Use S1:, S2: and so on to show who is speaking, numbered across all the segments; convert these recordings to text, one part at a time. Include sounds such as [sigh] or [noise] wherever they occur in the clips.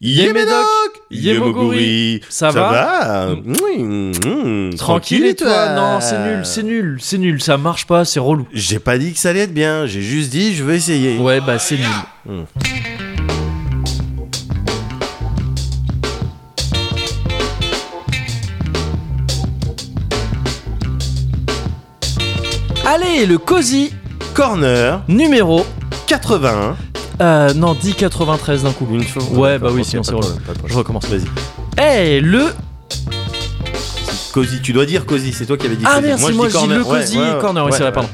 S1: Yé Médoc Yé Moguri
S2: Ça va
S1: Mmh, mmh,
S2: Tranquille et toi Non, c'est nul, c'est nul, c'est nul, ça marche pas, c'est relou.
S1: J'ai pas dit que ça allait être bien, j'ai juste dit je veux essayer.
S2: Ouais, bah c'est nul. Allez, le COSI
S1: Corner
S2: numéro.
S1: 81.
S2: Euh, non, 1093 d'un coup.
S1: Une fois.
S2: Ouais, bah oui,
S1: Ok,
S2: sinon
S1: pas
S2: c'est
S1: de
S2: relou.
S1: problème, pas de
S2: Je
S1: problème.
S2: recommence.
S1: Vas-y.
S2: Eh, le.
S1: Cozy, tu dois dire Cozy, c'est toi qui avais dit
S2: Ah
S1: Cozy.
S2: merde, c'est moi, je dis
S1: corner.
S2: le
S1: Ouais,
S2: COSI
S1: ouais, ouais,
S2: Corner, oui,
S1: ouais,
S2: c'est vrai,
S1: ouais.
S2: pardon.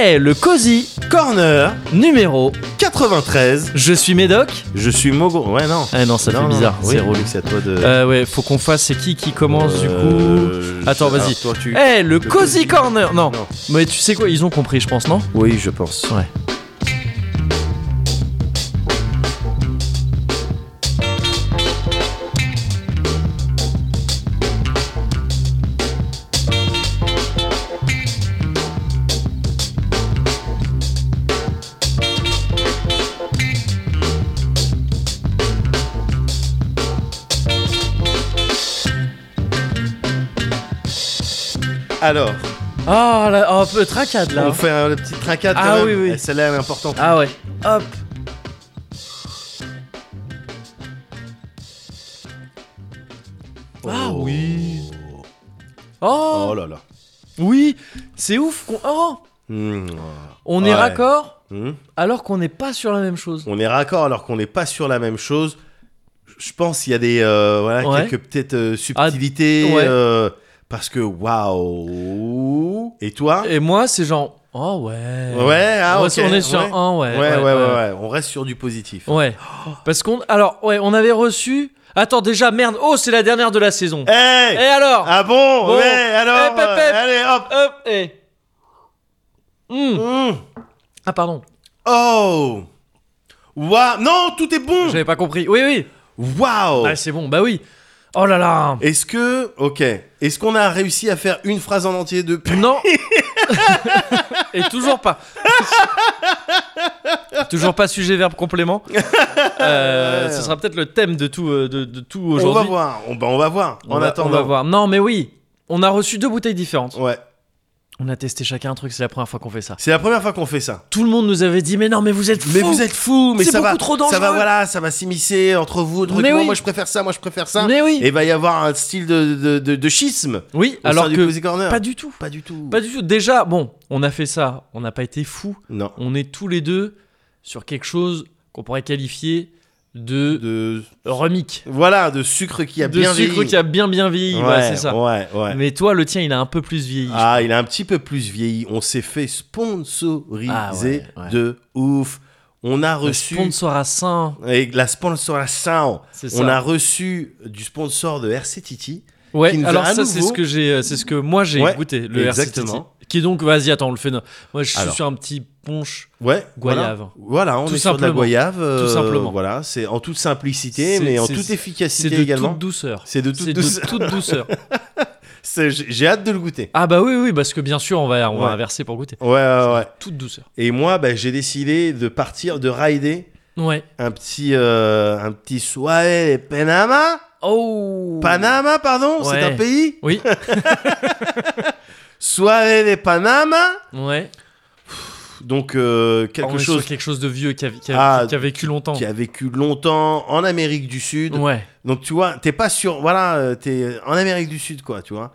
S2: Eh, le COSI
S1: Corner
S2: numéro.
S1: 93.
S2: Je suis Médoc.
S1: Je suis Mogo. Ouais, non.
S2: Ah non, ça
S1: Non,
S2: fait
S1: non,
S2: bizarre,
S1: oui,
S2: c'est relou.
S1: Luc, c'est à toi de.
S2: Euh, ouais, faut qu'on fasse, c'est qui qui commence du coup
S1: Euh,
S2: Attends,
S1: je-
S2: vas-y.
S1: alors, toi, tu-
S2: Eh, le,
S1: le
S2: Cozy
S1: Cozy.
S2: Corner non. mais tu sais quoi, ils ont compris, je pense, non
S1: Oui, je pense.
S2: Ouais.
S1: Alors,
S2: Ah, là, oh, un peu tracade, là
S1: on fait euh, le petit tracade
S2: Ah
S1: quand
S2: oui,
S1: même.
S2: oui.
S1: Eh, Celle-là, elle est importante.
S2: Ah ouais, hop Ah oui. Oh,
S1: Oh là là.
S2: Oui, c'est ouf qu'on... Oh
S1: Hmm.
S2: On
S1: Ouais.
S2: est raccord
S1: Hmm.
S2: alors qu'on n'est pas sur la même chose.
S1: On est raccord alors qu'on n'est pas sur la même chose. Je pense qu'il y a des euh, voilà
S2: Ouais.
S1: quelques peut-être euh, subtilités
S2: Ah, ouais.
S1: euh, parce que waouh. Et toi
S2: Et moi, c'est genre... Oh ouais
S1: Ouais, ah,
S2: On
S1: ok,
S2: est- On est sur
S1: ouais.
S2: un,
S1: Ouais
S2: ouais.
S1: ouais, ouais, ouais. on reste sur du positif.
S2: Ouais. Parce qu'on. Alors, ouais, on avait reçu. Attends, déjà, merde. Oh, c'est la dernière de la saison.
S1: Hey
S2: Et alors
S1: Eh! Ah bon,
S2: Bon.
S1: Ouais, alors
S2: Eh, pep,
S1: euh,
S2: pep.
S1: allez hop.
S2: Hop, et. Hmm.
S1: Hmm.
S2: Ah, pardon.
S1: Oh Waouh Non, tout est bon.
S2: J'avais pas compris. Oui, oui.
S1: Waouh
S2: Ah, c'est bon, bah oui. Oh là là.
S1: Est-ce que OK, est-ce qu'on a réussi à faire une phrase en entier depuis [laughs]
S2: Non. et toujours pas. toujours pas sujet, verbe, complément. Euh, ce sera peut-être le thème de tout, euh, de, de tout
S1: On va
S2: aujourd'hui.
S1: voir. On, bah, on va voir.
S2: On
S1: en
S2: va-
S1: attendant.
S2: On va voir. Non, mais oui. On a reçu deux bouteilles différentes.
S1: Ouais.
S2: On a testé chacun un truc, c'est la première fois qu'on fait ça.
S1: C'est la première fois qu'on fait ça.
S2: Tout le monde nous avait dit mais non mais vous êtes fous.
S1: Mais vous êtes fous, mais
S2: C'est
S1: ça va,
S2: beaucoup trop dangereux.
S1: ça va, voilà, ça va s'immiscer entre vous, entre
S2: Mais
S1: moi,
S2: oui.
S1: moi je préfère ça, moi je préfère ça.
S2: Mais oui.
S1: Et va y avoir un style de, de, de- de schisme.
S2: Oui,
S1: au
S2: alors
S1: sein du
S2: que
S1: Cozy Corner.
S2: pas du tout.
S1: Pas du tout.
S2: Pas du tout. Déjà, bon, on a fait ça, on n'a pas été fous.
S1: Non.
S2: On est tous les deux sur quelque chose qu'on pourrait qualifier de
S1: De
S2: remic.
S1: voilà, de sucre qui a
S2: de
S1: bien
S2: sucre
S1: vieilli.
S2: qui a bien bien vieilli,
S1: Ouais,
S2: voilà, c'est ça.
S1: Ouais, ouais.
S2: Mais toi, le tien, il a un peu plus vieilli.
S1: Ah, il a un petit peu plus vieilli. On s'est fait sponsoriser
S2: Ah ouais, ouais.
S1: de ouf. On a
S2: Le
S1: reçu
S2: Sponsor à 100,
S1: et la sponsoration.
S2: c'est ça.
S1: On a reçu du sponsor de RC Titi.
S2: ouais,
S1: qui nous a
S2: alors
S1: à
S2: ça, c'est
S1: nouveau-
S2: ce que j'ai, euh, c'est ce que moi j'ai
S1: Ouais,
S2: goûté, le
S1: exactement.
S2: RCTT. Qui est donc, vas-y, attends, on le fait. non. Moi, je suis
S1: Alors.
S2: sur un petit punch.
S1: Ouais,
S2: Goyave.
S1: Voilà, Voilà, on
S2: Tout
S1: est sur de la
S2: simplement.
S1: goyave. euh,
S2: Tout simplement.
S1: Voilà, c'est en toute simplicité,
S2: C'est-
S1: mais en
S2: c'est-
S1: toute
S2: C'est
S1: efficacité
S2: de
S1: également.
S2: toute douceur.
S1: C'est de
S2: C'est
S1: toute
S2: de
S1: douceur.
S2: toute
S1: [laughs]
S2: douceur.
S1: C'est- J'ai j'ai hâte de le goûter.
S2: Ah bah oui, oui, parce que bien sûr, on va, on va
S1: Ouais.
S2: inverser pour goûter.
S1: Ouais, ouais, ouais.
S2: Toute douceur.
S1: Et moi, bah, j'ai décidé de partir, de rider
S2: Ouais.
S1: un petit, euh, un petit soirée Panama.
S2: Oh
S1: Panama, pardon, c'est
S2: Ouais.
S1: un pays.
S2: Oui,
S1: [laughs] Soirée des Panama.
S2: ouais.
S1: Donc, euh,
S2: On
S1: quelque
S2: est sur
S1: chose
S2: quelque chose de vieux qui a, qui a-
S1: Ah,
S2: qui a vécu longtemps.
S1: qui a vécu longtemps en Amérique du Sud.
S2: Oh. Ouais.
S1: Donc tu vois, t'es pas sûr, voilà, euh, t'es en Amérique du Sud quoi, tu vois.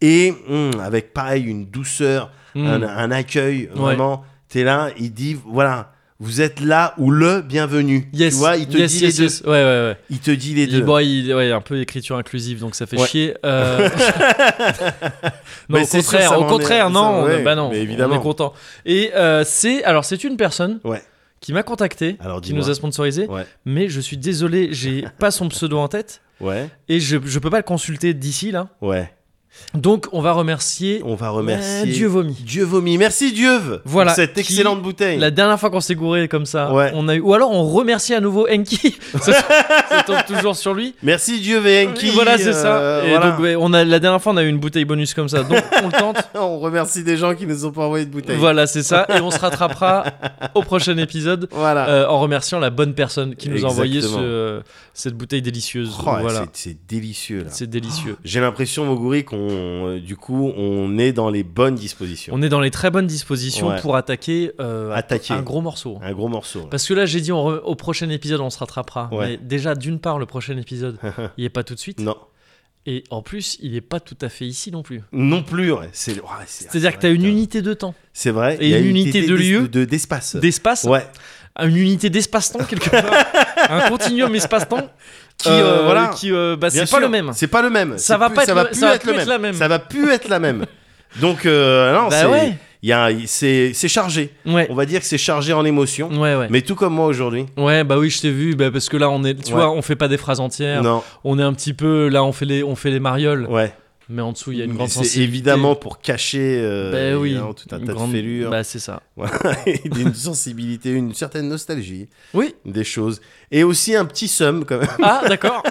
S1: Et hum, avec pareil une douceur,
S2: Mm.
S1: un, un accueil vraiment. T'es là, il dit voilà, vous êtes là ou le bienvenu.
S2: Yes.
S1: Tu vois, il te
S2: yes,
S1: dit
S2: yes,
S1: les
S2: yes. Ouais, ouais, ouais.
S1: deux. Il te dit les
S2: Il,
S1: deux.
S2: bon, il- ouais, un peu écriture inclusive, donc ça fait
S1: Ouais.
S2: chier. Euh, non,
S1: [laughs] Mais
S2: [laughs] au
S1: c'est sûr,
S2: contraire,
S1: ça
S2: au
S1: m'en est-
S2: contraire,
S1: ça-
S2: non.
S1: ouais,
S2: bah non.
S1: mais évidemment.
S2: On est content. Et euh, c'est, alors c'est une personne
S1: Ouais. Ah,
S2: qui m'a contacté,
S1: Alors,
S2: qui
S1: dis-moi.
S2: nous a sponsorisé,
S1: Ouais.
S2: mais je
S1: [laughs]
S2: suis désolé, j'ai pas son pseudo en tête
S1: Ouais.
S2: et je, je peux pas le consulter d'ici là.
S1: Ouais.
S2: Donc, on va remercier
S1: On va remercier
S2: euh, Dieu vomi.
S1: Dieu vomi. Merci Dieu
S2: Voilà,
S1: pour cette
S2: qui-
S1: excellente bouteille.
S2: La dernière fois qu'on s'est gouré comme ça,
S1: Ouais.
S2: on a eu... ou alors on remercie à nouveau Enki. [laughs] ça, ça tombe toujours sur lui.
S1: Merci Dieu Venki.
S2: voilà, c'est
S1: euh,
S2: ça. Et
S1: voilà.
S2: donc, ouais, on a la dernière fois, on a eu une bouteille bonus comme ça, donc on le tente.
S1: [laughs] On remercie des gens qui nous ont pas envoyé de [laughs] bouteille.
S2: voilà, c'est ça. Et on se rattrapera au prochain épisode
S1: Voilà.
S2: euh, en remerciant la bonne personne qui nous a envoyé
S1: Ah. Exactement.
S2: ce, euh, cette bouteille délicieuse.
S1: Oh,
S2: voilà,
S1: c'est- c'est délicieux là.
S2: c'est délicieux.
S1: J'ai l'impression, Moguri, qu'on, euh, du coup, on est dans les bonnes dispositions.
S2: On est dans les très bonnes dispositions
S1: Ouais.
S2: pour attaquer, euh,
S1: Attaquer.
S2: un gros morceau.
S1: Un gros morceau. là.
S2: Parce que là, j'ai dit on re- au prochain épisode, on se rattrapera.
S1: Ouais.
S2: Mais déjà, d'une part, le
S1: [laughs]
S2: prochain épisode, il est pas tout de suite.
S1: Non,
S2: Et en plus, il est pas tout à fait ici non plus.
S1: non plus. ouais. C'est, ouais, c'est-
S2: C'est-à-dire que tu as une unité de temps,
S1: C'est vrai.
S2: et
S1: il y a
S2: une unité de
S1: d'es-
S2: lieu.
S1: de- d'espace.
S2: d'espace,
S1: Ouais.
S2: une unité d'espace-temps quelque part,
S1: [laughs]
S2: un continuum espace-temps qui,
S1: Euh,
S2: euh,
S1: voilà.
S2: qui euh, bah,
S1: Bien
S2: c'est
S1: sûr,
S2: pas le même.
S1: C'est pas le même.
S2: Ça
S1: C'est
S2: va
S1: plus-
S2: pas
S1: ça
S2: être
S1: va
S2: le-
S1: plus
S2: ça va
S1: être
S2: plus
S1: le
S2: être la même.
S1: Ça va plus être la
S2: [laughs]
S1: même. Donc euh, non,
S2: Bah
S1: c'est,
S2: ouais.
S1: il y a un- c'est, c'est chargé.
S2: Ouais,
S1: On va dire que c'est chargé en émotions.
S2: ouais, ouais.
S1: Mais tout comme moi aujourd'hui.
S2: Ouais, bah oui, je t'ai vu, bah, parce que là, on est, tu
S1: Ouais.
S2: vois, on fait pas des phrases entières.
S1: Non.
S2: On est un petit peu, là, on fait les, on fait les marioles,
S1: Ouais.
S2: mais en dessous, il y a une
S1: Mais
S2: grande
S1: c'est
S2: sensibilité.
S1: évidemment pour cacher euh,
S2: Bah oui,
S1: évidemment, tout un
S2: une
S1: tas
S2: grande-
S1: de fêlures.
S2: Bah
S1: [laughs]
S2: c'est ça.
S1: Voilà, et d'une sensibilité, une certaine nostalgie
S2: Oui.
S1: des choses. Et aussi un petit somme, quand même.
S2: Ah d'accord.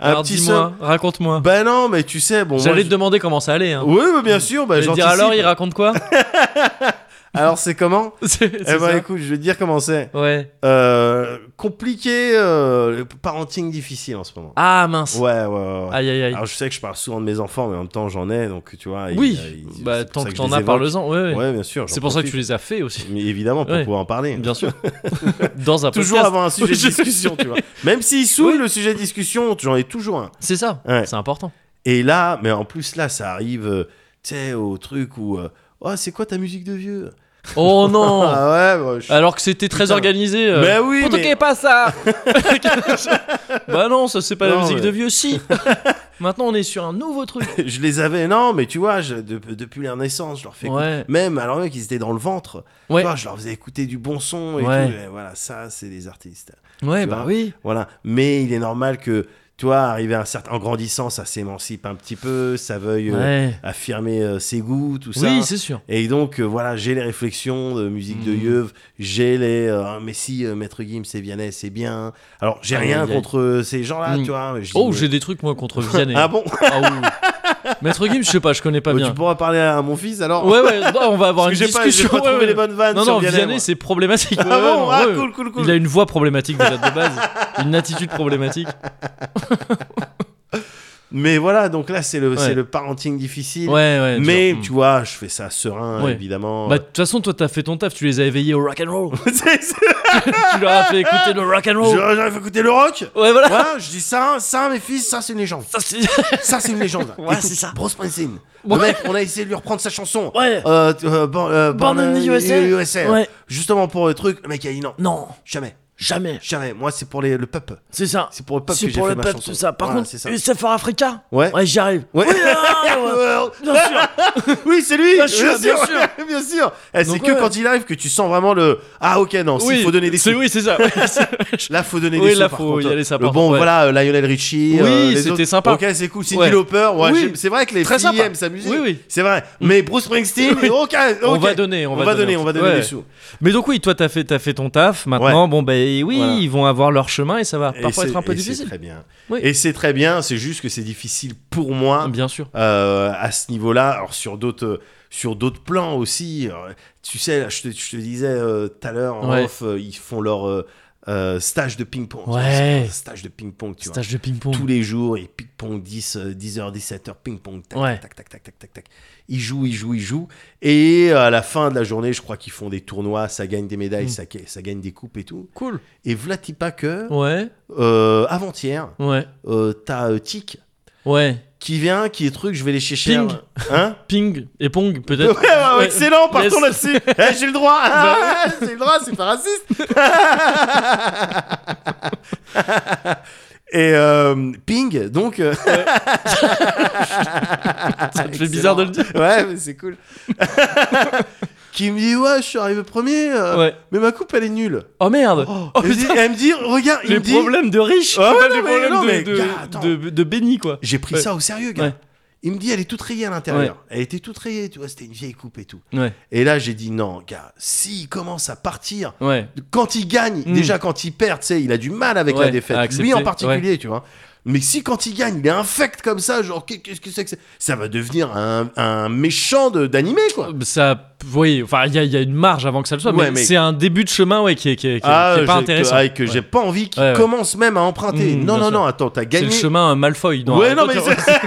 S1: Un
S2: Alors
S1: petit
S2: dis-moi, raconte-moi.
S1: Bah non, mais tu sais, bon.
S2: J'allais te
S1: moi,
S2: demander comment ça allait.
S1: je-
S2: Hein.
S1: Oui, oui, bien sûr. Bah,
S2: J'allais te dire
S1: j'anticipe.
S2: alors, il raconte quoi
S1: Alors, c'est comment
S2: C'est [laughs] c'est
S1: [laughs] Eh ben,
S2: ça
S1: écoute, je vais te dire comment c'est.
S2: Ouais.
S1: Euh, compliqué, euh, le parenting difficile en ce moment.
S2: Ah mince.
S1: Ouais, Ah ouais, ouais. ouais.
S2: Aïe aïe aïe.
S1: Alors, je sais que je parle souvent de mes enfants, mais en même temps, j'en ai, donc tu vois. ils-
S2: oui.
S1: ils-
S2: bah
S1: c'est pour
S2: tant
S1: ça
S2: que
S1: je
S2: t'en
S1: les
S2: as,
S1: évoque.
S2: parle-en. Ouais, ouais.
S1: Ouais, bien sûr.
S2: c'est pour ça que tu les as
S1: [laughs]
S2: fait aussi.
S1: Mais évidemment, pour
S2: Ouais.
S1: pouvoir en parler.
S2: Bien sûr. Dans un
S1: Toujours
S2: podcast.
S1: avoir un
S2: [laughs]
S1: sujet de discussion, tu vois. Même s'il saoule
S2: Oui.
S1: le sujet de discussion, j'en ai toujours un.
S2: C'est ça.
S1: Ouais.
S2: C'est important.
S1: Et là, mais en plus, là, ça arrive, euh, tu sais, au truc où. euh, oh, c'est quoi ta musique de vieux [laughs]
S2: Oh non.
S1: Ah ouais, bah, je-
S2: Alors que c'était très
S1: Putain.
S2: organisé. euh,
S1: Mais oui,
S2: Pour
S1: mais-
S2: toquer pas ça
S1: [laughs]
S2: Bah non, ça c'est pas la
S1: Non,
S2: musique
S1: mais-
S2: de vieux, si [laughs] Maintenant on est sur un nouveau truc
S1: [laughs] je les avais. Non, mais tu vois, je- de- depuis la naissance, je leur fais. écouter-
S2: Ouais,
S1: Même alors même qu'ils étaient dans le ventre, tu
S2: ouais,
S1: vois, je leur faisais écouter du bon son et
S2: Ouais.
S1: tout. Et voilà, ça, c'est des artistes.
S2: ouais
S1: tu
S2: bah
S1: vois.
S2: oui
S1: Voilà. Mais il est normal que, tu vois, arrivé à un certain, en grandissant, ça s'émancipe un petit peu, ça veuille euh,
S2: Ouais.
S1: affirmer euh, ses goûts, tout ça.
S2: Oui, c'est sûr.
S1: Et donc, euh, voilà, j'ai les réflexions de musique de
S2: Mm.
S1: Yeuve, j'ai les. euh, Ah, mais si, euh, Maître Gims et Vianney, c'est bien. Alors, j'ai
S2: Aïe,
S1: rien
S2: aïe, aïe.
S1: contre euh, ces gens-là,
S2: Mm.
S1: tu vois. mais je dis,
S2: Ah, Oh,
S1: mais-
S2: j'ai des trucs moi contre Vianney.
S1: Ah bon
S2: Ah oui. Maître Gims, je sais pas, je connais pas
S1: Bah,
S2: bien.
S1: Tu pourras parler à mon fils alors
S2: Ouais, ouais, non, on va avoir
S1: Parce que
S2: une
S1: j'ai pas, j'ai
S2: discussion.
S1: pas
S2: ouais,
S1: trouvé
S2: ouais.
S1: les bonnes vannes
S2: non,
S1: sur
S2: non,
S1: Vianney,
S2: Vianney,
S1: moi.
S2: c'est problématique.
S1: Ah
S2: Ouais, ouais,
S1: bon
S2: non,
S1: Ah,
S2: ouais.
S1: cool, cool, cool.
S2: Il a une voix problématique déjà de base, [laughs] une attitude problématique.
S1: Mais voilà, donc là, c'est le,
S2: Ouais.
S1: c'est le parenting difficile.
S2: Ouais, ouais.
S1: Mais
S2: genre,
S1: tu
S2: hmm.
S1: vois, je fais ça serein,
S2: Ouais.
S1: évidemment.
S2: Bah, de toute façon, toi, t'as fait ton taf, tu les as éveillés au rock and roll.
S1: [laughs]
S2: [laughs]
S1: C'est- c'est-
S2: tu leur as fait écouter le rock and
S1: Ah, je-
S2: roll.
S1: J'arrive à écouter le
S2: [laughs]
S1: rock.
S2: Ouais, voilà.
S1: Voilà, je dis ça, ça, mes fils, ça, c'est une légende.
S2: Ça, c'est- [laughs]
S1: Ça, c'est une légende.
S2: Ouais,
S1: Écoute,
S2: c'est ça.
S1: Bruce Springsteen.
S2: Ouais.
S1: Le mec, on a essayé de lui reprendre sa chanson.
S2: Ouais.
S1: Euh, t- euh, Born, euh,
S2: Born in
S1: Born
S2: the USA. Ouais.
S1: Justement pour le truc, le mec a dit non,
S2: Non,
S1: jamais,
S2: jamais.
S1: jamais. Moi, c'est pour les- le peuple.
S2: C'est ça.
S1: C'est pour le peuple
S2: C'est
S1: que j'ai
S2: pour
S1: fait
S2: le
S1: ma
S2: peuple,
S1: chanson.
S2: tout ça. Par
S1: Voilà,
S2: contre,
S1: c'est ça.
S2: USF for Africa
S1: Ouais.
S2: Ouais, j'y arrive.
S1: Ouais.
S2: Oui,
S1: [laughs]
S2: ah, ouais, ouais. Bien sûr.
S1: oui, c'est lui.
S2: Bien sûr, bien
S1: [laughs] bien sûr. Eh, c'est
S2: Donc,
S1: que
S2: ouais.
S1: quand il arrive que tu sens vraiment le ah ok non, il faut donner des
S2: c'est-
S1: sous.
S2: Oui,
S1: [laughs]
S2: c'est ça. Oui, c'est-
S1: Là, faut donner
S2: Oui,
S1: des
S2: là,
S1: sous. par
S2: faut
S1: contre.
S2: y aller, ça,
S1: Le
S2: par
S1: bon,
S2: contre, ouais.
S1: voilà, euh, Lionel Richie.
S2: Oui,
S1: euh, les
S2: c'était
S1: autres.
S2: sympa.
S1: Ok, c'est cool. Cindy
S2: Ouais.
S1: Lauper. ouais,
S2: Oui.
S1: j'aime- C'est vrai que les
S2: Très
S1: filles
S2: sympa.
S1: aiment sa musique.
S2: Oui, oui.
S1: C'est vrai. Mais Bruce Springsteen.
S2: Oui.
S1: Ok,
S2: On
S1: ok.
S2: va donner, on va,
S1: donner, on va donner
S2: Ouais.
S1: des sous.
S2: Mais donc oui, toi t'as fait, t'as fait ton taf. Maintenant, bon ben oui,
S1: Voilà.
S2: ils vont avoir leur chemin et ça va
S1: Et
S2: parfois
S1: c'est-
S2: être un peu
S1: et C'est
S2: difficile.
S1: très bien.
S2: Oui.
S1: Et c'est très bien, c'est juste que c'est difficile pour moi
S2: Bien sûr.
S1: euh, à ce niveau-là. Alors sur d'autres sur d'autres plans aussi. euh, tu sais, là, je, te, je te disais euh, tout à l'heure en
S2: Ouais.
S1: off, euh, ils font leur euh, euh, stage de ping-pong.
S2: Ouais.
S1: C'est un Stage de ping-pong, tu vois.
S2: Stage de ping-pong.
S1: Tous les jours, ils ping-pong 10, euh, 10h, 17h, ping-pong, tac,
S2: Ouais.
S1: tac, tac, tac, tac, tac, tac. Ils jouent, ils jouent, ils jouent. Et à la fin de la journée, je crois qu'ils font des tournois, ça gagne des médailles,
S2: Mm.
S1: ça, ça gagne des coupes et tout.
S2: Cool.
S1: Et Vlatipa que,
S2: Ouais,
S1: euh, avant-hier,
S2: ouais,
S1: euh, t'as euh, Tic
S2: ouais.
S1: qui vient, qui est truc, je vais les chercher.
S2: Ping. [laughs]
S1: Hein
S2: Ping et pong
S1: Ouais, [laughs]
S2: peut-être.
S1: ouais, ouais, excellent, partons
S2: Yes.
S1: là-dessus. Eh, j'ai le droit. Ah, j'ai le droit, c'est pas raciste. Et euh, ping, donc. euh, [laughs]
S2: [laughs] Ça te fait bizarre de le dire.
S1: Ouais, mais c'est cool. [laughs] qui me dit ouais, je suis arrivé premier, euh,
S2: Ouais.
S1: mais ma coupe elle est nulle.
S2: Oh merde.
S1: Oh,
S2: Oh,
S1: elle, me dit-
S2: putain.
S1: elle me dit regarde, il
S2: les
S1: me dit
S2: problèmes de riches.
S1: Ah ouais,
S2: pas
S1: non,
S2: les
S1: mais-
S2: problèmes
S1: non,
S2: de,
S1: mais
S2: de,
S1: gars, attends.
S2: de- de bénis, quoi.
S1: J'ai pris
S2: Ouais.
S1: ça au sérieux, gars.
S2: Ouais.
S1: Il me dit, elle est toute rayée à l'intérieur. Elle était toute rayée, tu vois, c'était une vieille coupe et tout.
S2: Ouais,
S1: Et là, j'ai dit, non, gars, s'il commence à partir,
S2: ouais.
S1: quand il gagne,
S2: Mm.
S1: déjà quand il perd, tu sais, il a du mal avec
S2: Ouais,
S1: la
S2: à
S1: défaite.
S2: accepter,
S1: Lui en particulier, tu vois. Mais si quand il gagne, il est infect comme ça, genre, qu'est- qu'est-ce que c'est que c'est Ça va devenir un, un méchant de- d'animé, quoi.
S2: Ça, oui, enfin, il y, a- il y a une marge avant que ça le soit,
S1: Ouais,
S2: mais,
S1: mais-
S2: c'est un début de chemin, ouais, qui est, qui est- qui est-
S1: Ah,
S2: qui est pas
S1: j'ai-
S2: intéressant.
S1: Que, ah, et que j'ai
S2: Ouais.
S1: pas envie qu'il
S2: Ouais, ouais.
S1: commence même à emprunter.
S2: Mm,
S1: non,
S2: bien
S1: non,
S2: sûr.
S1: non, attends, t'as
S2: C'est
S1: gagné.
S2: le chemin euh, Malfoy. Dans
S1: ouais,
S2: Harry
S1: non, mais
S2: Potter.
S1: c'est-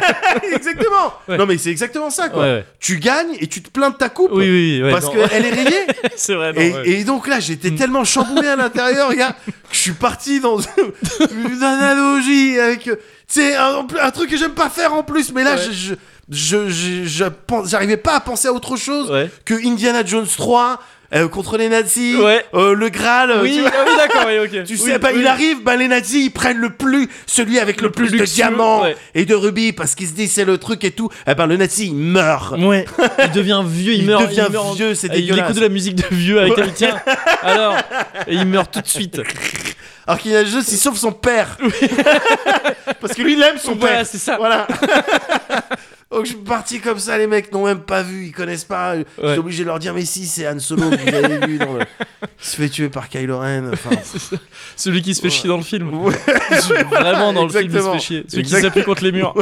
S1: [laughs] exactement.
S2: Ouais.
S1: Non, mais c'est exactement ça, quoi.
S2: Ouais, ouais.
S1: Tu gagnes et tu te plains de ta coupe.
S2: Oui, oui, oui. ouais, [laughs]
S1: parce
S2: non.
S1: qu'elle est rayée.
S2: c'est vrai. Ah non,
S1: Et,
S2: ouais. Mm.
S1: et donc là, j'étais tellement chamboulé à
S2: [laughs]
S1: l'intérieur, gars, que je suis parti dans une analogie avec, euh, tu sais, un, en plus- un truc que j'aime pas faire en plus. Mais là,
S2: Ouais.
S1: je, je, je- je- je pense- j'arrivais pas à penser à autre chose
S2: Ouais.
S1: que Indiana Jones 3 euh, contre les nazis,
S2: Ouais.
S1: euh, le Graal. euh,
S2: Oui,
S1: tu vois.
S2: ah oui, d'accord, oui, ok.
S1: Tu
S2: Oui,
S1: sais, bah,
S2: oui.
S1: il arrive, bah, les nazis, ils prennent le plus, celui avec le,
S2: Le
S1: plus,
S2: plus
S1: de
S2: luxueux,
S1: diamants
S2: ouais.
S1: et de rubis, parce qu'ils se disent c'est le truc et tout. Eh ben, le nazi, il meurt.
S2: Ouais, il devient vieux, il,
S1: Il
S2: meurt.
S1: devient
S2: il meurt en- Ah,
S1: vieux, c'est
S2: Il écoute
S1: dégueulasse.
S2: de la musique de vieux
S1: [laughs]
S2: avec elle, tiens. Alors, et il meurt tout de suite.
S1: Alors qu'il a juste, il sauve son père. [laughs] parce que lui, il aime son
S2: Voilà,
S1: père.
S2: c'est ça.
S1: Voilà. [laughs] Donc je suis parti comme ça, les mecs n'ont même pas vu, ils connaissent pas. Je
S2: Ouais.
S1: suis obligé de leur dire, mais si, c'est Han Solo que vous avez vu. Dans le- Il se fait tuer par Kylo Ren.
S2: [laughs]
S1: Enfin,
S2: C'est ça. Celui qui se fait
S1: Ouais.
S2: chier dans le film.
S1: Ouais,
S2: Vraiment, dans le film, il se
S1: exactement.
S2: fait chier. Celui
S1: Exact-
S2: qui s'appuie contre les murs.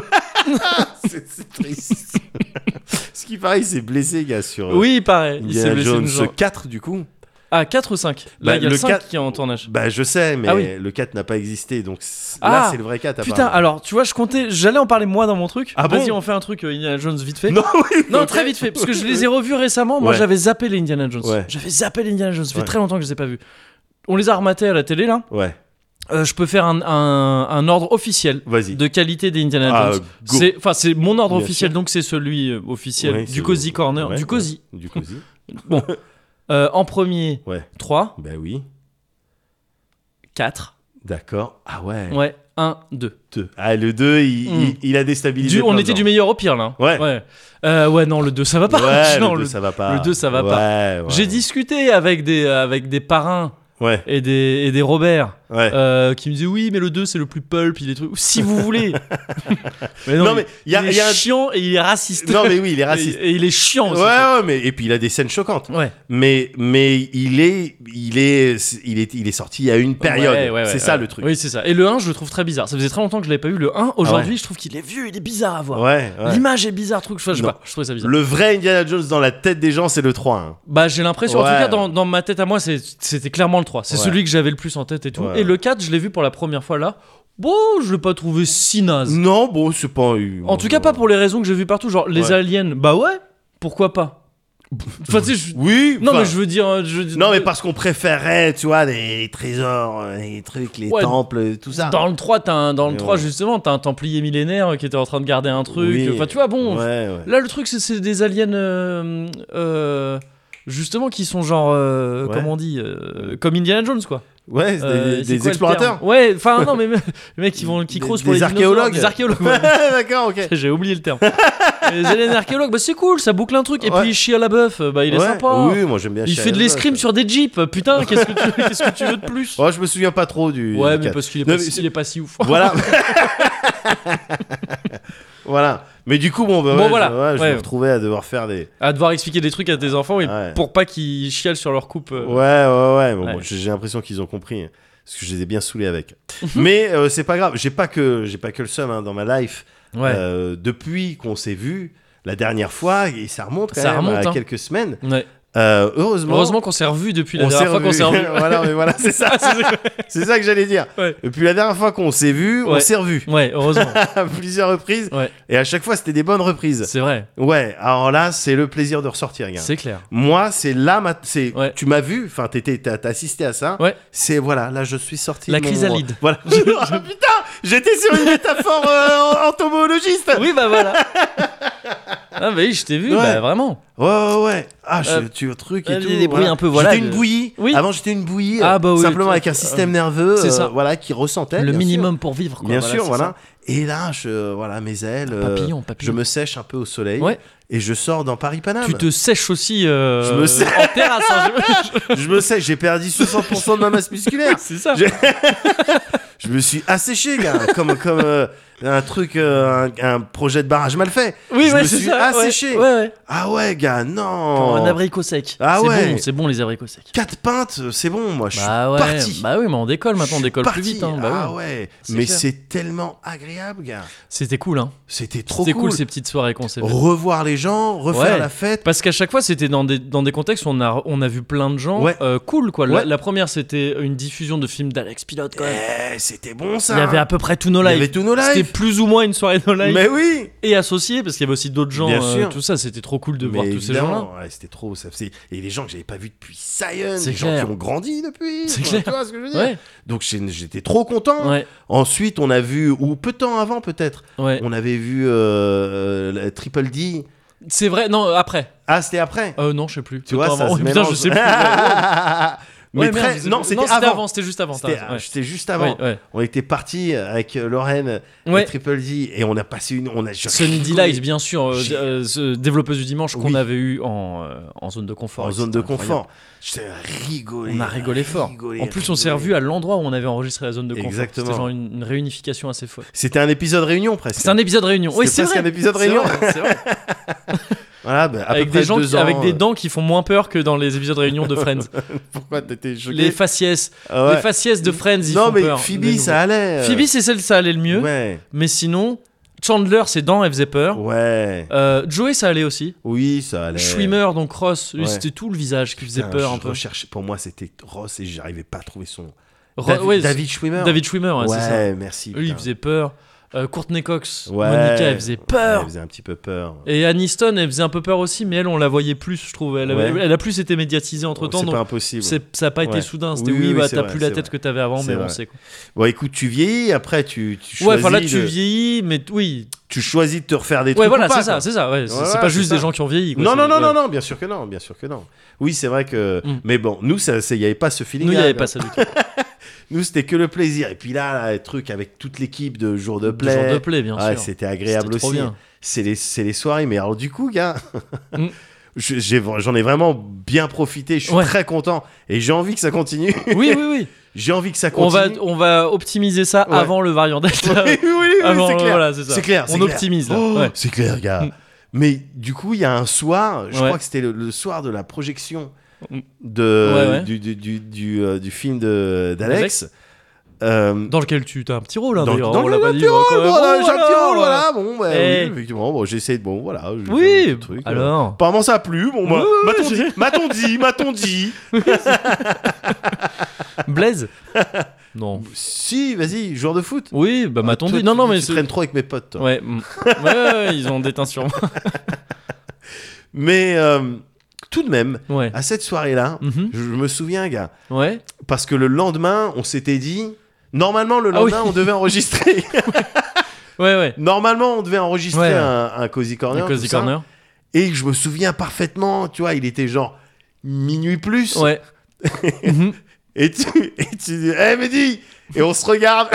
S1: c'est c'est triste. [laughs] Ce qui paraît, il s'est blessé, gars, sur euh,
S2: Oui, pareil. Il s'est
S1: Indiana
S2: blessé une
S1: Jones
S2: jambe.
S1: 4, du coup.
S2: Ah, 4 ou 5 Là,
S1: Bah,
S2: il y a
S1: le
S2: le 5
S1: quatre-
S2: qui est en tournage.
S1: Bah, je sais, mais
S2: Ah oui.
S1: le 4 n'a pas existé, donc c-
S2: Ah,
S1: là, c'est le vrai 4.
S2: Putain, alors, tu vois, je comptais. J'allais en parler moi dans mon truc.
S1: Ah bon
S2: Vas-y, on fait un truc euh, Indiana Jones vite fait.
S1: [laughs] Non, oui,
S2: Non,
S1: ok.
S2: très vite fait, parce que je les ai revus récemment. Moi,
S1: Ouais.
S2: j'avais zappé les Indiana Jones.
S1: Ouais.
S2: J'avais zappé les Indiana Jones. Ça fait
S1: Ouais.
S2: très longtemps que je les ai pas vus. On les a rematés à la télé, là.
S1: Ouais,
S2: Euh, je peux faire un, un- un ordre officiel
S1: vas-y.
S2: de qualité des Indiana
S1: Ah,
S2: Jones.
S1: go.
S2: C'est- Enfin, c'est mon ordre
S1: Bien
S2: officiel,
S1: sûr.
S2: donc c'est celui euh, officiel
S1: Ouais,
S2: du
S1: c'est-
S2: Cozy Corner.
S1: Ouais,
S2: du
S1: ouais.
S2: Cozy.
S1: Du
S2: [laughs]
S1: Cozy.
S2: Bon. Euh, en premier,
S1: Ouais.
S2: 3,
S1: Bah oui.
S2: 4,
S1: D'accord. Ah ouais.
S2: ouais, 1, 2.
S1: Deux. Ah, le 2, il,
S2: Hmm.
S1: il- il a déstabilisé.
S2: Du-
S1: plein
S2: on
S1: de
S2: était
S1: gens.
S2: du meilleur au pire, là.
S1: Ouais.
S2: Ouais, Euh, ouais non, le 2, ça va pas.
S1: Ouais,
S2: [laughs] Non,
S1: le 2,
S2: le-
S1: ça va pas.
S2: le deux, ça va
S1: Ouais, ouais.
S2: J'ai discuté avec des, avec des parrains
S1: Ouais,
S2: et des, et des Robert.
S1: ouais.
S2: euh, qui me disait oui mais le 2 c'est le plus pulp il est trucs si vous
S1: [laughs]
S2: voulez mais
S1: non, mais il y a,
S2: il est
S1: il y a-
S2: chiant et il est raciste
S1: Non, mais oui, il est raciste.
S2: et, et [laughs] il est chiant
S1: Ouais,
S2: aussi.
S1: ouais, mais et puis il a des scènes choquantes.
S2: ouais
S1: Mais mais il est il est il est il est sorti à une période.
S2: Ouais, ouais, ouais,
S1: c'est
S2: ouais.
S1: ça le truc.
S2: oui c'est ça et le 1 je le trouve très bizarre ça faisait très longtemps que je l'avais pas eu le 1 aujourd'hui je trouve qu'il est vieux il est bizarre à voir
S1: Ouais. ouais.
S2: l'image est bizarre truc je sais
S1: Non.
S2: pas je trouvais ça bizarre
S1: Le vrai Indiana Jones dans la tête des gens, c'est le 3. hein.
S2: bah j'ai l'impression en
S1: Ouais.
S2: tout cas dans, dans ma tête à moi c'est- c'était clairement le 3 c'est
S1: Ouais.
S2: celui que j'avais le plus en tête et tout
S1: Ouais.
S2: et le 4 je l'ai vu pour la première fois là bon je l'ai pas trouvé si naze
S1: Non, bon, c'est pas.
S2: En tout cas, pas pour les raisons que j'ai vues partout. Genre, les
S1: Ouais.
S2: aliens, bah ouais, pourquoi
S1: [laughs]
S2: pas Enfin, tu sais, je-
S1: Oui.
S2: Non,
S1: enfin,
S2: mais je veux dire. euh, je-
S1: Non, mais parce qu'on préférait, tu vois, les, les trésors, euh, les trucs, les
S2: Ouais.
S1: temples, tout ça.
S2: Dans le 3, t'as un- dans le
S1: Mais
S2: 3
S1: ouais.
S2: justement, t'as un templier millénaire qui était en train de garder un truc.
S1: Oui.
S2: Enfin, tu vois, bon.
S1: Ouais, ouais.
S2: Là, le truc, c'est- c'est des aliens. euh, euh, justement, qui sont genre. euh,
S1: Ouais.
S2: Comment on dit euh, Comme Indiana Jones, quoi.
S1: Ouais, c'est des,
S2: Euh,
S1: des
S2: c'est quoi le
S1: explorateurs.
S2: terme Ouais, enfin, non, mais [laughs] les mecs qui, vont, qui
S1: Des-
S2: creusent pour
S1: des
S2: les dinosaures,
S1: archéologues.
S2: Des archéologues, ouais.
S1: [laughs] D'accord, ok.
S2: [laughs] J'ai oublié le terme. les aliens archéologues, bah c'est cool, ça boucle un truc. Et
S1: Ouais.
S2: puis, Shia LaBeouf, bah il est
S1: Ouais.
S2: sympa.
S1: Oui, moi j'aime bien.
S2: Il
S1: Shia
S2: fait de
S1: LaBeouf.
S2: l'escrime sur des jeeps, putain, qu'est-ce que tu, qu'est-ce que tu veux de plus
S1: Oh, je me souviens pas trop du.
S2: Ouais,
S1: du
S2: mais
S1: quatre.
S2: parce qu'il est,
S1: Non,
S2: pas
S1: mais
S2: si-
S1: c'est-
S2: il est pas si ouf. [laughs]
S1: Voilà. [laughs] voilà. Mais du coup, bon, bah,
S2: Bon,
S1: ouais,
S2: voilà.
S1: je, ouais, je
S2: Ouais.
S1: me retrouvais à devoir faire des.
S2: À devoir expliquer des trucs à tes enfants et
S1: Ouais.
S2: pour pas qu'ils chialent sur leur coupe. euh.
S1: Ouais, ouais, ouais. bon,
S2: Ouais.
S1: bon, j'ai j'ai l'impression qu'ils ont compris. hein, Parce que je les ai bien saoulés
S2: [laughs]
S1: avec. mais euh, c'est pas grave. J'ai pas que j'ai pas que le seum hein, dans ma life.
S2: Ouais.
S1: Euh, depuis qu'on s'est vu la dernière fois, et ça remonte quand
S2: Ça
S1: même
S2: remonte,
S1: à
S2: hein.
S1: quelques semaines.
S2: Ouais.
S1: euh, heureusement.
S2: Heureusement qu'on s'est revus depuis la
S1: on s'est
S2: dernière fois qu'on
S1: revus.
S2: s'est revus.
S1: [laughs]
S2: [laughs]
S1: voilà, mais voilà, c'est ça. C'est ça que j'allais dire.
S2: Ouais.
S1: Et puis la dernière fois qu'on s'est vu, on
S2: Ouais.
S1: s'est revu
S2: Ouais, heureusement,
S1: [laughs] à plusieurs reprises.
S2: Ouais.
S1: Et à chaque fois, c'était des bonnes reprises.
S2: c'est vrai,
S1: Ouais, alors là, c'est le plaisir de ressortir, gars.
S2: c'est clair.
S1: Moi, c'est là, ma... c'est
S2: Ouais.
S1: tu m'as vu, enfin, t'étais- t'as t'as assisté à ça.
S2: Ouais.
S1: C'est voilà, là, je suis sorti.
S2: La
S1: de mon-
S2: chrysalide. [laughs]
S1: Voilà. [laughs] Ah, Putain, j'étais sur une métaphore euh, entomologiste.
S2: Oui, bah voilà. Ah, bah oui, je t'ai vu,
S1: Ouais.
S2: bah vraiment.
S1: Ouais, ouais, ouais. Ah, je,
S2: Euh,
S1: tu truc
S2: euh,
S1: et tout.
S2: des bruits un peu, voilà,
S1: J'étais une
S2: de-
S1: bouillie.
S2: Oui.
S1: Avant, j'étais une bouillie.
S2: Ah,
S1: euh,
S2: bah oui,
S1: simplement
S2: tout-
S1: avec un système nerveux.
S2: c'est ça.
S1: euh, voilà, qui ressentait.
S2: Le
S1: bien sûr.
S2: minimum pour vivre, quoi.
S1: Bien sûr,
S2: c'est
S1: voilà. Et là, je, voilà, mes ailes.
S2: ça.
S1: euh,
S2: Papillon,
S1: Je
S2: papillon.
S1: me sèche un peu au soleil.
S2: Ouais.
S1: Et je sors dans Paris-Paname.
S2: Tu te sèches aussi euh,
S1: Ah, bah. Je me sèche.
S2: en terrasse. hein,
S1: [laughs]
S2: je-
S1: Je me sèche, j'ai perdu 60% de ma masse musculaire.
S2: c'est ça.
S1: Je- Je me suis asséché, gars. Comme, comme, euh, un truc, euh, un, un projet de barrage mal fait.
S2: Oui,
S1: je
S2: ouais,
S1: me
S2: c'est
S1: suis
S2: ça. ouais.
S1: asséché.
S2: Ouais, ouais.
S1: Ah ouais, gars, non.
S2: Pour Un abricot sec.
S1: Ah
S2: c'est
S1: ouais.
S2: bon, c'est bon les abricots secs.
S1: Quatre pintes, c'est bon, moi, je suis
S2: Bah ouais.
S1: parti.
S2: Bah oui, mais on décolle maintenant, on décolle
S1: Parti.
S2: plus vite. hein. Bah
S1: ah
S2: ouais.
S1: ouais,
S2: C'est
S1: mais
S2: clair.
S1: c'est tellement agréable, gars.
S2: C'était cool, hein.
S1: C'était trop
S2: C'était
S1: cool.
S2: cool. ces petites soirées qu'on s'est fait.
S1: Revoir les gens, refaire
S2: Ouais.
S1: la fête.
S2: Parce qu'à chaque fois, c'était dans des, dans des contextes où on a, on a vu plein de gens
S1: Ouais.
S2: euh, cool, quoi. La,
S1: Ouais.
S2: la première, c'était une diffusion de films d'Alex Pilote, quoi.
S1: Eh, c'était bon ça.
S2: Il y avait à peu près tous nos
S1: Il y
S2: lives.
S1: avait tous nos
S2: C'était
S1: lives.
S2: plus ou moins une soirée no live
S1: Mais oui.
S2: et associée parce qu'il y avait aussi d'autres gens,
S1: Bien
S2: euh,
S1: sûr.
S2: tout ça. C'était trop cool de
S1: Mais
S2: voir tous ces
S1: évidemment,
S2: gens-là.
S1: ouais, c'était trop. Ça faisait... Et les gens que j'avais pas vus depuis Sion,
S2: C'est
S1: les gens
S2: clair.
S1: qui ont grandi depuis.
S2: C'est
S1: quoi,
S2: clair.
S1: Tu vois ce que je veux dire
S2: Ouais,
S1: Donc j'ai- j'étais trop content.
S2: ouais,
S1: Ensuite, on a vu, ou peu de temps avant peut-être,
S2: ouais.
S1: on avait vu euh, la Triple D.
S2: C'est vrai, non, euh, après.
S1: Ah, c'était après.
S2: Euh, non, je sais plus.
S1: tu vois,
S2: Peu
S1: ça
S2: avant.
S1: se [laughs]
S2: Oh, Putain,
S1: mélange.
S2: je sais plus. [laughs]
S1: Mais
S2: Ouais,
S1: très-
S2: merde, je-
S1: non, c'était
S2: c'était
S1: avant.
S2: avant, c'était juste avant. t'as
S1: C'était
S2: raison, ouais.
S1: c'était juste avant.
S2: Ouais, ouais.
S1: On était parti avec euh, Lorraine et
S2: Ouais.
S1: Triple D et on a passé une. On a je-
S2: Sunny Delight, bien sûr, euh,
S1: J'ai-
S2: euh, ce développeuse du dimanche qu'on
S1: Oui.
S2: avait eu en, euh, en zone de confort.
S1: en
S2: Et
S1: zone
S2: c'était
S1: de
S2: incroyable.
S1: confort. J'étais rigolé.
S2: On a rigolé fort.
S1: rigolé,
S2: en plus, on s'est
S1: rigolé.
S2: revu à l'endroit où on avait enregistré la zone de confort.
S1: Exactement.
S2: C'était genre une, une réunification assez folle.
S1: C'était un épisode réunion presque.
S2: C'est un épisode réunion. Oui,
S1: C'était
S2: c'est
S1: presque
S2: vrai.
S1: un épisode
S2: C'est
S1: réunion.
S2: vrai,
S1: [laughs]
S2: c'est vrai.
S1: Voilà, bah, à
S2: Avec
S1: peu près
S2: des gens
S1: deux
S2: qui-
S1: ans,
S2: avec des
S1: euh,
S2: dents qui font moins peur que dans les épisodes
S1: [laughs]
S2: réunion de Friends.
S1: Pourquoi t'étais choqué
S2: les faciès,
S1: Ah ouais.
S2: les faciès de Friends, ils
S1: Non
S2: font
S1: mais
S2: peur.
S1: Phoebe, ça allait. euh,
S2: Phoebe, c'est celle ça allait le mieux.
S1: Ouais.
S2: Mais sinon, Chandler, ses dents, elles faisaient peur.
S1: Ouais.
S2: Euh, Joey, ça allait aussi.
S1: Oui, ça allait.
S2: Schwimmer, donc Ross, lui,
S1: Ouais.
S2: c'était tout le visage qui faisait
S1: Putain,
S2: peur
S1: je
S2: un peu.
S1: recherchais- Pour moi, c'était Ross et j'arrivais pas à trouver son.
S2: Ro-
S1: David,
S2: ouais,
S1: David Schwimmer.
S2: David Schwimmer, ouais,
S1: Ouais,
S2: c'est ça.
S1: merci.
S2: Lui, il
S1: putain.
S2: faisait peur. Euh, Courtney Cox,
S1: Ouais.
S2: Monica, elle faisait
S1: Ouais,
S2: peur.
S1: il faisait un petit peu peur.
S2: Et Aniston, elle faisait un peu peur aussi, mais elle, on la voyait plus, je trouve. Elle, avait-
S1: Ouais.
S2: elle a plus été médiatisée entre temps,
S1: c'est pas
S2: donc
S1: impossible.
S2: c'est- ça n'a pas été
S1: Ouais.
S2: soudain. C'était
S1: Oui,
S2: oui,
S1: oui, oui,
S2: bah
S1: c'est
S2: t'as
S1: vrai,
S2: plus la
S1: c'est
S2: tête que t'avais avant,
S1: C'est
S2: mais on
S1: vrai.
S2: sait quoi.
S1: Bon, écoute, tu vieillis, après tu, tu choisis.
S2: Ouais, enfin là, tu
S1: de...
S2: vieillis, mais t- oui.
S1: tu choisis de te refaire des
S2: Ouais,
S1: trucs.
S2: voilà,
S1: ou pas,
S2: c'est ça,
S1: quoi.
S2: c'est ça. Ouais, c'est
S1: Ouais,
S2: c'est pas
S1: ouais,
S2: juste
S1: c'est
S2: des
S1: ça.
S2: gens qui ont vieilli. quoi,
S1: Non,
S2: c'est-
S1: non, non,
S2: ouais.
S1: non, non, bien sûr que non, bien sûr que non. Oui, c'est vrai que.
S2: Mm.
S1: Mais bon, nous, ça, c'est- il n'y avait pas ce
S2: Nous,
S1: feeling.
S2: il n'y avait pas ça du tout.
S1: Nous, c'était que le plaisir. Et puis là, là, le truc avec toute l'équipe de jour de
S2: Des gens
S1: play.
S2: de plaie, bien
S1: Ouais,
S2: sûr.
S1: c'était agréable
S2: C'était trop
S1: aussi.
S2: bien.
S1: C'est les, c'est les soirées. Mais alors, du coup, gars,
S2: Mm.
S1: [laughs] je- j'ai- j'en ai vraiment bien profité. Je suis
S2: Ouais.
S1: très content. Et j'ai envie que ça continue.
S2: [laughs] Oui, oui,
S1: [laughs]
S2: oui.
S1: j'ai envie que ça
S2: On va,
S1: continue.
S2: on va optimiser ça
S1: Ouais.
S2: avant
S1: [laughs]
S2: le variant Delta.
S1: Ah Oui, oui, oui, oui,
S2: Avant,
S1: c'est clair.
S2: Ah, voilà, c'est ça.
S1: C'est clair.
S2: On
S1: c'est clair.
S2: optimise, là.
S1: Oh,
S2: Ouais.
S1: C'est clair, gars.
S2: Mm.
S1: Mais du coup, il y a un soir, je
S2: Ouais.
S1: crois que c'était le, le soir de la projection
S2: Mm.
S1: de,
S2: Ouais, ouais.
S1: Du, du, du, du, euh, du film de- d'Alex. Euh,
S2: Dans lequel tu as un petit rôle, hein,
S1: dans-
S2: d'ailleurs.
S1: dans
S2: on
S1: le-
S2: l'a
S1: le
S2: pas dit.
S1: petit
S2: on va quand
S1: rôle,
S2: même-
S1: voilà,
S2: Oh,
S1: j'ai un petit rôle, voilà. Bon, bah,
S2: Eh.
S1: oui, effectivement, bon, j'essaie de. Bon, voilà. je fais
S2: Oui,
S1: un truc, euh.
S2: alors.
S1: Apparemment, ça a plu. Bon, bah,
S2: Oui, oui,
S1: m'a-t-on
S2: j'ai-
S1: dit, m'a-t-on
S2: [laughs]
S1: dit, m'a-t-on dit. [laughs]
S2: Blaise Non.
S1: Si, vas-y, joueur de foot.
S2: Oui, bah m'a-t-on
S1: Ah, Toi,
S2: dit. Non,
S1: tu-
S2: non, mais
S1: Tu
S2: c'est-
S1: traînes trop avec mes potes, toi.
S2: Ouais,
S1: [laughs]
S2: mm. ouais, ouais, ouais, ils ont des teintes sur moi.
S1: Mais euh, tout de même,
S2: Ouais.
S1: à cette soirée-là,
S2: Mhm.
S1: je me souviens, gars.
S2: Ouais.
S1: parce que le lendemain, on s'était dit. Normalement, le
S2: Ah oui.
S1: lendemain, on devait enregistrer.
S2: [laughs] Ouais, ouais.
S1: Normalement, on devait enregistrer
S2: Ouais.
S1: un, un Cozy Corner.
S2: Le Cozy
S1: tout ça.
S2: Corner.
S1: Et je me souviens parfaitement, tu vois, il était genre minuit plus. [laughs]
S2: Ouais. Mhm.
S1: Et tu, et tu dis, hé, Mehdi Et on se
S2: [laughs]
S1: regarde.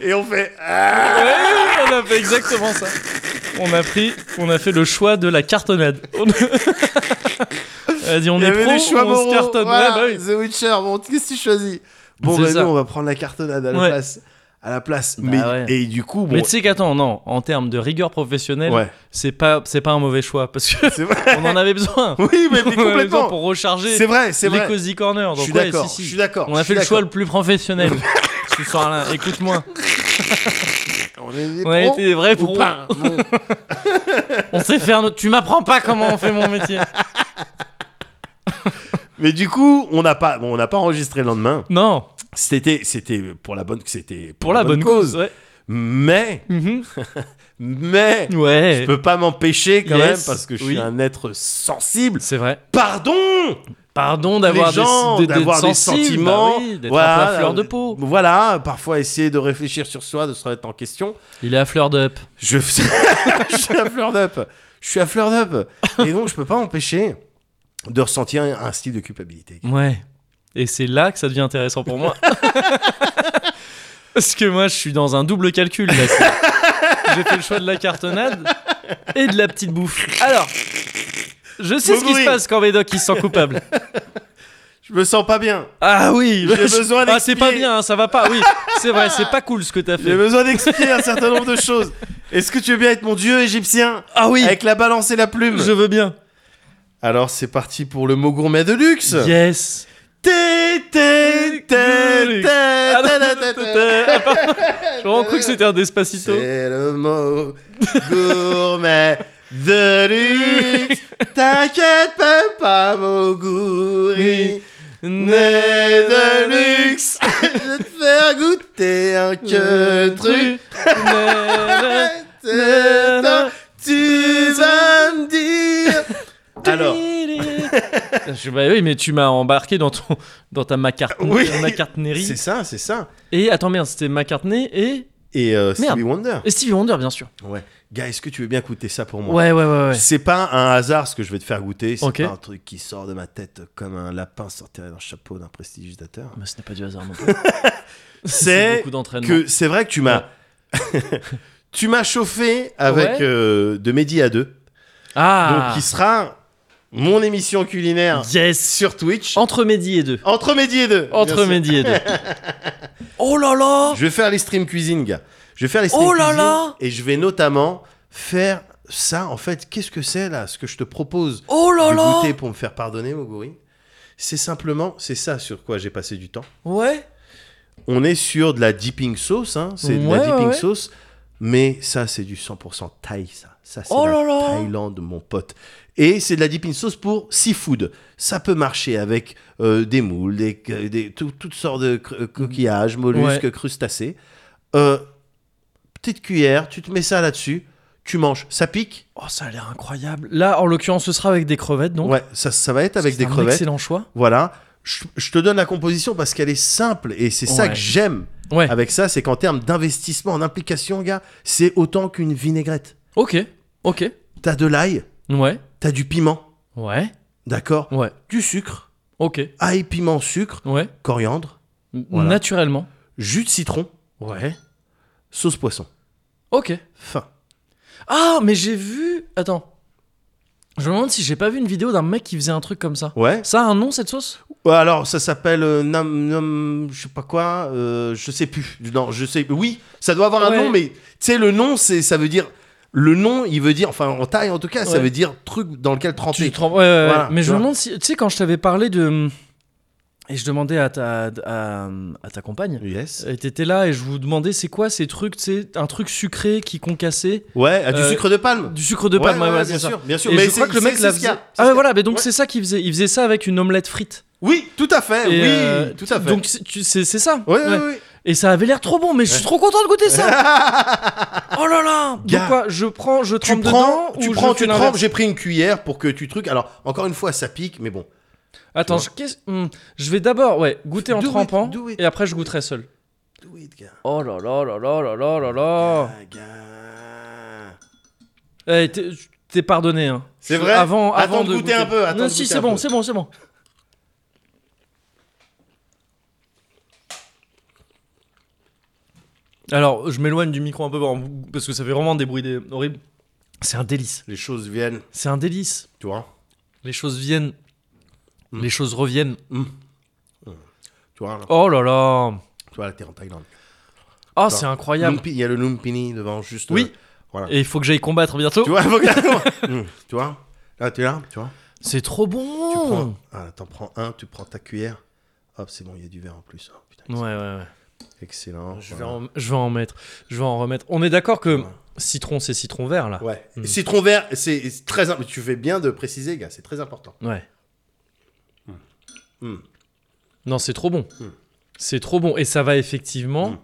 S1: et on fait. Ah
S2: Ouais, on a fait exactement ça. On a pris, on a fait le choix de
S1: [laughs]
S2: la cartonnade. On, On a dit on
S1: il y
S2: est
S1: avait
S2: pro,
S1: des choix
S2: ou on
S1: moraux.
S2: se cartonne.
S1: Voilà,
S2: Ouais, bah oui.
S1: The Witcher, bon, qu'est-ce que tu choisis Bon,
S2: C'est
S1: bah,
S2: ça.
S1: nous, on va prendre la cartonnade à la
S2: Ouais.
S1: place. À la place.
S2: Bah
S1: Mais,
S2: ouais.
S1: Et du coup, bon.
S2: Mais tu sais qu'attends, non, en termes de rigueur professionnelle,
S1: ouais.
S2: c'est pas, c'est pas un mauvais choix parce que [laughs]
S1: C'est vrai. [laughs]
S2: on en avait besoin.
S1: Oui,
S2: [laughs]
S1: mais, mais
S2: On en avait besoin
S1: complètement.
S2: pour recharger
S1: C'est vrai, c'est
S2: les
S1: vrai.
S2: cozy corner.
S1: Je
S2: Donc
S1: suis
S2: ouais,
S1: d'accord.
S2: si, si.
S1: Je suis d'accord.
S2: On a
S1: je suis
S2: fait le choix
S1: d'accord.
S2: le
S1: [laughs]
S2: plus professionnel. Ce soir-là, écoute-moi.
S1: On est des
S2: On a
S1: pros
S2: été des vrais
S1: ou
S2: pros.
S1: pas Bon.
S2: On sait faire notre. Tu m'apprends pas comment on fait mon métier.
S1: [laughs] Mais du coup, on n'a pas, bon, on n'a pas enregistré le lendemain.
S2: Non,
S1: C'était, c'était pour la bonne, c'était
S2: pour la bonne cause. Ouais.
S1: Mais,
S2: Mhm.
S1: mais,
S2: Ouais.
S1: je peux pas m'empêcher quand
S2: Yes,
S1: même parce que je suis
S2: oui.
S1: un être sensible.
S2: C'est vrai.
S1: Pardon,
S2: Pardon d'avoir
S1: les gens,
S2: des,
S1: d'avoir des
S2: sensibles,
S1: sentiments,
S2: bah oui, d'être un peu
S1: voilà, euh,
S2: à fleur de peau.
S1: Voilà, parfois essayer de réfléchir sur soi, de se remettre en question.
S2: Il est à fleur de
S1: Je, [laughs] je suis à fleur d'up. Je suis à fleur d'up. Et donc, je peux pas m'empêcher de ressentir un style de culpabilité.
S2: Ouais. Et c'est là que ça devient intéressant pour moi. Parce que moi, je suis dans un double calcul. là. C'est- J'ai fait le choix de la cartonnade et de la petite bouffe. Alors, je sais ce qui
S1: Moguri.
S2: se passe quand Médoc il se sent coupable.
S1: Je me sens pas bien.
S2: Ah oui,
S1: J'ai besoin
S2: [laughs] Ah, c'est pas
S1: d'expier.
S2: bien, hein, ça va pas. Oui, C'est vrai, c'est pas cool ce que t'as
S1: J'ai
S2: fait.
S1: besoin d'expliquer un certain nombre de choses. Est-ce que tu veux bien être mon dieu égyptien
S2: Ah oui,
S1: Avec la balance et la plume.
S2: je veux bien.
S1: Alors c'est parti pour le mot gourmet de luxe.
S2: Yes.
S1: Té, té, té, té, té,
S2: Ah non,
S1: té, té, té.
S2: ah, pardon. J'ai vraiment cru que c'était un Despacito.
S1: C'est le mot gourmet de
S2: [laughs]
S1: luxe. T'inquiète même pas, mon gourri. Né de luxe. Je vais te faire goûter un que truc. Tu vas me dire. [laughs] Alors,
S2: Je- bah oui, mais tu m'as embarqué dans ton, dans ta McCartney,
S1: Oui.
S2: McCartneyrie.
S1: c'est ça, c'est ça.
S2: Et attends, merde, c'était McCartney et,
S1: Et euh, Stevie
S2: Merde.
S1: Wonder.
S2: et Stevie Wonder, bien sûr.
S1: Ouais. Gars, est-ce que tu veux bien goûter ça pour moi
S2: Ouais, ouais, ouais, ouais.
S1: C'est pas un hasard ce que je vais te faire goûter. C'est
S2: Ok.
S1: pas un truc qui sort de ma tête comme un lapin sortirait d'un chapeau d'un prestidigitateur.
S2: Mais ce n'est pas du hasard non plus.
S1: [laughs] C'est
S2: beaucoup d'entraînement.
S1: que c'est vrai que tu m'as, [laughs] tu m'as chauffé avec
S2: Ouais.
S1: euh, de Mehdi à deux.
S2: Ah.
S1: Donc qui sera mon émission culinaire
S2: yes.
S1: sur Twitch
S2: Entre midi et deux.
S1: entre Mehdi et deux.
S2: Entre
S1: bien sûr.
S2: midi et
S1: [laughs]
S2: deux. oh là là.
S1: Je vais faire les streams cuisine, gars. Je vais faire les streams
S2: Oh là
S1: cuisine
S2: là
S1: et je vais notamment faire ça. En fait, qu'est-ce que c'est là Ce que je te propose
S2: Oh là
S1: de
S2: là.
S1: goûter pour me faire pardonner, Moguri, c'est simplement, c'est ça sur quoi j'ai passé du temps.
S2: Ouais.
S1: On est sur de la dipping sauce, hein, c'est de
S2: Ouais,
S1: la
S2: ouais,
S1: dipping
S2: ouais.
S1: sauce, mais ça c'est du 100% Thaï, ça. Ça c'est
S2: Oh
S1: la
S2: là là.
S1: Thaïlande, mon pote. Et c'est de la dipping sauce pour seafood. Ça peut marcher avec euh, des moules, des, des- tout- toutes sortes de cr- euh, coquillages, mollusques, crustacés. Euh, petite cuillère, tu te mets ça là-dessus, tu manges. Ça pique
S2: Oh, ça a l'air incroyable. Là, en l'occurrence, ce sera avec des crevettes, donc.
S1: Ouais, ça, ça va être avec
S2: C'est
S1: des
S2: un
S1: crevettes.
S2: Excellent choix.
S1: Voilà. Je, je te donne la composition parce qu'elle est simple et c'est ça
S2: Ouais.
S1: que j'aime
S2: Ouais.
S1: [laughs] avec ça, c'est qu'en termes d'investissement, en implication, gars, c'est autant qu'une vinaigrette.
S2: Ok. Ok.
S1: T'as de l'ail,
S2: Ouais.
S1: t'as du piment,
S2: Ouais.
S1: d'accord
S2: Ouais.
S1: Du sucre,
S2: Ok.
S1: ail, piment, sucre,
S2: Ouais.
S1: coriandre,
S2: N-
S1: Voilà.
S2: Naturellement.
S1: jus de citron,
S2: Ouais.
S1: sauce poisson.
S2: Ok.
S1: Fin.
S2: Ah, mais j'ai vu. Attends. Je me demande si j'ai pas vu une vidéo d'un mec qui faisait un truc comme ça.
S1: Ouais.
S2: Ça a un nom cette sauce
S1: Ouais, Alors, ça s'appelle euh, nam, nam- je sais pas quoi, euh, je sais plus. Non, je sais. Oui, ça doit avoir un
S2: Ouais.
S1: nom, mais tu sais, le nom, c'est, ça veut dire. Le nom, il veut dire, enfin en taille en tout cas, ça
S2: Ouais.
S1: veut dire truc dans lequel
S2: Tu
S1: tremper.
S2: te rends- ouais, ouais, ouais.
S1: Voilà,
S2: Mais
S1: tu
S2: je me
S1: vois.
S2: demande si. Tu sais, quand je t'avais parlé de. Et je demandais à ta, à, à ta compagne.
S1: Yes.
S2: Et t'étais là et je vous demandais c'est quoi ces trucs, c'est un truc sucré qui concassait
S1: Ouais, à du
S2: Euh,
S1: sucre de palme.
S2: du sucre de
S1: Ouais,
S2: palme.
S1: ouais,
S2: ouais, ouais,
S1: bien
S2: c'est ça.
S1: sûr, bien sûr.
S2: Et
S1: mais
S2: je crois
S1: c'est-
S2: que le mec
S1: c'est-
S2: la
S1: c'est ce qu'il y
S2: faisait.
S1: a. C'est ce
S2: Ah ouais,
S1: qu'il y a.
S2: voilà, mais donc
S1: Ouais.
S2: c'est ça qu'il faisait. Il faisait ça avec une omelette frite.
S1: Oui, tout à fait.
S2: Et,
S1: Eh oui,
S2: euh,
S1: tout à fait.
S2: Donc c'est- tu- c'est c'est ça.
S1: ouais, ouais,
S2: Ouais.
S1: ouais, ouais.
S2: Et ça avait l'air trop bon, mais je suis trop content de goûter
S1: [laughs]
S2: ça. oh là là.
S1: Gars,
S2: Donc quoi, je prends, je
S1: Tu
S2: trempe
S1: prends,
S2: dedans
S1: tu
S2: ou
S1: prends,
S2: je fais
S1: tu
S2: l'inverse
S1: trempes. J'ai pris une cuillère pour que tu trucs. Alors, encore une fois, ça pique, mais bon.
S2: Attends,
S1: Tu
S2: je, qu'est-ce- hmm, je vais d'abord ouais goûter en
S1: Do it,
S2: trempant
S1: do it.
S2: et après je goûterai seul.
S1: Do it, gars.
S2: Oh là là là là là là là là.
S1: Ah, gars.
S2: Eh, t'es- T'es pardonné hein.
S1: C'est
S2: Je-
S1: vrai
S2: Avant,
S1: Attends
S2: avant
S1: de goûter un peu, attends
S2: non
S1: de
S2: si
S1: goûter
S2: c'est
S1: un
S2: bon,
S1: peu.
S2: c'est bon, c'est bon. Alors, je m'éloigne du micro un peu parce que ça fait vraiment des bruits des- horribles. C'est un délice.
S1: Les choses viennent,
S2: C'est un délice.
S1: tu vois.
S2: Les choses viennent.
S1: Mm.
S2: Les choses reviennent.
S1: Tu vois, là.
S2: Oh là là.
S1: tu vois, là, t'es en Thaïlande.
S2: Ah,
S1: Ça.
S2: c'est incroyable.
S1: Lumpi- Il y a le Lumpini devant, juste.
S2: Oui.
S1: euh, voilà.
S2: Et il faut que j'aille combattre bientôt. [laughs]
S1: Tu vois, faut que- [laughs] Mm, tu vois. Là, t'es là, tu vois.
S2: C'est trop
S1: Tu
S2: bon.
S1: prends. Ah, t'en prends un, tu prends ta cuillère. Hop, c'est bon, il y a du verre en plus. Oh, putain,
S2: Ouais, ouais, ouais.
S1: Excellent.
S2: Je vais,
S1: Hein, voilà.
S2: en, je vais en mettre. Je vais en remettre. On est d'accord que citron, c'est citron vert là.
S1: Ouais.
S2: Mm.
S1: Citron vert, c'est c'est très. im- Tu fais bien de préciser, gars, c'est très important.
S2: Ouais.
S1: Mm.
S2: Non, c'est trop bon.
S1: Mm.
S2: C'est trop bon. Et ça va effectivement.
S1: Mm.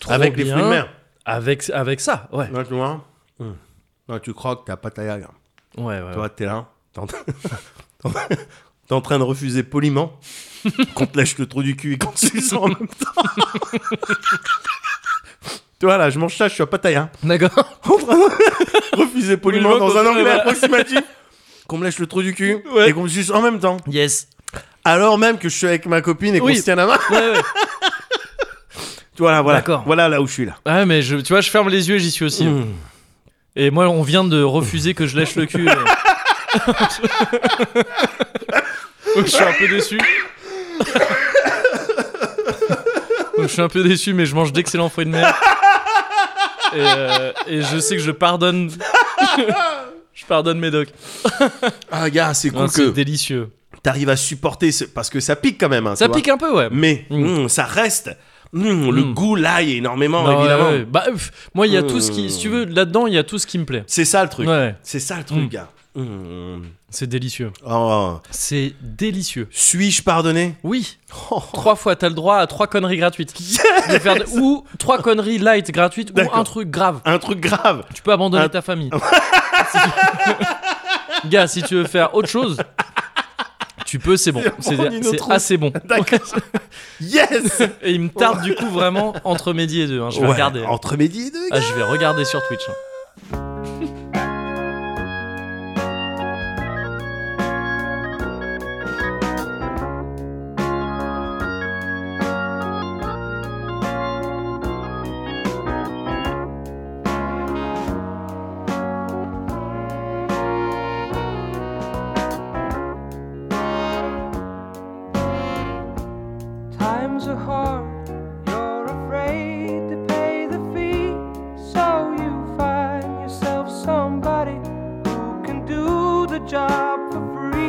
S2: trop
S1: Avec les
S2: bien
S1: fruits de mer.
S2: Avec, avec ça, ouais.
S1: Là, tu vois. Là, tu croques, t'as pas ta gars.
S2: Ouais, ouais.
S1: Toi, t'es là. T'es en... train- [laughs] t'es en train de refuser poliment [laughs] qu'on te lèche le trou du cul et qu'on te suce en même temps. [laughs] tu vois, là, je mange ça, je suis à Pattaya.
S2: D'accord.
S1: En train de refuser poliment
S2: Oui, je vois
S1: dans
S2: qu'on
S1: un
S2: se-
S1: anglais
S2: voilà. [laughs]
S1: approximatif qu'on me lèche le trou du cul
S2: Ouais.
S1: et qu'on me suce en même temps.
S2: Yes.
S1: Alors même que je suis avec ma copine et qu'on
S2: Oui.
S1: se tient la main.
S2: Ouais, ouais.
S1: Tu vois, là, voilà.
S2: D'accord. Hmm.
S1: Voilà là où je suis là.
S2: Ouais, Ah, mais je, tu vois, je ferme les yeux et j'y suis aussi.
S1: Mm.
S2: Et moi, on vient de refuser que je lèche le cul. euh. Donc, je suis un peu déçu. Donc, je suis un peu déçu, mais je mange d'excellents fruits de mer. Et, euh, et je sais que je pardonne. [laughs] je pardonne mes docs.
S1: Ah, gars, c'est
S2: Non,
S1: cool
S2: C'est
S1: que
S2: délicieux.
S1: t'arrives à supporter ce- parce que ça pique quand même. hein,
S2: Ça
S1: tu vois.
S2: pique un peu, ouais.
S1: Mais
S2: Mm.
S1: mm, ça reste. Mm, Le
S2: Mm.
S1: goût l'aille énormément,
S2: Non, ouais,
S1: évidemment.
S2: ouais. Bah, pff, moi, il y a tout ce qui. Si tu veux, là-dedans, il y a tout ce qui me plaît.
S1: C'est ça le truc.
S2: Ouais,
S1: C'est ça le truc,
S2: Mm.
S1: gars. Mm.
S2: c'est délicieux.
S1: Oh.
S2: C'est délicieux.
S1: Suis-je pardonné [laughs]
S2: Oui,
S1: Oh.
S2: trois fois, t'as le droit à trois conneries
S1: [laughs]
S2: gratuites. De faire- Ou trois conneries light gratuites, ou
S1: D'accord.
S2: un truc grave.
S1: Un truc grave.
S2: Tu peux abandonner
S1: Un- [laughs]
S2: ta famille. [laughs] Si tu- Gars, si tu veux faire autre chose, tu peux, c'est bon.
S1: C'est-
S2: C'est
S1: on prend une
S2: c'est
S1: autre
S2: assez bon.
S1: [laughs] D'accord. yes
S2: Et il me tarde du coup vraiment entre midi et deux. hein. [laughs] Je vais
S1: Ouais,
S2: regarder.
S1: Entre midi et deux,
S2: Ah,
S1: gars.
S2: je vais regarder sur Twitch. hein.
S3: Times are hard, you're afraid to pay the fee. So you find yourself somebody who can do the job for free.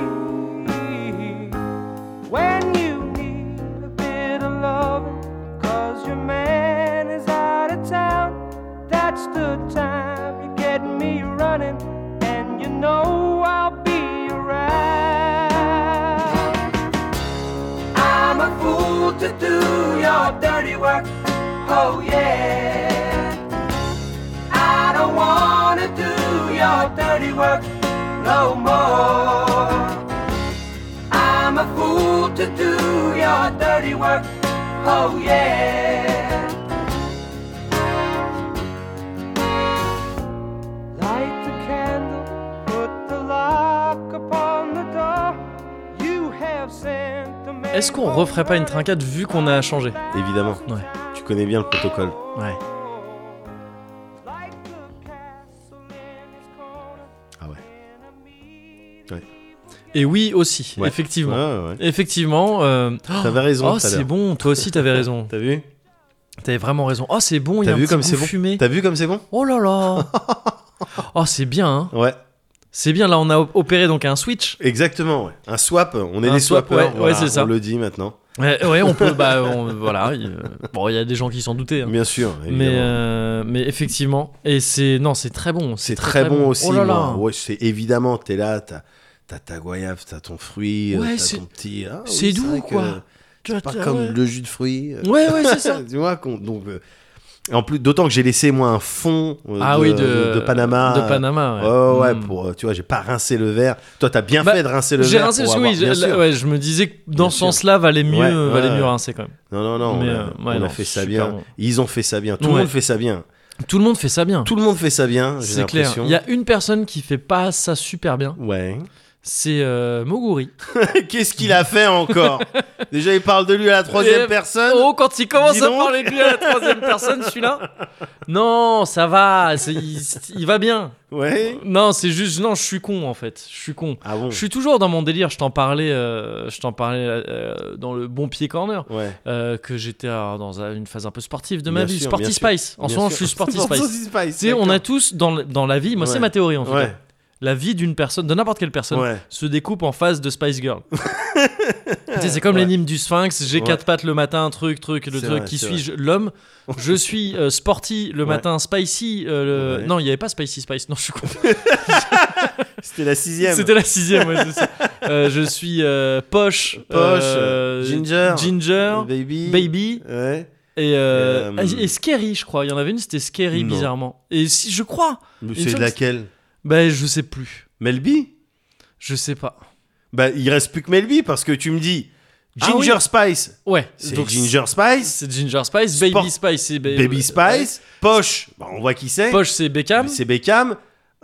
S3: When you need a bit of loving, cause your man is out of town, that's the time you get me running, and you know I'll be around. I'm a fool to do your dirty work. Oh yeah. I don't wanna do your dirty work no more. I'm a fool to do your dirty work. Oh yeah. Light the candle, put the lock upon the door. You have sent the man.
S2: Est-ce qu'on referait pas une trincade vu qu'on a changé
S1: Évidemment.
S2: Ouais.
S1: Tu connais bien le protocole.
S2: Ouais.
S3: Like the castle in its corner,
S1: Ah ouais.
S3: enemy.
S2: Et oui aussi,
S1: Ouais.
S2: effectivement.
S1: Ouais, ouais.
S2: Effectivement. euh,
S1: T'avais raison
S2: Oh,
S1: tout à
S2: c'est
S1: l'heure.
S2: bon, toi aussi t'avais raison.
S1: T'as vu
S2: T'avais vraiment raison. Oh, c'est bon, il y a
S1: T'as
S2: un
S1: vu
S2: petit
S1: comme
S2: goût
S1: c'est bon
S2: fumé.
S1: T'as vu comme c'est bon
S2: Oh là là [laughs] Oh, c'est bien, hein.
S1: Ouais.
S2: C'est bien, là on a op- opéré donc un switch.
S1: Exactement, ouais. Un swap, on est
S2: Un
S1: des
S2: swap,
S1: swappers,
S2: ouais,
S1: voilà,
S2: ouais, c'est ça.
S1: on le dit maintenant.
S2: Ouais, ouais, on peut, bah on- voilà. il- euh, Bon, il y a des gens qui s'en doutaient. hein.
S1: Bien sûr,
S2: Mais,
S1: évidemment.
S2: euh, mais effectivement, et c'est non, c'est très bon.
S1: c'est très, bon, aussi.
S2: Oh là là.
S1: moi. Ouais, c'est évidemment, t'es là, t'as t'as ta goyave, t'as ton fruit, euh,
S2: Ouais,
S1: t'as
S2: c'est-
S1: ton petit. ah oui,
S2: c'est doux,
S1: vrai que
S2: quoi. Tu vois,
S1: Pas
S2: t'as-
S1: comme
S2: ouais.
S1: le jus de fruits. euh,
S2: Ouais, ouais,
S1: [laughs]
S2: c'est ça.
S1: tu vois, qu'on- donc. euh, en plus, d'autant que j'ai laissé moi un fond euh,
S2: ah
S1: de,
S2: oui,
S1: de,
S2: de,
S1: Panama.
S2: De Panama, ouais.
S1: Oh, ouais,
S2: Mm.
S1: pour, euh, tu vois, j'ai pas rincé le verre. Toi, t'as bien
S2: Bah,
S1: fait de rincer le verre.
S2: J'ai rincé,
S1: pour
S2: oui,
S1: avoir-
S2: je-
S1: bien
S2: là,
S1: sûr.
S2: ouais, je me disais que dans
S1: Bien
S2: ce
S1: sûr.
S2: sens-là, valait mieux,
S1: Ouais,
S2: euh,
S1: ouais,
S2: valait mieux
S1: ouais.
S2: rincer quand même.
S1: Non, non, non,
S2: Mais,
S1: on, a,
S2: euh, ouais,
S1: on a
S2: non,
S1: fait ça
S2: super
S1: bien.
S2: bon.
S1: Ils ont fait ça bien. Tout
S2: Ouais.
S1: le monde fait ça bien.
S2: Tout le monde fait ça bien.
S1: Tout le monde fait ça bien, j'ai
S2: C'est clair.
S1: l'impression.
S2: Il y a une personne qui fait pas ça super bien,
S1: Ouais.
S2: c'est euh, Moguri.
S1: Qu'est-ce qu'il a fait
S2: [laughs]
S1: encore Déjà, il parle de lui à la troisième
S2: Et-
S1: personne.
S2: Oh, quand il commence
S1: Dis
S2: à
S1: donc.
S2: parler de lui à la troisième personne, celui-là Non, ça va, c'est- il, il va bien.
S1: Ouais.
S2: Non, c'est juste, non, je suis con en fait, je suis con.
S1: Ah bon
S2: Je suis toujours dans mon délire, je t'en parlais, euh, je t'en parlais euh, dans le bon pied corner,
S1: Ouais.
S2: euh, que j'étais euh, dans un- une phase un peu sportive de ma
S1: Bien
S2: vie,
S1: sûr,
S2: Sporty
S1: bien sûr.
S2: Spice. En ce
S1: Bien
S2: moment, je
S1: sûr.
S2: suis Sporty
S1: Sporty
S2: Spice.
S1: Spice.
S2: Tu sais, on a tous dans, le- dans la vie, moi c'est
S1: Ouais.
S2: ma théorie en fait,
S1: Ouais.
S2: la vie d'une personne, de n'importe quelle personne,
S1: Ouais.
S2: se découpe en phase de Spice Girl. Tu sais, c'est comme
S1: Ouais.
S2: l'énigme du Sphinx, j'ai
S1: Ouais.
S2: quatre pattes le matin, truc, truc, le
S1: C'est
S2: truc,
S1: vrai,
S2: qui
S1: c'est
S2: suis-je L'homme. Je suis euh, sporty le
S1: Ouais.
S2: matin, spicy. euh, le-
S1: Ouais.
S2: Non, il n'y avait pas spicy spice, non, je suis con.
S1: C'était la sixième.
S2: C'était la sixième, ouais, c'est ça. Euh, je suis euh, poche,
S1: Poche,
S2: euh,
S1: Ginger,
S2: Ginger,
S1: Baby.
S2: baby
S1: Ouais.
S2: et, euh,
S1: Euh,
S2: et scary, je crois. Il y en avait une, c'était scary,
S1: Non.
S2: bizarrement. Et si je crois,
S1: Mais
S2: Il me
S1: C'est
S2: semble
S1: laquelle
S2: ben je sais plus,
S1: Melby
S2: je sais pas.
S1: Bah, il reste plus que Melby parce que tu me dis
S2: Ah
S1: Ginger Spice.
S2: Ouais,
S1: C'est
S2: donc,
S1: Ginger Spice.
S2: C'est Ginger Spice,
S1: Sport-
S2: Baby Spice, c'est ba-
S1: Baby Spice. Poche. Bah, on voit qui c'est.
S2: Poche, c'est Beckham.
S1: C'est Beckham.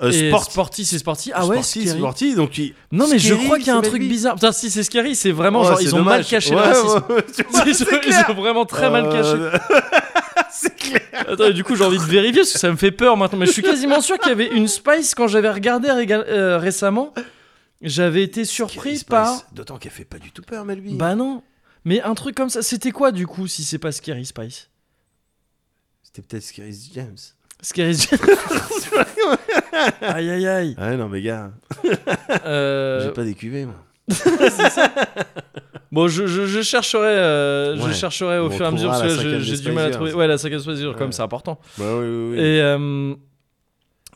S1: Euh,
S2: et
S1: Sport-
S2: Sporty, c'est Sporty. Ah ouais,
S1: Sporty,
S2: Scary.
S1: Sporty, donc tu-
S2: Non, mais je
S1: Scary,
S2: crois qu'il y a un
S1: c'est
S2: truc
S1: Baby.
S2: bizarre. Putain, si c'est Scary, c'est vraiment
S1: Oh,
S2: genre,
S1: c'est
S2: ils ont mal
S1: dommage.
S2: caché le
S1: Ouais,
S2: [laughs] racisme.
S1: ouais, ouais, tu vois,
S2: Ils ont-
S1: c'est
S2: ils
S1: clair.
S2: ont vraiment très mal caché.
S1: Euh, [laughs] c'est clair.
S2: Attends, et du coup, j'ai envie de vérifier parce que ça me fait peur maintenant. Mais je suis quasiment sûr qu'il y avait une Spice quand j'avais regardé réga- euh, récemment. J'avais été surpris par.
S1: D'autant qu'elle fait pas du tout peur, Melby.
S2: Bah non. Mais un truc comme ça, c'était quoi du coup si c'est pas Scary Spice
S1: C'était peut-être Scary James. [laughs]
S2: Scary [laughs] Aïe aïe aïe.
S1: Ah ouais, non, mais gars,
S2: Euh,
S1: j'ai pas des cuvées, moi.
S2: Bon, je, je, je chercherai, euh, je
S1: Ouais.
S2: chercherai au
S1: On
S2: fur et à mesure.
S1: retrouvera
S2: parce
S1: la
S2: que j'ai-
S1: cinquième
S2: J'ai
S1: des
S2: du mal à
S1: Spacers.
S2: trouver. Ouais, la cinquième Spazier, comme
S1: Ouais.
S2: c'est important.
S1: Bah oui, oui, oui.
S2: Et, euh,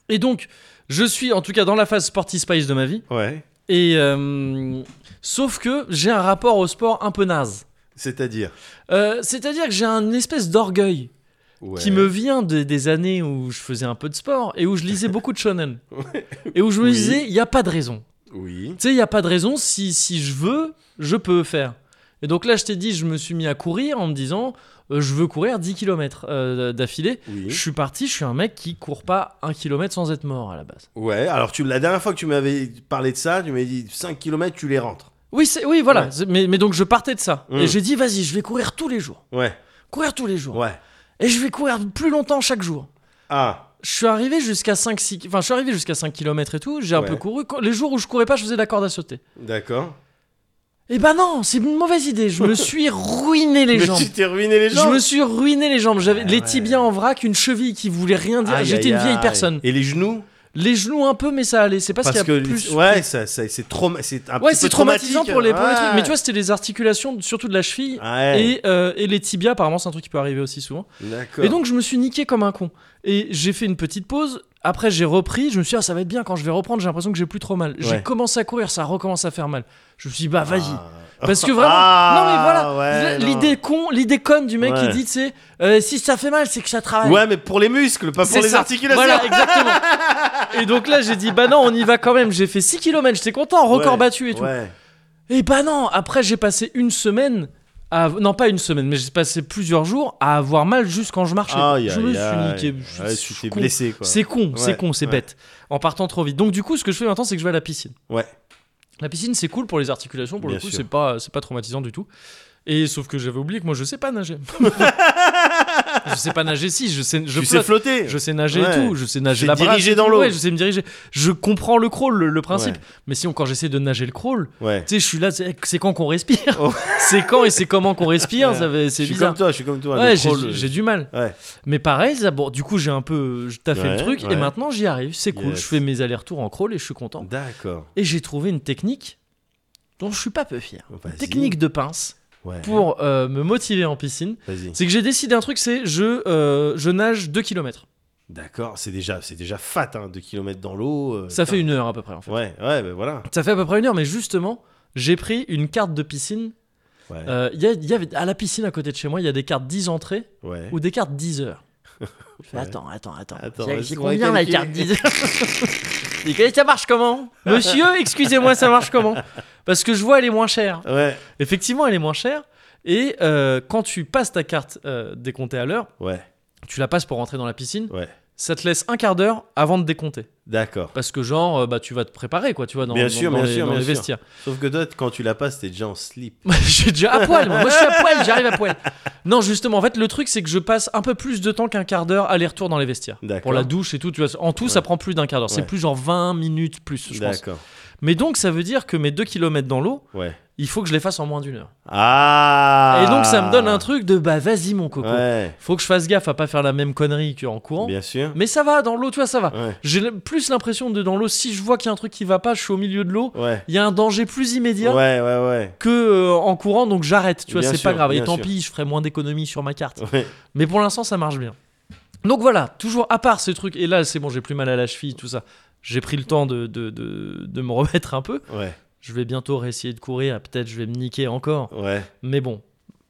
S2: et donc, je suis en tout cas dans la phase Sporty Spice de ma vie.
S1: Ouais.
S2: Et euh, sauf que j'ai un rapport au sport un peu naze.
S1: C'est-à-dire
S2: Euh, C'est-à-dire que j'ai un espèce d'orgueil
S1: Ouais.
S2: qui me vient de- des années où je faisais un peu de sport et où je lisais beaucoup
S1: [laughs]
S2: de shonen. Et où je me
S1: Oui.
S2: disais, il n'y a pas de raison.
S1: Oui.
S2: Tu sais, il n'y a pas de raison. Si, si je veux, je peux faire. Et donc là, je t'ai dit, je me suis mis à courir en me disant, euh, je veux courir 10 km d'affilée. Je
S1: Oui.
S2: suis parti, je suis un mec qui court pas un kilomètre sans être mort à la base.
S1: Ouais, alors tu, la dernière fois que tu m'avais parlé de ça, tu m'avais dit 5 km, tu les rentres.
S2: Oui, c'est- oui voilà.
S1: Ouais.
S2: C'est- Mais, mais donc je partais de ça.
S1: Mm.
S2: Et j'ai dit, vas-y, je vais courir tous les jours.
S1: Ouais.
S2: Courir tous les jours.
S1: Ouais.
S2: Et je vais courir plus longtemps chaque jour.
S1: Ah.
S2: Je suis arrivé jusqu'à 5 six- enfin je suis arrivé jusqu'à 5 km et tout, j'ai un
S1: Ouais.
S2: peu couru. Quand- Les jours où je courais pas, je faisais de la corde à sauter.
S1: D'accord.
S2: Eh ben non, c'est une mauvaise idée.
S1: [laughs]
S2: Je me suis ruiné les
S1: Mais
S2: jambes.
S1: tu t'es ruiné les
S2: Je
S1: jambes.
S2: me suis ruiné les jambes. J'avais
S1: Ouais,
S2: les
S1: Ah ouais.
S2: tibias en vrac, une cheville qui voulait rien dire.
S1: Aïe,
S2: J'étais une
S1: aïe,
S2: vieille
S1: aïe.
S2: personne.
S1: Et les genoux
S2: Les genoux un peu, mais ça allait. C'est pas ce
S1: Parce
S2: qu'il y
S1: que
S2: a plus.
S1: ouais, ça, ça- c'est trauma- c'est un
S2: Ouais,
S1: petit peu
S2: c'est traumatisant
S1: traumatique.
S2: pour les, pour les
S1: Ouais. Ah
S2: trucs. Mais tu vois, c'était les articulations, surtout de la cheville.
S1: Ouais.
S2: Et, euh, et les tibias, apparemment, c'est un truc qui peut arriver aussi souvent.
S1: D'accord.
S2: Et donc, je me suis niqué comme un con. Et j'ai fait une petite pause. Après, j'ai repris. Je me suis dit, ah, ça va être bien quand je vais reprendre. J'ai l'impression que j'ai plus trop mal. J'ai
S1: Ouais.
S2: commencé à courir, ça recommence à faire mal. Je me suis dit, bah, vas-y.
S1: Ah.
S2: Parce que vraiment,
S1: Ah,
S2: non mais voilà,
S1: ouais,
S2: l-
S1: non.
S2: l'idée con, l'idée conne du mec qui
S1: Ouais.
S2: dit, tu sais, euh, si ça fait mal, c'est que ça travaille.
S1: Ouais, mais pour les muscles, pas
S2: C'est
S1: pour les
S2: ça.
S1: articulations.
S2: Voilà, exactement.
S1: [laughs]
S2: et donc là, j'ai dit, bah non, on y va quand même. J'ai fait 6 km, j'étais content, record
S1: Ouais,
S2: battu et tout.
S1: Ouais.
S2: Et bah non, après j'ai passé une semaine, à... non pas une semaine, mais j'ai passé plusieurs jours à avoir mal juste quand je marchais.
S1: Aïe,
S2: je me
S1: aïe,
S2: suis
S1: aïe.
S2: niqué. je-
S1: Ouais,
S2: je
S1: tu
S2: suis
S1: t'es
S2: con.
S1: blessé quoi.
S2: C'est con, c'est
S1: Ouais,
S2: con, c'est
S1: ouais.
S2: bête. En partant trop vite. Donc du coup, ce que je fais maintenant, c'est que je vais à la piscine.
S1: Ouais.
S2: La piscine, c'est cool pour les articulations, pour le
S1: Bien
S2: coup,
S1: sûr.
S2: c'est pas, c'est pas traumatisant du tout. Et sauf que j'avais oublié que moi, je sais
S1: [laughs]
S2: pas nager. je sais pas nager, si, je sais, je
S1: tu
S2: flotte.
S1: sais flotter.
S2: Je sais nager et
S1: Ouais.
S2: tout, je sais nager
S1: sais
S2: la brasse.
S1: diriger dans l'eau.
S2: Ouais, je sais me diriger. Je comprends le crawl, le, le principe.
S1: Ouais.
S2: Mais sinon, quand j'essaie de nager le crawl,
S1: Ouais.
S2: tu sais, je suis là, c'est c'est quand qu'on respire.
S1: Oh.
S2: [laughs] c'est quand et c'est comment qu'on respire,
S1: Ouais.
S2: ça va-
S1: Je
S2: c'est
S1: suis
S2: bizarre.
S1: comme toi, je suis comme toi. le
S2: ouais, j'ai-
S1: crawl, euh.
S2: j'ai du mal.
S1: Ouais.
S2: Mais pareil, ça, bon, du coup, j'ai un peu. je- T'as fait le
S1: Ouais,
S2: truc et
S1: ouais.
S2: maintenant j'y arrive. C'est cool,
S1: Yes. Mm.
S2: je fais mes allers-retours en crawl et je suis content.
S1: D'accord.
S2: Et j'ai trouvé une technique dont je suis pas peu fier.
S1: Vas-y.
S2: Technique de pince
S1: Ouais. Mm.
S2: pour euh, me motiver en piscine.
S1: Vas-y.
S2: C'est que j'ai décidé un truc, c'est je, euh, je nage 2 km.
S1: D'accord, c'est déjà, c'est déjà fat, hein, 2 km dans l'eau. euh,
S2: Ça
S1: putain.
S2: fait une heure à peu près hein. en fait.
S1: Ouais, ouais, ben voilà.
S2: Ça fait à peu près une heure, mais justement, j'ai pris une carte de piscine.
S1: Ouais,
S2: Euh, il y a- il y avait, à la piscine à côté de chez moi, il y a des cartes 10 entrées
S1: ouais.
S2: ou des cartes
S1: [laughs]
S2: 10 heures. Je fais,
S1: Ouais.
S2: Attends, attends, attends.
S1: Attends,
S2: C'est- c'est
S1: laisse-moi
S2: combien la
S1: calculer.
S2: carte
S1: [laughs]
S2: 10 heures Et que- ça marche comment Monsieur, excusez-moi, ça marche comment Parce que je vois, elle est moins chère.
S1: Ouais,
S2: Effectivement, elle est moins chère. Et euh, quand tu passes ta carte euh, décomptée à l'heure,
S1: ouais,
S2: tu la passes pour rentrer dans la piscine,
S1: ouais.
S2: ça te laisse un quart d'heure avant de décompter.
S1: D'accord.
S2: Parce que genre, euh, bah, tu vas te préparer, quoi, tu vois, dans,
S1: Bien
S2: dans-
S1: sûr,
S2: dans
S1: bien
S2: les,
S1: sûr,
S2: dans
S1: bien
S2: les
S1: sûr.
S2: vestiaires.
S1: Sauf que toi, t- quand tu la passes, t'es déjà en slip.
S2: je suis déjà à poil, moi. Moi, je suis à poil, j'arrive à poil. Non, justement, en fait, le truc, c'est que je passe un peu plus de temps qu'un quart d'heure aller-retour dans les vestiaires.
S1: D'accord.
S2: Pour la douche et tout, tu vois. En tout, ça
S1: Ouais.
S2: prend plus d'un quart d'heure. C'est
S1: Ouais.
S2: plus genre 20 minutes plus, je pense.
S1: D'accord.
S2: Mais donc, ça veut dire que mes 2 km dans l'eau,
S1: Ouais.
S2: il faut que je les fasse en moins d'une heure.
S1: Ah
S2: Et donc, ça me donne un truc de bah, vas-y, mon coco.
S1: Ouais,
S2: Faut que je fasse gaffe à pas faire la même connerie qu'en courant.
S1: bien sûr.
S2: Mais ça va, dans l'eau, tu vois, ça va.
S1: Ouais,
S2: J'ai le- plus l'impression de dans l'eau, si je vois qu'il y a un truc qui va pas, je suis au milieu de l'eau,
S1: ouais.
S2: il y a un danger plus immédiat.
S1: Ouais, ouais,
S2: que euh, en courant, donc j'arrête. Tu vois,
S1: Bien
S2: c'est
S1: sûr,
S2: pas grave. Et
S1: bien
S2: tant
S1: sûr.
S2: pis, je ferai moins d'économies sur ma carte.
S1: ouais. Ouais,
S2: Mais pour l'instant, ça marche bien. Donc voilà, toujours à part ces trucs. Et là, c'est bon, j'ai plus mal à la cheville, tout ça. J'ai pris le temps de, de, de, de me [laughs] remettre un peu.
S1: ouais,
S2: Je vais bientôt réessayer de courir. et Peut-être je vais me niquer encore.
S1: ouais.
S2: Mais bon,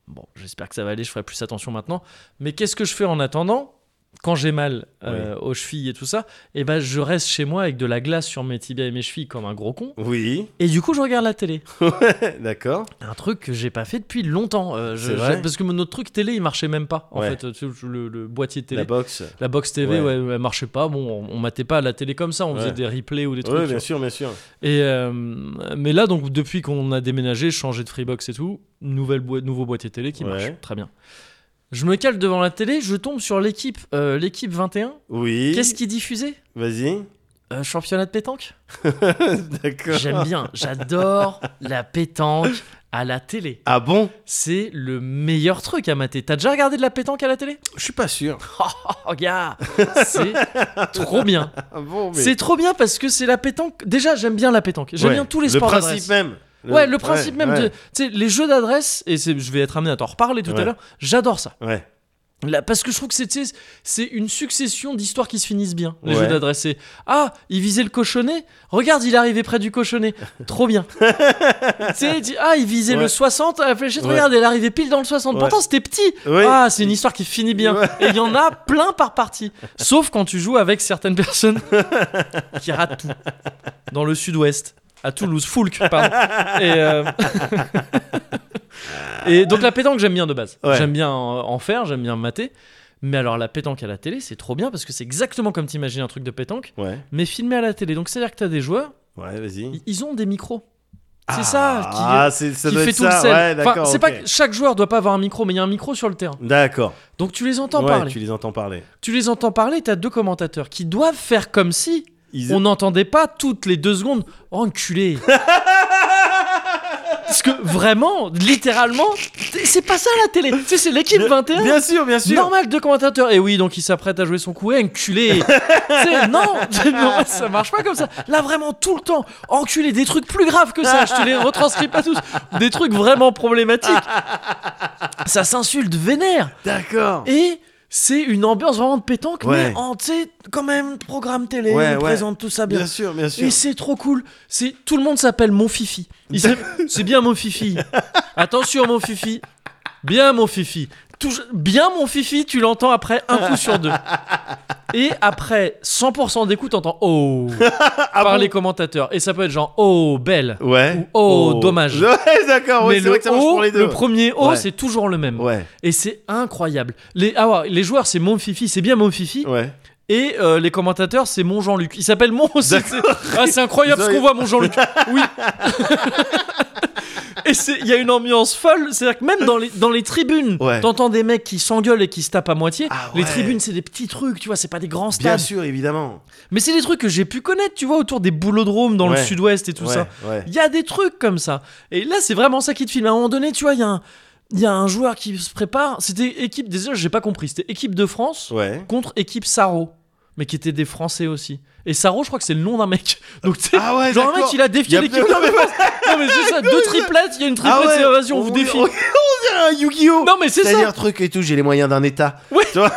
S2: bon, j'espère que ça va aller. Je ferai plus attention maintenant. Mais qu'est-ce que je fais en attendant quand j'ai mal euh, aux chevilles et tout ça, et ben je reste chez moi avec de la glace sur mes tibias et mes chevilles comme un gros con.
S1: Oui, [laughs]
S2: Et du coup, je regarde la télé.
S1: d'accord.
S2: Un truc que j'ai pas fait depuis longtemps. euh, je-
S1: C'est vrai
S2: je- parce que mon autre truc télé, il marchait même pas. En
S1: Ouais.
S2: fait, tu sais, le, le boîtier de télé.
S1: La
S2: La,
S1: boxe.
S2: box TV, ouais.
S1: Ouais.
S2: elle marchait pas. Bon, on, on matait pas la télé comme ça. On faisait
S1: Ouais.
S2: des replays ou des trucs.
S1: Ouais,
S2: tu
S1: bien
S2: vois.
S1: sûr, bien sûr.
S2: Et euh, mais là, donc, depuis qu'on a déménagé, changé de Freebox et tout, nouvelle boi- nouveau boîtier télé qui
S1: Ouais.
S2: marche très bien. Je me cale devant la télé, je tombe sur l'équipe, euh, l'équipe 21.
S1: Oui.
S2: Qu'est-ce qui diffusait
S1: Vas-y. [laughs]
S2: euh, championnat de pétanque
S1: D'accord.
S2: J'aime bien, j'adore la pétanque à la télé.
S1: Ah bon
S2: C'est le meilleur truc à mater. T'as déjà regardé de la pétanque à la télé
S1: Je suis pas sûr.
S2: [laughs] Oh, oh, gars, [laughs] c'est trop bien.
S1: Ah bon, mais-
S2: C'est trop bien parce que c'est la pétanque. Déjà, j'aime bien la pétanque. J'aime
S1: Ouais.
S2: bien tous les sports
S1: Le
S2: d'adresse.
S1: principe même.
S2: Ouais, le principe même. de-
S1: ouais,
S2: Tu sais, les jeux d'adresse, et c'est- je vais être amené à t'en reparler tout à
S1: Ouais.
S2: l'heure, j'adore ça.
S1: Ouais.
S2: Là, parce que je trouve que c'est tu sais, c'est une succession d'histoires qui se finissent bien, les
S1: Ouais.
S2: jeux d'adresser. Ah, il visait le cochonnet Regarde, il est arrivé près du
S1: [laughs]
S2: cochonnet. Trop bien. tu sais, il dit, ah, il visait
S1: Ouais.
S2: le 60 à la fléchette.
S1: Ouais.
S2: Regarde, il est arrivé pile dans le 60.
S1: Ouais.
S2: Pourtant, c'était petit.
S1: Ouais.
S2: Ah, c'est une histoire qui finit bien.
S1: Ouais.
S2: Et il y en a plein par partie. Sauf quand tu joues avec certaines personnes qui ratent tout. Dans le sud-ouest, à Toulouse, Foulque, pardon. Et, euh, [laughs] Et donc la pétanque, j'aime bien de base.
S1: Ouais.
S2: J'aime bien en, en faire, j'aime bien mater. Mais alors la pétanque à la télé, c'est trop bien parce que c'est exactement comme t'imagines un truc de pétanque,
S1: Ouais,
S2: mais filmé à la télé. Donc c'est-à-dire que t'as des joueurs,
S1: ouais, vas-y.
S2: i- ils ont des micros. C'est
S1: Mm. Ah,
S2: ça qui,
S1: Ah, c'est- ça
S2: qui
S1: doit
S2: fait
S1: être
S2: tout
S1: ça.
S2: le sel.
S1: Ouais,
S2: Enfin,
S1: d'accord.
S2: c'est
S1: ok.
S2: pas que chaque joueur doit pas avoir un micro, mais il y a un micro sur le terrain.
S1: D'accord.
S2: Donc tu les entends
S1: Ouais,
S2: parler.
S1: Tu les entends parler.
S2: Tu les entends parler, t'as deux commentateurs qui doivent faire comme si
S1: Ils-
S2: on n'entendait pas toutes les deux secondes Oh,
S1: [laughs]
S2: enculé Parce que vraiment, littéralement, c'est pas ça la télé. Tu sais, c'est l'équipe 21.
S1: Bien sûr, bien sûr.
S2: Normal, deux commentateurs. Et oui, donc il s'apprête à jouer son coup.
S1: [laughs]
S2: Eh, enculé Tu sais, non, [laughs] non, ça marche pas comme ça. Là, vraiment, tout le temps, enculé, des trucs plus graves que ça. Je te les retranscris pas tous. Des trucs vraiment problématiques. Ça s'insulte vénère.
S1: D'accord.
S2: Et c'est une ambiance vraiment de pétanque,
S1: Ouais.
S2: mais en, tu sais, quand même, programme télé,
S1: Ouais,
S2: on
S1: ouais.
S2: présente tout ça bien.
S1: Bien sûr, bien sûr.
S2: Et c'est trop cool. C'est tout le monde s'appelle Mon Fifi.
S1: [laughs]
S2: Il s'appelle- C'est bien Mon Fifi. Attention Mon Fifi. Bien Mon Fifi. Touj- Bien Mon Fifi, tu l'entends après un coup sur deux. Et après 100% d'écoute, t'entends
S1: [laughs]
S2: oh
S1: Ah
S2: par les commentateurs. Et ça peut être genre oh belle.
S1: Ouais.
S2: Oh,
S1: [laughs]
S2: dommage.
S1: Ouais, d'accord. Ah Ouais,
S2: mais
S1: c'est
S2: le,
S1: vrai que ça marche
S2: oh,
S1: pour les deux.
S2: le premier oh,
S1: Ouais.
S2: c'est toujours le même.
S1: Ouais,
S2: Et c'est incroyable. Les, ah ouais, les joueurs, c'est mon Fifi, c'est bien mon Fifi.
S1: ouais.
S2: Et euh, les commentateurs, c'est mon Jean-Luc. Il s'appelle mon. C'est c'est- ah, c'est incroyable ce qu'on voit, mon Jean-Luc. Oui. [laughs] Et c'est- il y a une ambiance folle. C'est-à-dire que même dans les, dans les tribunes,
S1: Ouais.
S2: t'entends des mecs qui s'engueulent et qui se tapent à moitié.
S1: Ah
S2: Les
S1: ouais.
S2: tribunes, c'est des petits trucs, tu vois, c'est pas des grands
S1: Bien
S2: stades.
S1: sûr, évidemment.
S2: Mais c'est des trucs que j'ai pu connaître, tu vois, autour des boulodromes dans le
S1: Ouais.
S2: sud-ouest et tout
S1: Ouais,
S2: ça.
S1: Ouais.
S2: Il y a des trucs comme ça. Et là, c'est vraiment ça qui te filme. À un moment donné, tu vois, il y a un, il y a un joueur qui se prépare. C'était équipe, déjà, j'ai pas compris. C'était équipe de France [laughs]
S1: Ouais.
S2: contre équipe Saro, mais qui étaient des Français aussi. Et Saro, je crois que c'est le nom d'un mec. Donc, tu sais,
S1: Ah ouais,
S2: genre un mec,
S1: d'accord.
S2: il a
S1: Il y
S2: défié
S1: a-
S2: l'équipe. de France. Non, mais c'est ça, deux triplettes, il y a une triplette,
S1: Ah ouais,
S2: c'est vas-y, on vous
S1: on- [laughs]
S2: défie.
S1: on- Ah, Yu-Gi-Oh!
S2: Non, mais c'est ça.
S1: C'est-à-dire truc et tout, j'ai les moyens d'un état.
S2: Ouais.
S1: Tu vois
S2: Ouais,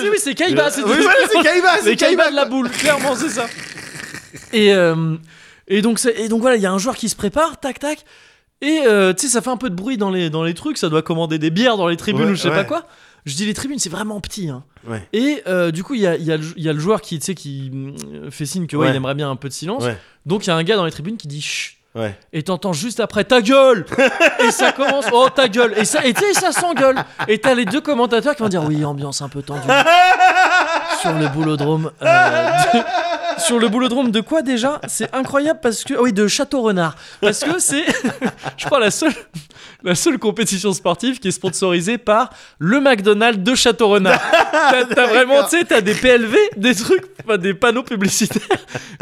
S2: c'est- oui, c'est Kaiba,
S1: [laughs]
S2: c'est
S1: Oui,
S2: [laughs]
S1: voilà, c'est Kaiba,
S2: C'est
S1: Ah, c'est
S2: Kaiba
S1: Kaiba.
S2: de la boule, clairement, c'est ça. [laughs] Et, euh, et, donc, c'est- et donc voilà, il y a un joueur qui se prépare, tac, tac. Et euh, tu sais, ça fait un peu de bruit dans les, dans les trucs, ça doit commander des bières dans les tribunes
S1: Ouais,
S2: ou je sais pas
S1: ouais.
S2: quoi. Je dis les tribunes, c'est vraiment petit. hein.
S1: Ouais.
S2: Et euh, du coup, il y a, il y a le- il y a le joueur qui, tu sais, qui mm, fait signe que ouais,
S1: Ouais.
S2: il aimerait bien un peu de silence.
S1: Ouais.
S2: Donc il y a un gars dans les tribunes qui dit chut.
S1: Ouais.
S2: Et t'entends juste après ta gueule Et ça commence Oh ta gueule Et ça, et tu sais, ça s'engueule Et t'as les deux commentateurs qui vont dire Oui, ambiance un peu
S1: [laughs]
S2: tendue sur le boulodrome. euh, de- Sur le boulodrome de quoi déjà C'est incroyable parce que. ah oui, de Château Renard. Parce que c'est, [laughs] je crois, la seule, la seule compétition sportive qui est sponsorisée par le McDonald's de
S1: [laughs]
S2: Château Renard. T'as t'as vraiment, tu sais, t'as des PLV, des trucs, enfin, des panneaux publicitaires.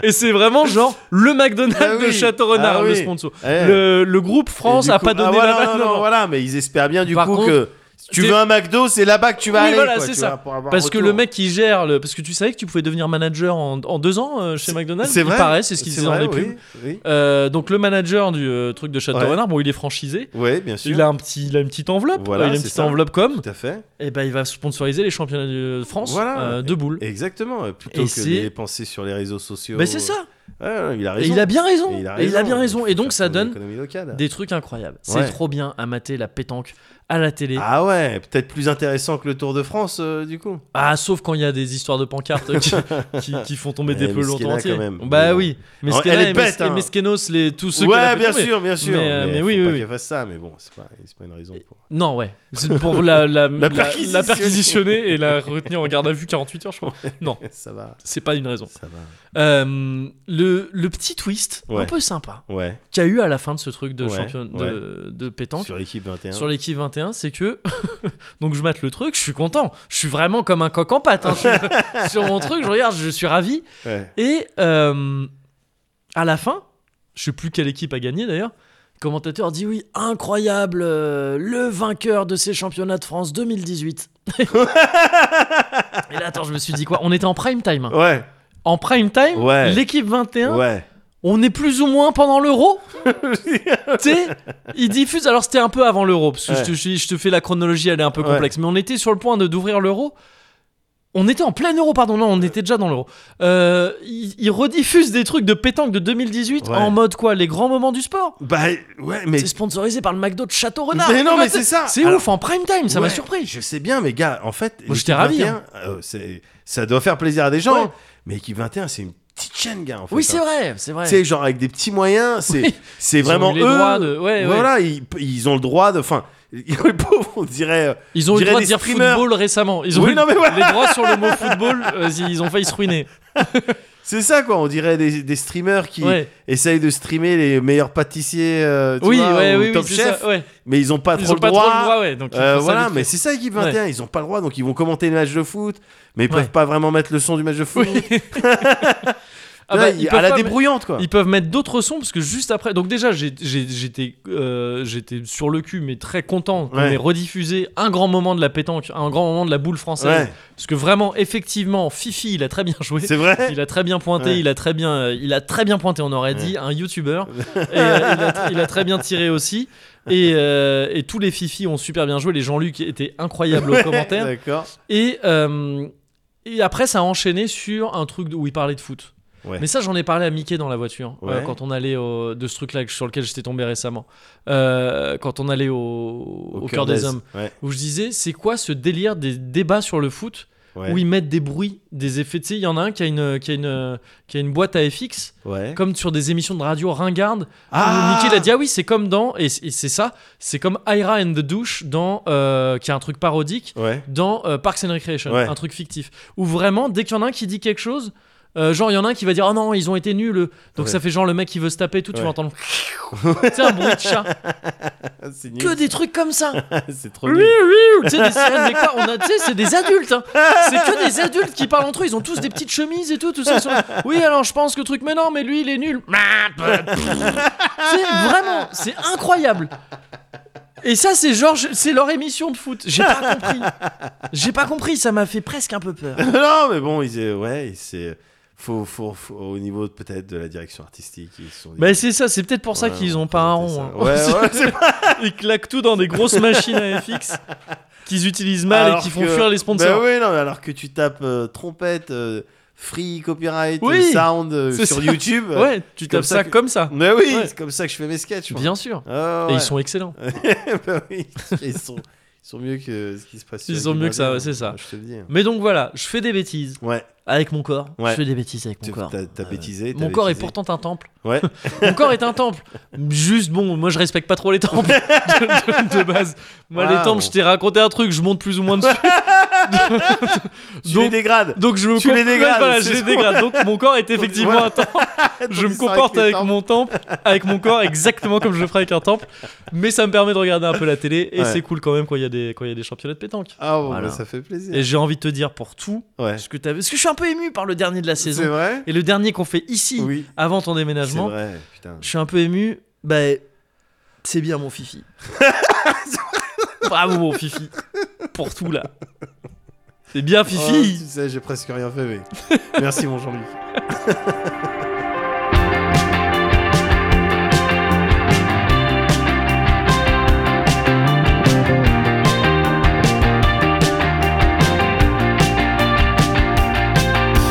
S2: Et c'est vraiment genre le McDonald's
S1: Ah oui,
S2: de Château Renard,
S1: ah
S2: le
S1: oui.
S2: sponsor.
S1: Eh.
S2: Le, le groupe France
S1: Et du
S2: a
S1: coup-
S2: pas donné
S1: ah, voilà,
S2: la
S1: non, non, voilà, mais ils espèrent bien du
S2: Par
S1: coup
S2: contre,
S1: que si tu
S2: t'es-
S1: veux un McDo, c'est là-bas que tu vas
S2: Oui,
S1: aller.
S2: voilà,
S1: quoi,
S2: c'est
S1: tu
S2: ça.
S1: vois, pour avoir
S2: Parce
S1: un
S2: que
S1: retour.
S2: le mec qui gère le. Parce que tu savais que tu pouvais devenir manager en, en deux ans euh, chez McDonald's
S1: c'est
S2: Il
S1: vrai,
S2: paraît, c'est ce qu'ils disaient dans
S1: vrai,
S2: les pubs.
S1: oui, Oui,
S2: Euh, donc le manager du euh, truc de Château
S1: Ouais.
S2: Renard, bon, il est franchisé.
S1: Ouais, bien sûr.
S2: Il a, un petit, il a une petite enveloppe,
S1: Voilà,
S2: euh, il a une
S1: c'est
S2: petite
S1: ça.
S2: enveloppe com,
S1: Tout à fait.
S2: et ben il va sponsoriser les championnats de France
S1: Voilà.
S2: euh, de boules.
S1: Exactement. euh, Plutôt
S2: Et
S1: que
S2: c'est-
S1: de les penser sur les réseaux sociaux.
S2: Ben c'est ça,
S1: Ouais, ouais, il a
S2: et
S1: raison.
S2: il a bien raison,
S1: Et il a
S2: Et il a bien raison, et
S1: Faut
S2: donc
S1: faire
S2: ça
S1: tourner
S2: donne
S1: l'économie locale.
S2: des trucs incroyables. C'est
S1: Ouais.
S2: trop bien à mater la pétanque à la télé. Ah,
S1: Ah ouais, peut-être plus intéressant que le Tour de France euh, du coup.
S2: Ah, sauf quand il y a des histoires
S1: [laughs]
S2: de pancartes qui, qui- qui font tomber
S1: Ouais,
S2: des pelotons
S1: Mesquena,
S2: entiers.
S1: Eh, quand même.
S2: Bah
S1: Mais bon.
S2: oui, mais
S1: Alors, elle est bête, hein.
S2: Mesquenos, les, tous ceux qu'elle a
S1: ouais,
S2: fait
S1: bien
S2: tomber.
S1: sûr, bien sûr.
S2: Mais, euh, mais
S1: faut
S2: oui,
S1: pas
S2: oui, oui.
S1: qu'elle fasse ça, mais bon, c'est pas, c'est pas une raison pour.
S2: Non, ouais. C'est pour
S1: [laughs]
S2: la, la, la-
S1: perquisitionner.
S2: la perquisitionner
S1: [laughs]
S2: et la retenir en garde à vue 48 heures, je crois. Non,
S1: ça va,
S2: c'est pas une raison.
S1: ça va.
S2: Euh, le, le petit twist un
S1: Ouais.
S2: peu sympa
S1: Ouais.
S2: qu'il y a eu à la fin de ce truc de
S1: Ouais,
S2: champion- de, de pétanque
S1: Sur l'équipe 21.
S2: sur l'équipe 21, c'est que [laughs] donc je mate le truc, je suis content, je suis vraiment comme un coq en pâte
S1: [laughs]
S2: hein, sur, sur mon truc, je regarde, je suis ravi.
S1: Ouais.
S2: Et euh, à la fin, je sais plus quelle équipe a gagné d'ailleurs. Le commentateur dit oui, incroyable, euh, le vainqueur de ces championnats de France 2018. Et là, attends, je me suis dit quoi On était en prime time.
S1: Ouais.
S2: En prime time,
S1: Ouais.
S2: l'équipe 21
S1: Ouais.
S2: on est plus ou moins pendant
S1: [laughs]
S2: l'euro. tu sais, ils diffusent. Alors c'était un peu avant l'euro, parce que
S1: Ouais.
S2: je, te, je- je te fais la chronologie, elle est un peu
S1: Ouais.
S2: complexe. Mais on était sur le point de d'ouvrir l'euro. On était en plein euro, pardon, non, on était déjà dans l'euro. Euh, ils, ils rediffusent des trucs de pétanque de 2018
S1: Ouais.
S2: en mode quoi Les grands moments du sport
S1: Bah ouais, mais
S2: C'est sponsorisé par le McDo de Château Renard.
S1: Mais non, mais c'est ça.
S2: C'est
S1: Alors-
S2: ouf, en prime time, ça m'a
S1: Ouais,
S2: surpris.
S1: Je sais bien, mais gars, en fait,
S2: Moi, j'étais
S1: l'équipe
S2: ravi, hein.
S1: 21, euh, c'est- ça doit faire plaisir à des gens.
S2: Ouais.
S1: Mais équipe 21, c'est une petite chaîne, gars. En fait,
S2: Oui, c'est
S1: hein.
S2: vrai, c'est vrai.
S1: Tu sais, genre avec des petits moyens, c'est
S2: Oui.
S1: c'est
S2: Ils ont
S1: vraiment
S2: eu les
S1: eux.
S2: droits de- ouais, ouais.
S1: voilà, Ils, ils ont le droit de. Enfin, [laughs] les pauvres, on dirait. euh,
S2: Ils ont eu
S1: Je
S2: le
S1: dirais
S2: droit de
S1: des
S2: dire
S1: streamers.
S2: football récemment. Ils ont
S1: Oui,
S2: eu
S1: non, mais voilà.
S2: [laughs] les droits sur le mot football, euh, ils ont failli se ruiner.
S1: C'est ça, quoi. On dirait des, des streamers qui
S2: Ouais.
S1: essayent de streamer les meilleurs pâtissiers euh, tu
S2: oui,
S1: vois,
S2: ouais,
S1: ou
S2: oui, oui,
S1: top
S2: c'est
S1: chef,
S2: ça, ouais.
S1: mais ils ont pas,
S2: Ils
S1: trop,
S2: ont
S1: le
S2: pas
S1: droit.
S2: trop le droit, ouais. Donc, ils
S1: Euh,
S2: font ça
S1: voilà,
S2: vite
S1: mais
S2: fait.
S1: c'est ça équipe 21, ils ont pas le droit, donc ils vont commenter les matchs de foot, mais ils
S2: Ouais.
S1: peuvent pas vraiment mettre le son du match de foot.
S2: Ah bah,
S1: Ouais,
S2: ils
S1: il-
S2: peuvent
S1: à la
S2: pas, mais-
S1: débrouillante, quoi.
S2: Ils peuvent mettre d'autres sons parce que juste après. Donc, déjà, j'ai- j'ai- j'étais euh, j'étais sur le cul, mais très content qu'on
S1: Ouais.
S2: ait rediffusé un grand moment de la pétanque, un grand moment de la boule française.
S1: Ouais.
S2: Parce que vraiment, effectivement, Fifi, il a très bien joué.
S1: C'est vrai
S2: Il a très bien pointé,
S1: Ouais.
S2: il a très bien, euh, il a très bien pointé. On aurait dit un
S1: [laughs]
S2: youtubeur. Et, euh, il, a- il a très bien tiré aussi. Et, euh, et tous les fifi ont super bien joué. Les Jean-Luc étaient incroyables aux
S1: [laughs]
S2: commentaires.
S1: D'accord.
S2: Et euh, et après ça a enchaîné sur un truc où il parlait de foot.
S1: Ouais.
S2: Mais ça, j'en ai parlé à Mickey dans la voiture euh,
S1: Ouais.
S2: quand on allait au- de ce truc-là sur lequel j'étais tombé récemment. Euh, quand on allait au, au cœur des hommes,
S1: Ouais,
S2: où je disais, c'est quoi ce délire des débats sur le foot
S1: ouais.
S2: où ils mettent des bruits, des effets. Tu sais, il y en a un qui a une, qui a une, qui a une boîte à FX,
S1: ouais.
S2: comme sur des émissions de radio ringardes.
S1: Ah
S2: Mickey l'a dit, ah oui, c'est comme dans, et, c- et c'est ça, c'est comme Ira and the Douche, dans, euh, qui a un truc parodique,
S1: Ouais.
S2: dans euh, Parks and Recreation,
S1: Ouais.
S2: un truc fictif. Où vraiment, dès qu'il y en a un qui dit quelque chose, euh, genre, il y en a un qui va dire, oh non, ils ont été nuls. eux. Donc
S1: Ouais.
S2: ça fait genre, le mec qui veut se taper et tout, tu
S1: Ouais.
S2: vas entendre. [laughs] tu sais, un bruit
S1: [laughs]
S2: de chat.
S1: C'est
S2: Que [laughs]
S1: nul.
S2: des trucs comme ça.
S1: c'est trop
S2: Oui,
S1: nul.
S2: oui, tu sais, des sirènes, des quoi, on a, tu sais, c'est des adultes. hein. C'est que des adultes qui parlent entre eux. Ils ont tous des petites chemises et tout, tout ça. ils sont là, Oui, alors je pense que truc, mais non, mais lui, il est nul. [laughs] C'est vraiment, c'est incroyable. Et ça, c'est genre, je- c'est leur émission de foot. J'ai pas compris. J'ai pas compris. Ça m'a fait presque un peu peur.
S1: [laughs] non, mais bon, ils, euh, ouais, ils- c'est faut, faut, faut- au niveau de- peut-être de la direction artistique, ils se sont dit-
S2: Mais Bah, c'est ça. C'est peut-être pour ça
S1: Ouais,
S2: qu'ils
S1: on
S2: ont
S1: peut
S2: pas un
S1: noter
S2: rond.
S1: ça.
S2: hein. [laughs]
S1: Ouais, ouais, c'est pas
S2: Ils claquent tout dans des grosses machines à FX qu'ils utilisent mal et
S1: Alors
S2: qui font
S1: que-
S2: fuir les sponsors.
S1: Bah oui, non, mais alors que tu tapes euh, trompette, euh, free copyright,
S2: Oui,
S1: euh, sound euh,
S2: c'est
S1: sur
S2: ça.
S1: YouTube. euh,
S2: ouais, tu
S1: comme
S2: tapes
S1: ça
S2: ça
S1: que-
S2: comme ça.
S1: Mais oui,
S2: Ouais.
S1: c'est comme ça que je fais mes sketchs. moi.
S2: Bien sûr.
S1: Ah,
S2: Et
S1: ouais.
S2: ils sont excellents.
S1: Bah [laughs] oui, ils sont ils sont mieux que ce qui se passe. sur
S2: Ils sont
S1: Equipe
S2: mieux que ça,
S1: 21,
S2: ouais, c'est ça.
S1: Je te le dis.
S2: Mais donc voilà, je fais des bêtises
S1: Ouais,
S2: avec mon corps.
S1: Ouais.
S2: Je fais des bêtises avec mon
S1: tu-
S2: corps.
S1: t'as t'as
S2: Euh,
S1: bêtisé.
S2: Mon
S1: t'as
S2: corps est
S1: bêtisé.
S2: pourtant un temple.
S1: Ouais.
S2: [laughs] Mon corps est un temple. Juste bon, moi je respecte pas trop les temples de, de- de base. Moi les
S1: Waouh.
S2: temples, je t'ai raconté un truc, je monte plus ou moins dessus.
S1: [laughs] Tu les
S2: donc,
S1: dégrades.
S2: donc je me
S1: tu les
S2: comporte-
S1: dégrades,
S2: voilà, je
S1: c'est
S2: les
S1: ça.
S2: dégrade. Donc
S1: [laughs]
S2: mon corps est effectivement
S1: Voilà.
S2: un temple.
S1: [laughs]
S2: Je me
S1: Tandis ça
S2: comporte
S1: les
S2: avec
S1: temples.
S2: mon temple, avec mon corps exactement comme je le ferais avec un temple, mais ça me permet de regarder un peu la télé et
S1: Ouais.
S2: c'est cool quand même quand il y a des quand il y a des championnats de pétanque.
S1: Ah bon,
S2: Voilà.
S1: bah, ça fait plaisir.
S2: Et j'ai envie de te dire pour tout,
S1: Ouais.
S2: Parce que, t'as- parce que je suis un peu ému par le dernier de la
S1: C'est
S2: saison.
S1: vrai
S2: Et le dernier qu'on fait ici,
S1: Oui.
S2: avant ton
S1: C'est
S2: déménagement,
S1: vrai, putain.
S2: je suis un peu ému. Bah, c'est bien
S1: [laughs]
S2: mon Fifi. Bravo mon Fifi. Pour tout là. C'est bien
S1: Oh,
S2: Fifi.
S1: tu sais, j'ai presque rien fait, mais.
S2: [laughs]
S1: Merci, mon Jean-Luc.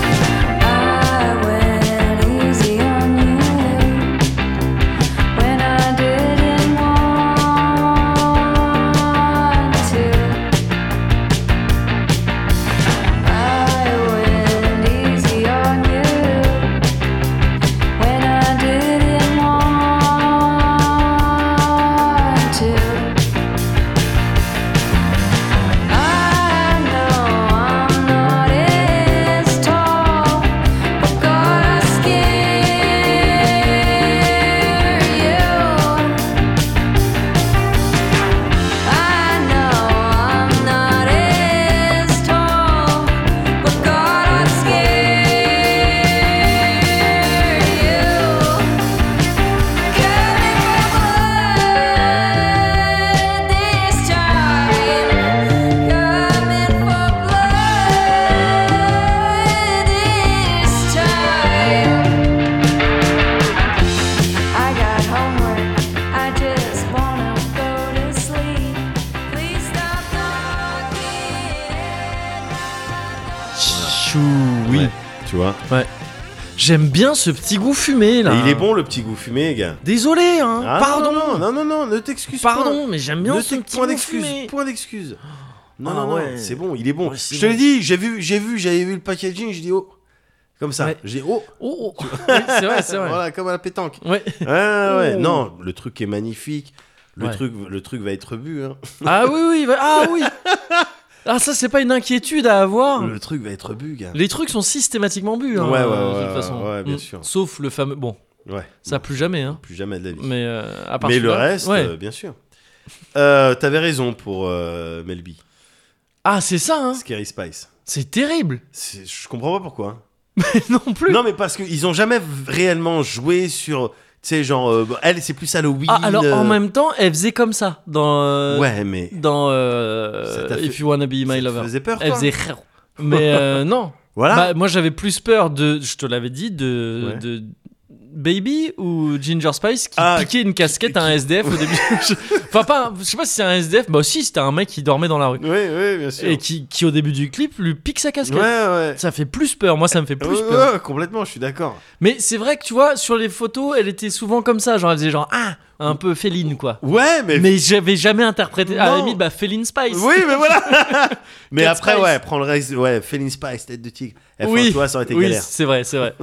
S4: I went easy on you when I didn't want to. I went easy on you
S2: chou, oui.
S1: Oh, Ouais, tu vois.
S2: J'aime bien ce petit goût fumé là.
S1: Et il est bon le petit goût fumé, gars.
S2: Désolé, hein.
S1: Ah,
S2: pardon.
S1: Non, non, non, non, ne t'excuse pas.
S2: Pardon, mais j'aime bien
S1: Ne
S2: ce
S1: t'ex-
S2: petit
S1: point
S2: goût
S1: d'excuse.
S2: fumé.
S1: Point d'excuse. Non,
S2: Ah
S1: non, non,
S2: ouais.
S1: c'est bon, il est bon.
S2: Ouais, c'est
S1: je te l'ai
S2: bon.
S1: dit, j'ai vu, j'ai vu, j'avais vu le packaging, j'ai dit oh. Comme ça.
S2: Ouais.
S1: J'ai dit oh.
S2: Oh, oh. Oui, c'est vrai, c'est vrai.
S1: Voilà, comme à la pétanque.
S2: Ouais.
S1: Ouais, ouais, ouais.
S2: Oh.
S1: Non, le truc est magnifique. Le,
S2: Ouais.
S1: truc, le truc va être bu. hein.
S2: Ah oui, oui, bah- ah
S1: [laughs]
S2: oui. Ah ça, c'est pas une inquiétude à avoir.
S1: Le truc va être bu, gars.
S2: Les trucs sont systématiquement bu, hein,
S1: Ouais, ouais,
S2: euh, de
S1: ouais,
S2: toute façon.
S1: ouais, bien
S2: Mm.
S1: sûr.
S2: Sauf le fameux. Bon,
S1: Ouais.
S2: ça plus jamais, hein.
S1: Plus jamais de la vie. Mais,
S2: Mais euh, à part
S1: le
S2: celui-là,
S1: reste,
S2: ouais.
S1: euh, bien sûr. Euh, T'avais raison pour euh, Melby.
S2: Ah, c'est ça, hein.
S1: Scary Spice.
S2: C'est terrible. [laughs]
S1: C'est- Je comprends pas pourquoi. hein.
S2: non plus.
S1: Non, mais parce qu'ils ont jamais v- réellement joué sur. Tu sais, genre. euh, bon, elle, c'est plus Halloween.
S2: ah, alors en
S1: euh,
S2: même temps, elle faisait comme ça dans. euh,
S1: Ouais, mais.
S2: Dans.
S1: Ça
S2: euh,
S1: t'a fait-
S2: If You Wanna Be
S1: ça
S2: My
S1: te
S2: Lover.
S1: faisait peur,
S2: Elle
S1: toi
S2: faisait. Mais
S1: [laughs]
S2: euh, non.
S1: Voilà.
S2: Bah, moi j'avais plus peur de, je te l'avais dit, de,
S1: Ouais.
S2: de Baby ou Ginger Spice qui
S1: Ah,
S2: piquait une casquette à un SDF
S1: [laughs]
S2: au début. Je- enfin, pas, je sais pas si c'est un SDF, bah aussi c'était un mec qui dormait dans la rue.
S1: Oui, oui, bien sûr.
S2: Et qui, qui, au début du clip lui pique sa
S1: Ouais,
S2: casquette.
S1: ouais.
S2: Ça fait plus peur, moi ça me fait plus
S1: Ouais,
S2: peur.
S1: ouais, complètement, je suis d'accord.
S2: Mais c'est vrai que tu vois, sur les photos, elle était souvent comme ça, genre elle faisait genre, ah, un peu féline quoi.
S1: Ouais, mais.
S2: Mais j'avais jamais interprété. À la
S1: Non.
S2: limite, bah féline Spice.
S1: Oui, mais voilà.
S2: [laughs]
S1: mais
S2: Cat
S1: après,
S2: Spice.
S1: ouais, prends le reste. Ouais, Feline Spice, tête de tigre. Eh,
S2: Oui.
S1: oui. Toi, ça aurait été
S2: Oui,
S1: galère.
S2: c'est vrai,
S1: [laughs]
S2: c'est vrai.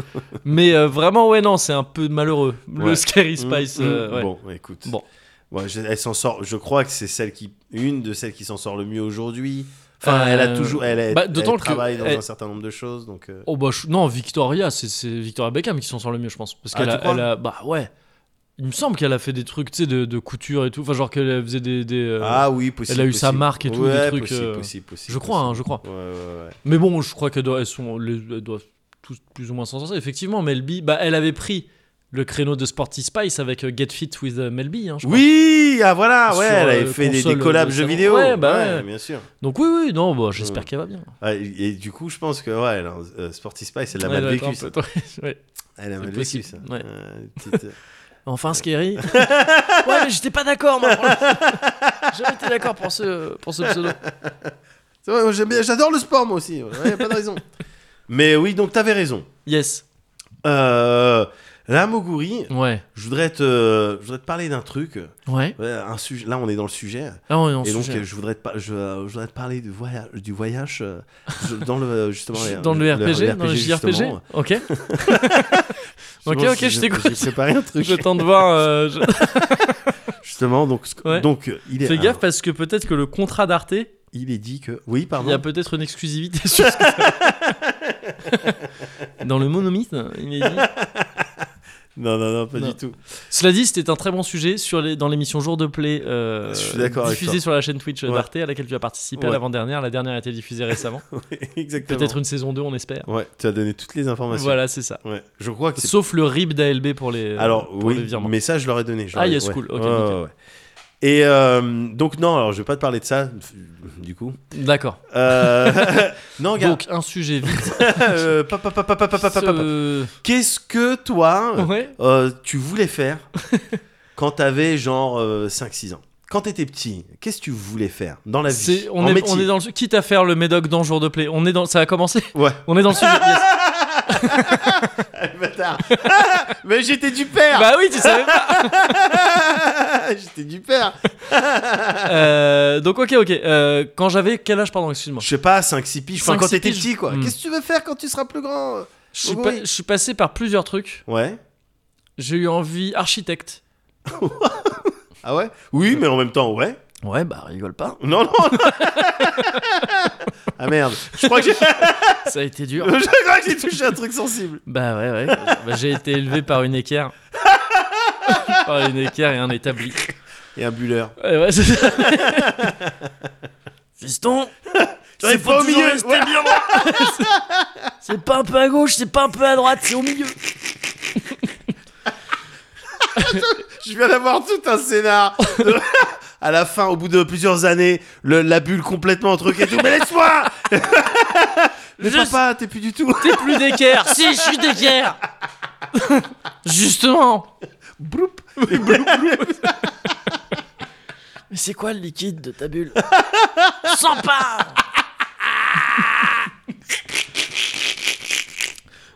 S2: Mais euh, vraiment, ouais, non, c'est un peu malheureux. Le
S1: Ouais.
S2: Scary Spice.
S1: Mm, mm.
S2: euh, ouais.
S1: Bon, écoute.
S2: Bon.
S1: Ouais, je, elle s'en sort. Je crois que c'est celle qui, une de celles qui s'en sort le mieux aujourd'hui. Enfin,
S2: Euh,
S1: elle a toujours, elle, elle-
S2: bah, d'autant
S1: elle
S2: que-
S1: travaille dans
S2: elle-
S1: un certain nombre de choses, donc. euh,
S2: Oh bah je- non, Victoria, c'est- c'est Victoria Beckham qui s'en sort le mieux, je pense. Parce
S1: Ah,
S2: qu'elle
S1: tu
S2: a,
S1: crois
S2: elle a- bah ouais. Il me semble qu'elle a fait des trucs, tu sais, de, de couture et tout. Enfin, genre qu'elle faisait des, des, euh,
S1: Ah oui, possible.
S2: elle a eu sa
S1: possible.
S2: marque et tout,
S1: Ouais,
S2: des trucs,
S1: Possible,
S2: euh,
S1: possible, possible,
S2: je crois, hein, je crois.
S1: possible. Ouais, ouais, ouais.
S2: Mais bon, je crois qu'elles doivent, elles sont, les- elles doivent tous plus ou moins s'en sortir. Effectivement, Melby, bah elle avait pris le créneau de Sporty Spice avec euh, Get Fit with euh, Melby. hein, je crois.
S1: Oui, ah voilà, ouais,
S2: Sur,
S1: elle
S2: euh,
S1: avait fait des, des
S2: console
S1: collabs
S2: de
S1: jeux
S2: salon.
S1: vidéo.
S2: Ouais, bah ouais.
S1: bien sûr.
S2: Donc oui, oui, non, bah, j'espère
S1: Mm.
S2: qu'elle va bien.
S1: Ouais, et, et du coup, je pense que ouais, alors, euh, Sporty Spice, elle l'a
S2: Ouais,
S1: mal
S2: doit être
S1: vécu.
S2: un
S1: ça.
S2: peu- [laughs] ouais.
S1: Elle a mal
S2: C'est
S1: vécu
S2: possible,
S1: ça.
S2: ouais.
S1: Euh, petite, euh,
S2: Enfin,
S1: [laughs]
S2: Scary. ouais, mais j'étais pas d'accord, moi. [laughs] pour le- J'avais été d'accord pour ce, pour ce pseudo.
S1: C'est vrai, moi, j'aime bien- j'adore le sport moi aussi. Ouais, y a pas de raison. Mais oui, donc t'avais raison.
S2: Yes.
S1: Euh, là, Moguri,
S2: Ouais.
S1: je voudrais te, je voudrais te parler d'un truc.
S2: Ouais.
S1: Ouais, un sujet. Là, on est dans le sujet.
S2: Ah, on est en
S1: Et donc,
S2: sujet.
S1: euh, je voudrais, te par- je, euh, je voudrais te parler du voyage, du voyage euh, je- dans le justement
S2: dans le RPG, dans le
S1: justement.
S2: JRPG. Ok.
S1: [laughs] Je
S2: Ok,
S1: pense
S2: ok,
S1: que
S2: je t'écoute.
S1: J'ai préparé un truc.
S2: Je tente de voir.
S1: [laughs]
S2: euh, je-
S1: Justement, donc, ce-
S2: Ouais.
S1: donc euh, il est.
S2: Fais
S1: un-
S2: gaffe parce que peut-être que le contrat d'Arte, il
S1: Il est dit que. Oui,
S2: y a
S1: pardon.
S2: peut-être une exclusivité [laughs] sur ce que ça- Dans le monomythe, il est dit.
S1: Non, non, non, pas
S2: Non.
S1: du tout. [laughs]
S2: Cela dit, c'était un très bon sujet sur les, dans l'émission Jour de Play, euh,
S1: Je suis d'accord avec
S2: diffusée
S1: toi.
S2: sur la chaîne Twitch
S1: Ouais.
S2: d'Arte, à laquelle tu as participé à
S1: Ouais.
S2: l'avant-dernière. La dernière a été diffusée récemment.
S1: [laughs] Exactement.
S2: Peut-être une saison 2, on espère.
S1: Ouais, tu as donné toutes les informations.
S2: Voilà, c'est ça.
S1: Ouais. Je crois que c'est.
S2: Sauf le RIB d'ALB pour les,
S1: Alors,
S2: euh, pour les
S1: oui,
S2: virements.
S1: mais ça, je l'aurais donné. je l'aurais-
S2: yes,
S1: ouais.
S2: cool, ok,
S1: Ouais, ouais,
S2: nickel.
S1: ouais. Et euh, donc, non, alors, je vais pas te parler de ça, [laughs] du coup.
S2: D'accord.
S1: Euh, [laughs] non, regarde.
S2: Donc, un
S1: [laughs]
S2: sujet vite.
S1: euh, pa, pa, pa, pa, pa, pa, pa, pa, pa.
S2: Ce-
S1: Qu'est-ce que toi,
S2: Ouais.
S1: euh, tu voulais
S2: [laughs]
S1: faire quand t'avais genre euh, 5-6 ans Quand t'étais petit, qu'est-ce que tu voulais faire dans la vie
S2: C'est- on,
S1: en
S2: est,
S1: métier
S2: on est dans le su- quitte à faire le médoc dans jour de play. On est dans ça a commencé. [laughs]
S1: Ouais. [laughs]
S2: On est dans le sujet. Yes.
S1: Ah, le bâtard. [laughs] Mais j'étais du père
S2: bah oui, tu savais pas.
S1: [laughs] J'étais du père
S2: Euh, donc ok ok. Euh, quand j'avais quel âge pardon excuse-moi.
S1: Je sais pas, 5-6 piges. Enfin,
S2: 5-6
S1: quand t'étais
S2: piges.
S1: petit, quoi.
S2: Hmm.
S1: Qu'est-ce que tu veux faire quand tu seras plus grand
S2: Je suis
S1: Oui,
S2: pas-
S1: oui.
S2: je suis passé par plusieurs trucs.
S1: Ouais.
S2: J'ai eu envie architecte.
S1: Ah ouais Oui, mais en même temps, ouais.
S2: Ouais bah rigole pas.
S1: Non, non, non. [laughs] Ah merde. Je crois que j'ai
S2: Ça a été dur.
S1: je crois que j'ai touché un truc sensible.
S2: [laughs] bah ouais ouais. Bah, j'ai été élevé par une équerre. [laughs] par une équerre et un établi.
S1: Et un bulleur.
S2: Ouais, ouais, c'est ça. [laughs] Fiston
S1: C'est
S2: faut
S1: pas au
S2: toujours
S1: milieu,
S2: rester
S1: ouais.
S2: bien droit. C'est pas un peu à gauche, c'est pas un peu à droite, c'est au milieu
S1: [laughs] Je viens d'avoir tout un scénar. de- [laughs] à la fin, au bout de plusieurs années, le- la bulle complètement entre et tout. Mais laisse-moi [laughs] Mais
S2: Je-
S1: papa, t'es plus du tout.
S2: T'es plus d'équerre Si, je suis d'équerre [laughs] Justement
S1: Broup.
S2: Mais c'est quoi le liquide de ta bulle Sans pas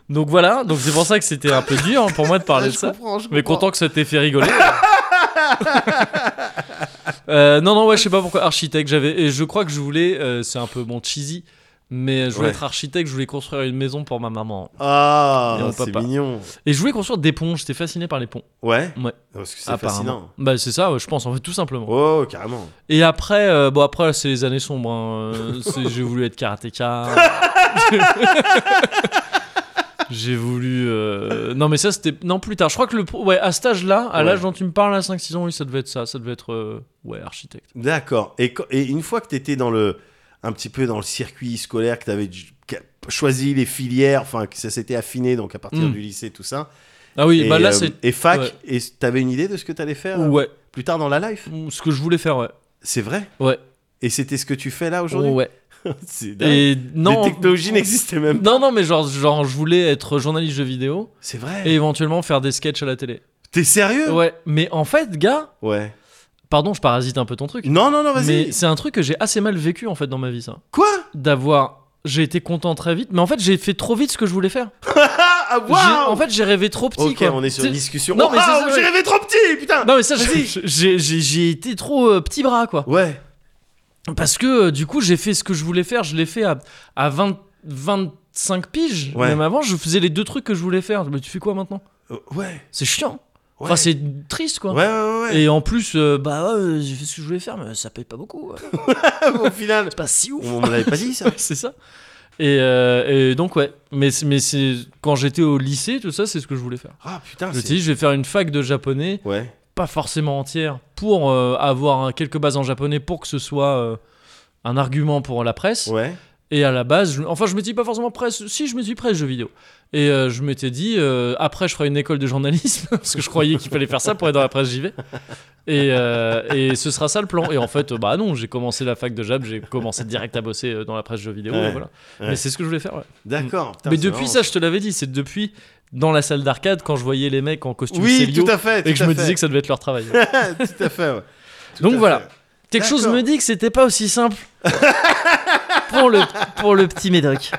S2: Donc voilà, donc c'est pour ça que c'était un peu dur pour moi de parler
S1: Ah,
S2: de
S1: Je
S2: ça.
S1: comprends, je
S2: Mais
S1: comprends.
S2: content que ça t'ait fait rigoler.
S1: [laughs]
S2: Euh, non, non, ouais, je sais pas pourquoi. Architecte, j'avais. Et je crois que je voulais. euh, c'est un peu bon cheesy, mais je voulais
S1: Ouais.
S2: être architecte, je voulais construire une maison pour ma maman. Et
S1: Ah,
S2: mon
S1: c'est
S2: papa.
S1: mignon.
S2: Et je voulais construire des ponts, j'étais fasciné par les ponts.
S1: Ouais.
S2: Ouais.
S1: Parce que c'est
S2: apparemment.
S1: fascinant.
S2: Bah, c'est ça, ouais, je pense, en fait, tout simplement.
S1: Oh, carrément.
S2: Et après, euh, bon, après, c'est les années sombres. hein. Euh, c'est- J'ai voulu être karatéka. [laughs] J'ai voulu. euh, Non, mais ça, c'était. Non, plus tard. Je crois que le. pro- Ouais, à cet âge-là, à
S1: Ouais.
S2: l'âge dont tu me parles, à 5-6 ans, oui, ça devait être ça. Ça devait être. euh, Ouais, architecte.
S1: D'accord. Et, quand- et une fois que tu étais dans le, un petit peu dans le circuit scolaire, que tu avais choisi les filières, enfin, que ça s'était affiné, donc à partir
S2: Mm.
S1: du lycée, tout ça.
S2: Ah oui,
S1: et,
S2: bah là,
S1: euh,
S2: c'est.
S1: et fac,
S2: ouais.
S1: et tu avais une idée de ce que tu allais faire euh,
S2: Ouais.
S1: plus tard dans la life
S2: Ce que je voulais faire, ouais.
S1: C'est vrai
S2: Ouais.
S1: Et c'était ce que tu fais là aujourd'hui
S2: Ouais.
S1: [laughs] C'est dingue.
S2: Et non.
S1: Les technologies n'existaient même pas.
S2: Non, non, mais genre, genre, je voulais être journaliste jeux vidéo
S1: C'est vrai.
S2: et éventuellement faire des sketchs à la télé.
S1: T'es sérieux
S2: Ouais, mais en fait, gars,
S1: Ouais.
S2: pardon, je parasite un peu ton truc.
S1: Non, non, non,
S2: Mais
S1: vas-y.
S2: c'est un truc que j'ai assez mal vécu en fait dans ma vie, ça.
S1: Quoi
S2: D'avoir. J'ai été content très vite, mais en fait j'ai fait trop vite ce que je voulais faire.
S1: Ah,
S2: J'ai-
S1: waouh
S2: En fait j'ai rêvé trop petit.
S1: Ok,
S2: quoi.
S1: on est sur
S2: Tu
S1: une
S2: sais-
S1: discussion.
S2: Non, mais c'est
S1: Waouh,
S2: ça,
S1: j'ai
S2: ouais.
S1: rêvé trop petit, putain
S2: Non mais ça, j'ai- j'ai j'ai- j'ai été trop euh, petit bras quoi.
S1: Ouais.
S2: Parce que euh, du coup j'ai fait ce que je voulais faire, je l'ai fait à, à 20 25 piges.
S1: Ouais.
S2: Même avant je faisais les deux trucs que je voulais faire. Mais tu fais quoi maintenant
S1: Euh, Ouais.
S2: C'est chiant.
S1: Ouais.
S2: Enfin c'est triste quoi.
S1: Ouais, ouais, ouais.
S2: Et en plus, euh, bah ouais, j'ai fait ce que je voulais faire, mais ça paye pas beaucoup. ouais.
S1: [laughs] Au final,
S2: C'est pas si ouf.
S1: on me l'avait pas dit ça.
S2: Ouais, [laughs] c'est ça. Et, euh, et donc, ouais. Mais, c'est- mais c'est quand j'étais au lycée, tout ça, c'est ce que je voulais faire.
S1: [laughs] Ah putain,
S2: Je me
S1: c'est-
S2: suis dit, je vais faire une fac de japonais,
S1: Ouais.
S2: pas forcément entière, pour euh, avoir hein, quelques bases en japonais pour que ce soit euh, un argument pour la presse.
S1: Ouais.
S2: Et à la base, je- enfin, je me dis pas forcément presse, si je me dis presse, jeux vidéo. Et euh, je m'étais dit, euh, après, je ferai une école de journalisme, [laughs] parce que je croyais qu'il fallait faire ça pour être dans la presse, j'y vais. Et, euh, et ce sera ça le plan. Et en fait, euh, bah non, j'ai commencé la fac de Jab, j'ai commencé direct à bosser euh, dans la presse jeux vidéo.
S1: Ouais,
S2: et voilà.
S1: ouais.
S2: Mais c'est ce que je voulais faire. ouais.
S1: D'accord. putain,
S2: Mais
S1: c'est
S2: depuis
S1: marrant.
S2: ça, je te l'avais dit, c'est depuis dans la salle d'arcade, quand je voyais les mecs en costume
S1: Oui,
S2: Célio,
S1: tout à fait.
S2: et que
S1: tout
S2: je
S1: à
S2: me
S1: fait.
S2: disais que ça devait être
S1: [laughs]
S2: leur travail.
S1: tout à fait. ouais. Tout
S2: [laughs] Donc
S1: à
S2: voilà.
S1: fait.
S2: Quelque chose
S1: D'accord.
S2: me dit que c'était pas
S1: [laughs]
S2: aussi simple pour, le, pour le petit médoc.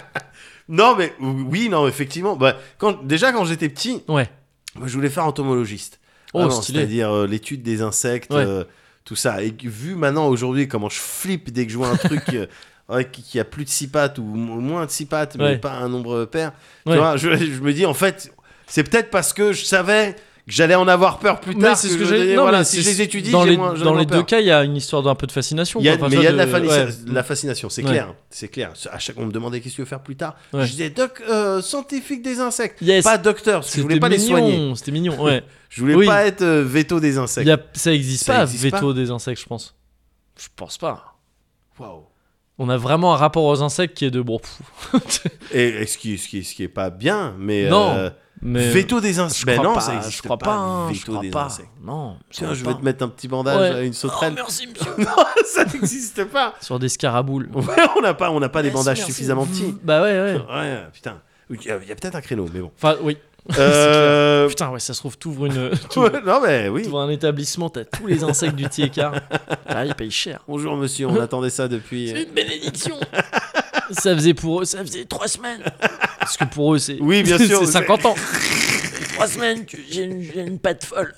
S1: Non mais oui, non effectivement. Bah, quand déjà quand j'étais petit,
S2: Ouais.
S1: moi, je voulais faire entomologiste.
S2: Oh,
S1: Vraiment,
S2: stylé.
S1: C'est-à-dire euh, l'étude des insectes,
S2: Ouais.
S1: euh, tout ça. Et vu maintenant aujourd'hui comment je flippe dès que je vois un
S2: [laughs]
S1: truc. euh, ouais, qui qui a plus de 6 pattes ou mo- moins de 6 pattes, mais
S2: Ouais.
S1: pas un nombre pair.
S2: Ouais.
S1: Tu vois, je, je me dis, en fait, c'est peut-être parce que je savais que j'allais en avoir peur plus tard.
S2: Mais c'est ce que
S1: je-
S2: j'ai. non,
S1: voilà,
S2: mais
S1: si
S2: c'est-
S1: je les étudie,
S2: dans
S1: j'ai
S2: les,
S1: moins- j'en ai
S2: dans
S1: moins
S2: les
S1: peur.
S2: deux cas, il y a une histoire d'un peu de fascination.
S1: Il y a-
S2: quoi. Enfin,
S1: mais il y a de, la,
S2: toi,
S1: fani-
S2: ouais.
S1: de la fascination, c'est
S2: Ouais.
S1: clair, hein, c'est clair. À chaque on me demandait qu'est-ce que tu veux faire plus tard,
S2: Ouais.
S1: je disais doc euh, scientifique des insectes,
S2: Yes.
S1: pas docteur, parce que je voulais
S2: C'était
S1: pas les
S2: mignon,
S1: soigner,
S2: C'était mignon. Ouais.
S1: je voulais
S2: Oui.
S1: pas être euh, veto des
S2: Il
S1: insectes.
S2: y a- ça
S1: [laughs]
S2: existe
S1: Ça
S2: pas,
S1: existe
S2: veto des insectes, je pense. Je pense pas.
S1: Waouh.
S2: On a vraiment un rapport aux insectes qui est de bon. pff, [laughs]
S1: Et, et ce qui ce qui ce qui est pas bien, mais
S2: Non,
S1: euh,
S2: mais
S1: veto des
S2: je
S1: insectes,
S2: crois
S1: ben non,
S2: pas,
S1: ça existe
S2: je crois pas. hein, je
S1: veto
S2: crois
S1: des
S2: pas.
S1: insectes.
S2: Non. je
S1: Tiens,
S2: crois
S1: je vais
S2: pas.
S1: te mettre un petit bandage
S2: Ouais.
S1: à une [laughs]
S2: Oh,
S1: sauterelle.
S2: merci, monsieur.
S1: ça n'existe
S2: [laughs]
S1: pas.
S2: Sur des scaraboules.
S1: Ouais, [laughs] on n'a pas on n'a pas des
S2: Merci,
S1: bandages
S2: merci.
S1: suffisamment petits.
S2: Bah ouais, ouais.
S1: Ouais, putain. Il y a, il y a peut-être un créneau,
S2: [laughs]
S1: mais bon.
S2: Enfin, oui.
S1: Euh, [laughs]
S2: Putain, ouais, ça se trouve, t'ouvres une. [laughs]
S1: ouais, non mais oui.
S2: T'ouvres un établissement, t'as tous les insectes du petit écart.
S1: [laughs]
S2: Ah, ils payent cher.
S1: Bonjour monsieur,
S2: [laughs]
S1: on attendait ça depuis. euh,
S2: C'est une bénédiction. [laughs] ça faisait pour eux, ça faisait trois semaines. Parce que pour eux, c'est.
S1: Oui, bien sûr,
S2: [laughs] c'est
S1: c'est- [laughs]
S2: 50 ans. trois semaines, que j'ai une, j'ai une patte folle.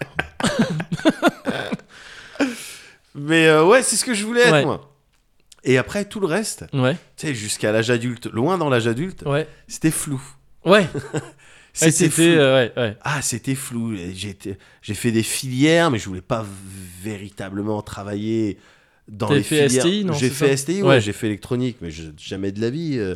S1: Mais euh, ouais, c'est ce que je voulais être
S2: Ouais.
S1: moi. Et après tout le reste,
S2: Ouais,
S1: tu sais, jusqu'à l'âge adulte, loin dans l'âge adulte,
S2: ouais.
S1: c'était flou.
S2: Ouais, Ouais,
S1: C'était
S2: c'était.
S1: flou.
S2: euh, ouais, ouais.
S1: Ah, c'était flou. J'étais- J'ai fait des filières, mais je voulais pas v- véritablement travailler dans
S2: T'as
S1: les
S2: fait
S1: filières.
S2: STI, non,
S1: J'ai
S2: c'est
S1: fait
S2: ça
S1: STI, ouais,
S2: Ouais.
S1: j'ai fait électronique, mais je- jamais de la vie. euh,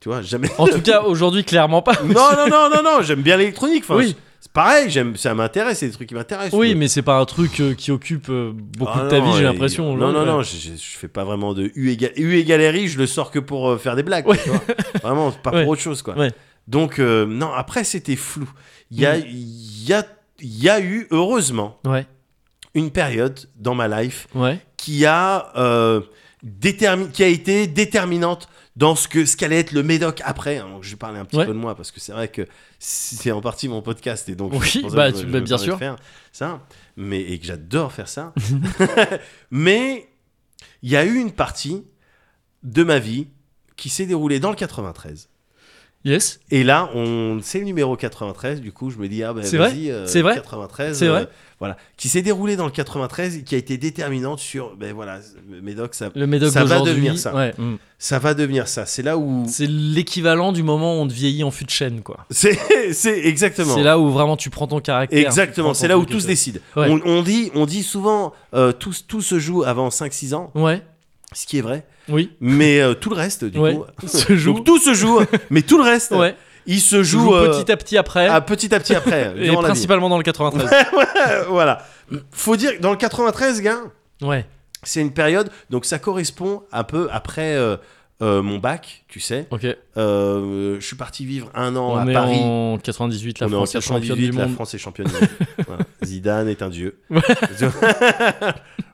S1: tu vois,
S2: [laughs]
S1: jamais.
S2: En tout cas, aujourd'hui, clairement pas. [laughs]
S1: non, non, non, non, non, j'aime bien l'électronique. enfin,
S2: Oui.
S1: C'est pareil, j'aime, ça m'intéresse, c'est des trucs qui m'intéressent.
S2: Oui,
S1: mais-
S2: mais c'est pas un truc euh, qui occupe euh, beaucoup
S1: Ah
S2: de ta
S1: non,
S2: vie, j'ai
S1: et-
S2: l'impression.
S1: Non, non,
S2: ouais.
S1: non, je, je- je fais pas vraiment de U et, ga- U et galerie, je le sors que pour euh, faire des blagues.
S2: Ouais.
S1: tu
S2: [laughs]
S1: vois. Vraiment, c'est pas
S2: Ouais.
S1: pour autre chose, quoi.
S2: Ouais.
S1: Donc, euh, non, après, c'était flou. Il y a,
S2: Mm.
S1: il y, a, il y a eu, heureusement,
S2: Ouais,
S1: une période dans ma life
S2: ouais.
S1: qui a, euh, détermi- qui a été déterminante dans ce que ce qu'allait être le médoc après. hein. Donc, je vais parler un petit
S2: Ouais.
S1: peu de moi parce que c'est vrai que c'est en partie mon podcast et donc
S2: Oui,
S1: c'est pour ça
S2: bah,
S1: que
S2: tu-
S1: me
S2: bah, bien
S1: permets de
S2: sûr.
S1: faire ça, mais et que j'adore faire
S2: [laughs]
S1: ça. [laughs] mais il y a eu une partie de ma vie qui s'est déroulée dans le 93
S2: Yes.
S1: Et là, on c'est le numéro 93, du coup, je me dis, ah ben
S2: C'est
S1: vas-y,
S2: vrai
S1: euh,
S2: C'est vrai
S1: 93,
S2: C'est vrai
S1: voilà, qui s'est déroulé dans le 93 et qui a été déterminante sur, ben voilà, Médoc, ça,
S2: Le médoc
S1: Ça va
S2: d'aujourd'hui,
S1: devenir ça.
S2: ouais, mm.
S1: ça va devenir ça. C'est là où... [laughs]
S2: C'est l'équivalent du moment où on te vieillit en fut de chaîne, quoi.
S1: C'est c'est exactement.
S2: C'est là où vraiment tu prends ton caractère. tu prends
S1: Exactement,
S2: ton
S1: c'est là où
S2: truc et
S1: tout se
S2: tout.
S1: décide.
S2: Ouais.
S1: On, on dit, on dit souvent, euh, tout, tout se joue avant 5-6 ans,
S2: Ouais,
S1: ce qui est vrai,
S2: oui,
S1: mais euh, tout le reste, du
S2: Ouais.
S1: coup...
S2: [laughs] se joue.
S1: Donc tout se joue, mais tout le reste,
S2: ouais,
S1: il se
S2: joue,
S1: Euh, joue, euh,
S2: petit à petit après.
S1: à petit à petit après,
S2: et
S1: durant la vie.
S2: principalement dans le
S1: [laughs]
S2: 93.
S1: Euh, voilà. Faut dire que dans le 93, gars,
S2: ouais,
S1: c'est une période, donc ça correspond un peu après euh, euh, mon bac, tu sais.
S2: ok.
S1: Euh, je suis parti vivre un an
S2: on
S1: à
S2: est
S1: Paris.
S2: en 98, la
S1: On est
S2: France est championne du
S1: la
S2: monde.
S1: France est championne
S2: [laughs]
S1: du monde. Voilà. Zidane est un dieu. [laughs]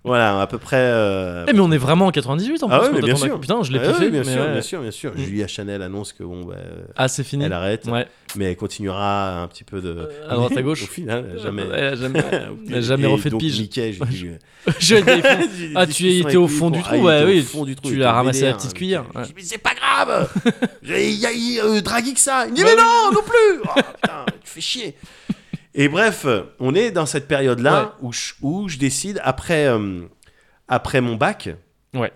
S1: voilà, à peu près. euh,
S2: Eh, mais on est vraiment en 98 en
S1: Ah
S2: plus.
S1: ouais, mais
S2: quand
S1: bien
S2: t'as ton
S1: sûr.
S2: bac. Putain, je l'ai
S1: ah
S2: pas
S1: oui,
S2: fait.
S1: bien,
S2: mais
S1: sûr,
S2: ouais.
S1: bien sûr, bien sûr.
S2: Mm.
S1: Julia Chanel annonce que bon, bah, euh,
S2: Ah, c'est fini.
S1: elle arrête,
S2: Ouais. Euh,
S1: mais elle continuera un petit peu de.
S2: à droite, à
S1: Mais [laughs]
S2: gauche.
S1: Au final, elle a jamais.
S2: Elle a jamais, elle a
S1: Et-
S2: jamais
S1: et [laughs]
S2: refait de
S1: donc,
S2: pige.
S1: Mickey, j'ai dit, euh,
S2: [laughs] Je-
S1: [laughs]
S2: Ah,
S1: des
S2: tu y
S1: discussions
S2: étais au
S1: avec lui
S2: fond
S1: pour-
S2: du
S1: ah,
S2: trou,
S1: il
S2: ouais,
S1: était au
S2: oui,
S1: fond du trou,
S2: tu
S1: il
S2: l'as
S1: était
S2: ramassé la
S1: vénère. hein,
S2: petite cuillère,
S1: Je dis,
S2: ouais.
S1: mais c'est pas
S2: [laughs]
S1: grave J'ai- Il y a, il y a, euh, Draghi que ça Il me dit,
S2: Bah
S1: mais non, non plus Oh, putain, tu fais chier Et bref, on est dans cette période-là où, je, où je décide, après, euh, après mon bac,
S2: Ouais.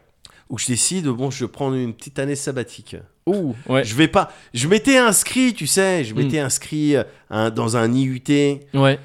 S1: où je décide, bon, je vais prendre une petite année sabbatique.
S2: Ouh, ouais.
S1: Je vais pas... Je m'étais inscrit, tu sais, je
S2: Mm.
S1: m'étais inscrit euh, un- dans un IUT
S2: Ouais.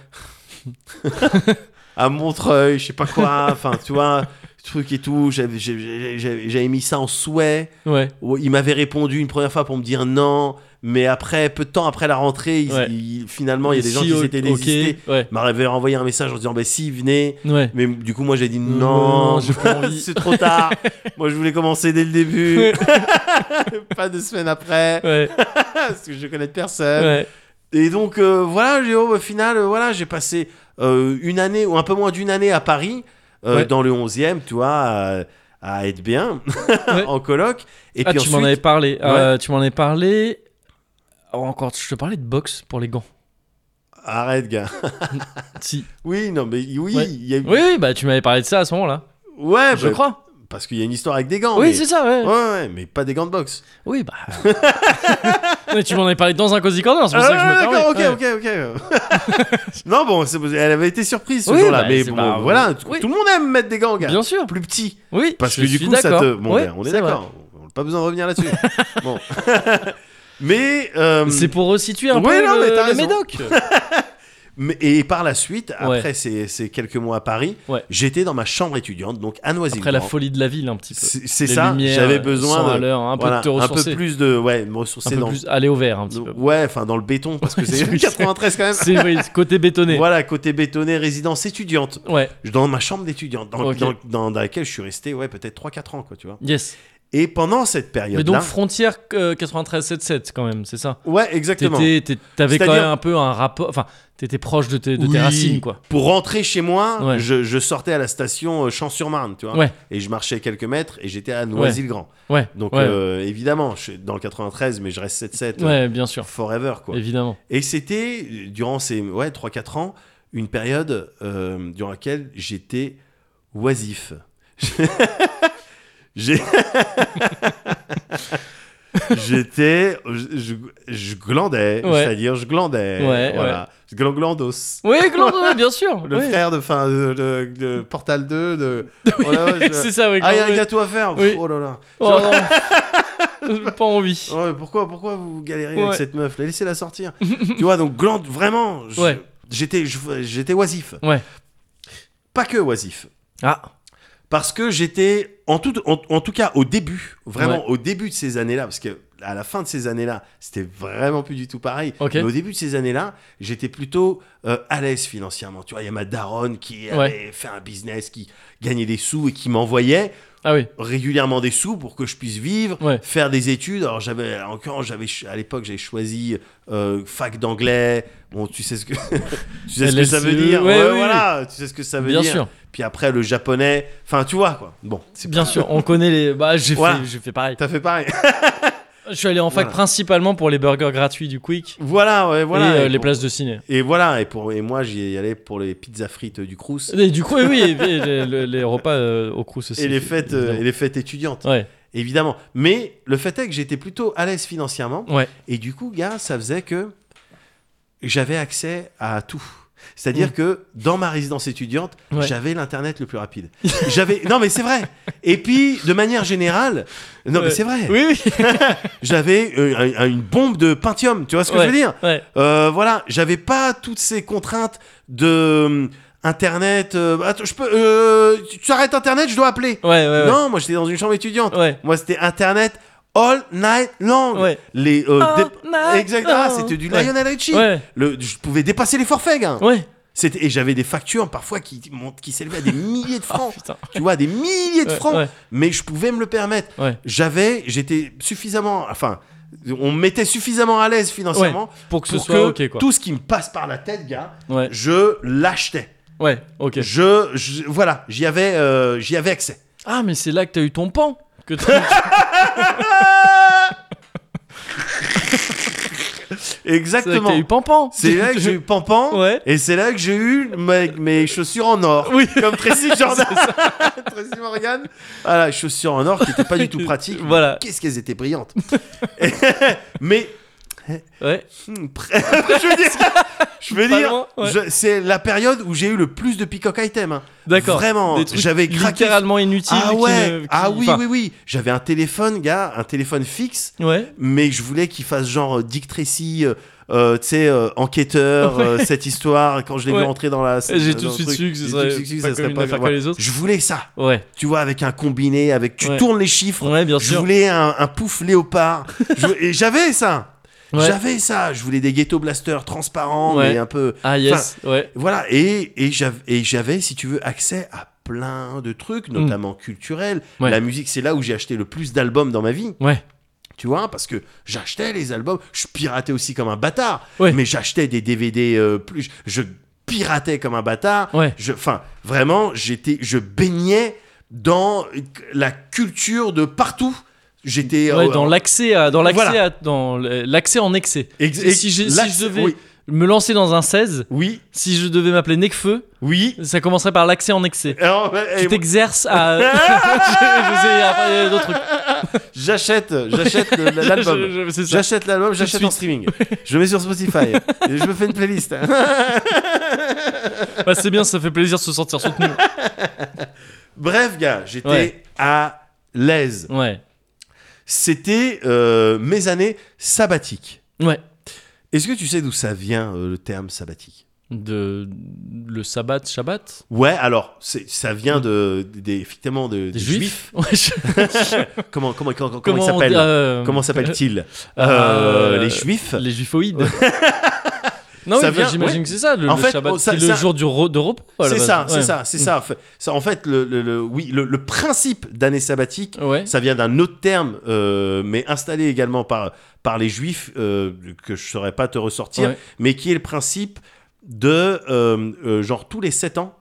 S1: à Montreuil, je sais pas
S2: [laughs]
S1: quoi, enfin, tu vois, truc et tout, j'avais- j'avais j'avais- j'avais mis ça en souhait.
S2: Ouais.
S1: Oh, Il m'avait répondu une première fois pour me dire non, mais après, peu de temps après la rentrée, il-
S2: Ouais.
S1: il- finalement, il y a des gens
S2: Si,
S1: qui s'étaient
S2: ok,
S1: désistés.
S2: Ouais.
S1: Il m'avait renvoyé un message en disant, bah, si, venez. [laughs]
S2: Ouais.
S1: Mais du coup, moi, j'ai dit
S2: Non,
S1: non, [laughs]
S2: j'ai pas envie.
S1: c'est trop
S2: [laughs]
S1: tard. moi, je voulais commencer dès le début, [laughs] pas deux semaines après, [laughs]
S2: Ouais.
S1: parce que je connais personne.
S2: Ouais.
S1: Euh, Et donc euh, voilà, j'ai- au final, euh, voilà, j'ai passé euh, une année ou un peu moins d'une année à Paris, euh,
S2: Ouais.
S1: dans le 11e, tu vois, à, à être bien [laughs]
S2: Ouais.
S1: en coloc. Et
S2: Ah,
S1: puis
S2: tu m'en avais
S1: ensuite,
S2: parlé. Euh, tu m'en avais parlé. Oh, encore, je te parlais de boxe pour les gants.
S1: arrête, gars.
S2: Si.
S1: Oui, non, mais oui, il
S2: Ouais.
S1: y a eu-
S2: Oui, oui, bah tu m'avais parlé de ça à ce moment-là.
S1: ouais,
S2: je
S1: bah,
S2: crois.
S1: parce qu'il y a une histoire avec des gants.
S2: Oui,
S1: mais-
S2: c'est ça, ouais.
S1: Ouais, ouais, mais pas des gants de boxe.
S2: Oui, bah. [laughs] Mais tu m'en avais parlé dans un Cozy Corner, c'est pour ça que je me
S1: Ah,
S2: permets.
S1: d'accord, ok,
S2: Ouais.
S1: ok,
S2: [laughs]
S1: ok. non, bon, c'est- elle avait été surprise ce
S2: Oui,
S1: jour-là,
S2: bah,
S1: mais
S2: c'est
S1: bon,
S2: pas-
S1: voilà, t-
S2: Oui.
S1: tout le monde aime mettre des gants, gars.
S2: Bien sûr.
S1: Plus petit.
S2: Oui.
S1: Parce
S2: je
S1: que du
S2: suis
S1: coup, ça
S2: d'accord.
S1: te. Bon,
S2: Ouais,
S1: ben, on est
S2: c'est vrai.
S1: d'accord. On n'a pas besoin de revenir
S2: [laughs]
S1: là-dessus. bon. [laughs] mais, euh,
S2: C'est pour resituer un
S1: Ouais,
S2: peu
S1: non,
S2: le,
S1: mais t'as
S2: le
S1: raison.
S2: médoc.
S1: mais- Et par la suite,
S2: Ouais.
S1: après ces, ces quelques mois à Paris,
S2: Ouais.
S1: j'étais dans ma chambre étudiante, donc à Noisy-le-Grand.
S2: Après la folie de la ville, un petit peu.
S1: C'est c'est
S2: Les
S1: ça,
S2: lumières,
S1: j'avais
S2: euh,
S1: besoin
S2: sans
S1: de.
S2: haleur, un peu
S1: voilà,
S2: de te ressourcer.
S1: plus de. Ouais, me
S2: Un
S1: ressourcer
S2: peu
S1: dans.
S2: plus aller au vert, un petit peu.
S1: Ouais, enfin dans le béton,
S2: [laughs]
S1: parce que c'est [laughs]
S2: Oui, c'est-
S1: 93 quand même.
S2: C'est oui, ce côté bétonné.
S1: Voilà, côté bétonné, résidence étudiante.
S2: Ouais,
S1: Dans ma chambre d'étudiante, dans,
S2: Ok.
S1: dans, dans- dans laquelle je suis resté, ouais, peut-être 3-4 ans, quoi, tu vois.
S2: yes.
S1: Et pendant cette période-là.
S2: Mais donc frontière euh, 93-77 quand même, c'est ça
S1: Ouais, exactement.
S2: T'étais- t'é- T'avais quand
S1: C'est-à-dire-
S2: même un peu un rapport. Enfin, t'étais proche de tes, de tes
S1: Oui.
S2: racines, quoi.
S1: Pour rentrer chez moi,
S2: Ouais.
S1: je, je sortais à la station euh, Champs-sur-Marne, tu vois.
S2: Ouais.
S1: Et je marchais quelques mètres et j'étais à Noisy-le-Grand.
S2: Ouais.
S1: Donc
S2: ouais.
S1: euh, évidemment, je suis dans le 93, mais je reste 7-7 euh,
S2: ouais, bien sûr.
S1: forever, quoi.
S2: Évidemment.
S1: Et c'était, euh, durant ces ouais, 3-4 ans, une période euh, durant laquelle j'étais oisif. [laughs] J'ai- [laughs] J'étais. Je, je, je glandais,
S2: Ouais.
S1: c'est-à-dire je glandais.
S2: Ouais,
S1: voilà. Je glan- glandos.
S2: Oui, Gland, ouais, bien
S1: [laughs]
S2: sûr.
S1: Le
S2: ouais.
S1: frère de, fin, de, de- de Portal 2,
S2: [laughs]
S1: de. Oh là là, je-
S2: c'est ça, oui.
S1: Ah, il y a un
S2: Gland, ouais.
S1: gâteau à faire
S2: Oui.
S1: Oh là là
S2: Oh, non. J'ai [laughs] pas envie.
S1: Oh, mais pourquoi, pourquoi vous galérez
S2: Ouais.
S1: avec cette meuf là Laissez-la
S2: [laughs]
S1: sortir Tu vois, donc glande, vraiment je-
S2: Ouais.
S1: J'étais je- j'étais oisif.
S2: Ouais.
S1: Pas que oisif.
S2: Ah,
S1: Parce que j'étais, en tout, en, en tout cas au début, vraiment
S2: Ouais.
S1: au début de ces années-là, parce que à la fin de ces années-là, c'était vraiment plus du tout pareil.
S2: Ok.
S1: Mais au début de ces années-là, j'étais plutôt euh, à l'aise financièrement. Tu vois, il y a ma daronne qui
S2: Ouais.
S1: avait fait un business, qui gagnait des sous et qui m'envoyait
S2: ah oui.
S1: régulièrement des sous pour que je puisse vivre,
S2: Ouais.
S1: faire des études. Alors j'avais encore, j'avais ch- à l'époque j'avais choisi euh, fac d'anglais. Bon, tu sais ce que [laughs] tu sais ce que ça veut
S2: LSE,
S1: dire.
S2: E. ouais, oui, oui.
S1: voilà, tu sais ce que ça veut
S2: Bien
S1: dire.
S2: sûr.
S1: Puis après le japonais. Enfin, tu vois quoi. Bon, c'est
S2: Bien sûr, on connaît les. Bah, j'ai
S1: Voilà.
S2: fait, j'ai fait pareil.
S1: T'as fait pareil. [laughs]
S2: Je suis allé en fac
S1: Voilà.
S2: principalement pour les burgers gratuits du Quick
S1: voilà, ouais, voilà.
S2: et euh, les
S1: pour-
S2: places de ciné.
S1: Et voilà, et pour et moi j'y allais pour les pizzas frites du Crous
S2: Et du coup, oui, oui, et- et les, les- les repas euh, au Crous aussi.
S1: et les fêtes euh, et les fêtes étudiantes.
S2: Ouais.
S1: évidemment. Mais le fait est que j'étais plutôt à l'aise financièrement.
S2: Ouais.
S1: Et du coup, gars, ça faisait que j'avais accès à tout. C'est-à-dire
S2: Mm.
S1: que dans ma résidence étudiante,
S2: Ouais.
S1: j'avais l'internet le plus rapide. J'avais non mais c'est vrai. Et puis de manière générale, non
S2: Ouais.
S1: mais c'est vrai.
S2: Oui, oui.
S1: J'avais euh, un- un- une bombe de Pentium, tu vois ce que
S2: Ouais,
S1: je veux dire
S2: ouais.
S1: euh, voilà, j'avais pas toutes ces contraintes de euh, internet. euh, attends, je peux, euh, tu- tu arrêtes internet, je dois appeler.
S2: Ouais, ouais, ouais.
S1: Non, moi j'étais dans une chambre étudiante.
S2: Euh. Ouais.
S1: Moi c'était internet all night long.
S2: Ouais.
S1: Les euh,
S2: All
S1: dé-
S2: night
S1: exact, ah,
S2: long.
S1: c'était du
S2: Ouais.
S1: Lionel Richie.
S2: Ouais.
S1: Le- je pouvais dépasser les forfaits, gars.
S2: Ouais.
S1: C'était- Et j'avais des factures parfois qui, mon- qui s'élevaient à des milliers de
S2: Oh, [laughs]
S1: francs.
S2: putain.
S1: tu vois, des milliers de
S2: Ouais,
S1: francs.
S2: ouais.
S1: Mais je pouvais me le permettre
S2: Ouais.
S1: j'avais, j'étais suffisamment, enfin, on me mettait suffisamment à l'aise financièrement
S2: Pour que ce soit ok, quoi.
S1: tout ce qui me passe par la tête, gars,
S2: Ouais.
S1: je l'achetais.
S2: Ouais. Ok.
S1: Je, je- voilà, j'y avais, euh, j'y avais accès.
S2: Ah, mais c'est là que t'as eu ton pan. Que t'as- c'est là que
S1: Exactement.
S2: t'as eu pan-pan.
S1: C'est là que j'ai eu Pampan
S2: Ouais.
S1: et c'est là que j'ai eu mes, mes chaussures en or.
S2: [laughs] [laughs] Oui.
S1: Comme Tracy Jordan. [laughs] Tracy Morgan. Voilà, chaussures en or qui n'étaient pas du
S2: [laughs]
S1: tout pratiques.
S2: Voilà.
S1: Qu'est-ce qu'elles étaient brillantes. [laughs] Mais
S2: Ouais.
S1: Hmm, pre- [laughs] je veux dire, je veux
S2: Pas
S1: dire,
S2: loin, ouais.
S1: je- c'est la période où j'ai eu le plus de peacock item. hein.
S2: D'accord.
S1: Vraiment,
S2: Des trucs
S1: j'avais craqué.
S2: Littéralement inutile.
S1: Ah ouais, ah oui,
S2: enfin,
S1: oui, oui. J'avais un téléphone, gars, un téléphone fixe,
S2: Ouais.
S1: mais je voulais qu'il fasse genre euh, Dick Tracy, euh, euh, tu sais, euh, enquêteur, euh, cette histoire. Quand je l'ai
S2: Ouais.
S1: vu entrer dans la. euh,
S2: Et J'ai
S1: dans
S2: tout de
S1: le
S2: suite
S1: truc,
S2: su que ce
S1: j'ai
S2: serait,
S1: tout de suite su que
S2: pas
S1: ça
S2: comme
S1: serait
S2: une
S1: pas-
S2: affaire que
S1: voilà.
S2: les autres.
S1: Je voulais ça,
S2: Ouais.
S1: tu vois, avec un combiné, avec tu
S2: Ouais.
S1: tournes les chiffres.
S2: Ouais, bien
S1: Je
S2: sûr.
S1: voulais un, un pouf léopard.
S2: [laughs]
S1: Je- et j'avais ça.
S2: Ouais.
S1: J'avais ça. Je voulais des ghetto blasters transparents
S2: Ouais.
S1: mais un peu.
S2: Ah yes. Ouais.
S1: Voilà. Et, et j'av- et j'avais, si tu veux, accès à plein de trucs, notamment culturels.
S2: Mm. Ouais.
S1: La musique, c'est là où j'ai acheté le plus d'albums dans ma vie.
S2: Ouais.
S1: Tu vois, parce que j'achetais les albums. Je piratais aussi comme un bâtard.
S2: Ouais.
S1: Mais j'achetais des DVD euh, plus. Je piratais comme un bâtard.
S2: Ouais.
S1: Je- Enfin, vraiment, j'étais, je baignais dans la culture de partout. J'étais
S2: Ouais,
S1: euh,
S2: dans l'accès à dans l'accès
S1: Voilà.
S2: à- dans l'accès en excès.
S1: Ex-
S2: Et si j'ai- si
S1: l'accès-
S2: je devais-
S1: oui.
S2: Me lancer dans un 16,
S1: oui,
S2: si je devais m'appeler Necfeu,
S1: oui.
S2: ça commencerait par l'accès en excès.
S1: Alors, euh,
S2: Tu
S1: et moi-
S2: t'exerces
S1: [laughs]
S2: à [laughs] je, je sais après, d'autres trucs.
S1: j'achète, j'achète
S2: [laughs]
S1: le- l'album.
S2: Je- je- c'est ça.
S1: J'achète l'album, j'achète en
S2: [laughs]
S1: streaming. Je mets sur Spotify. Et je me fais une playlist.
S2: Bah, c'est bien, ça fait plaisir de se sentir soutenu.
S1: Bref, gars, j'étais
S2: Ouais.
S1: à l'aise.
S2: [laughs] Ouais.
S1: C'était euh, mes années sabbatiques.
S2: Ouais.
S1: Est-ce que tu sais d'où ça vient euh, le terme sabbatique
S2: De le sabbat, Shabbat
S1: Ouais, alors c'est- ça vient de, des, effectivement de, des,
S2: des
S1: juifs.
S2: juifs. Ouais, je-
S1: Comment comment comment, comment,
S2: on
S1: ils s'appellent
S2: dit, euh,
S1: Comment s'appellent-ils
S2: [laughs] euh,
S1: Euh, Les juifs.
S2: Les juifoïdes. [laughs] non,
S1: Ça
S2: oui, bah,
S1: vient-
S2: j'imagine
S1: ouais.
S2: que c'est ça, le,
S1: En
S2: le
S1: fait,
S2: Shabbat.
S1: oh, ça-
S2: c'est le
S1: ça-
S2: jour du re- de repos. à la
S1: C'est
S2: base.
S1: ça,
S2: Ouais.
S1: c'est ça, c'est ça. Fait- ça. En fait, le, le- le- oui, le, le principe d'année sabbatique,
S2: Ouais.
S1: ça vient d'un autre terme, euh, mais installé également par, par les juifs, euh, que je ne saurais pas te ressortir,
S2: Ouais.
S1: mais qui est le principe de, euh, euh, genre, tous les 7 ans,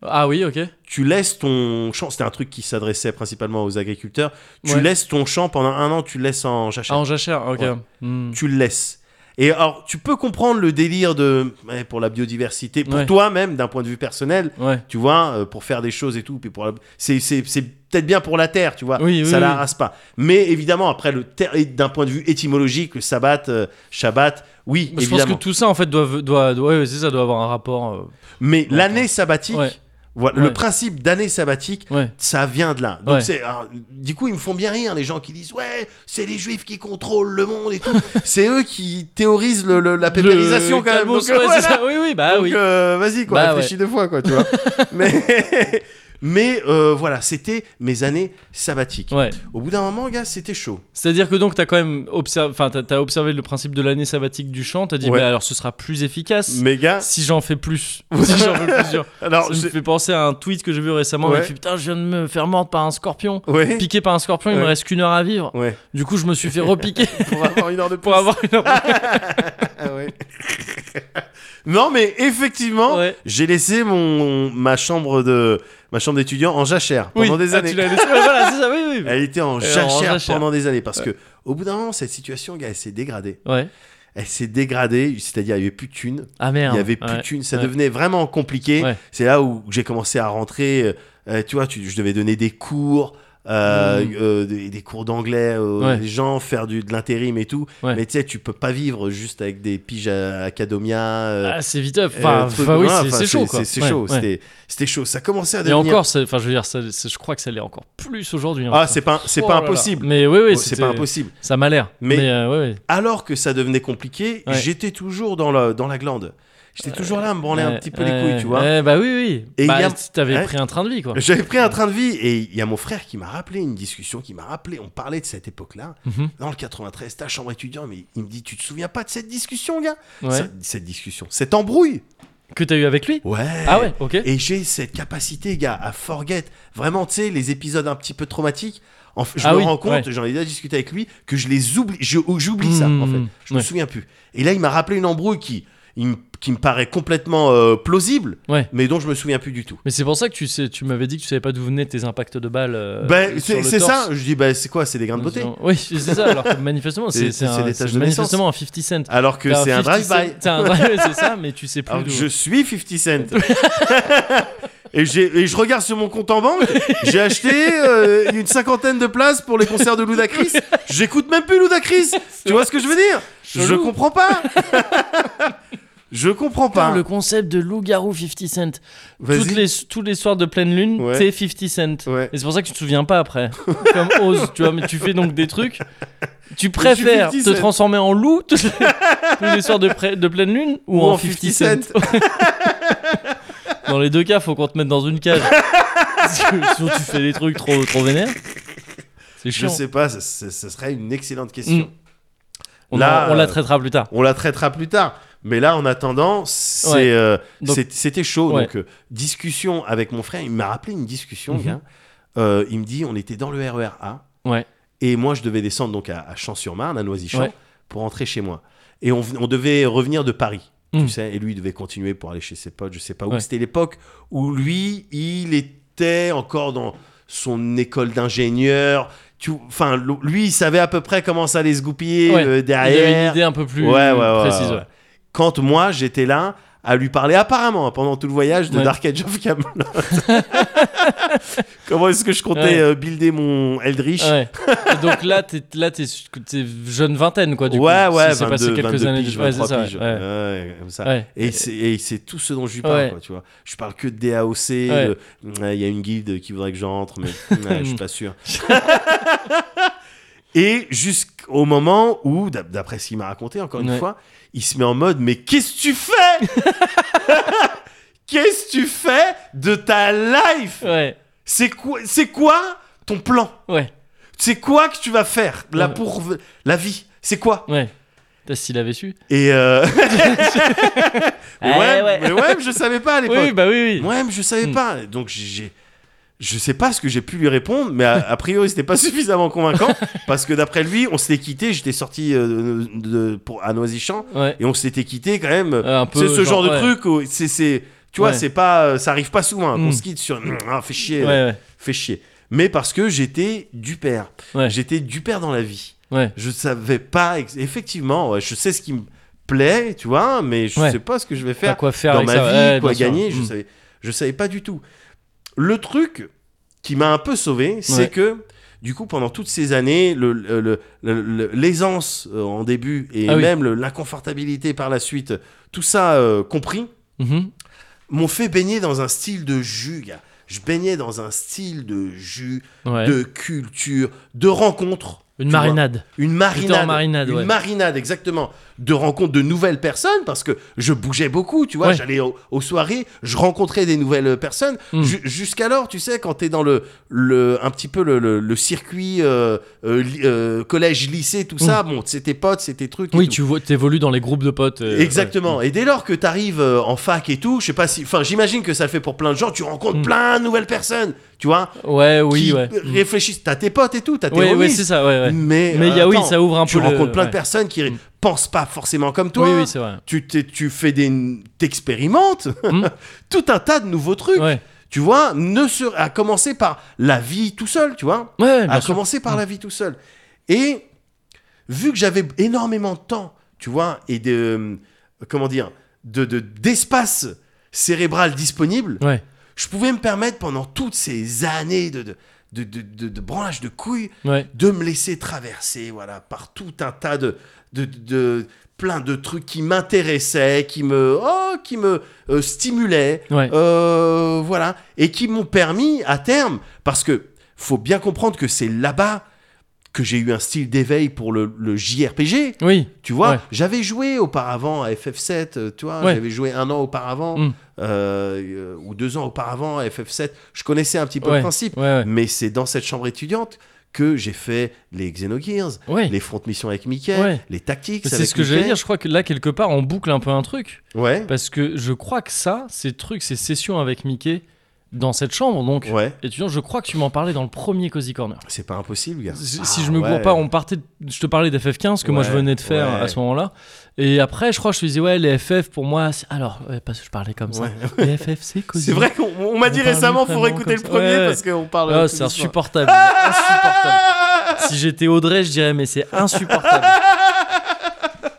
S2: Ah oui, ok.
S1: tu laisses ton champ, c'était un truc qui s'adressait principalement aux agriculteurs, tu
S2: Ouais.
S1: laisses ton champ pendant un an, tu le laisses en
S2: Ah,
S1: jachère.
S2: en jachère, ok.
S1: Ouais.
S2: Hmm.
S1: Tu le laisses. Et alors, tu peux comprendre le délire de, ouais, pour la biodiversité, pour
S2: Ouais.
S1: toi-même, d'un point de vue personnel,
S2: Ouais.
S1: tu vois, euh, pour faire des choses et tout. Puis pour la- c'est, c'est- c'est peut-être bien pour la terre, tu vois,
S2: Oui, oui,
S1: ça
S2: oui.
S1: la rase pas. Mais évidemment, après le ter- et d'un point de vue étymologique, le sabbat, euh, Shabbat, oui,
S2: Bah, Je pense
S1: évidemment.
S2: que tout ça, en fait, doit, doit, doit- ouais, ouais, c'est ça, doit avoir un rapport. euh,
S1: Mais
S2: Ouais,
S1: l'année sabbatique,
S2: Ouais.
S1: voilà,
S2: Ouais.
S1: le principe d'année sabbatique.
S2: Ouais.
S1: Ça vient de là. Donc
S2: Ouais.
S1: c'est, alors, du coup, ils me font bien rire, les gens qui disent Ouais, c'est les juifs qui contrôlent le monde et
S2: [laughs]
S1: tout. c'est eux qui théorisent le- le- la pépérisation,
S2: Le-
S1: quand même.
S2: Calmos,
S1: Donc, euh,
S2: ouais,
S1: voilà.
S2: c'est ça. Oui, oui, bah
S1: Donc,
S2: oui.
S1: euh, vas-y, quoi,
S2: Bah
S1: réfléchis deux fois, quoi, tu
S2: [laughs]
S1: vois. mais mais euh, voilà, c'était mes années sabbatiques.
S2: Ouais.
S1: Au bout d'un moment, gars, c'était chaud.
S2: C'est-à-dire que donc t'as quand même observé, enfin t'as t'as observé le principe de l'année sabbatique du chant, t'as dit
S1: Ouais.
S2: bah alors ce sera plus efficace
S1: Mais gars,
S2: si j'en
S1: [laughs]
S2: fais plus, si j'en fais plusieurs.
S1: alors,
S2: ça me
S1: j'ai-
S2: fait penser à un tweet que j'ai vu récemment.
S1: Ouais.
S2: Il fait putain je viens de me faire mordre par un scorpion,
S1: ouais,
S2: piqué par un scorpion, il me
S1: Ouais.
S2: reste qu'une heure à vivre.
S1: ouais,
S2: Du coup je me suis
S1: [laughs]
S2: fait repiquer
S1: pour avoir une heure de
S2: [laughs] pour
S1: plus.
S2: avoir une heure.
S1: Ah ouais. [laughs] non, mais effectivement,
S2: Ouais.
S1: j'ai laissé mon ma chambre de ma chambre d'étudiant en jachère pendant
S2: Oui.
S1: des
S2: Ah,
S1: années.
S2: tu l'as laissé- ouais, voilà c'est ça, oui oui.
S1: Elle était en
S2: Elle est
S1: jachère,
S2: en jachère.
S1: pendant des années parce que au bout d'un moment, cette situation, gars, elle s'est dégradée.
S2: Ouais.
S1: Elle s'est dégradée, c'est-à-dire il n'y avait plus de thunes.
S2: Ah merde.
S1: Il y avait plus
S2: Ouais.
S1: de thunes, ça
S2: Ouais.
S1: devenait vraiment compliqué.
S2: Ouais.
S1: C'est là où j'ai commencé à rentrer. euh, euh, tu vois, tu- je devais donner des cours euh,
S2: Mm.
S1: euh, des, des cours d'anglais aux
S2: Ouais.
S1: les gens, faire du, de l'intérim et tout.
S2: Ouais.
S1: Mais tu sais, tu peux pas vivre juste avec des piges à Academia. euh,
S2: Ah, c'est vite up.
S1: euh,
S2: Enfin,
S1: trucs-
S2: enfin, oui,
S1: voilà,
S2: c'est-
S1: enfin,
S2: c'est chaud, quoi.
S1: C'est c'est
S2: Ouais,
S1: chaud,
S2: ouais.
S1: c'était- c'était chaud. Ça commençait à
S2: Et
S1: devenir.
S2: encore, c'est- enfin, je veux dire, ça- c'est- je crois que ça l'est encore plus aujourd'hui. hein.
S1: ah, c'est pas, c'est
S2: Oh
S1: pas
S2: là là.
S1: impossible. Oh,
S2: Mais oui, oui,
S1: c'est
S2: c'était-
S1: pas impossible.
S2: Ça m'a l'air.
S1: Mais-
S2: Mais, euh, ouais, ouais.
S1: alors que ça devenait compliqué,
S2: Ouais.
S1: j'étais toujours dans la, dans la glande. J'étais toujours là à me branler un
S2: Ouais,
S1: petit peu
S2: ouais,
S1: les couilles, tu vois.
S2: ouais, bah oui, oui.
S1: Et il y
S2: bah,
S1: a-
S2: si t'avais
S1: Ouais.
S2: pris un train de vie, quoi.
S1: [laughs] J'avais pris un train de vie et il y a mon frère qui m'a rappelé une discussion, qui m'a rappelé, on parlait de cette époque-là,
S2: Mhm.
S1: dans le 93, ta chambre étudiante, mais il me dit, tu te souviens pas de cette discussion, gars
S2: Ouais.
S1: cette, cette discussion, cette embrouille
S2: Que t'as eu avec lui
S1: Ouais
S2: Ah ouais, ok.
S1: Et j'ai cette capacité, gars, à forget, vraiment, tu sais, les épisodes un petit peu traumatiques, en fait, je
S2: Ah
S1: me
S2: oui,
S1: rends compte,
S2: ouais.
S1: j'en ai déjà discuté avec lui, que je les oublie, je- oh, j'oublie ça, en fait.
S2: Mhm,
S1: Je
S2: ouais.
S1: me souviens plus. Et là, il m'a rappelé une embrouille qui, il me- qui me paraît complètement euh, plausible,
S2: Ouais.
S1: mais dont je me souviens plus du tout.
S2: Mais c'est pour ça que tu, sais, tu m'avais dit que tu savais pas d'où venaient tes impacts de balles. euh,
S1: Ben,
S2: sur
S1: c'est
S2: le
S1: c'est
S2: torse.
S1: ça, je dis, ben, c'est quoi, c'est des grains de
S2: En
S1: beauté
S2: disant- Oui, c'est ça. Alors que
S1: [laughs]
S2: manifestement,
S1: C'est-
S2: c'est
S1: c'est
S2: c'est un,
S1: des
S2: c'est
S1: taches de
S2: manifestement un 50 cent.
S1: Alors que
S2: T'as
S1: c'est un
S2: 50
S1: drive-by.
S2: cent- t'as un drive-by, c'est ça, mais tu sais
S1: [laughs]
S2: plus
S1: Alors
S2: d'où.
S1: que je suis 50
S2: [laughs]
S1: Cent. et, j'ai- et je regarde sur mon compte en banque, j'ai acheté euh, une cinquantaine de places pour les concerts de Ludacris. J'écoute même plus Ludacris. Tu vois ce que je veux dire Je
S2: Chelou.
S1: comprends pas. je comprends
S2: Putain,
S1: pas.
S2: Le concept de loup-garou 50 cent.
S1: Vas-y.
S2: Toutes les, tous les soirs de pleine lune,
S1: Ouais.
S2: t'es 50 cent.
S1: Ouais.
S2: Et c'est pour ça que tu te souviens pas
S1: [laughs]
S2: après. Comme Oz, tu vois, mais tu fais donc des trucs. Tu préfères
S1: Je suis
S2: te
S1: 50 Cent.
S2: transformer en loup tous les, tous les soirs de, pré- de pleine lune ou,
S1: Ou
S2: en
S1: en
S2: 50,
S1: 50
S2: cent. Dans les deux cas, faut qu'on te mette dans une
S1: [laughs]
S2: cage. Parce que Sinon, tu fais des trucs trop, trop vénères. C'est
S1: Je
S2: chiant.
S1: sais pas, ça, ça- ça serait une excellente question.
S2: Mm. On,
S1: Là,
S2: en- on
S1: euh,
S2: la traitera plus tard.
S1: On la traitera plus tard. Mais là, en attendant, c'est,
S2: Ouais.
S1: euh,
S2: Donc-
S1: c'est- c'était chaud.
S2: Ouais.
S1: Donc, euh, discussion avec mon frère. Il m'a rappelé une discussion,
S2: Mhm.
S1: gars. Euh, il me dit on était dans le RER A.
S2: Ouais.
S1: Et moi, je devais descendre donc à, à Champs-sur-Marne, à Noisy-Champs,
S2: Ouais.
S1: pour rentrer chez moi. Et on, v- on devait revenir de Paris. Tu
S2: Mm.
S1: sais, et lui, il devait continuer pour aller chez ses potes, je sais pas où.
S2: Ouais.
S1: C'était l'époque où lui, il était encore dans son école d'ingénieur. Tu- Enfin, lo- lui, il savait à peu près comment ça allait se goupiller
S2: Ouais.
S1: euh,
S2: Il y avait une
S1: derrière.
S2: idée un peu plus
S1: Ouais, ouais, ouais,
S2: précise.
S1: ouais.
S2: ouais.
S1: Quand moi, j'étais là à lui parler apparemment pendant tout le voyage de
S2: Ouais.
S1: Dark Age of Camelot. [laughs] Comment est-ce que je comptais
S2: Ouais.
S1: euh, builder mon Eldritch
S2: Ouais. Et donc là, t'es là, t'es- t'es jeune vingtaine, quoi. Du
S1: ouais,
S2: coup,
S1: ouais,
S2: Si c'est
S1: 22,
S2: passé quelques
S1: 22
S2: années.
S1: piges,
S2: ouais, c'est
S1: 23
S2: ça, ouais,
S1: piges.
S2: ouais.
S1: Ouais, comme ça.
S2: Ouais.
S1: Et c'est- Et c'est tout ce dont je lui parle,
S2: Ouais.
S1: quoi, tu vois. Je parle que de DAOC, de-
S2: Ouais.
S1: Ouais, il y a une guilde qui voudrait que j'entre,
S2: [laughs]
S1: mais ouais, je suis pas sûr. [laughs] Et jusqu'au moment où, d'ap- d'après ce qu'il m'a raconté, encore une
S2: Ouais.
S1: fois, il se met en mode Mais qu'est-ce que tu
S2: [laughs]
S1: fais Qu'est-ce que tu fais de ta life
S2: Ouais,
S1: C'est quoi, c'est quoi ton plan
S2: ouais,
S1: C'est quoi que tu vas faire là
S2: Ouais.
S1: pour la vie C'est quoi
S2: ouais. Putain, S'il avait su.
S1: Et euh... mais [laughs]
S2: Eh
S1: ouais,
S2: ouais.
S1: mais ouais, mais je savais pas à l'époque.
S2: Oui, bah [laughs] oui, oui.
S1: Ouais, mais je savais
S2: Hmm.
S1: pas. Donc j'ai je sais pas ce que j'ai pu lui répondre, mais a, a priori c'était pas [laughs] suffisamment convaincant parce que d'après lui, on s'était quitté, j'étais sorti euh, de, pour à Noisy-Champs
S2: Ouais.
S1: et on s'était quitté quand même.
S2: Euh, un peu
S1: c'est ce genre, de
S2: ouais.
S1: truc où c'est c'est tu vois,
S2: Ouais.
S1: c'est pas euh, ça arrive pas souvent hein, qu'on
S2: Hmm.
S1: se quitte sur [clears throat] ah fait chier,
S2: Ouais, ouais,
S1: fait chier. Mais parce que j'étais du père.
S2: Ouais.
S1: J'étais du père dans la vie
S2: ouais.
S1: je savais pas ex- effectivement ouais, je sais ce qui me plaît tu vois mais je
S2: Ouais.
S1: sais pas ce que je vais
S2: Pas
S1: faire
S2: quoi faire
S1: dans
S2: avec
S1: ma
S2: ça,
S1: vie
S2: ouais,
S1: quoi
S2: bien sûr.
S1: gagner je
S2: Mm.
S1: savais je savais pas du tout le truc qui m'a un peu sauvé c'est
S2: Ouais.
S1: que du coup pendant toutes ces années le- le- le- le- le- l'aisance euh, en début et
S2: Ah oui.
S1: même le- l'inconfortabilité par la suite tout ça euh, compris
S2: Mhm.
S1: m'ont fait baigner dans un style de jus gars. je baignais dans un style de jus
S2: Ouais.
S1: de culture de rencontre
S2: Une
S1: tu vois.
S2: marinade.
S1: Une
S2: J'étais
S1: marinade.
S2: en marinade,
S1: une
S2: ouais.
S1: marinade, exactement. De rencontre de nouvelles personnes, parce que je bougeais beaucoup, tu vois.
S2: Ouais.
S1: J'allais au- aux soirées, je rencontrais des nouvelles personnes.
S2: Mm.
S1: Ju- Jusqu'alors, tu sais, quand t'es dans le, le, un petit peu le, le- le circuit euh, euh, li- euh, collège, lycée, tout ça, bon, c'est tes potes, c'est tes trucs. et
S2: Hmm. Oui,
S1: tout.
S2: tu vois, t'évolues dans les groupes de potes. euh,
S1: Exactement. Et dès lors que t'arrives euh, en fac et tout, je sais pas si. Enfin, j'imagine que ça le fait pour plein de gens, tu rencontres
S2: Mm.
S1: plein de nouvelles personnes, tu vois.
S2: Ouais, Ouais, oui,
S1: qui
S2: ouais. Mm.
S1: réfléchissent. T'as tes potes et tout, t'as tes
S2: Ouais, ouais,
S1: remises.
S2: c'est ça, ouais, ouais.
S1: Mais,
S2: Mais il y a-
S1: euh,
S2: oui,
S1: attends,
S2: ça ouvre un
S1: tu
S2: peu le-
S1: rencontres plein de
S2: ouais.
S1: personnes qui
S2: Mm.
S1: pensent pas forcément comme toi.
S2: oui, oui, c'est vrai.
S1: tu, t'es- tu fais des, t'expérimentes [laughs]
S2: Mm.
S1: tout un tas de nouveaux trucs.
S2: Ouais,
S1: Tu vois, ne se- à commencer par la vie tout seul, tu vois,
S2: ouais, ouais, bien
S1: à
S2: sûr. Mm.
S1: commencer par la vie tout seul. Et vu que j'avais énormément de temps, tu vois, et de euh, comment dire, de de- d'espace cérébral disponible,
S2: Ouais,
S1: je pouvais me permettre pendant toutes ces années de, de, de, de, de, de branlage de couilles
S2: Ouais.
S1: de me laisser traverser voilà par tout un tas de de, de- plein de trucs qui m'intéressaient qui me oh, qui me euh, stimulaient
S2: Ouais.
S1: Euh, voilà et qui m'ont permis à terme parce que faut bien comprendre que c'est là-bas que j'ai eu un style d'éveil pour le, le JRPG
S2: Oui.
S1: tu vois
S2: Ouais.
S1: j'avais joué auparavant à FF7 euh, tu vois
S2: Ouais.
S1: j'avais joué un an auparavant
S2: Mm.
S1: euh, euh, ou deux ans auparavant à FF7 je connaissais un petit peu
S2: Ouais.
S1: le principe
S2: Ouais.
S1: mais c'est dans cette chambre étudiante que j'ai fait les Xenogears,
S2: Ouais. Ouais.
S1: les Front Mission avec Mickey,
S2: Ouais.
S1: les Tactics.
S2: Mais C'est
S1: avec
S2: ce que j'allais
S1: Mickey.
S2: dire. Je crois que là, quelque part, on boucle un peu un truc.
S1: Ouais.
S2: Parce que je crois que ça, ces trucs, ces sessions avec Mickey dans cette chambre, donc.
S1: Ouais.
S2: Étudiant, je crois que tu m'en parlais dans le premier Cozy Corner.
S1: C'est pas impossible, gars.
S2: Si
S1: Ah,
S2: si je me
S1: ouais.
S2: gourre pas, on partait. de- Je te parlais d'FF15 que moi je
S1: Ouais,
S2: venais de faire
S1: ouais.
S2: à ce moment-là. Et après, je crois que je te disais, ouais, les FF pour moi. c'est- Alors, ouais, parce que je parlais comme ça.
S1: Ouais.
S2: Les FF, c'est Cozy.
S1: C'est vrai qu'on on m'a
S2: On
S1: dit
S2: parle
S1: récemment, faut
S2: vraiment
S1: réécouter le
S2: comme ça.
S1: premier
S2: Ouais.
S1: parce qu'on parle.
S2: Ah,
S1: de
S2: c'est
S1: tout l'histoire.
S2: insupportable. insupportable.
S1: Ah
S2: Si j'étais Audrey, je dirais, mais c'est
S1: [laughs]
S2: insupportable.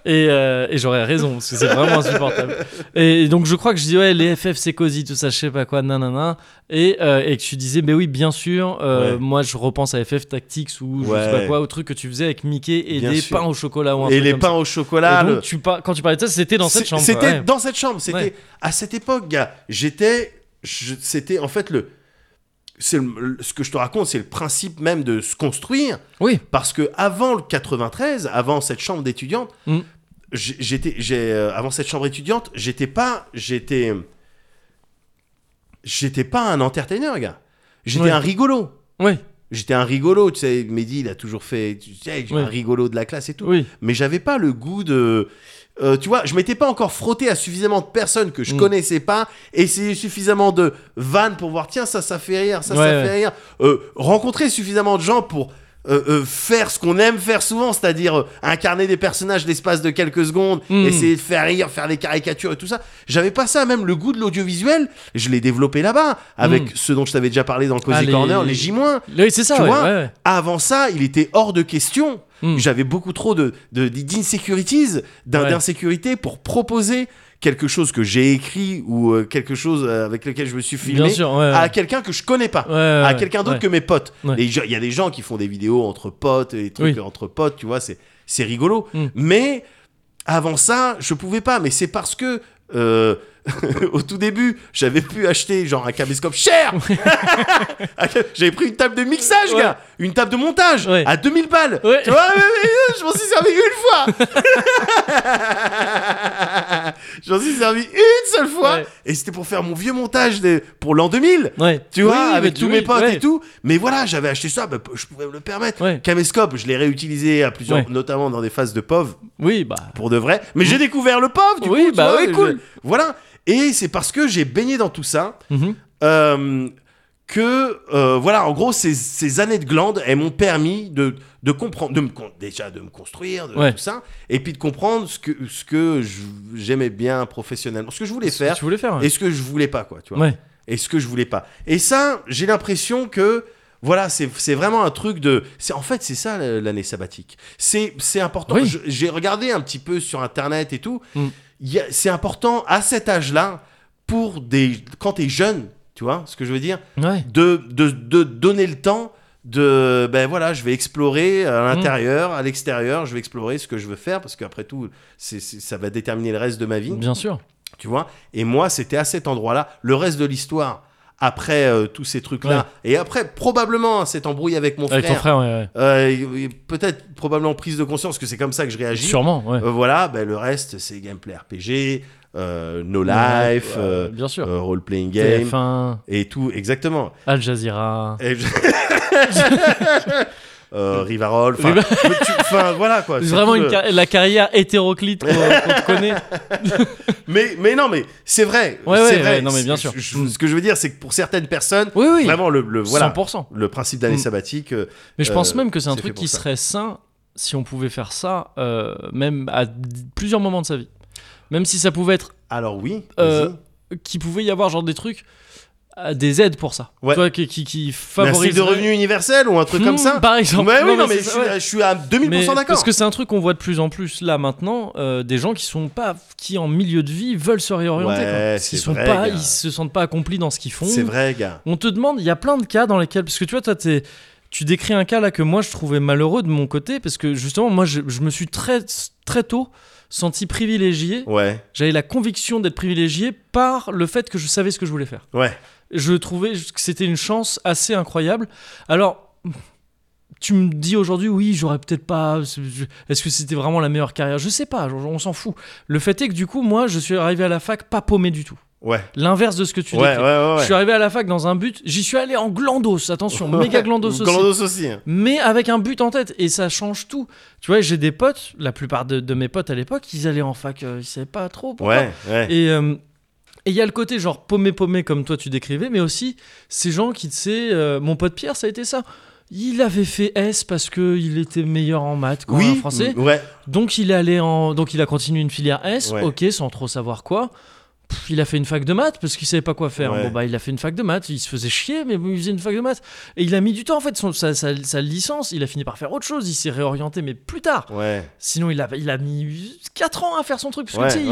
S2: Et, euh, et j'aurais raison, parce que c'est vraiment insupportable. Et donc, je crois que je dis, ouais, les FF, c'est cosy, tout ça, je sais pas quoi, nanana. Et, euh, et que tu disais, mais oui, bien sûr, euh,
S1: Ouais.
S2: moi, je repense à FF Tactics ou je sais
S1: Ouais.
S2: pas quoi, au truc que tu faisais avec Mickey et
S1: Bien
S2: des
S1: sûr.
S2: pains au chocolat ou un
S1: Et
S2: truc
S1: les
S2: comme
S1: pains
S2: ça.
S1: au
S2: Et
S1: chocolat.
S2: donc,
S1: le-
S2: tu par- quand tu parlais de ça, c'était dans cette
S1: C'est-
S2: chambre.
S1: C'était
S2: ouais.
S1: dans cette chambre. C'était
S2: Ouais.
S1: à cette époque, gars. J'étais, je- c'était en fait le, c'est le- le- ce que je te raconte, c'est le principe même de se construire.
S2: Oui.
S1: Parce que avant le 93, avant cette chambre d'étudiante,
S2: Mm.
S1: j'ai- j'étais, j'ai, euh, avant cette chambre étudiante, j'étais pas, j'étais, j'étais pas un entertainer, gars. J'étais
S2: Ouais.
S1: un rigolo.
S2: Oui,
S1: J'étais un rigolo, tu sais, Mehdi, il a toujours fait, tu sais,
S2: Ouais.
S1: un rigolo de la classe et tout
S2: oui,
S1: mais j'avais pas le goût de euh, tu vois, je m'étais pas encore frotté à suffisamment de personnes que je
S2: Mm.
S1: connaissais pas, essayer suffisamment de vannes pour voir, tiens, ça, ça fait rire, ça,
S2: Ouais,
S1: ça
S2: ouais.
S1: fait rire. Euh, rencontrer suffisamment de gens pour euh, euh, faire ce qu'on aime faire souvent, c'est-à-dire euh, incarner des personnages l'espace de quelques secondes,
S2: Mm.
S1: essayer de faire rire, faire des caricatures et tout ça. J'avais pas ça, même le goût de l'audiovisuel, je l'ai développé là-bas, avec
S2: Mm.
S1: ce dont je t'avais déjà parlé dans le Cozy
S2: Ah, les-
S1: Corner, les J-.
S2: Oui, c'est ça,
S1: Tu
S2: ouais,
S1: vois,
S2: ouais, ouais.
S1: Avant ça, il était hors de question.
S2: Mm.
S1: J'avais beaucoup trop de de- d'insecurities, d'in-
S2: Ouais.
S1: d'insécurité pour proposer quelque chose que j'ai écrit ou euh, quelque chose euh, avec lequel je me suis filmé
S2: Bien sûr, ouais, ouais.
S1: à quelqu'un que je connais pas.
S2: Ouais, ouais,
S1: à
S2: ouais,
S1: quelqu'un d'autre
S2: Euh, ouais.
S1: que mes potes.
S2: Ouais.
S1: Et je- il y a des gens qui font des vidéos entre potes, et des trucs
S2: Oui.
S1: entre potes, tu vois, c'est c'est rigolo.
S2: Mm.
S1: Mais avant ça, je pouvais pas. Mais c'est parce que euh, [laughs] au tout début, j'avais pu acheter genre un caméscope
S2: [laughs]
S1: cher. [laughs] j'avais pris une table de mixage,
S2: Ouais.
S1: gars, une table de montage
S2: Ouais.
S1: à 2000 balles.
S2: Ouais.
S1: Tu vois, mais- mais, euh, je m'en suis servi une
S2: [laughs]
S1: fois. [laughs] J'en suis servi une seule fois.
S2: Ouais.
S1: Et c'était pour faire mon vieux montage de- pour l'an 2000
S2: Ouais.
S1: tu
S2: Oui,
S1: vois,
S2: oui,
S1: avec
S2: mais-
S1: tous
S2: oui,
S1: mes potes
S2: ouais.
S1: et tout. Mais voilà, j'avais acheté ça, bah, je pouvais me le permettre.
S2: Ouais.
S1: Caméscope, je l'ai réutilisé à plusieurs,
S2: Ouais.
S1: notamment dans des phases de POV,
S2: Oui, bah.
S1: pour de vrai. Mais j'ai découvert le POV, du
S2: Oui,
S1: coup. tu
S2: bah
S1: vois,
S2: ouais,
S1: je-
S2: cool.
S1: Voilà. Et c'est parce que j'ai baigné dans tout ça
S2: mhm.
S1: euh, que, euh, voilà, en gros, ces, ces années de glande, elles m'ont permis de, de comprendre, de me, con- déjà de me construire, de
S2: Ouais.
S1: tout ça, et puis de comprendre ce que, ce que je- j'aimais bien professionnellement, ce que je voulais
S2: Ce que
S1: faire
S2: Tu voulais faire, ouais.
S1: et ce que je voulais pas, quoi, tu vois
S2: Ouais.
S1: et ce que je voulais pas. Et ça, j'ai l'impression que voilà, c'est c'est vraiment un truc de. c'est En fait, c'est ça le- l'année sabbatique. C'est c'est important.
S2: Oui.
S1: Je- J'ai regardé un petit peu sur Internet et tout.
S2: Mm.
S1: Il y a- C'est important à cet âge-là, pour des quand t'es jeune, tu vois ce que je veux dire,
S2: Ouais.
S1: de, de, de donner le temps de. Ben voilà, je vais explorer
S2: Mm.
S1: à l'intérieur, à l'extérieur, je vais explorer ce que je veux faire, parce qu'après tout, c'est c'est- ça va déterminer le reste de ma vie
S2: Bien sûr.
S1: tu vois et moi c'était à cet endroit là le reste de l'histoire après euh, tous ces trucs là et après probablement hein, cette embrouille avec mon
S2: Avec ton
S1: frère,
S2: frère, ouais, ouais.
S1: euh, et- et peut-être probablement prise de conscience que c'est comme ça que je réagis
S2: Sûrement, ouais.
S1: Euh, voilà ben, le reste c'est gameplay RPG euh, no
S2: Ouais,
S1: life
S2: euh, bien sûr.
S1: role playing game
S2: TF1,
S1: et tout exactement
S2: Al Jazeera.
S1: et
S2: [laughs]
S1: je- [laughs] Euh, Rivarol enfin
S2: Riva-
S1: tu- enfin, voilà quoi
S2: C'est
S1: c'est
S2: vraiment
S1: tout
S2: une
S1: le-
S2: car- la carrière hétéroclite qu'on qu'on
S1: [laughs]
S2: te connaît.
S1: mais mais non mais c'est vrai
S2: Ouais,
S1: c'est
S2: ouais,
S1: vrai
S2: ouais, non, mais bien sûr.
S1: Je- je- ce que je veux dire c'est que pour certaines personnes
S2: Oui, oui.
S1: vraiment le, le- voilà
S2: 100%.
S1: le principe d'année
S2: Mm.
S1: sabbatique euh,
S2: Mais je pense
S1: Euh,
S2: même que c'est un
S1: c'est fait
S2: truc
S1: pour
S2: qui
S1: ça.
S2: serait sain si on pouvait faire ça, euh, même à d- plusieurs moments de sa vie. Même si ça pouvait être.
S1: alors oui
S2: Euh,
S1: vas-y.
S2: Qu'il pouvait y avoir genre des trucs. euh, des aides pour ça.
S1: Ouais.
S2: Tu vois, qui, qui, qui
S1: Mais Un
S2: favorisent.
S1: cycle de revenu universel ou un truc
S2: Hmm,
S1: comme ça
S2: Par exemple.
S1: Mais oui, non, mais
S2: c'est
S1: je
S2: ça,
S1: suis,
S2: ouais.
S1: je suis à 2000%
S2: Mais
S1: d'accord.
S2: Parce que c'est un truc qu'on voit de plus en plus là maintenant, euh, des gens qui sont pas, qui en milieu de vie veulent se
S1: Ouais,
S2: réorienter. quoi.
S1: c'est
S2: ils sont
S1: vrai,
S2: pas,
S1: gars.
S2: ils se sentent pas accomplis dans ce qu'ils font.
S1: C'est vrai, gars.
S2: On te demande, il y a plein de cas dans lesquels, parce que tu vois, toi, t'es- tu décris un cas là que moi je trouvais malheureux de mon côté, parce que justement, moi, je, je me suis très, très tôt senti privilégié.
S1: Ouais,
S2: J'avais la conviction d'être privilégié par le fait que je savais ce que je voulais faire.
S1: ouais.
S2: Je trouvais que c'était une chance assez incroyable. Alors, tu me dis aujourd'hui, oui, j'aurais peut-être pas. je- Est-ce que c'était vraiment la meilleure carrière Je sais pas, on s'en fout. Le fait est que du coup, moi, je suis arrivé à la fac pas paumé du tout.
S1: Ouais,
S2: L'inverse de ce que tu
S1: ouais,
S2: décris.
S1: ouais, ouais.
S2: Je suis arrivé à la fac dans un but. J'y suis allé en
S1: [laughs]
S2: glandos, attention, méga glandos aussi.
S1: Glandos aussi. hein.
S2: Mais avec un but en tête, et ça change tout. Tu vois, j'ai des potes, la plupart de, de mes potes à l'époque, ils allaient en fac, euh, ils savaient pas trop pourquoi.
S1: Ouais, ouais.
S2: Et euh, et il y a le côté genre paumé-paumé comme toi tu décrivais, mais aussi ces gens qui, tu sais, euh, mon pote Pierre, ça a été ça. Il avait fait S parce que il était meilleur en maths, quoi, en français.
S1: m- Ouais,
S2: Donc il est allé en, donc il a continué une filière S,
S1: Ouais.
S2: ok, sans trop savoir quoi. Pff, Il a fait une fac de maths parce qu'il savait pas quoi faire.
S1: Ouais.
S2: Bon bah il a fait une fac de maths, il se faisait chier mais il faisait une fac de maths et il a mis du temps en fait son, sa, sa- sa licence, il a fini par faire autre chose, il s'est réorienté mais plus tard.
S1: ouais.
S2: Sinon il a il a mis 4 ans à faire son truc parce que
S1: Ouais,
S2: tu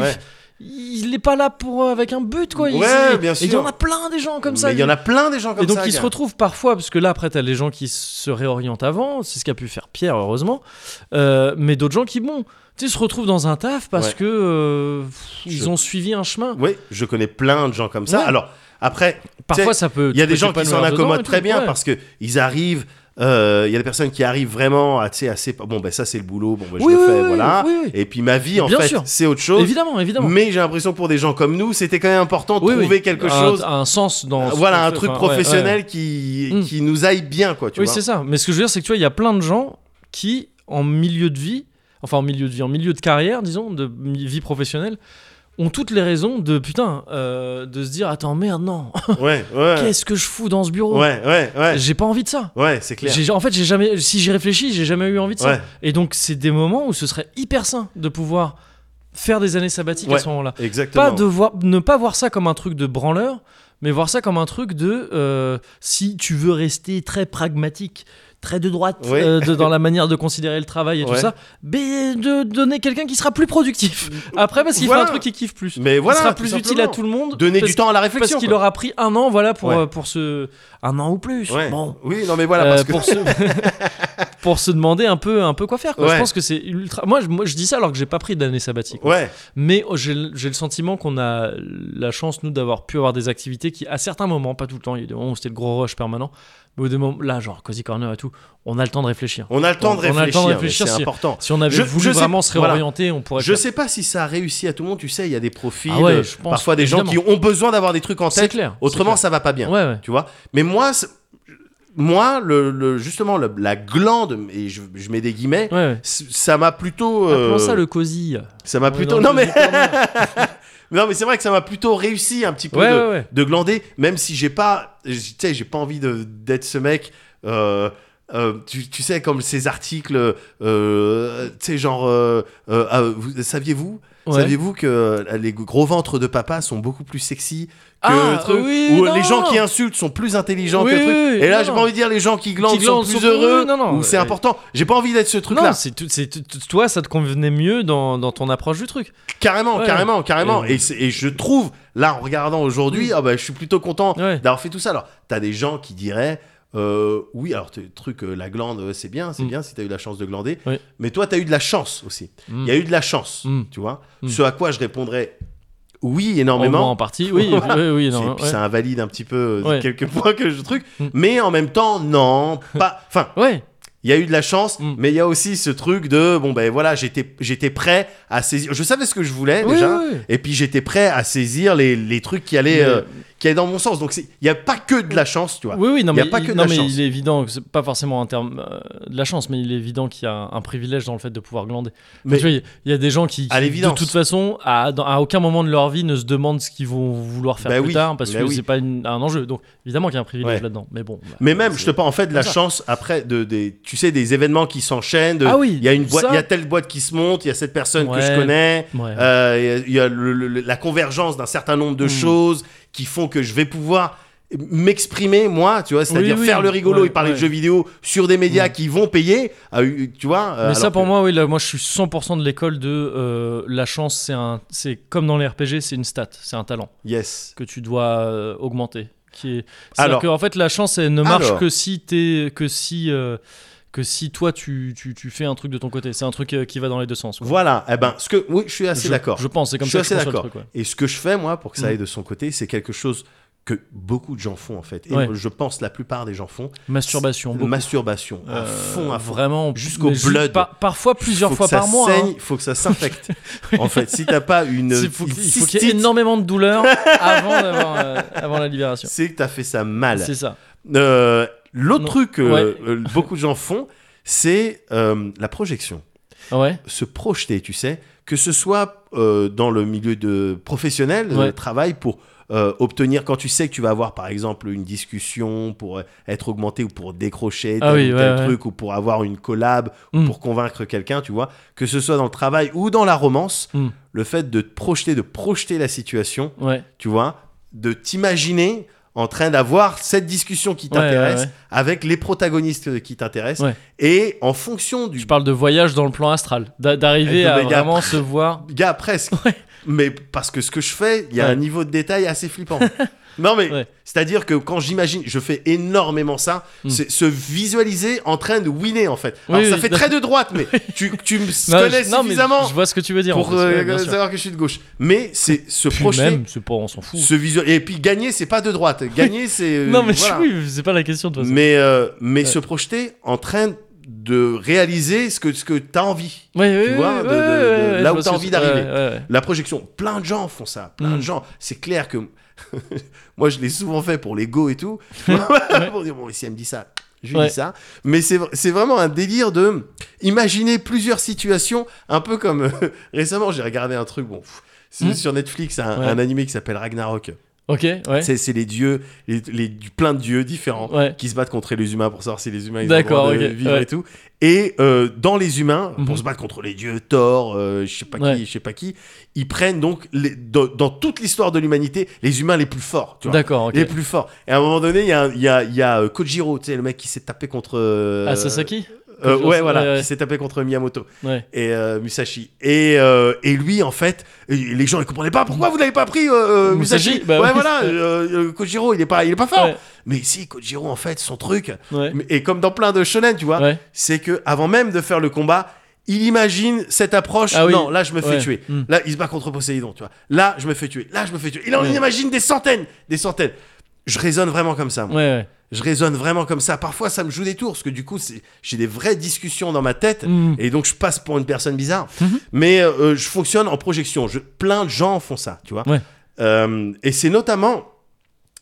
S2: sais, il-
S1: ouais.
S2: il, n'est pas là pour euh, avec un but quoi. Il-
S1: Ouais,
S2: il-
S1: bien
S2: Et il y en
S1: sûr.
S2: a plein des gens comme ça.
S1: Mais il y en a plein des gens comme
S2: et donc
S1: ça.
S2: ils se
S1: gars.
S2: retrouvent parfois, parce que là après t'as les gens qui se réorientent avant, c'est ce qu'a pu faire Pierre heureusement, Euh, mais d'autres gens qui bon, tu sais, se retrouvent dans un taf parce
S1: Ouais.
S2: que euh, pff,
S1: Je-
S2: ils ont suivi un chemin.
S1: Oui, je connais plein de gens comme ça.
S2: Ouais.
S1: Alors, après,
S2: Parfois ça peut.
S1: il y a
S2: tu
S1: des
S2: peux
S1: gens qui
S2: t'épanouir
S1: s'en
S2: dedans et
S1: accommodent
S2: tout,
S1: très bien
S2: ouais.
S1: parce que ils arrivent. euh, Il y a des personnes qui arrivent vraiment à, tu sais, à sé- bon, ben ça c'est le boulot, bon, ben je
S2: Oui,
S1: le
S2: oui,
S1: fais,
S2: oui,
S1: voilà.
S2: oui, oui.
S1: Et puis ma vie, en
S2: Bien
S1: fait,
S2: sûr.
S1: c'est autre chose.
S2: Évidemment, évidemment.
S1: Mais j'ai l'impression pour des gens comme nous, c'était quand même important de
S2: Oui, Ah, oui.
S1: trouver quelque
S2: Un-
S1: chose, Euh,
S2: un sens dans. ce
S1: voilà,
S2: qu'on
S1: un
S2: fait,
S1: truc
S2: enfin, ouais, ouais.
S1: professionnel qui
S2: Mm.
S1: qui nous aille bien, quoi, tu
S2: oui,
S1: vois.
S2: c'est ça. Mais ce que je veux dire, c'est que tu vois, il y a plein de gens qui, en milieu de vie, enfin en milieu de vie, en milieu de carrière, disons, de mi- vie professionnelle, ont toutes les raisons de putain, euh, de se dire attends merde non, [laughs]
S1: Ouais, ouais,
S2: qu'est-ce que je fous dans ce bureau
S1: ouais, ouais, ouais,
S2: J'ai pas envie de ça.
S1: ouais, c'est clair.
S2: J'ai- en fait, j'ai jamais, si j'y réfléchis, j'ai jamais eu envie de ça.
S1: Ouais.
S2: Et donc, c'est des moments où ce serait hyper sain de pouvoir faire des années sabbatiques
S1: Ouais.
S2: à ce moment-là.
S1: Exactement.
S2: Pas de voir, ne pas voir ça comme un truc de branleur, mais voir ça comme un truc de euh, si tu veux rester très pragmatique, très de droite
S1: Ouais.
S2: euh, de-
S1: [laughs]
S2: dans la manière de considérer le travail et
S1: Ouais.
S2: tout ça, mais de donner quelqu'un qui sera
S1: [laughs]
S2: plus productif après parce qu'il
S1: Voilà.
S2: fera un truc qu'il kiffe plus.
S1: Mais voilà,
S2: Il sera
S1: tout
S2: plus utile
S1: simplement.
S2: à tout le monde.
S1: Donner
S2: parce-
S1: du temps à la
S2: parce
S1: réflexion.
S2: qu'il
S1: quoi.
S2: aura pris un an, voilà pour
S1: Ouais.
S2: euh, pour ce un an ou plus.
S1: Ouais.
S2: Bon,
S1: Oui, non mais voilà
S2: euh,
S1: parce que [laughs]
S2: pour, se... [laughs] pour se demander un peu, un peu quoi faire. quoi.
S1: Ouais.
S2: Je pense que c'est ultra. Moi je, moi, je dis ça alors que j'ai pas pris d'année sabbatique.
S1: ouais,
S2: Mais oh, j'ai le j'ai le sentiment qu'on a la chance, nous, d'avoir pu avoir des activités qui, à certains moments, pas tout le temps, il y a des moments où c'était le gros rush permanent, mais au des moments, là, genre Cozy Corner et tout, on a le temps de réfléchir.
S1: on a le temps de
S2: On a le temps
S1: réfléchir,
S2: de
S1: mais
S2: réfléchir
S1: c'est
S2: si-
S1: important.
S2: Si on avait
S1: Je-
S2: voulu
S1: je sais-
S2: vraiment se
S1: voilà.
S2: réorienter, on pourrait.
S1: Je
S2: faire-
S1: sais pas si ça a réussi à tout le monde, tu sais, il y a des profils,
S2: Ah ouais,
S1: euh,
S2: je pense,
S1: parfois des gens qui ont
S2: évidemment.
S1: besoin d'avoir des trucs en
S2: C'est
S1: tête,
S2: clair. c'est
S1: autrement
S2: clair.
S1: ça va pas bien.
S2: Ouais, ouais.
S1: tu vois mais moi c'est- moi le, le- justement le- la glande et je, je mets des guillemets
S2: Ouais, ouais.
S1: c- ça m'a plutôt euh,
S2: Appelons ça le Cozy.
S1: ça m'a
S2: On est
S1: plutôt
S2: dans
S1: non
S2: le
S1: mais
S2: Cozy Corner.
S1: non mais c'est vrai que ça m'a [laughs] plutôt réussi un petit peu
S2: Ouais,
S1: de,
S2: ouais, ouais.
S1: de glander même si j'ai pas tu sais j'ai pas envie de- d'être ce mec euh, euh, tu, tu sais comme ces articles euh, tu sais genre euh, euh, ah, vous- saviez-vous
S2: Ouais.
S1: Saviez-vous que euh, les gros ventres de papa sont beaucoup plus sexy que
S2: Ah,
S1: le truc
S2: oui,
S1: où
S2: non.
S1: les gens qui insultent sont plus intelligents
S2: Oui,
S1: que le truc
S2: oui, oui,
S1: Et là,
S2: non.
S1: j'ai pas envie de dire les gens qui glandent,
S2: Qui glandent
S1: sont plus
S2: sont-
S1: heureux
S2: oui, non, non,
S1: ou c'est
S2: euh,
S1: important. J'ai pas envie d'être ce truc-là.
S2: Non, c'est tout, c'est tout- tout- toi, ça te convenait mieux dans, dans ton approche du truc.
S1: Carrément,
S2: Ouais.
S1: carrément, carrément.
S2: Et-
S1: Et, c'est- et je trouve, là, en regardant aujourd'hui, ah bah, je suis plutôt content
S2: Ouais.
S1: d'avoir fait tout ça. Alors, t'as des gens qui diraient. euh, oui, alors le truc, euh, la glande, euh, c'est bien, c'est
S2: Mm.
S1: bien si t'as eu la chance de glander.
S2: Oui.
S1: Mais toi, t'as eu de la chance aussi. Il
S2: Mm.
S1: y a eu de la chance,
S2: Mm.
S1: tu vois.
S2: Mm. Oh,
S1: Ce à quoi je répondrais oui
S2: Au moins,
S1: énormément.
S2: en partie, oui,
S1: [laughs]
S2: oui, oui, oui, non,
S1: Et puis
S2: ouais.
S1: ça invalide un petit peu euh,
S2: Ouais.
S1: quelques [laughs] points que je truc.
S2: Mm.
S1: Mais en même temps, non, pas. Enfin,
S2: Ouais,
S1: Il y a eu de la chance,
S2: Mm.
S1: mais il y a aussi ce truc de bon ben voilà, j'étais j'étais prêt à saisir. Je savais ce que je voulais
S2: Oui,
S1: déjà,
S2: oui, oui.
S1: et puis j'étais prêt à saisir les, les trucs qui allaient
S2: Mais-
S1: euh, qui allaient dans mon sens. Donc c'est- il y a pas que de la chance, tu vois.
S2: Oui, oui, non,
S1: Il y a
S2: mais,
S1: pas
S2: il,
S1: que de
S2: non,
S1: la
S2: mais
S1: chance.
S2: il est évident, que c'est pas forcément en termes euh, de la chance, mais il est évident qu'il y a un, un privilège dans le fait de pouvoir glander.
S1: Mais-
S2: Mais tu vois, il- il y a des gens qui, qui,
S1: À l'évidence.
S2: de toute façon, à, dans- à aucun moment de leur vie ne se demandent ce qu'ils vont vouloir faire
S1: Bah
S2: plus
S1: oui,
S2: tard parce
S1: bah
S2: que
S1: oui.
S2: c'est pas une- un enjeu. Donc, évidemment qu'il y a un privilège
S1: Ouais.
S2: là-dedans. Mais bon. bah,
S1: Mais même,
S2: c'est-
S1: je te parle en fait de la
S2: comme ça.
S1: chance après de des tu sais des événements qui s'enchaînent. de-
S2: Ah oui,
S1: Il y a une boîte,
S2: ça.
S1: il y a telle boîte qui se monte, il y a cette personne que je
S2: Ouais.
S1: connais.
S2: bah, Ouais.
S1: Euh, Il y a, il y a le- le- la convergence d'un certain nombre de
S2: Mm.
S1: choses qui font que je vais pouvoir. m'exprimer moi tu vois c'est-à-dire
S2: Oui, oui.
S1: faire le rigolo
S2: Ouais,
S1: et parler
S2: ouais. Hmm.
S1: de jeux vidéo sur des médias qui vont payer ah, euh, tu vois euh,
S2: Mais ça
S1: alors
S2: pour
S1: que-
S2: moi, oui, là, moi je suis 100% de l'école de euh, la chance, c'est un, c'est comme dans les RPG, c'est une stat, c'est un talent
S1: yes
S2: que tu dois euh, augmenter. Qui est, alors
S1: Alors.
S2: que en fait la chance elle ne marche
S1: Alors.
S2: que si t'es, que si, euh, que si toi tu, tu, tu fais un truc de ton côté. C'est un truc euh, qui va dans les deux sens. quoi.
S1: voilà eh ben ce que oui je suis assez
S2: Je-
S1: d'accord
S2: Je pense, c'est comme
S1: Je
S2: ça que
S1: suis
S2: je
S1: assez
S2: conçois le
S1: d'accord.
S2: truc, ouais.
S1: Et ce que je fais, moi, pour que ça
S2: Mm.
S1: aille de son côté, c'est quelque chose que beaucoup de gens font, en fait. Et
S2: Ouais.
S1: je pense la plupart des gens font.
S2: Masturbation. beaucoup.
S1: Masturbation. À fond,
S2: Euh,
S1: à fond.
S2: vraiment
S1: Jusqu'au
S2: mais ju-
S1: blood.
S2: par- parfois plusieurs
S1: Faut
S2: fois
S1: que ça
S2: par mois. hein.
S1: saigne, faut que ça
S2: [laughs]
S1: s'infecte. en fait, si t'as pas une.
S2: Il faut,
S1: une
S2: qu'il- il faut qu'il y ait
S1: cystite,
S2: énormément
S1: [laughs]
S2: de douleur avant, d'avoir, euh, avant la libération.
S1: C'est que t'as fait ça mal.
S2: C'est ça.
S1: Euh, L'autre
S2: Non.
S1: truc que
S2: Ouais.
S1: euh, beaucoup de gens font, c'est euh, la projection.
S2: Ah Ouais.
S1: se projeter, tu sais, que ce soit euh, dans le milieu de professionnel,
S2: Ouais.
S1: le travail pour euh, obtenir, quand tu sais que tu vas avoir par exemple une discussion pour euh, être augmenté ou pour décrocher
S2: Ah
S1: tel
S2: oui,
S1: ou
S2: ouais,
S1: tel
S2: ouais.
S1: truc ou pour avoir une collab ou
S2: Mm.
S1: pour convaincre quelqu'un, tu vois, que ce soit dans le travail ou dans la romance,
S2: Mm.
S1: le fait de te projeter, de projeter la situation,
S2: Ouais.
S1: tu vois, de t'imaginer en train d'avoir cette discussion qui
S2: Ouais, ouais,
S1: t'intéresse
S2: ouais.
S1: avec les protagonistes qui t'intéressent
S2: Ouais.
S1: et en fonction du
S2: Je parle de voyage dans le plan astral, d'a-
S1: Avec
S2: d'arriver
S1: le
S2: à
S1: méga- [laughs]
S2: vraiment se voir.
S1: gars presque mais parce que ce que je fais il y a
S2: Ouais.
S1: un niveau de détail assez
S2: [laughs]
S1: flippant non mais
S2: Ouais.
S1: c'est à dire que quand j'imagine je fais énormément ça
S2: Mm.
S1: c'est se visualiser en train de winner en fait
S2: Oui,
S1: alors ça
S2: [laughs] oui,
S1: fait
S2: d'accord.
S1: très de droite mais tu, tu me
S2: Non,
S1: connais
S2: je- non, mais
S1: suffisamment
S2: je vois ce que tu veux dire. en
S1: pour
S2: plus, ouais,
S1: euh,
S2: bien sûr.
S1: savoir que je suis de gauche mais c'est se
S2: Puis
S1: projeter
S2: même, c'est pas, on s'en fout.
S1: se visualiser et puis gagner c'est pas de droite gagner c'est euh,
S2: [laughs] non, mais
S1: voilà.
S2: oui, c'est pas la question de toute façon.
S1: mais euh, mais
S2: Ouais.
S1: se projeter en train de réaliser ce que ce que t'as envie
S2: Ouais, ouais,
S1: tu
S2: ouais,
S1: vois, de- de-
S2: ouais,
S1: de-
S2: ouais,
S1: là
S2: je
S1: où
S2: vois
S1: t'as
S2: ce que
S1: envie
S2: tu-
S1: d'arriver.
S2: ouais, ouais, ouais.
S1: La projection, plein de gens font ça, plein
S2: Mm.
S1: de gens. C'est clair que [laughs] moi je l'ai souvent fait pour les go et tout, [laughs] pour dire bon, si elle me dit ça, je lui
S2: Ouais.
S1: dis ça. Mais c'est vr- c'est vraiment un délire de imaginer plusieurs situations, un peu comme [laughs] euh, récemment j'ai regardé un truc, bon, pff, c'est
S2: Mm.
S1: sur Netflix, un,
S2: Ouais.
S1: un animé qui s'appelle Ragnarok.
S2: Ok, ouais.
S1: C'est c'est les dieux, les, les- du- plein de dieux différents
S2: Ouais.
S1: qui se battent contre les humains pour savoir si les humains ils ont le
S2: D'accord,
S1: droit de
S2: ok,
S1: vivre
S2: ouais.
S1: et tout. Et euh, dans les humains,
S2: Mhm.
S1: pour se battre contre les dieux, Thor, euh, je sais pas
S2: Ouais.
S1: qui, je sais pas qui, ils prennent donc les- dans, dans toute l'histoire de l'humanité les humains les plus forts. Tu vois
S2: D'accord, ok.
S1: Les plus forts. Et à un moment donné, il y a, il y a, il y a euh, Kojiro, tu sais, le mec qui s'est tapé contre. euh,
S2: Ah, Sasaki
S1: euh,
S2: Kojiro,
S1: Ouais, voilà,
S2: ouais, ouais.
S1: qui s'est tapé contre Miyamoto
S2: Ouais.
S1: et euh, Musashi. Et, euh, et lui, en fait, et les gens ils comprenaient pas pourquoi vous l'avez pas pris, euh, euh, Musashi.
S2: Musashi, bah
S1: ouais,
S2: oui. [laughs]
S1: voilà, euh, euh, Kojiro, il est pas, il est pas fort.
S2: Ouais.
S1: Mais si, Kojiro, en fait, son truc,
S2: Ouais.
S1: mais- et comme dans plein de shonen, tu vois,
S2: Ouais.
S1: c'est que avant même de faire le combat, il imagine cette approche.
S2: Ah oui.
S1: Non, là, je me fais
S2: Ouais.
S1: tuer.
S2: Mm.
S1: Là, il se bat contre Poséidon, tu vois. Là, je me fais tuer. Là, je me fais tuer. Il en
S2: Ouais.
S1: imagine des centaines, des centaines. Je raisonne vraiment comme ça. moi.
S2: Ouais, ouais.
S1: Je raisonne vraiment comme ça. Parfois, ça me joue des tours, parce que du coup, c'est- j'ai des vraies discussions dans ma tête.
S2: Mm.
S1: Et donc je passe pour une personne bizarre, mais euh, je fonctionne en projection. Je, plein de gens font ça, tu vois.
S2: Ouais.
S1: Euh, et c'est notamment,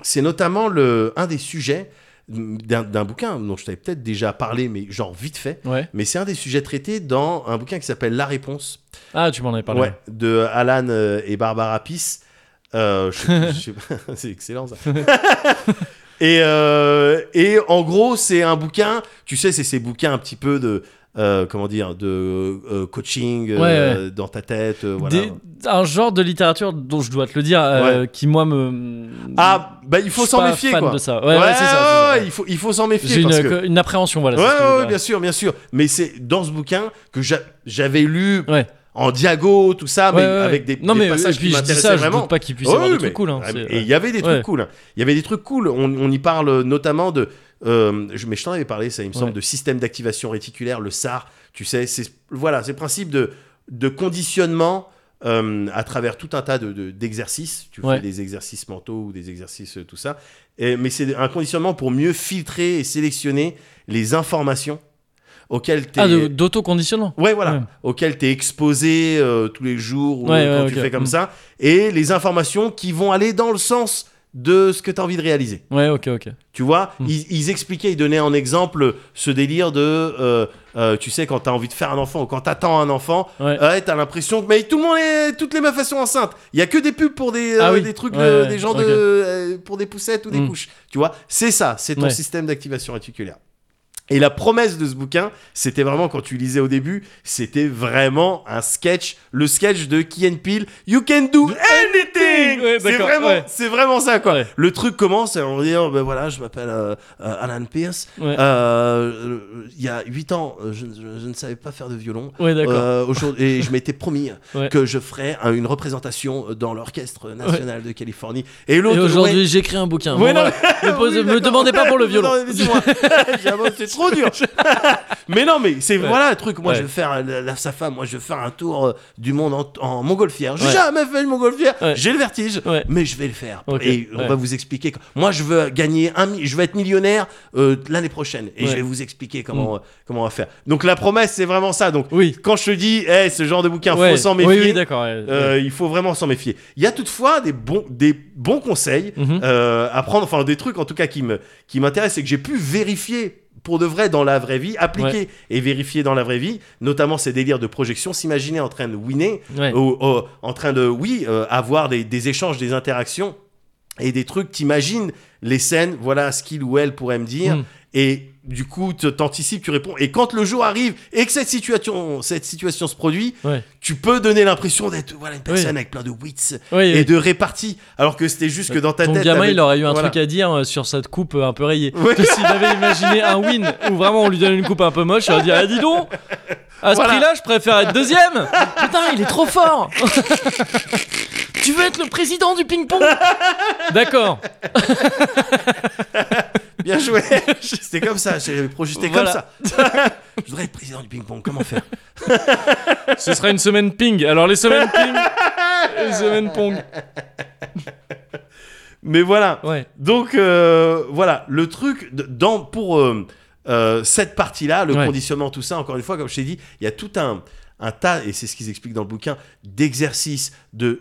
S1: c'est notamment le un des sujets d'un d'un bouquin dont je t'avais peut-être déjà parlé, mais genre vite fait.
S2: Ouais.
S1: Mais c'est un des sujets traités dans un bouquin qui s'appelle La Réponse,
S2: Ah, tu m'en avais parlé.
S1: Ouais, de Alan euh, et Barbara Peace. Euh, je sais plus, je sais pas, [laughs] c'est excellent
S2: [laughs]
S1: ça. et, euh, et en gros, c'est un bouquin, tu sais, c'est ces bouquins un petit peu de, euh, comment dire, de euh, coaching euh, dans ta tête. euh, voilà.
S2: Des- un genre de littérature dont je dois te le dire, euh, qui moi me.
S1: Ah, bah il
S2: Je
S1: faut
S2: suis
S1: s'en
S2: pas
S1: méfier
S2: fan
S1: quoi.
S2: de ça. Ouais, ouais, c'est ça, c'est ça, ouais.
S1: il faut, il faut s'en méfier.
S2: J'ai une,
S1: parce que...
S2: une appréhension, voilà. c'est
S1: Ouais,
S2: ce que je veux
S1: ouais,
S2: dire.
S1: bien sûr, bien sûr. Mais c'est dans ce bouquin que j'a- j'avais lu
S2: Ouais.
S1: en diago, tout ça, Ah, mais
S2: Ouais, ouais, ouais.
S1: avec des,
S2: non,
S1: des
S2: mais,
S1: passages
S2: et puis
S1: qui
S2: je dis
S1: m'intéressaient
S2: ça, je
S1: vraiment.
S2: doute pas qu'il puisse y
S1: Ouais,
S2: avoir
S1: ouais,
S2: des trucs
S1: mais-
S2: cool. hein,
S1: ah,
S2: c'est-
S1: mais- et il y avait des
S2: Ouais.
S1: trucs cool. hein. Il y avait des trucs cool. On, on y parle notamment de. euh, je- mais je t'en avais parlé, ça, il me semble,
S2: Ouais.
S1: de système d'activation réticulaire, le SAR. Tu sais, c'est voilà, c'est le principe de, de conditionnement euh, à travers tout un tas de- de- d'exercices. tu
S2: Ouais.
S1: fais des exercices mentaux ou des exercices, euh, tout ça. Et- mais c'est un conditionnement pour mieux filtrer et sélectionner les informations auxquelles tu
S2: Ah, de- d'auto-conditionnement.
S1: Ouais, voilà.
S2: Ouais.
S1: Auquel tu es exposé euh, tous les jours ou
S2: Ouais,
S1: quand
S2: ouais,
S1: tu
S2: ok.
S1: fais comme
S2: Mm.
S1: ça. Et les informations qui vont aller dans le sens de ce que tu as envie de réaliser.
S2: Ouais, ok, ok.
S1: Tu vois,
S2: Mm.
S1: ils, ils expliquaient, ils donnaient en exemple ce délire de, euh, euh, tu sais, quand t'as envie de faire un enfant ou quand t'attends un enfant,
S2: Ouais.
S1: ouais, t'as l'impression que mais tout le monde est, toutes les meufs elles sont enceintes. Il y a que des pubs pour des, euh,
S2: Ah oui.
S1: des trucs,
S2: Ouais,
S1: de-
S2: ouais,
S1: des gens
S2: ok.
S1: de, euh, pour des poussettes ou des
S2: Mm.
S1: couches. Tu vois, c'est ça, c'est ton
S2: Ouais.
S1: système d'activation réticulaire. Et la promesse de ce bouquin, c'était vraiment, quand tu lisais au début, c'était vraiment un sketch, le sketch de Key and Peele, You can do anything
S2: Ouais,
S1: C'est
S2: d'accord,
S1: vraiment,
S2: ouais.
S1: c'est vraiment ça, quoi.
S2: Ouais.
S1: Le truc commence en disant, ben voilà, je m'appelle euh, euh, Alan Pierce,
S2: Ouais.
S1: Euh, euh, il y a 8 ans, euh, je, ne- je- je ne savais pas faire de violon.
S2: Ouais, d'accord.
S1: Euh, aujourd'hui, et je m'étais promis
S2: [laughs] Ouais.
S1: que je ferais un- une représentation dans l'orchestre national de Californie. Et
S2: Et
S1: l'autre,
S2: aujourd'hui,
S1: ouais,
S2: j'écris un bouquin.
S1: Ouais,
S2: Bon,
S1: non,
S2: voilà. [laughs]
S1: [laughs]
S2: Ne pose-
S1: oui,
S2: me
S1: d'accord.
S2: demandez pas pour le violon.
S1: Non, mais c'est moi. J'avoue, c'est trop
S2: [laughs]
S1: dur. [laughs] mais non, mais c'est
S2: Ouais.
S1: voilà un truc. Moi,
S2: Ouais.
S1: je vais faire euh, la, la- sa femme. Moi, je vais faire un tour euh, du monde en, en montgolfière. J'ai
S2: Ouais.
S1: jamais fait le montgolfière.
S2: Ouais.
S1: J'ai le vertige,
S2: Ouais.
S1: mais je vais le faire.
S2: Ok,
S1: Et on
S2: ouais.
S1: va vous expliquer. que- Moi, je veux gagner un. mi- Je veux être millionnaire euh, l'année prochaine. Et
S2: Ouais. Mm.
S1: je vais vous expliquer comment euh, comment on va faire. Donc la promesse, c'est vraiment ça. Donc
S2: [laughs] Oui.
S1: quand je te dis, eh, ce genre de bouquin,
S2: Ouais.
S1: faut s'en
S2: Oui,
S1: méfier.
S2: oui, d'accord. ouais.
S1: Euh, il faut vraiment s'en méfier. Il y a toutefois des bons, des bons conseils
S2: Mhm.
S1: [laughs] euh, à prendre, enfin des trucs en tout cas qui me- qui m'intéressent et que j'ai pu vérifier pour de vrai dans la vraie vie, appliquer et vérifier dans la vraie vie, notamment ces délires de projection, s'imaginer en train de winner,
S2: Ouais.
S1: ou, ou, en train de, oui, euh, avoir des, des échanges, des interactions et des trucs, t'imagines les scènes, voilà ce qu'il ou elle pourrait me dire,
S2: Mm.
S1: et du coup, te- t'anticipes, tu réponds, et quand le jour arrive et que cette situation, cette situation se produit,
S2: Ouais.
S1: tu peux donner l'impression d'être voilà, une personne avec plein de wits
S2: Oui,
S1: et
S2: oui.
S1: de répartie, alors que c'était juste que dans ta
S2: Ton
S1: tête.
S2: gamin,
S1: t'avais-
S2: il aurait eu un
S1: voilà.
S2: truc à dire euh, sur cette coupe euh, un peu rayée.
S1: Ouais.
S2: Que S'il avait imaginé un win où vraiment on lui donne une coupe un peu moche, il aurait dit Ah, dis donc À ce
S1: Voilà.
S2: prix-là, je préfère être deuxième Putain, il est trop fort [laughs] Tu veux être le président du ping-pong D'accord.
S1: Bien joué. [laughs] c'était comme ça, j'avais projeté
S2: Voilà.
S1: comme [laughs] ça. Je voudrais être président du ping-pong, comment faire
S2: Ce sera une semaine ping. Alors, les semaines [laughs] ping. Les semaines pong.
S1: Mais voilà.
S2: Ouais.
S1: Donc, euh, voilà, le truc, de- dans, pour euh, euh, cette partie-là, le
S2: Ouais.
S1: conditionnement, tout ça, encore une fois, comme je t'ai dit, il y a tout un, un tas, et c'est ce qu'ils expliquent dans le bouquin, d'exercices, de.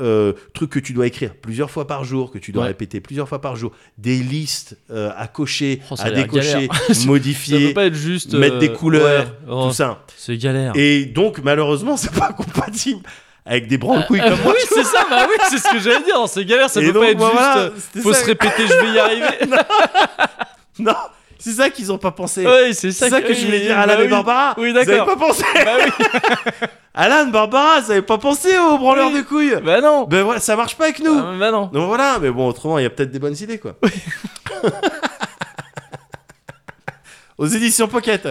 S1: euh, trucs que tu dois écrire plusieurs fois par jour, que tu dois
S2: Ouais.
S1: répéter plusieurs fois par jour, des listes euh, à cocher,
S2: Oh, ça a
S1: à
S2: l'air
S1: décocher,
S2: galère. [laughs] Ça Ça peut
S1: modifier,
S2: pas être juste.
S1: mettre
S2: euh,
S1: des couleurs,
S2: ouais. Oh,
S1: tout ça.
S2: C'est galère.
S1: Et donc, malheureusement, c'est pas [laughs] compatible avec des branle-couilles comme moi.
S2: [laughs] oui, c'est ça, bah oui, c'est ce que j'allais dire. C'est galère, ça
S1: Et
S2: peut
S1: donc,
S2: pas être
S1: bah,
S2: juste.
S1: voilà,
S2: euh,
S1: c'était
S2: faut
S1: ça.
S2: se répéter, je vais y arriver.
S1: Non, c'est ça qu'ils ont pas pensé.
S2: Ouais, c'est ça,
S1: [laughs] C'est ça que je voulais
S2: oui,
S1: dire, Alan
S2: bah
S1: et
S2: oui.
S1: Barbara.
S2: Oui,
S1: Vous avez
S2: d'accord.
S1: pas pensé.
S2: [laughs] Bah oui,
S1: [laughs] Alan, Barbara, vous avez pas pensé aux branleurs
S2: Oui.
S1: de couilles.
S2: bah non.
S1: Ben voilà, ça marche pas avec nous.
S2: Ah, bah non.
S1: Donc voilà, mais bon, autrement, il y a peut-être des bonnes idées, quoi. [laughs] Aux éditions Pocket.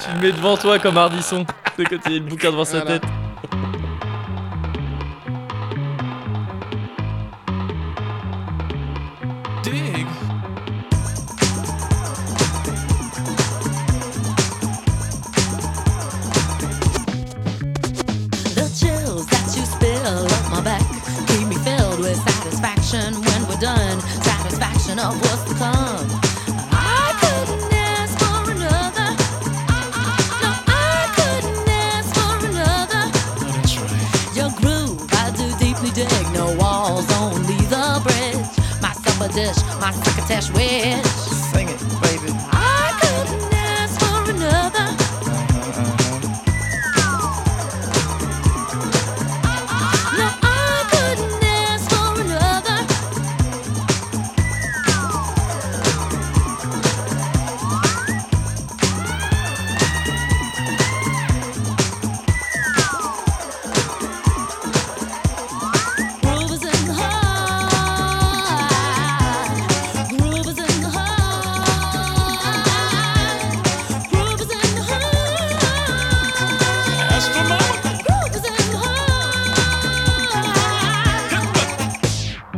S2: Tu le mets devant toi
S1: [laughs]
S2: comme Ardisson. De quand il y a le bouquin devant sa
S1: Voilà.
S2: tête.
S5: dig.
S6: The chills that you spill up my back keep me filled with satisfaction when we're done. Satisfaction of what's to come. I couldn't ask for another. No, I couldn't ask for another.
S5: Oh, that's right.
S6: Your groove, I do deeply dig. No walls, only the bridge. My supper dish, my crocketesh wish.
S5: Sing it, baby.
S6: I couldn't ask for another. No, I couldn't ask for another. Groove is in the heart. Groove is in the heart. Groove is in the heart.
S5: That's for mama.
S6: Groove is in the heart.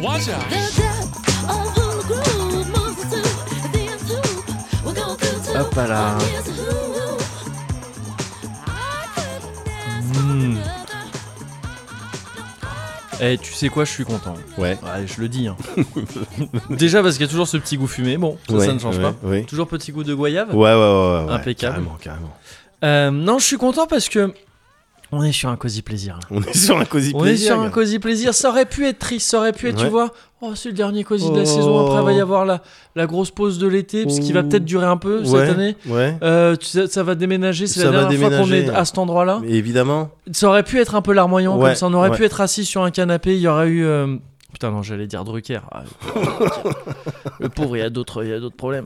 S5: Watch out.
S6: The depth of the groove moves us to the end hoop. We're going through two.
S1: Hop là.
S6: One is a who. I couldn't ask for
S2: Hmm.
S6: another. No, I
S2: Eh, tu sais quoi, je suis content.
S1: Ouais.
S2: Ouais, je le dis. hein. [laughs] Déjà parce qu'il y a toujours ce petit goût fumé. Bon, ça, ça ne change pas.
S1: Oui.
S2: Toujours petit goût de goyave.
S1: Ouais, ouais, ouais. ouais, ouais.
S2: Impeccable.
S1: Carrément, carrément.
S2: Euh, non, je suis content parce que On est sur un cosy plaisir. hein.
S1: On est sur un cosy
S2: On
S1: plaisir.
S2: est sur un
S1: gars.
S2: cosy plaisir. Ça aurait pu être triste, ça aurait pu être,
S1: Ouais.
S2: tu vois. Oh, c'est le dernier cosy de la
S1: Oh.
S2: saison. Après, il va y avoir la, la grosse pause de l'été, puisqu'il va
S1: Ouh.
S2: peut-être durer un peu
S1: ouais,
S2: cette année.
S1: Ouais.
S2: Euh, tu sais, ça va déménager, c'est
S1: Ça
S2: la
S1: va
S2: dernière fois qu'on est
S1: déménager.
S2: à cet endroit-là.
S1: Mais évidemment.
S2: Ça aurait pu être un peu larmoyant
S1: Ouais,
S2: comme ça. On aurait
S1: ouais.
S2: pu être assis sur un canapé. Il y aurait eu. euh, Putain, non, j'allais dire Drucker. Ah, le pauvre
S1: [laughs]
S2: Drucker. le pauvre, il y a d'autres il y a d'autres problèmes.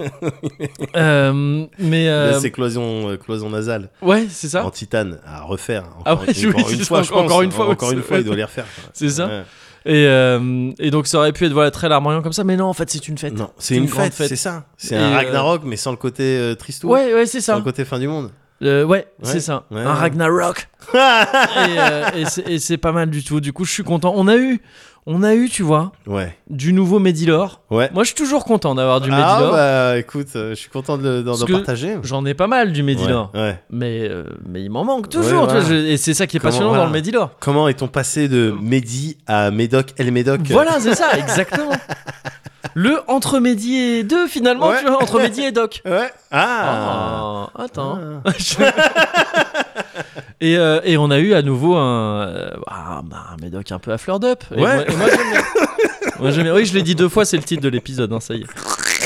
S2: Euh, mais. euh,
S1: Là, c'est cloison, euh, cloison nasale
S2: ouais, c'est ça.
S1: en titane à refaire. Encore,
S2: Ah [laughs] ouais,
S1: encore
S2: oui,
S1: une
S2: c'est
S1: fois,
S2: ça,
S1: je pense.
S2: encore une fois, ouais,
S1: Encore une
S2: c'est-
S1: fois, il doit les refaire.
S2: C'est ça.
S1: Ouais.
S2: Et, euh, et donc, ça aurait pu être voilà, très larmoyant comme ça. Mais non, en fait, c'est une fête.
S1: Non, c'est une,
S2: une grande
S1: fête,
S2: fête.
S1: c'est ça. C'est
S2: Et,
S1: un
S2: euh,
S1: Ragnarok, mais sans le côté euh, tristou.
S2: Ouais, ouais, c'est
S1: Sans
S2: ça.
S1: le côté fin du monde.
S2: Euh, ouais,
S1: Ouais,
S2: c'est ça.
S1: ouais,
S2: un
S1: ouais. [laughs]
S2: Ragnarok. et euh, et c'est- et c'est pas mal du tout. Du coup, je suis content. On a eu, on a eu, tu vois,
S1: Ouais.
S2: du nouveau Medilor.
S1: Ouais.
S2: Moi, je suis toujours content d'avoir du
S1: ah
S2: Medilor.
S1: bah écoute, euh, je suis content de le- d'en
S2: Parce
S1: d'en
S2: que
S1: partager.
S2: J'en ai pas mal du Medilor.
S1: Ouais, ouais.
S2: Mais, euh, mais il m'en manque
S1: Ouais,
S2: toujours. tu
S1: voilà.
S2: vois, je- et c'est ça qui est
S1: Comment-
S2: passionnant
S1: voilà.
S2: dans le Médilor.
S1: Comment est-on passé de Mehdi à Médoc El Médoc
S2: Voilà, c'est ça, exactement. Le entre Mehdi et deux, finalement,
S1: Ouais.
S2: tu vois, entre Mehdi et Doc.
S1: Ouais. Ah.
S2: Ah, attends.
S1: Ah.
S2: [laughs] et, euh, et on a eu à nouveau un, euh, ah, bah, un Médoc un peu à fleur d'up.
S1: Ouais.
S2: Et moi- et moi, j'aime bien. Moi, j'aime bien. Oui, je l'ai dit deux fois, c'est le titre de l'épisode, hein, ça y est. [laughs]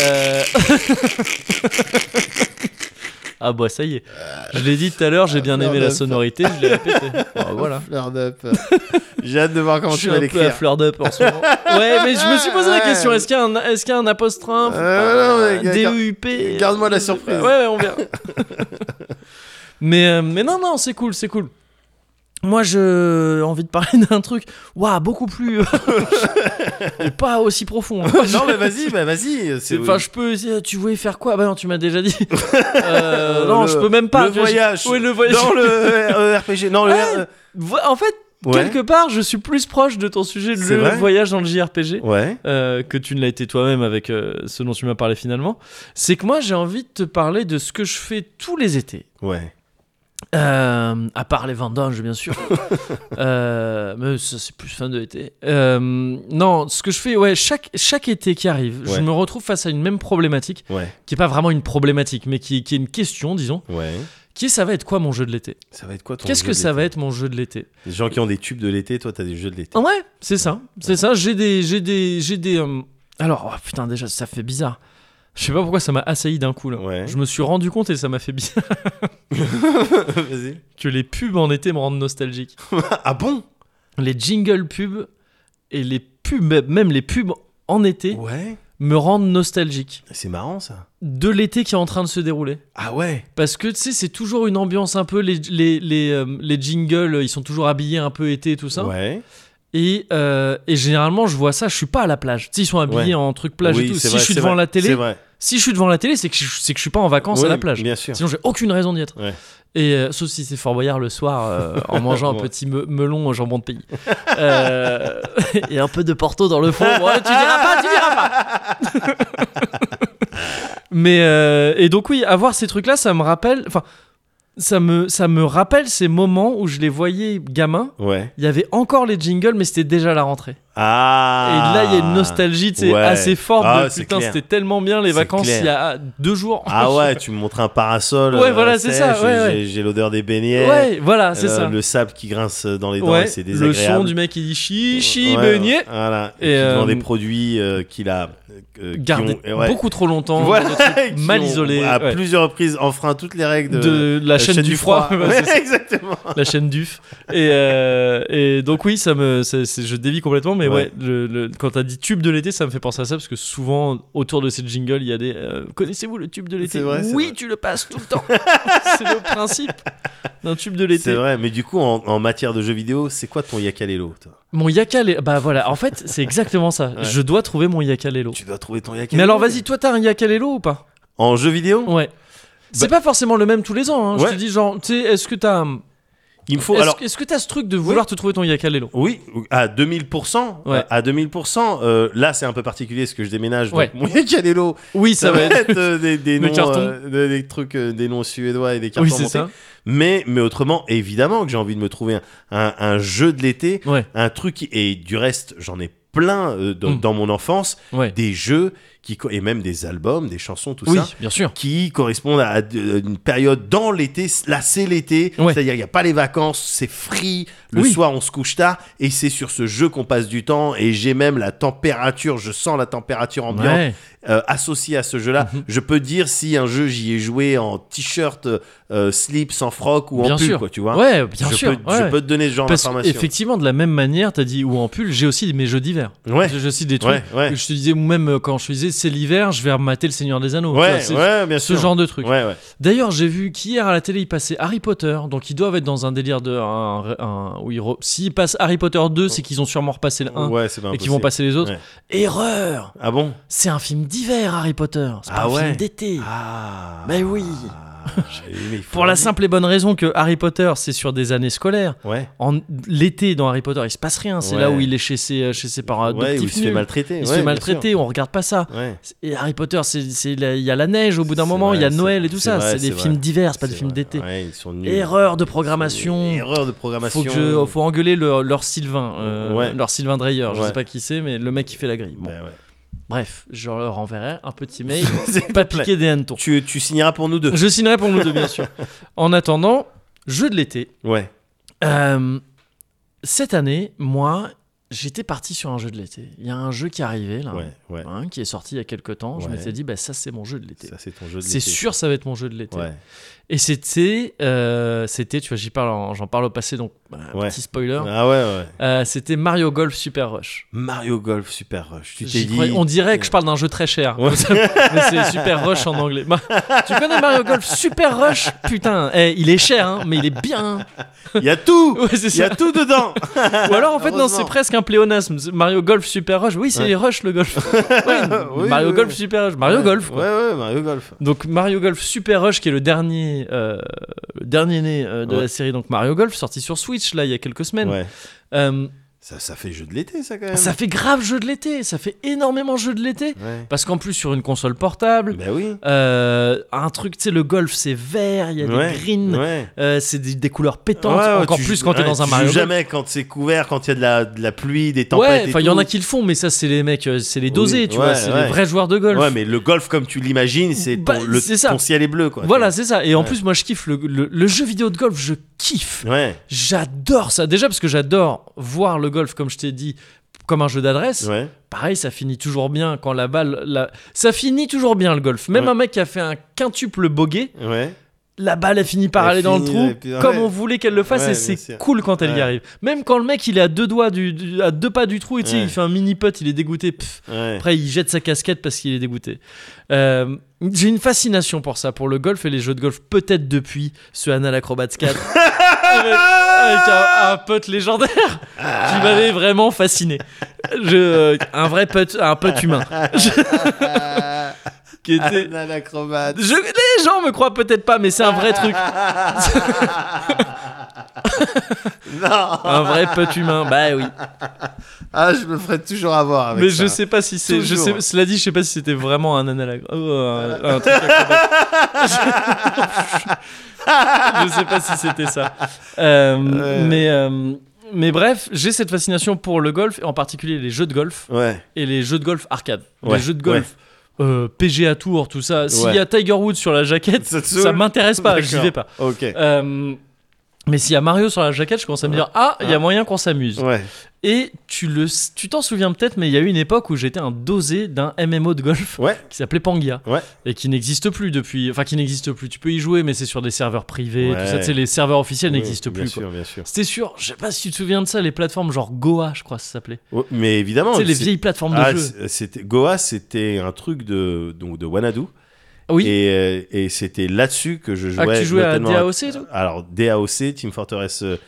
S2: Euh, ah bah ça y est. Je l'ai dit tout à l'heure, j'ai bien
S1: fleur
S2: aimé la
S1: d'up.
S2: sonorité, je l'ai répété. Bon, voilà.
S1: Fleur d'up. J'ai hâte de voir comment
S2: Je suis
S1: tu vas
S2: un peu à
S1: l'écrire.
S2: fleur d'up en
S1: [laughs]
S2: ce moment. ouais, mais je me suis posé la
S1: Ouais.
S2: question est-ce qu'il y a un, est-ce qu'il y a un apostrophe
S1: Euh, non, mais gar-
S2: DEUP
S1: garde-moi la surprise.
S2: Ouais, ouais,
S1: [laughs]
S2: on verra. mais, euh, mais non, non, c'est cool, c'est cool. Moi, je j'ai envie de parler [laughs] d'un truc, waouh, beaucoup plus. [laughs] et pas aussi profond. hein.
S1: non mais vas-y, bah vas-y.
S2: [laughs] C'est- Enfin, je peux. essayer, Tu voulais faire quoi Bah non, tu m'as
S1: [laughs]
S2: déjà dit. Euh, non,
S1: Le-
S2: je peux même pas.
S1: le
S2: tu vois,
S1: voyage.
S2: je- Oui, le voyage.
S1: Dans le euh, RPG. Non, le.
S2: Ouais. [laughs] Vo- En fait,
S1: Ouais.
S2: quelque part, je suis plus proche de ton sujet,
S1: C'est
S2: le
S1: vrai
S2: voyage dans le JRPG.
S1: Ouais.
S2: euh, que tu ne l'as été toi-même avec euh, ce dont tu m'as parlé finalement, c'est que moi j'ai envie de te parler de ce que je fais tous les étés,
S1: Ouais.
S2: Euh, à part les vendanges
S1: [laughs]
S2: bien sûr, Euh, mais ça c'est plus fin de l'été. Euh, non, ce que je fais, ouais, chaque, chaque été qui arrive, je
S1: Ouais.
S2: me retrouve face à une même problématique,
S1: Ouais.
S2: qui est pas vraiment une problématique, mais qui, qui est une question, disons,
S1: Ouais.
S2: qui est ça va être quoi mon jeu de l'été
S1: Ça va être quoi ton
S2: Qu'est-ce
S1: jeu
S2: que
S1: de
S2: ça va
S1: l'été
S2: être Hein mon jeu de l'été
S1: Les gens qui ont des tubes de l'été, toi t'as des jeux de l'été.
S2: Ouais, c'est ça, c'est ça. J'ai des, j'ai des, j'ai des. euh, Alors, oh, putain, déjà, ça fait bizarre. Je sais pas pourquoi ça m'a assailli d'un coup là.
S1: Ouais.
S2: Je me suis rendu compte et ça m'a fait bizarre
S1: [laughs]
S2: [laughs]
S1: Vas-y.
S2: que les pubs en été me rendent nostalgique.
S1: Ah bon
S2: Les jingles pubs et les pubs, même les pubs en été,
S1: Ouais.
S2: me rendent nostalgique
S1: C'est marrant ça.
S2: de l'été qui est en train de se dérouler.
S1: Ah ouais.
S2: Parce que tu sais, c'est toujours une ambiance un peu. Les, les, les, euh, les jingles, ils sont toujours habillés un peu été et tout ça.
S1: Ouais.
S2: Et, euh, et généralement, je vois ça, je suis pas à la plage. Tu sais, ils sont habillés
S1: Ouais.
S2: en truc plage
S1: Oui,
S2: et tout.
S1: c'est
S2: Si
S1: vrai,
S2: je suis
S1: c'est
S2: devant
S1: vrai,
S2: la
S1: C'est
S2: télé,
S1: vrai.
S2: si je suis devant la télé, c'est que je, c'est que je suis pas en vacances
S1: Ouais,
S2: à la plage.
S1: Bien sûr.
S2: Sinon, j'ai aucune raison d'y être.
S1: Ouais.
S2: Et euh, sauf si c'est Fort Boyard le soir euh, en
S1: [laughs]
S2: mangeant un
S1: Ouais.
S2: petit me- melon au jambon de pays. Euh, [laughs] et un peu de Porto dans le fond. Bon, tu diras pas, tu diras pas. [laughs] Mais euh, et donc oui, avoir ces trucs là, ça me rappelle enfin ça me ça me rappelle ces moments où je les voyais gamin.
S1: Ouais.
S2: Il y avait encore les jingles mais c'était déjà la rentrée.
S1: Ah.
S2: Et là, il y a une nostalgie tu sais,
S1: Ouais.
S2: assez forte
S1: Ah,
S2: de
S1: c'est
S2: putain,
S1: clair.
S2: c'était tellement bien les
S1: C'est
S2: vacances
S1: clair.
S2: il y a deux jours.
S1: Ah ouais, tu me montres un parasol.
S2: Ouais,
S1: euh,
S2: voilà, c'est
S1: sèche,
S2: ça, ouais,
S1: j'ai-
S2: ouais.
S1: j'ai- J'ai l'odeur des beignets.
S2: [laughs] Ouais, voilà, c'est
S1: euh,
S2: ça.
S1: Le sable qui grince dans les dents,
S2: Ouais,
S1: et c'est
S2: le
S1: désagréable.
S2: son du mec qui dit chi chi ben,
S1: Ouais,
S2: beignet
S1: Voilà.
S2: Et,
S1: Et, qui vend
S2: euh,
S1: des produits euh, qu'il a euh, qui
S2: gardé
S1: ont- et ouais.
S2: beaucoup
S1: [laughs]
S2: trop longtemps
S1: Voilà,
S2: dans des trucs
S1: qui
S2: mal
S1: ont,
S2: isolés
S1: À
S2: ouais.
S1: plusieurs reprises, enfreint toutes les règles [laughs] de,
S2: de la chaîne, du froid, [laughs] Ouais,
S1: Ouais,
S2: c'est ça,
S1: exactement.
S2: la chaîne duf et, euh, et donc oui ça me ça- c'est- je dévie complètement mais ouais,
S1: Ouais.
S2: le, le- quand t'as dit tube de l'été ça me fait penser à ça parce que souvent autour de ces jingles il y a des euh, connaissez-vous le tube de l'été
S1: C'est vrai, c'est
S2: oui
S1: vrai.
S2: tu le passes tout le temps [laughs] c'est le principe d'un tube de
S1: C'est
S2: l'été
S1: vrai, mais du coup, en, en matière de jeux vidéo, c'est quoi ton Yakalelo toi
S2: mon yaka les- bah voilà en fait c'est exactement ça
S1: Ouais.
S2: je dois trouver mon yaka lelo
S1: Tu dois trouver ton Yakalelo.
S2: mais alors vas-y toi t'as un yaka lelo ou pas
S1: En jeu vidéo
S2: Ouais. C'est pas forcément le même tous les ans. hein. Je
S1: Bah Ouais.
S2: te dis, genre, tu sais, est-ce que t'as.
S1: Il me faut.
S2: Est-ce
S1: Alors,
S2: est-ce que t'as ce truc de vouloir te trouver ton yakalelo
S1: Oui, à 2000%.
S2: Ouais.
S1: À 2000%. euh, là, c'est un peu particulier parce que je déménage. Donc,
S2: Ouais.
S1: mon Yakalelo,
S2: Oui,
S1: ça, va
S2: [laughs]
S1: être, euh, des, des
S2: Le
S1: noms,
S2: carton.
S1: euh, de- des trucs, euh, des noms suédois et des cartons
S2: Oui, c'est
S1: montés.
S2: ça.
S1: Mais, mais autrement, évidemment que j'ai envie de me trouver un, un- un jeu de l'été,
S2: Ouais.
S1: un truc qui- et du reste, j'en ai plein euh, dans,
S2: Mm.
S1: dans mon enfance
S2: Ouais.
S1: des jeux qui co- et même des albums, des chansons, tout
S2: Oui,
S1: ça,
S2: bien sûr.
S1: qui correspondent à, de- une période dans l'été. Là, c'est l'été,
S2: Ouais.
S1: c'est-à-dire il n'y a pas les vacances, c'est free. Le
S2: Oui.
S1: soir, on se couche tard et c'est sur ce jeu qu'on passe du temps. Et j'ai même la température, je sens la température ambiante
S2: Ouais.
S1: euh, associé à ce jeu-là.
S2: Mhm.
S1: Je peux dire si un jeu j'y ai joué en t-shirt, euh, slip, sans froc ou en
S2: Bien
S1: pull,
S2: sûr.
S1: quoi, tu vois.
S2: ouais, bien
S1: je,
S2: sûr.
S1: peux,
S2: ouais.
S1: je peux te donner ce genre
S2: Parce
S1: d'informations.
S2: qu'effectivement, de la même manière, t'as dit, ou en pull, j'ai aussi mes jeux d'hiver.
S1: Ouais.
S2: J'ai aussi des trucs.
S1: Ouais, ouais.
S2: que Je te disais, ou même euh, quand je te disais, c'est l'hiver, je vais remater le Seigneur des Anneaux. Tu vois,
S1: Ouais,
S2: c'est
S1: ouais, bien
S2: Ce
S1: sûr.
S2: genre de truc.
S1: Ouais, ouais.
S2: D'ailleurs, j'ai vu qu'hier à la télé, il passait Harry Potter, donc ils doivent être dans un délire de. Un, un- où ils re- S'ils passent Harry Potter 2, c'est qu'ils ont sûrement repassé le 1
S1: Ouais, c'est bien
S2: Hein. et qu'ils vont
S1: possible.
S2: passer les autres.
S1: Ouais.
S2: Erreur
S1: Ah bon
S2: C'est un film d'hiver, Harry Potter. C'est pas
S1: Ah
S2: un film
S1: ouais.
S2: d'été.
S1: Ah.
S2: Bah oui.
S1: Ah, mais
S2: [laughs]
S1: il faut
S2: Pour la
S1: le dire.
S2: simple et bonne raison que Harry Potter, c'est sur des années scolaires.
S1: Ouais.
S2: En l'été dans Harry Potter, il se passe rien. C'est là
S1: Ouais.
S2: où il est chez ses, chez ses parents
S1: Ouais, où il
S2: adoptifs
S1: se fait
S2: nuls.
S1: maltraiter.
S2: Ah, Il se
S1: ouais,
S2: fait
S1: bien
S2: maltraiter, on regarde pas ça.
S1: sûr. Ouais.
S2: Et Harry Potter, c'est c'est la- il y a la neige au bout d'un
S1: C'est
S2: moment, il y a
S1: vrai,
S2: Noël
S1: c'est-
S2: et tout
S1: c'est
S2: ça.
S1: vrai,
S2: C'est des
S1: c'est
S2: films
S1: vrai.
S2: d'hiver, c'est pas des
S1: C'est
S2: films
S1: vrai.
S2: d'été.
S1: Ouais, ils sont nuls.
S2: Erreur de
S1: Ils sont
S2: programmation.
S1: nuls. Erreur de
S2: Faut
S1: programmation.
S2: que je, faut engueuler le- leur Sylvain, euh,
S1: Ouais.
S2: leur Sylvain Dreyer. Je
S1: Ouais.
S2: sais pas qui c'est, mais le mec qui fait la grille. Bon.
S1: Bah ouais.
S2: Bref, je leur enverrai un petit mail.
S1: [laughs] S'il te
S2: pas
S1: plaît.
S2: piquer des hannetons.
S1: Tu, tu signeras pour nous deux.
S2: Je signerai pour nous deux,
S1: [laughs]
S2: bien sûr. En attendant, jeu de l'été.
S1: Ouais.
S2: Euh, cette année, moi, j'étais parti sur un jeu de l'été. Il y a un jeu qui est arrivé là,
S1: Ouais. Ouais.
S2: hein, qui est sorti il y a quelques temps. Je
S1: Ouais.
S2: m'étais dit, bah ça c'est mon jeu de l'été.
S1: Ça, c'est ton jeu de
S2: C'est
S1: l'été.
S2: sûr, ça va être mon jeu de l'été.
S1: Ouais.
S2: Et c'était, euh, c'était, tu vois, j'y parle, en- j'en parle au passé, donc bah,
S1: Ouais.
S2: petit spoiler.
S1: Ah ouais, ouais.
S2: Euh, c'était Mario Golf Super Rush.
S1: Mario Golf Super Rush. Tu t'es
S2: J'y
S1: dit.
S2: croyais- On dirait que je parle d'un jeu très cher.
S1: Ouais.
S2: [laughs] Mais c'est Super Rush en anglais. Bah, tu connais Mario Golf Super Rush Putain, eh, il est cher, hein, mais il est bien.
S1: Il y a tout
S2: [laughs] Ouais,
S1: Il
S2: c'est
S1: y
S2: ça.
S1: a tout dedans
S2: Ou alors en fait non,
S1: Heureusement.
S2: c'est presque un pléonasme. C'est Mario Golf Super Rush. Oui, c'est
S1: Ouais.
S2: Rush le golf. Oui,
S1: [laughs] Oui,
S2: Mario
S1: oui,
S2: Golf
S1: oui.
S2: Super Rush. [laughs] Mario
S1: Ouais,
S2: Golf. Quoi.
S1: Ouais, ouais, Mario Golf.
S2: Donc Mario Golf Super Rush qui est le dernier euh, le dernier né euh, de
S1: Ouais.
S2: la série donc Mario Golf sorti sur Switch là il y a quelques semaines.
S1: Ouais.
S2: Euh,
S1: Ça, ça fait jeu de l'été, ça, quand même.
S2: ça fait grave jeu de l'été, ça fait énormément jeu de l'été
S1: Ouais.
S2: parce qu'en plus sur une console portable
S1: Bah oui.
S2: euh, un truc, tu sais, le golf c'est vert, il y a
S1: Ouais,
S2: des greens,
S1: Ouais.
S2: euh, c'est des, des couleurs pétantes,
S1: Ouais, ouais,
S2: encore
S1: tu
S2: plus
S1: joues-
S2: quand t'es
S1: ouais,
S2: dans un
S1: tu
S2: Mario
S1: joues
S2: Golf.
S1: jamais quand c'est couvert, quand il y a de la, de la pluie, des tempêtes.
S2: ouais,
S1: et
S2: enfin, il y en a
S1: tout.
S2: qui le font, mais ça, c'est les mecs, euh, c'est les dosés,
S1: Oui,
S2: tu
S1: ouais,
S2: vois, c'est les
S1: ouais.
S2: vrais joueurs de golf.
S1: Ouais, mais le golf, comme tu l'imagines, c'est ton,
S2: Bah,
S1: le-
S2: c'est ça.
S1: ton ciel est bleu, quoi.
S2: voilà, c'est ça. Et en
S1: Ouais.
S2: plus, moi, je kiffe le, le- le jeu vidéo de golf, je kiffe.
S1: Ouais,
S2: J'adore ça. Déjà, parce que j'adore voir le golf, comme je t'ai dit, comme un jeu d'adresse.
S1: ouais.
S2: Pareil, ça finit toujours bien quand la balle. la- Ça finit toujours bien le golf. Même
S1: Ouais.
S2: un mec qui a fait un quintuple bogey,
S1: Ouais.
S2: la balle, elle finit par
S1: Elle
S2: aller dans le
S1: finit,
S2: trou,
S1: et puis, ouais.
S2: comme on voulait qu'elle le fasse,
S1: Ouais,
S2: et
S1: bien
S2: c'est
S1: sûr.
S2: cool quand elle y
S1: Ouais.
S2: arrive. Même quand le mec, il est à deux doigts, du, du- à deux pas du trou, et tu sais,
S1: Ouais.
S2: il fait un mini putt, il est dégoûté. Pff,
S1: Ouais.
S2: Après, il jette sa casquette parce qu'il est dégoûté. Euh, J'ai une fascination pour ça, pour le golf et les jeux de golf, peut-être depuis ce Anal
S1: [laughs]
S2: Acrobats 4. avec,
S1: Ah,
S2: avec un, un pote légendaire qui m'avait vraiment fasciné. Je, euh, un vrai pote, un pote humain. ah, Je- qui
S1: Ah,
S2: était. ah,
S1: L'acrobate.
S2: Je- les gens me croient peut-être pas, mais c'est un vrai truc.
S1: [laughs] Non
S2: Un vrai pote humain, bah oui.
S1: Ah, je me ferai toujours avoir avec
S2: Mais
S1: ça.
S2: je sais pas si c'est. Je sais,
S1: Toujours.
S2: cela dit, je sais pas si c'était vraiment un analogue. oh, un,
S1: [laughs]
S2: un truc acrobatique. je sais pas si c'était ça. Euh,
S1: Ouais.
S2: Mais. euh, mais bref, j'ai cette fascination pour le golf, et en particulier les jeux de golf [laughs]
S1: Ouais.
S2: et les jeux de golf arcade.
S1: Ouais,
S2: Les jeux de golf euh, PG à tour, tout ça. S'il
S1: Ouais.
S2: y a Tiger Woods sur la jaquette,
S1: Ça te
S2: ça
S1: saoule
S2: m'intéresse pas, j'y
S1: D'accord.
S2: vais pas.
S1: Ok.
S2: Euh, mais s'il y a Mario sur la jaquette, je commence à me dire Ah, il y a moyen qu'on s'amuse.
S1: Ouais.
S2: Et tu le, tu t'en souviens peut-être, mais il y a eu une époque où j'étais un dosé d'un MMO de golf
S1: Ouais.
S2: qui s'appelait Pangia
S1: Ouais.
S2: et qui n'existe plus depuis. Enfin, qui n'existe plus. Tu peux y jouer, mais c'est sur des serveurs privés.
S1: Ouais.
S2: Tout ça, tu sais, les serveurs officiels
S1: Oui,
S2: n'existent
S1: bien
S2: plus. quoi.
S1: sûr, bien sûr.
S2: C'était sûr. Je sais pas si tu te souviens de ça, les plateformes genre Goa, je crois, que ça s'appelait.
S1: Oh, mais évidemment.
S2: tu sais, les
S1: c'est-
S2: vieilles plateformes de
S1: Ah,
S2: jeu.
S1: c'est- c'était Goa, c'était un truc de donc de Wanadu
S2: Oui.
S1: et, euh, et c'était là-dessus que je jouais.
S2: ah, que tu jouais à
S1: notamment
S2: DAOC et tout
S1: Alors DAOC, Team Fortress. euh,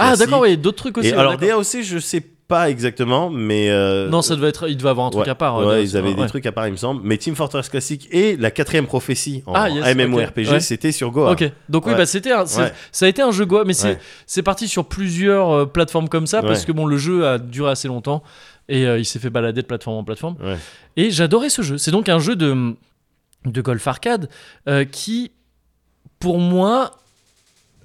S2: Ah,
S1: classique.
S2: d'accord, oui, d'autres trucs aussi.
S1: Et
S2: ouais,
S1: alors
S2: d'accord.
S1: DAOC, je sais pas exactement, mais euh,
S2: Non, ça devait être. Il devait avoir un truc
S1: ouais,
S2: à part.
S1: Ouais,
S2: euh, DAOC,
S1: ils avaient des
S2: ouais.
S1: trucs à part, il me semble. Mais Team Fortress classique et la quatrième prophétie en
S2: Ah, yes,
S1: MMORPG,
S2: ok, ouais.
S1: c'était sur Goa.
S2: Ok, donc oui,
S1: Ouais.
S2: bah, c'était un- c'est-
S1: Ouais.
S2: ça a été un jeu Goa, mais c'est
S1: Ouais.
S2: c'est parti sur plusieurs euh, plateformes comme ça, parce
S1: Ouais.
S2: que bon, le jeu a duré assez longtemps et euh, il s'est fait balader de plateforme en plateforme.
S1: Ouais.
S2: Et j'adorais ce jeu. C'est donc un jeu de, de golf arcade euh, qui, pour moi,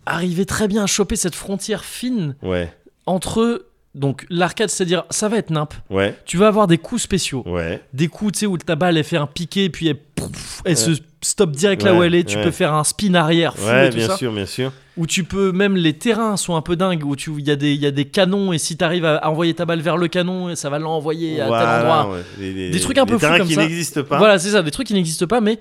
S2: arrivait très bien à choper cette frontière fine
S1: Ouais.
S2: entre Donc l'arcade, c'est-à-dire, ça va être nimp.
S1: Ouais,
S2: Tu vas avoir des coups spéciaux.
S1: ouais.
S2: Des coups, tu sais, où ta balle, elle fait un piqué, puis elle, pouf, elle se stoppe direct là
S1: Ouais,
S2: où elle est. Tu
S1: ouais.
S2: peux faire un spin arrière fou et
S1: Ouais,
S2: tout
S1: bien
S2: ça.
S1: sûr, bien sûr.
S2: Où tu peux, même les terrains sont un peu dingues, où tu- il y, a des- il y a des canons, et si t'arrives à, à envoyer ta balle vers le canon, ça va l'envoyer à
S1: Voilà,
S2: tel endroit.
S1: ouais. Les- les-
S2: Des trucs un
S1: les
S2: peu fous
S1: terrains
S2: comme
S1: qui
S2: ça.
S1: n'existent pas.
S2: Voilà, c'est ça, des trucs qui n'existent pas, mais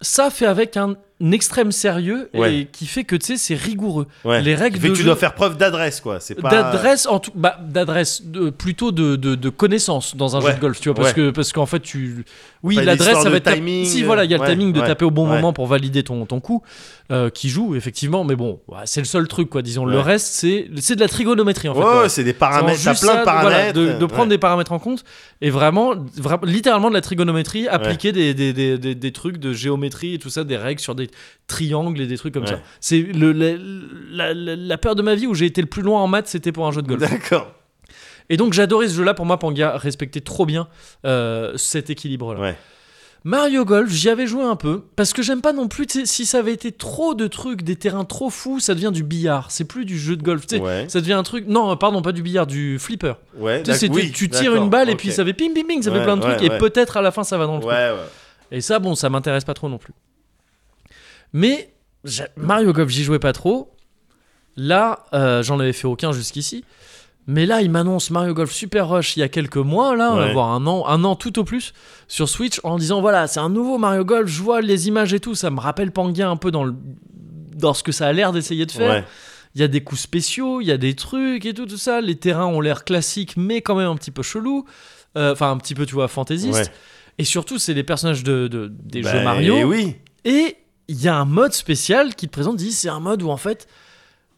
S2: ça fait avec un extrême sérieux et
S1: Ouais.
S2: qui fait que tu sais, c'est rigoureux.
S1: Ouais.
S2: Les règles
S1: Qui fait
S2: de
S1: que tu
S2: jeu-
S1: dois faire preuve d'adresse, quoi. C'est pas...
S2: D'adresse, en tout, bah, d'adresse, de- plutôt de, de, de connaissance dans un
S1: Ouais,
S2: jeu de golf, tu vois, parce
S1: ouais.
S2: que parce qu'en fait tu, oui,
S1: Pas une
S2: l'adresse
S1: histoire
S2: ça va
S1: de
S2: être, tap-
S1: timing,
S2: si voilà, il y a le
S1: ouais,
S2: timing de
S1: ouais,
S2: taper au bon
S1: ouais.
S2: moment pour valider ton ton coup, euh, qui joue effectivement, mais bon, ouais, c'est le seul truc quoi, disons. Le
S1: Ouais.
S2: reste c'est c'est de la trigonométrie en fait.
S1: Ouais,
S2: ouais.
S1: ouais, c'est des
S2: C'est vraiment
S1: paramètres. Ah, T'as
S2: juste
S1: plein
S2: ça,
S1: de
S2: voilà,
S1: paramètres.
S2: de, de prendre
S1: Ouais.
S2: des paramètres en compte et vraiment, vra- littéralement de la trigonométrie, appliquer des, des, des, des- des trucs de géométrie et tout ça, des règles sur des triangles et des trucs comme
S1: Ouais.
S2: ça. C'est le, la, la, la- la peur de ma vie où j'ai été le plus loin en maths, c'était pour un jeu
S1: [laughs]
S2: de golf.
S1: D'accord.
S2: Et donc j'adorais ce jeu-là, pour moi, Panga respectait trop bien euh, cet équilibre-là.
S1: Ouais.
S2: Mario Golf, j'y avais joué un peu, parce que j'aime pas non plus, tu sais, si ça avait été trop de trucs, des terrains trop fous, ça devient du billard, c'est plus du jeu de golf, tu sais.
S1: Ouais.
S2: Ça devient un truc. Non, pardon, pas du billard, du flipper.
S1: Ouais,
S2: Tu sais,
S1: d'ac-
S2: c'était-
S1: oui,
S2: tu tires
S1: d'accord,
S2: une balle et
S1: ok.
S2: puis ça fait ping ping ping, ça fait
S1: Ouais,
S2: plein de trucs
S1: ouais,
S2: et
S1: ouais.
S2: peut-être à la fin ça va dans le
S1: Ouais,
S2: trou.
S1: ouais.
S2: Et ça, bon, ça m'intéresse pas trop non plus. Mais j'a- Mario Golf, j'y jouais pas trop. Là, euh, j'en avais fait aucun jusqu'ici. Mais là, il m'annonce Mario Golf Super Rush il y a quelques mois, là,
S1: Ouais.
S2: voire un an, un an tout au plus, sur Switch, en disant voilà, c'est un nouveau Mario Golf, je vois les images et tout, ça me rappelle Pangea un peu dans, le, dans ce que ça a l'air d'essayer de faire.
S1: Ouais.
S2: Il y a des coups spéciaux, il y a des trucs et tout, tout ça. Les terrains ont l'air classiques, mais quand même un petit peu chelou. Euh, Enfin, un petit peu, tu vois, fantaisiste.
S1: Ouais.
S2: Et surtout, c'est les personnages de, de- des
S1: Bah,
S2: jeux Mario.
S1: et oui. [laughs]
S2: Et il y a un mode spécial qui te présente, dit c'est un mode où en fait,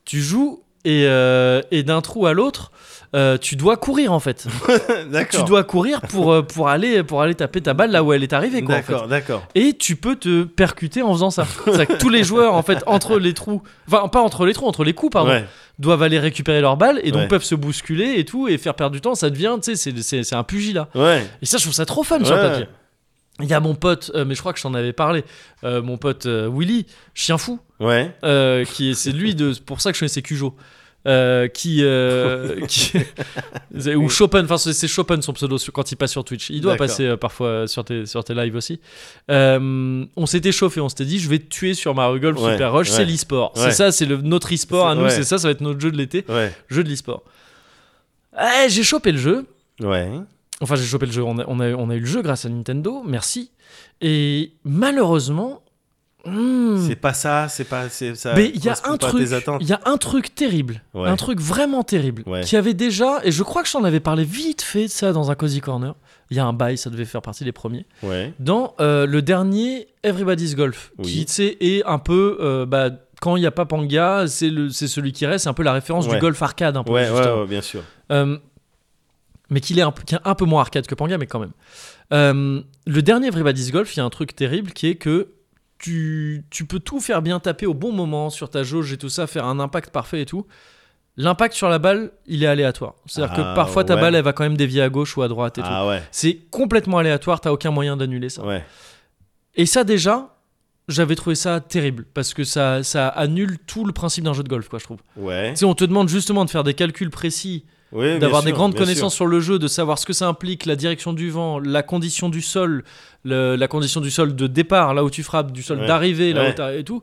S2: tu joues et, euh, et d'un trou à l'autre, euh, tu dois courir en fait. tu
S1: D'accord.
S2: dois courir pour, euh, pour, aller, pour aller taper ta balle là où elle est arrivée. Quoi, en fait
S1: D'accord, d'accord.
S2: et tu peux te percuter en faisant ça. C'est-à-dire que tous les joueurs, en fait, entre les trous, enfin, pas entre les trous, entre les coups, pardon,
S1: Ouais.
S2: doivent aller récupérer leurs balles et donc
S1: Ouais.
S2: peuvent se bousculer et tout et faire perdre du temps. Ça devient, tu sais, c'est- c'est c'est un pugilat.
S1: Ouais.
S2: Et ça, je trouve ça trop fun sur
S1: Ouais.
S2: le papier. Il y a mon pote, euh, mais je crois que je t'en avais parlé, euh, mon pote euh, Willy, chien fou,
S1: Ouais.
S2: euh, qui est- c'est lui de c'est pour ça que je connaissais Cujo. euh, qui,
S1: [laughs]
S2: euh, qui- ou Chopin enfin c'est c'est Chopin son pseudo sur- quand il passe sur Twitch il doit
S1: D'accord.
S2: passer euh, parfois sur tes, sur tes lives aussi Euh, on s'était chauffé on s'était dit je vais te tuer sur Mario Golf
S1: Ouais,
S2: Super Rush c'est
S1: ouais.
S2: l'e-sport c'est
S1: Ouais.
S2: ça c'est le- notre e-sport à nous
S1: Ouais.
S2: c'est ça ça va être notre jeu de l'été
S1: Ouais.
S2: jeu de l'e-sport Eh, j'ai chopé le jeu
S1: Ouais.
S2: Enfin, j'ai chopé le jeu. On a, on, a, on a eu le jeu grâce à Nintendo. Merci. Et malheureusement. hmm,
S1: C'est pas ça, c'est pas c'est ça.
S2: mais il y a
S1: correspond
S2: un
S1: pas à
S2: truc,
S1: tes attentes.
S2: il y a un truc terrible,
S1: Ouais.
S2: un truc vraiment terrible,
S1: Ouais.
S2: qui avait déjà, et je crois que j'en avais parlé vite fait de ça dans un cozy corner. Il y a un bail, ça devait faire partie des premiers.
S1: Ouais.
S2: Dans euh, le dernier Everybody's Golf,
S1: Oui.
S2: qui tu sais est un peu, euh, bah, quand il n'y a pas Panga, c'est le, c'est celui qui reste, c'est un peu la référence
S1: Ouais.
S2: du golf arcade un peu.
S1: Ouais, ouais,
S2: justement.
S1: ouais, bien sûr.
S2: Euh, mais qu'il est un, qui est un peu moins arcade que Panga, mais quand même. Euh, le dernier Everybody's Golf, il y a un truc terrible qui est que tu, tu peux tout faire bien taper au bon moment sur ta jauge et tout ça, faire un impact parfait et tout. L'impact sur la balle, il est aléatoire. C'est-à-dire
S1: Ah,
S2: que parfois ta
S1: ouais.
S2: balle, elle va quand même dévier à gauche ou à droite et tout.
S1: Ah ouais.
S2: C'est complètement aléatoire, t'as aucun moyen d'annuler ça.
S1: Ouais.
S2: Et ça déjà, j'avais trouvé ça terrible parce que ça, ça annule tout le principe d'un jeu de golf, quoi, je trouve.
S1: Ouais.
S2: Tu sais, on te demande justement de faire des calculs précis
S1: Oui, bien
S2: d'avoir des
S1: sûr,
S2: grandes
S1: bien
S2: connaissances sur le jeu, de savoir ce que ça implique, la direction du vent, la condition du sol, le- la condition du sol de départ, là où tu frappes, du sol
S1: Ouais.
S2: d'arrivée, là où
S1: Ouais.
S2: t'as- et tout,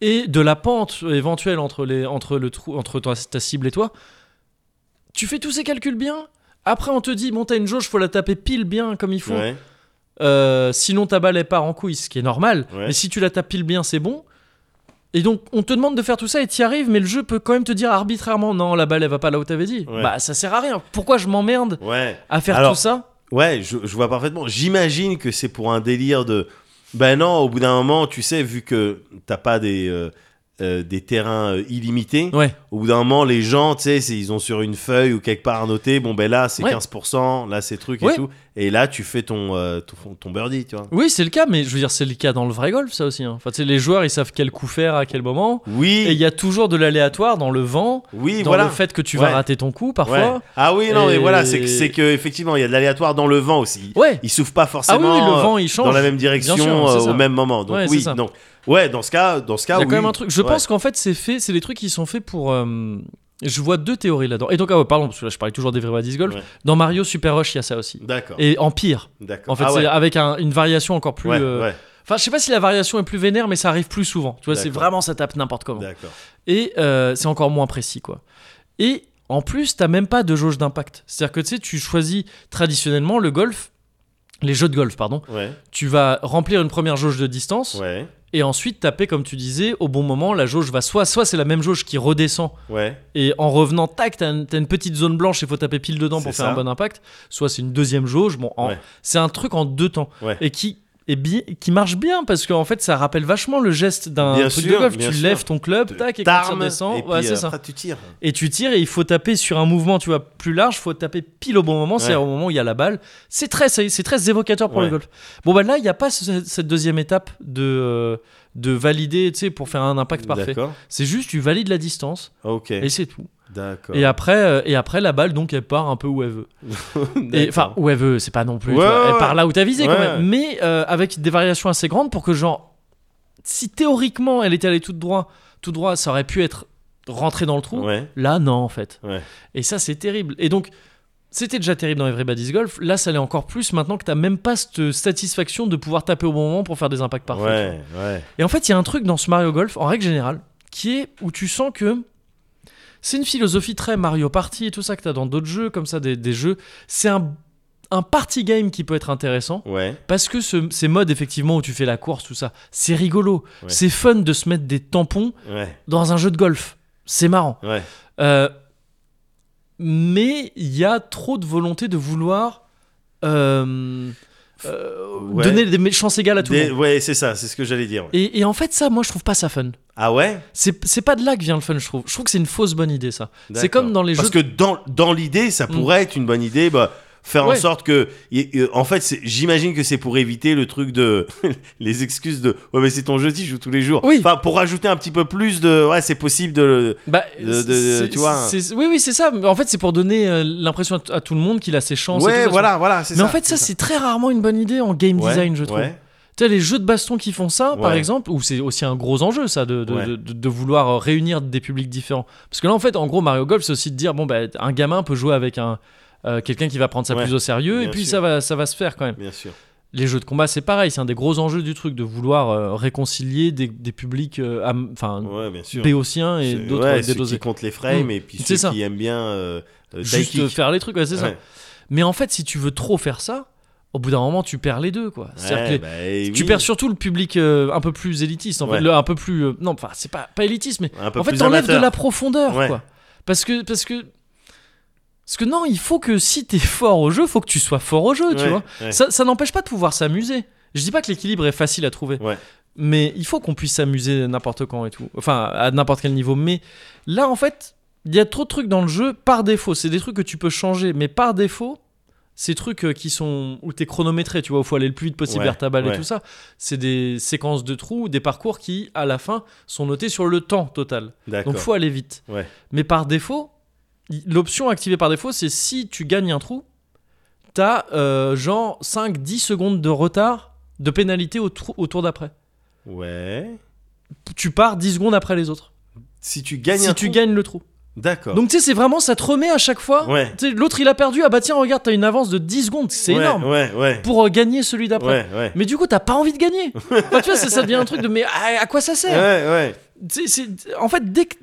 S2: et de la pente éventuelle entre, les, entre, le trou, entre ta, ta cible et toi. Tu fais tous ces calculs bien après, on te dit, bon, t'as une jauge, faut la taper pile bien comme il faut.
S1: sûr. Ouais.
S2: Euh, sinon, ta balle, elle part en couille, ce qui est normal.
S1: Ouais.
S2: Mais si tu la tapes pile bien, c'est bon. Et donc, on te demande de faire tout ça et t'y arrives, mais le jeu peut quand même te dire arbitrairement non, la balle, elle va pas là où t'avais dit.
S1: Ouais.
S2: Bah, ça sert à rien. Pourquoi je m'emmerde
S1: Ouais.
S2: à faire
S1: Alors-
S2: tout ça
S1: Ouais, je, je vois parfaitement. J'imagine que c'est pour un délire de. Ben non, au bout d'un moment, tu sais, vu que t'as pas des, euh, euh, des terrains euh, illimités,
S2: Ouais.
S1: au bout d'un moment, les gens, tu sais, c'est- ils ont sur une feuille ou quelque part noté, bon ben là c'est
S2: Ouais.
S1: 15%, là c'est truc
S2: Ouais.
S1: et tout. Et là, tu fais ton, euh, ton, ton birdie, tu vois.
S2: Oui, c'est le cas, mais je veux dire, c'est le cas dans le vrai golf, ça aussi. hein. Enfin, tu sais, les joueurs, ils savent quel coup faire à quel moment. Et il
S1: Oui,
S2: y a toujours de l'aléatoire dans le vent,
S1: oui,
S2: dans
S1: voilà.
S2: le fait que tu
S1: Ouais.
S2: vas rater ton coup parfois.
S1: Ouais. Ah oui, non,
S2: Et-
S1: mais voilà, c'est que, c'est que effectivement, il y a de l'aléatoire dans le vent aussi.
S2: Ouais.
S1: Il souffle pas
S2: Ah oui,
S1: forcément
S2: oui, le
S1: euh,
S2: vent, il change.
S1: dans la même direction
S2: sûr, c'est
S1: euh,
S2: ça.
S1: au même moment. Donc
S2: Ouais, c'est
S1: oui,
S2: ça.
S1: donc ouais, dans ce cas, dans ce cas,
S2: Il y a quand
S1: Ah oui.
S2: même un truc. Je
S1: Ouais.
S2: pense qu'en fait, c'est fait. C'est des trucs qui sont faits pour. euh, Je vois deux théories là-dedans. Et donc, ah ouais, pardon, parce que là, je parlais toujours d'Everybody's Golf.
S1: Ouais.
S2: Dans Mario Super Rush, il y a ça aussi.
S1: D'accord.
S2: Et en pire.
S1: D'accord.
S2: En fait,
S1: Ah
S2: c'est
S1: ouais.
S2: avec un- une variation encore plus.
S1: Ouais,
S2: euh,
S1: ouais.
S2: Enfin, je sais pas si la variation est plus vénère, mais ça arrive plus souvent. Tu vois, c'est
S1: D'accord.
S2: vraiment ça tape n'importe comment.
S1: D'accord.
S2: Et euh, c'est encore moins précis, quoi. Et en plus, t'as même pas de jauge d'impact. C'est-à-dire que tu sais, tu choisis traditionnellement le golf, les jeux de golf, pardon.
S1: Ouais.
S2: Tu vas remplir une première jauge de distance
S1: Ouais.
S2: et ensuite taper, comme tu disais, au bon moment. La jauge va soit, soit c'est la même jauge qui redescend
S1: Ouais.
S2: et en revenant, tac, t'as une, t'as une petite zone blanche et faut taper pile dedans pour
S1: C'est
S2: faire
S1: ça.
S2: un bon impact. Soit c'est une deuxième jauge. Bon, en-
S1: Ouais.
S2: c'est un truc en deux temps
S1: Ouais.
S2: et qui et bi- qui marche bien parce qu'en fait ça rappelle vachement le geste d'un
S1: Bien
S2: truc de
S1: sûr,
S2: golf. Tu
S1: bien sûr.
S2: lèves ton club, tac, et quand ça
S1: T'armes,
S2: descend,
S1: et puis,
S2: ouais, c'est
S1: euh,
S2: ça.
S1: après, tu tires.
S2: Et tu tires et il faut taper sur un mouvement, tu vois, plus large. Faut taper pile au bon moment, c'est-à-dire au moment où il y a la balle. C'est très, c'est c'est très évocateur pour le
S1: Ouais.
S2: golf. Bon bah là, il n'y a pas ce- cette deuxième étape de euh, de valider, tu sais, pour faire un impact parfait.
S1: D'accord.
S2: C'est juste tu valides la distance
S1: Ok.
S2: et c'est tout.
S1: D'accord.
S2: Et après, euh, et après, la balle, donc, elle part un peu où elle veut. Et,
S1: D'accord.
S2: Enfin, où elle veut, c'est pas non plus. tu
S1: Ouais,
S2: vois, Elle
S1: ouais,
S2: part là où t'as visé, quand
S1: ouais.
S2: même. Mais euh, avec des variations assez grandes pour que, genre, si théoriquement elle était allée tout droit, tout droit, ça aurait pu être rentré dans le trou.
S1: Ouais.
S2: Là, non, en fait.
S1: Ouais.
S2: Et ça, c'est terrible. Et donc, c'était déjà terrible dans Everybody's Golf. Là, ça l'est encore plus maintenant que t'as même pas cette satisfaction de pouvoir taper au bon moment pour faire des impacts parfaits.
S1: Ouais. Ouais.
S2: Et en fait, il y a un truc dans ce Mario Golf, en règle générale, qui est où tu sens que c'est une philosophie très Mario Party et tout ça que t'as dans d'autres jeux, comme ça, des, des jeux. C'est un, un party game qui peut être intéressant.
S1: Ouais.
S2: Parce que ce- ces modes, effectivement, où tu fais la course, tout ça, c'est rigolo.
S1: Ouais.
S2: C'est fun de se mettre des tampons
S1: Ouais.
S2: dans un jeu de golf. C'est marrant.
S1: Ouais.
S2: Euh, mais il y a trop de volonté de vouloir euh, euh,
S1: Ouais.
S2: donner des chances égales à tout
S1: Des-
S2: le monde.
S1: ouais, c'est ça, c'est ce que j'allais dire. ouais.
S2: Et, et en fait, ça, moi, je trouve pas ça fun.
S1: Ah ouais
S2: C'est c'est pas de là que vient le fun, je trouve. Je trouve que c'est une fausse bonne idée, ça. C'est
S1: D'accord.
S2: comme dans les
S1: Parce
S2: jeux.
S1: que dans, dans l'idée, ça pourrait être une bonne idée. Bah, faire
S2: Mm. Ouais.
S1: en sorte que. y- y- En fait, c'est- j'imagine que c'est pour éviter le truc de. [laughs] les excuses de. Ouais, mais c'est ton jeu, tu joues tous les jours.
S2: Oui.
S1: Enfin, pour rajouter un petit peu plus de. Ouais, c'est possible de.
S2: Bah,
S1: de- de-
S2: c'est-
S1: tu vois,
S2: c'est- Oui, oui, c'est ça. Mais En fait, c'est pour donner euh, l'impression à, t- à tout le monde qu'il a ses chances. et tout
S1: ouais,
S2: ça.
S1: voilà, voilà, c'est
S2: Mais
S1: ça.
S2: en fait, ça, c'est très rarement une bonne idée en game
S1: Ouais,
S2: design, je trouve.
S1: ouais.
S2: Tu as les jeux de baston qui font ça, par
S1: Ouais.
S2: exemple, où c'est aussi un gros enjeu, ça, de, de,
S1: Ouais.
S2: de- de- de vouloir euh, réunir des publics différents. Parce que là, en fait, en gros, Mario Golf, c'est aussi de dire, bon, bah, un gamin peut jouer avec un. euh, quelqu'un qui va prendre ça
S1: Ouais,
S2: plus au sérieux et
S1: bien
S2: puis
S1: sûr.
S2: ça va, ça va se faire quand même.
S1: Bien sûr.
S2: les jeux de combat, c'est pareil, c'est un des gros enjeux du truc, de vouloir euh, réconcilier des, des publics, euh, am- enfin,
S1: Ouais, bien sûr.
S2: béotiens et
S1: C'est-
S2: d'autres
S1: ouais,
S2: euh,
S1: ceux qui
S2: dédosés.
S1: comptent les frames
S2: Mm.
S1: et puis
S2: C'est
S1: ceux
S2: ça.
S1: qui aiment bien. Euh, euh,
S2: Juste
S1: Daikik.
S2: faire les trucs, ouais, c'est ça.
S1: Ouais.
S2: Mais en fait, si tu veux trop faire ça, au bout d'un moment, tu perds les deux, quoi. C'est-à-dire que
S1: Ouais,
S2: les-
S1: bah, et
S2: tu
S1: oui.
S2: perds surtout le public euh, un peu plus élitiste, en fait,
S1: Ouais.
S2: le- un peu plus. euh, non, enfin, c'est pas, pas élitiste, mais
S1: Un peu
S2: en fait,
S1: plus
S2: t'enlèves de
S1: amateur.
S2: la profondeur,
S1: Ouais.
S2: quoi. Parce que, parce que, parce que non, il faut que si t'es [laughs] fort au jeu, faut que tu sois fort au jeu, tu
S1: Ouais,
S2: vois.
S1: ouais.
S2: Ça, ça n'empêche pas de pouvoir s'amuser. Je dis pas que l'équilibre est facile à trouver,
S1: Ouais.
S2: mais il faut qu'on puisse s'amuser n'importe quand et tout, enfin à n'importe quel niveau. Mais là, en fait, il y a trop de trucs dans le jeu par défaut. C'est des trucs que tu peux changer, mais par défaut, ces trucs euh, qui sont où t'es chronométré, tu vois, où faut aller le plus vite possible
S1: Ouais,
S2: vers ta balle et
S1: ouais.
S2: tout ça, c'est des séquences de trous, des parcours qui, à la fin, sont notés sur le temps total. Donc
S1: D'accord.
S2: faut aller vite.
S1: Ouais.
S2: Mais par défaut, i- l'option activée par défaut, c'est si tu gagnes un trou, t'as euh, genre 5-10 secondes de retard de pénalité au, trou- au tour d'après.
S1: Ouais.
S2: Tu pars 10 secondes après les autres.
S1: Si tu gagnes
S2: si
S1: un
S2: tu
S1: coup-
S2: gagnes le trou.
S1: D'accord.
S2: Donc tu sais, c'est vraiment, ça te remet à chaque fois.
S1: Ouais.
S2: Tu sais, L'autre il a perdu, ah bah tiens, regarde, t'as une avance de 10 secondes, c'est
S1: Ouais,
S2: énorme.
S1: Ouais, ouais.
S2: Pour euh, gagner celui d'après.
S1: Ouais, ouais.
S2: Mais du coup, t'as pas envie
S1: [laughs]
S2: de gagner. Enfin, tu vois, ça, ça devient un truc de mais ah, à, à quoi ça sert
S1: Ouais, ouais.
S2: C'est- c'est- En fait, dès que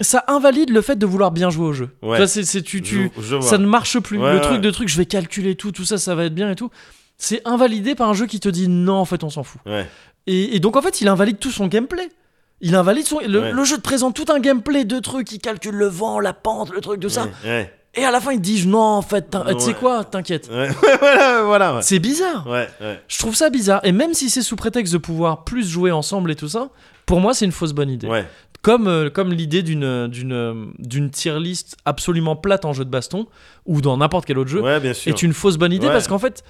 S2: ça invalide le fait de vouloir bien jouer au jeu.
S1: Ouais.
S2: Tu vois, c'est, c'est- tu, tu-
S1: Je- je vois.
S2: ça ne marche plus.
S1: Ouais,
S2: le
S1: ouais.
S2: truc de truc, je vais calculer tout, tout ça, ça va être bien et tout. C'est invalidé par un jeu qui te dit non, en fait, on s'en fout.
S1: Ouais,
S2: Et, et donc, en fait, il invalide tout son gameplay. Il invalide son. Le,
S1: Ouais.
S2: le jeu te présente tout un gameplay de trucs, il calcule le vent, la pente, le truc, tout ça.
S1: ouais, ouais,
S2: Et à la fin, il te dit non, en fait, t'in- tu sais
S1: Ouais.
S2: quoi, t'inquiète.
S1: ouais, [laughs] voilà, voilà, ouais.
S2: C'est bizarre.
S1: Ouais, ouais.
S2: Je trouve ça bizarre. Et même si c'est sous prétexte de pouvoir plus jouer ensemble et tout ça, pour moi, c'est une fausse bonne idée.
S1: Ouais,
S2: Comme, euh, comme l'idée d'une, d'une, euh, d'une tier list absolument plate en jeu de baston ou dans n'importe quel autre jeu
S1: ouais, bien sûr.
S2: est une fausse bonne idée
S1: Ouais.
S2: parce qu'en fait,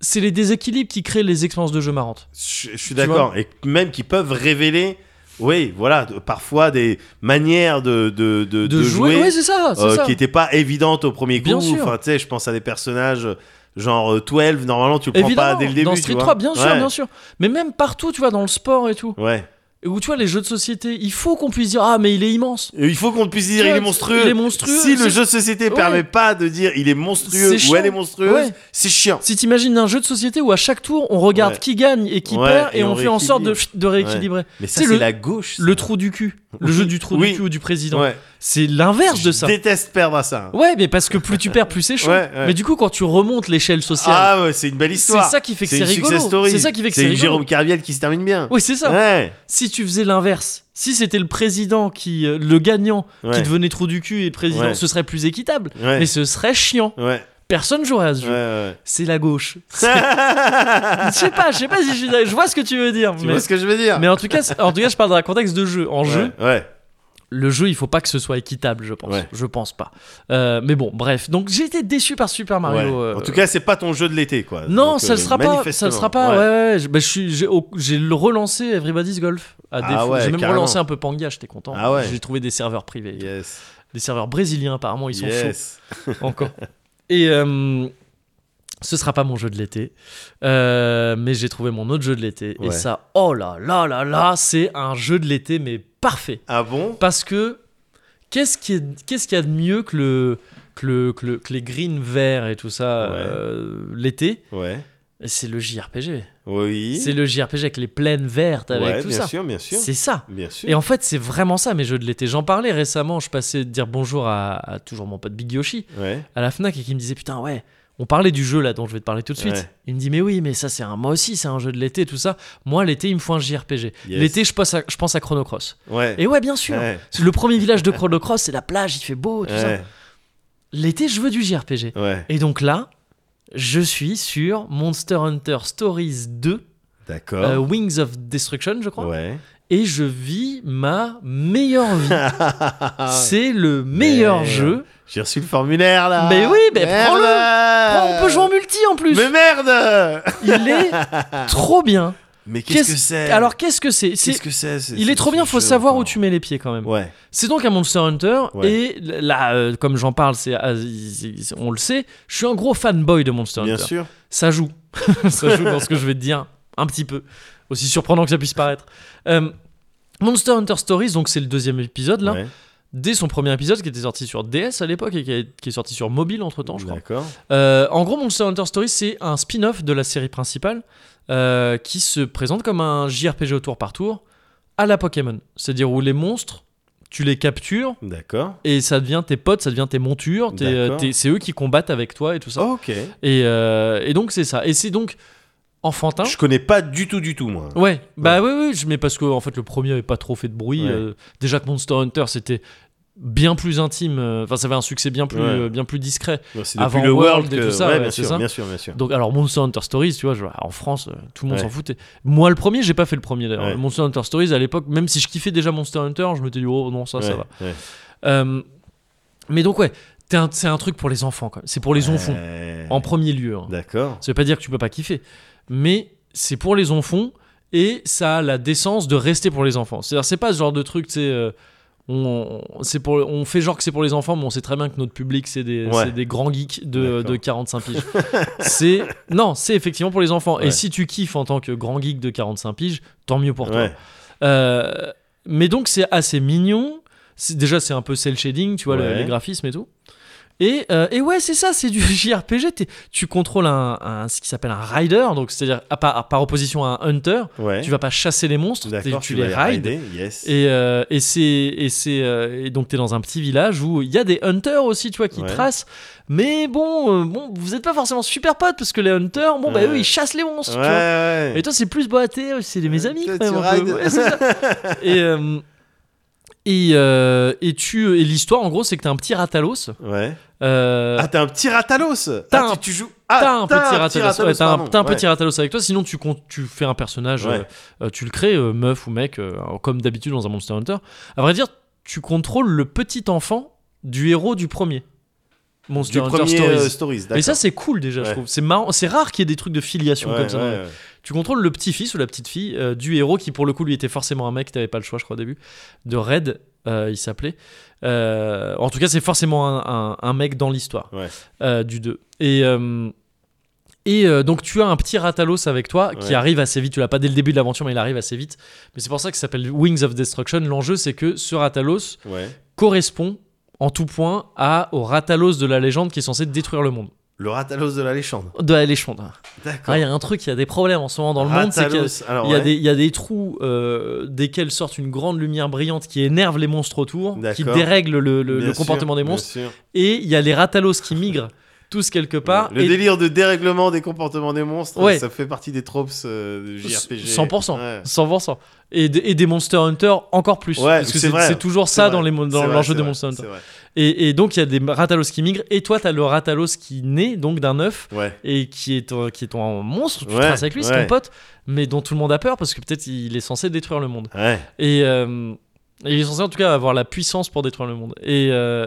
S2: c'est les déséquilibres qui créent les expériences de jeu marrantes.
S1: Je, je suis d'accord. Et même qu'ils peuvent révéler, oui, voilà, de- parfois des manières de, de, de, de jouer
S2: ouais, c'est ça, c'est
S1: euh,
S2: ça.
S1: qui n'étaient pas évidentes au premier coup.
S2: Bien sûr.
S1: Enfin, tu sais, je pense à des personnages euh, genre euh, 12, normalement tu le prends
S2: Évidemment,
S1: pas dès le début.
S2: dans
S1: tu
S2: Street
S1: vois.
S2: 3, bien sûr,
S1: Ouais,
S2: bien sûr. Mais même partout, tu vois, dans le sport et tout.
S1: Ouais,
S2: Ou tu vois, les jeux de société, il faut qu'on puisse dire Ah, mais il est immense.
S1: Et Euh, Il faut qu'on puisse dire
S2: Tu
S1: il
S2: vois,
S1: est monstrueux.
S2: il est monstrueux,
S1: Si
S2: c'est-
S1: le jeu de société
S2: Ouais.
S1: permet pas de dire il est monstrueux
S2: C'est
S1: ou elle
S2: chiant.
S1: est monstrueuse,
S2: Ouais.
S1: c'est chiant.
S2: Si t'imagines un jeu de société où à chaque tour, on regarde
S1: Ouais.
S2: qui gagne et qui
S1: Ouais,
S2: perd et,
S1: et
S2: on,
S1: on
S2: fait en sorte de,
S1: rééquilibre.
S2: de rééquilibrer.
S1: Mais ça
S2: C'est
S1: c'est
S2: le-
S1: la gauche. ça.
S2: Le trou du cul, le jeu du trou
S1: Oui.
S2: du cul ou du président.
S1: Ouais.
S2: C'est l'inverse de
S1: Je
S2: ça.
S1: déteste perdre à ça.
S2: Ouais, mais parce que plus tu perds, plus c'est
S1: [laughs]
S2: chaud.
S1: Ouais, ouais.
S2: Mais du coup, quand tu remontes l'échelle sociale,
S1: Ah ouais, c'est une belle
S2: c'est
S1: histoire.
S2: ça qui fait que c'est
S1: une
S2: rigolo.
S1: success story.
S2: C'est ça qui fait que c'est
S1: une
S2: rigolo.
S1: Jérôme Carviel qui se termine bien.
S2: Oui, c'est ça.
S1: Ouais.
S2: Si tu faisais l'inverse, si c'était le président qui, euh, le gagnant, qui
S1: Ouais.
S2: devenait trou du cul et le président,
S1: Ouais.
S2: ce serait plus équitable.
S1: Ouais.
S2: Mais ce serait chiant.
S1: Ouais.
S2: Personne jouerait à ce
S1: Ouais.
S2: jeu.
S1: ouais.
S2: C'est
S1: [laughs]
S2: la gauche. C'est- Je sais pas, je sais pas si je suis. Je vois ce que tu veux dire.
S1: Tu
S2: mais...
S1: vois ce que je veux dire
S2: mais en tout cas, c'est- en tout cas, je parle dans un contexte de jeu. En jeu,
S1: Ouais. Ouais.
S2: le jeu, il faut pas que ce soit équitable, je pense.
S1: Ouais.
S2: Je pense pas. Euh, mais bon, bref. Donc j'ai été déçu par Super Mario.
S1: Ouais.
S2: euh,
S1: En tout cas, c'est pas ton jeu de l'été quoi.
S2: Non,
S1: Donc,
S2: ça
S1: euh,
S2: le sera pas. Ça
S1: manifestement.
S2: le sera pas. Ouais, ouais. ouais. Je- bah, je suis- j'ai au- j'ai le relancé Everybody's Golf. À
S1: Ah
S2: défaut.
S1: ouais,
S2: j'ai même
S1: carrément.
S2: relancé un peu Panga. J'étais content.
S1: Ah ouais.
S2: J'ai trouvé des serveurs privés, et tout.
S1: Yes.
S2: des serveurs brésiliens apparemment. Ils sont chauds
S1: yes. [laughs]
S2: encore. Et euh, ce sera pas mon jeu de l'été, Euh, mais j'ai trouvé mon autre jeu de l'été. Et
S1: Ouais.
S2: ça, oh là là là là, c'est un jeu de l'été mais parfait.
S1: Ah bon
S2: Parce que qu'est-ce qui est qu'est-ce qu'il y a de mieux que le que, le- que le- que les greens verts et tout ça
S1: Ouais.
S2: euh, l'été
S1: Ouais.
S2: C'est le JRPG.
S1: Oui.
S2: C'est le JRPG avec les plaines vertes, avec
S1: Ouais,
S2: tout
S1: bien
S2: ça.
S1: sûr, bien sûr.
S2: C'est ça.
S1: Bien sûr.
S2: Et en fait, c'est vraiment ça mes jeux de l'été. J'en parlais récemment, je passais de dire bonjour à, à toujours mon pote Big Yoshi
S1: Ouais.
S2: à la Fnac et qui me disait putain ouais, on parlait du jeu là dont je vais te parler tout de suite.
S1: Ouais.
S2: Il me dit mais oui, mais ça c'est un moi aussi, c'est un jeu de l'été tout ça. Moi l'été, il me faut un JRPG.
S1: Yes.
S2: L'été, je pense à je pense à Chrono Cross.
S1: Ouais.
S2: Et ouais, bien sûr.
S1: Ouais.
S2: Le premier village de Chrono Cross, c'est la plage, il fait beau tout ça.
S1: Ouais.
S2: L'été, je veux du JRPG.
S1: Ouais.
S2: Et donc là, je suis sur Monster Hunter Stories 2.
S1: D'accord.
S2: Euh, Wings of Destruction, je crois.
S1: ouais.
S2: Et je vis ma meilleure vie.
S1: Ah.
S2: c'est le meilleur
S1: Merde.
S2: jeu.
S1: J'ai reçu le formulaire là.
S2: Mais oui, mais
S1: Merde.
S2: prends-le. Oh, on peut jouer en multi en plus.
S1: Mais merde [laughs]
S2: Il est trop bien.
S1: Mais qu'est-ce que
S2: Qu'est-ce-
S1: c'est
S2: Alors qu'est-ce que c'est C'est-
S1: Eh. qu'est-ce que c'est c'est-
S2: Il est
S1: c'est
S2: trop
S1: ce
S2: bien, faut
S1: jeu
S2: savoir où
S1: encore
S2: tu mets les pieds quand même.
S1: Ouais.
S2: C'est donc un Monster Hunter
S1: Ouais.
S2: et là, euh, comme j'en parle, c'est, ah, il- il- on le sait, je suis un gros fanboy de Monster
S1: Bien
S2: Hunter.
S1: sûr.
S2: ça joue. [laughs] ça joue dans ce que je vais te dire, un petit peu. Aussi surprenant que ça puisse paraître. Euh, Monster Hunter Stories, donc c'est le deuxième épisode là.
S1: Ouais.
S2: Dès son premier épisode qui était sorti sur DS à l'époque et qui est, qui est sorti sur mobile entre temps, je crois.
S1: D'accord.
S2: Euh, en gros, Monster Hunter Stories, c'est un spin-off de la série principale euh, qui se présente comme un JRPG au tour par tour à la Pokémon. C'est-à-dire où les monstres, tu les captures
S1: D'accord.
S2: et ça devient tes potes, ça devient tes montures, tes- euh,
S1: D'accord. Oh.
S2: tes- c'est eux qui combattent avec toi et tout ça.
S1: Ok.
S2: Et, euh, et donc c'est ça. Et c'est donc enfantin.
S1: Je connais pas du tout, du tout moi.
S2: Ouais, bah oui, oui, je- mais parce que en fait le premier avait pas trop fait de bruit.
S1: Ouais.
S2: euh, déjà que Monster Hunter c'était bien plus intime, euh, enfin ça avait un succès bien plus,
S1: Ouais.
S2: euh, bien plus discret.
S1: Non, C'est
S2: Avant
S1: depuis le
S2: World
S1: World
S2: et
S1: que.
S2: tout ça,
S1: ouais,
S2: ouais,
S1: bien,
S2: c'est
S1: sûr,
S2: ça.
S1: bien sûr, bien sûr,
S2: Donc alors Monster Hunter Stories, tu vois, je- en France euh, tout le monde
S1: Ouais.
S2: s'en foutait. Moi le premier, j'ai pas fait le premier d'ailleurs.
S1: Ouais.
S2: Monster Hunter Stories à l'époque, même si je kiffais déjà Monster Hunter, je me suis dit oh non ça ça va.
S1: Ouais, ouais.
S2: Euh, mais donc ouais, t'es un- c'est un truc pour les enfants quand même. C'est pour les enfants
S1: Ouais.
S2: en premier lieu. hein.
S1: Euh, D'accord.
S2: Ça veut pas dire que tu peux pas kiffer, mais c'est pour les enfants et ça a la décence de rester pour les enfants. C'est-à-dire, c'est pas ce genre de truc, tu sais. euh, on, on- c'est pour, on fait genre que c'est pour les enfants, mais on sait très bien que notre public, c'est des,
S1: Ouais.
S2: c'est des grands geeks de,
S1: D'accord.
S2: de
S1: [laughs]
S2: 45 piges. c'est, non, c'est effectivement pour les enfants. Et
S1: Ouais.
S2: si tu kiffes en tant que grand geek de 45 piges, tant mieux pour toi.
S1: Ouais.
S2: Euh, mais donc c'est assez mignon. C'est- Déjà c'est un peu cel shading, tu vois, le-
S1: Ouais.
S2: les graphismes et tout. Et, euh, et ouais, c'est ça, c'est du [laughs] JRPG. T'es- Tu contrôles un, un- ce qui s'appelle un rider, donc c'est-à-dire à par, à- par opposition à un hunter,
S1: Ouais.
S2: tu vas pas chasser les monstres, t'es-
S1: D'accord.
S2: tu,
S1: vas
S2: les rides.
S1: rider, Yes.
S2: Et, euh, et c'est et c'est euh, et donc t'es dans un petit village où il y a des hunters aussi, tu vois, qui
S1: Ouais.
S2: tracent. Mais bon, euh, bon, vous êtes pas forcément super potes parce que les hunters, bon bah
S1: Ouais.
S2: eux ils chassent les monstres.
S1: Ouais,
S2: tu
S1: ouais.
S2: vois. Et toi, c'est plus boité, c'est les- mes amis
S1: Toi,
S2: quand même.
S1: tu
S2: un peu.
S1: rides.
S2: Ouais,
S1: [laughs]
S2: c'est ça. et, euh, et, euh, et, tu- et l'histoire, en gros, c'est que t'es un petit Ratalos.
S1: Ouais.
S2: euh,
S1: Ah, t'es un petit Ratalos
S2: T'as
S1: Ah,
S2: un-
S1: tu, tu joues.
S2: T'as
S1: Ah,
S2: un petit Ratalos, ouais, t'as un,
S1: pardon.
S2: t'as un petit
S1: Ouais.
S2: Ratalos avec toi, sinon tu, con- tu fais un personnage, euh,
S1: Ouais.
S2: euh, tu le crées, euh, meuf ou mec, euh, comme d'habitude dans un Monster Hunter. À vrai dire, tu contrôles le petit enfant du héros du premier Monster
S1: Du
S2: Hunter
S1: premier
S2: Stories.
S1: euh, Stories.
S2: Mais ça, c'est cool déjà, je
S1: Ouais.
S2: trouve. C'est marrant, c'est rare qu'il y ait des trucs de filiation
S1: Ouais,
S2: comme ça. dans
S1: ouais,
S2: les-
S1: ouais.
S2: Tu contrôles le petit-fils ou la petite-fille euh, du héros qui, pour le coup, lui était forcément un mec, t'avais pas le choix, je crois, au début, de Red, euh, il s'appelait. Euh, en tout cas, c'est forcément un, un- un mec dans l'histoire
S1: Ouais.
S2: euh, du 2. Et, euh, Et euh, donc tu as un petit Ratalos avec toi qui
S1: Ouais.
S2: arrive assez vite. Tu l'as pas dès le début de l'aventure, mais il arrive assez vite. Mais c'est pour ça qu'il s'appelle Wings of Destruction. L'enjeu, c'est que ce Ratalos
S1: Ouais.
S2: correspond en tout point à, au Ratalos de la légende qui est censé détruire le monde.
S1: Le Ratalos de la légende.
S2: De la légende.
S1: D'accord.
S2: Ah, Il y a un truc, il y a des problèmes en ce moment dans le monde, c'est qu'il y a-
S1: Ratalos, alors,
S2: il y, a
S1: Ah ouais.
S2: des, il y a des trous euh, desquels sort une grande lumière brillante qui énerve les monstres autour, qui
S1: D'accord.
S2: dérègle le, le-
S1: Bien
S2: le
S1: sûr,
S2: comportement des
S1: bien
S2: monstres.
S1: sûr.
S2: Et il y a les ratalos qui migrent [laughs] tous quelque part.
S1: Le
S2: et
S1: délire de dérèglement des comportements des monstres,
S2: Ouais.
S1: ça fait partie des tropes euh, du JRPG.
S2: 100%.
S1: Ouais.
S2: 100%. Et, de- et des Monster Hunter encore plus.
S1: Ouais,
S2: parce que
S1: c'est
S2: c'est
S1: vrai.
S2: c'est toujours
S1: C'est
S2: ça
S1: vrai,
S2: dans les mon-
S1: c'est
S2: dans
S1: vrai,
S2: l'enjeu
S1: c'est
S2: des
S1: vrai,
S2: Monster
S1: c'est
S2: Hunter.
S1: vrai.
S2: Et, et donc il y a des ratalos qui migrent. Et toi, t'as le ratalos qui naît, donc d'un œuf.
S1: Ouais.
S2: Et qui est, ton- qui est ton monstre, tu
S1: Ouais,
S2: traces avec lui, c'est
S1: ouais.
S2: ton pote, mais dont tout le monde a peur parce que peut-être il est censé détruire le monde.
S1: Ouais.
S2: Et euh, et il est censé en tout cas avoir la puissance pour détruire le monde. Et, euh,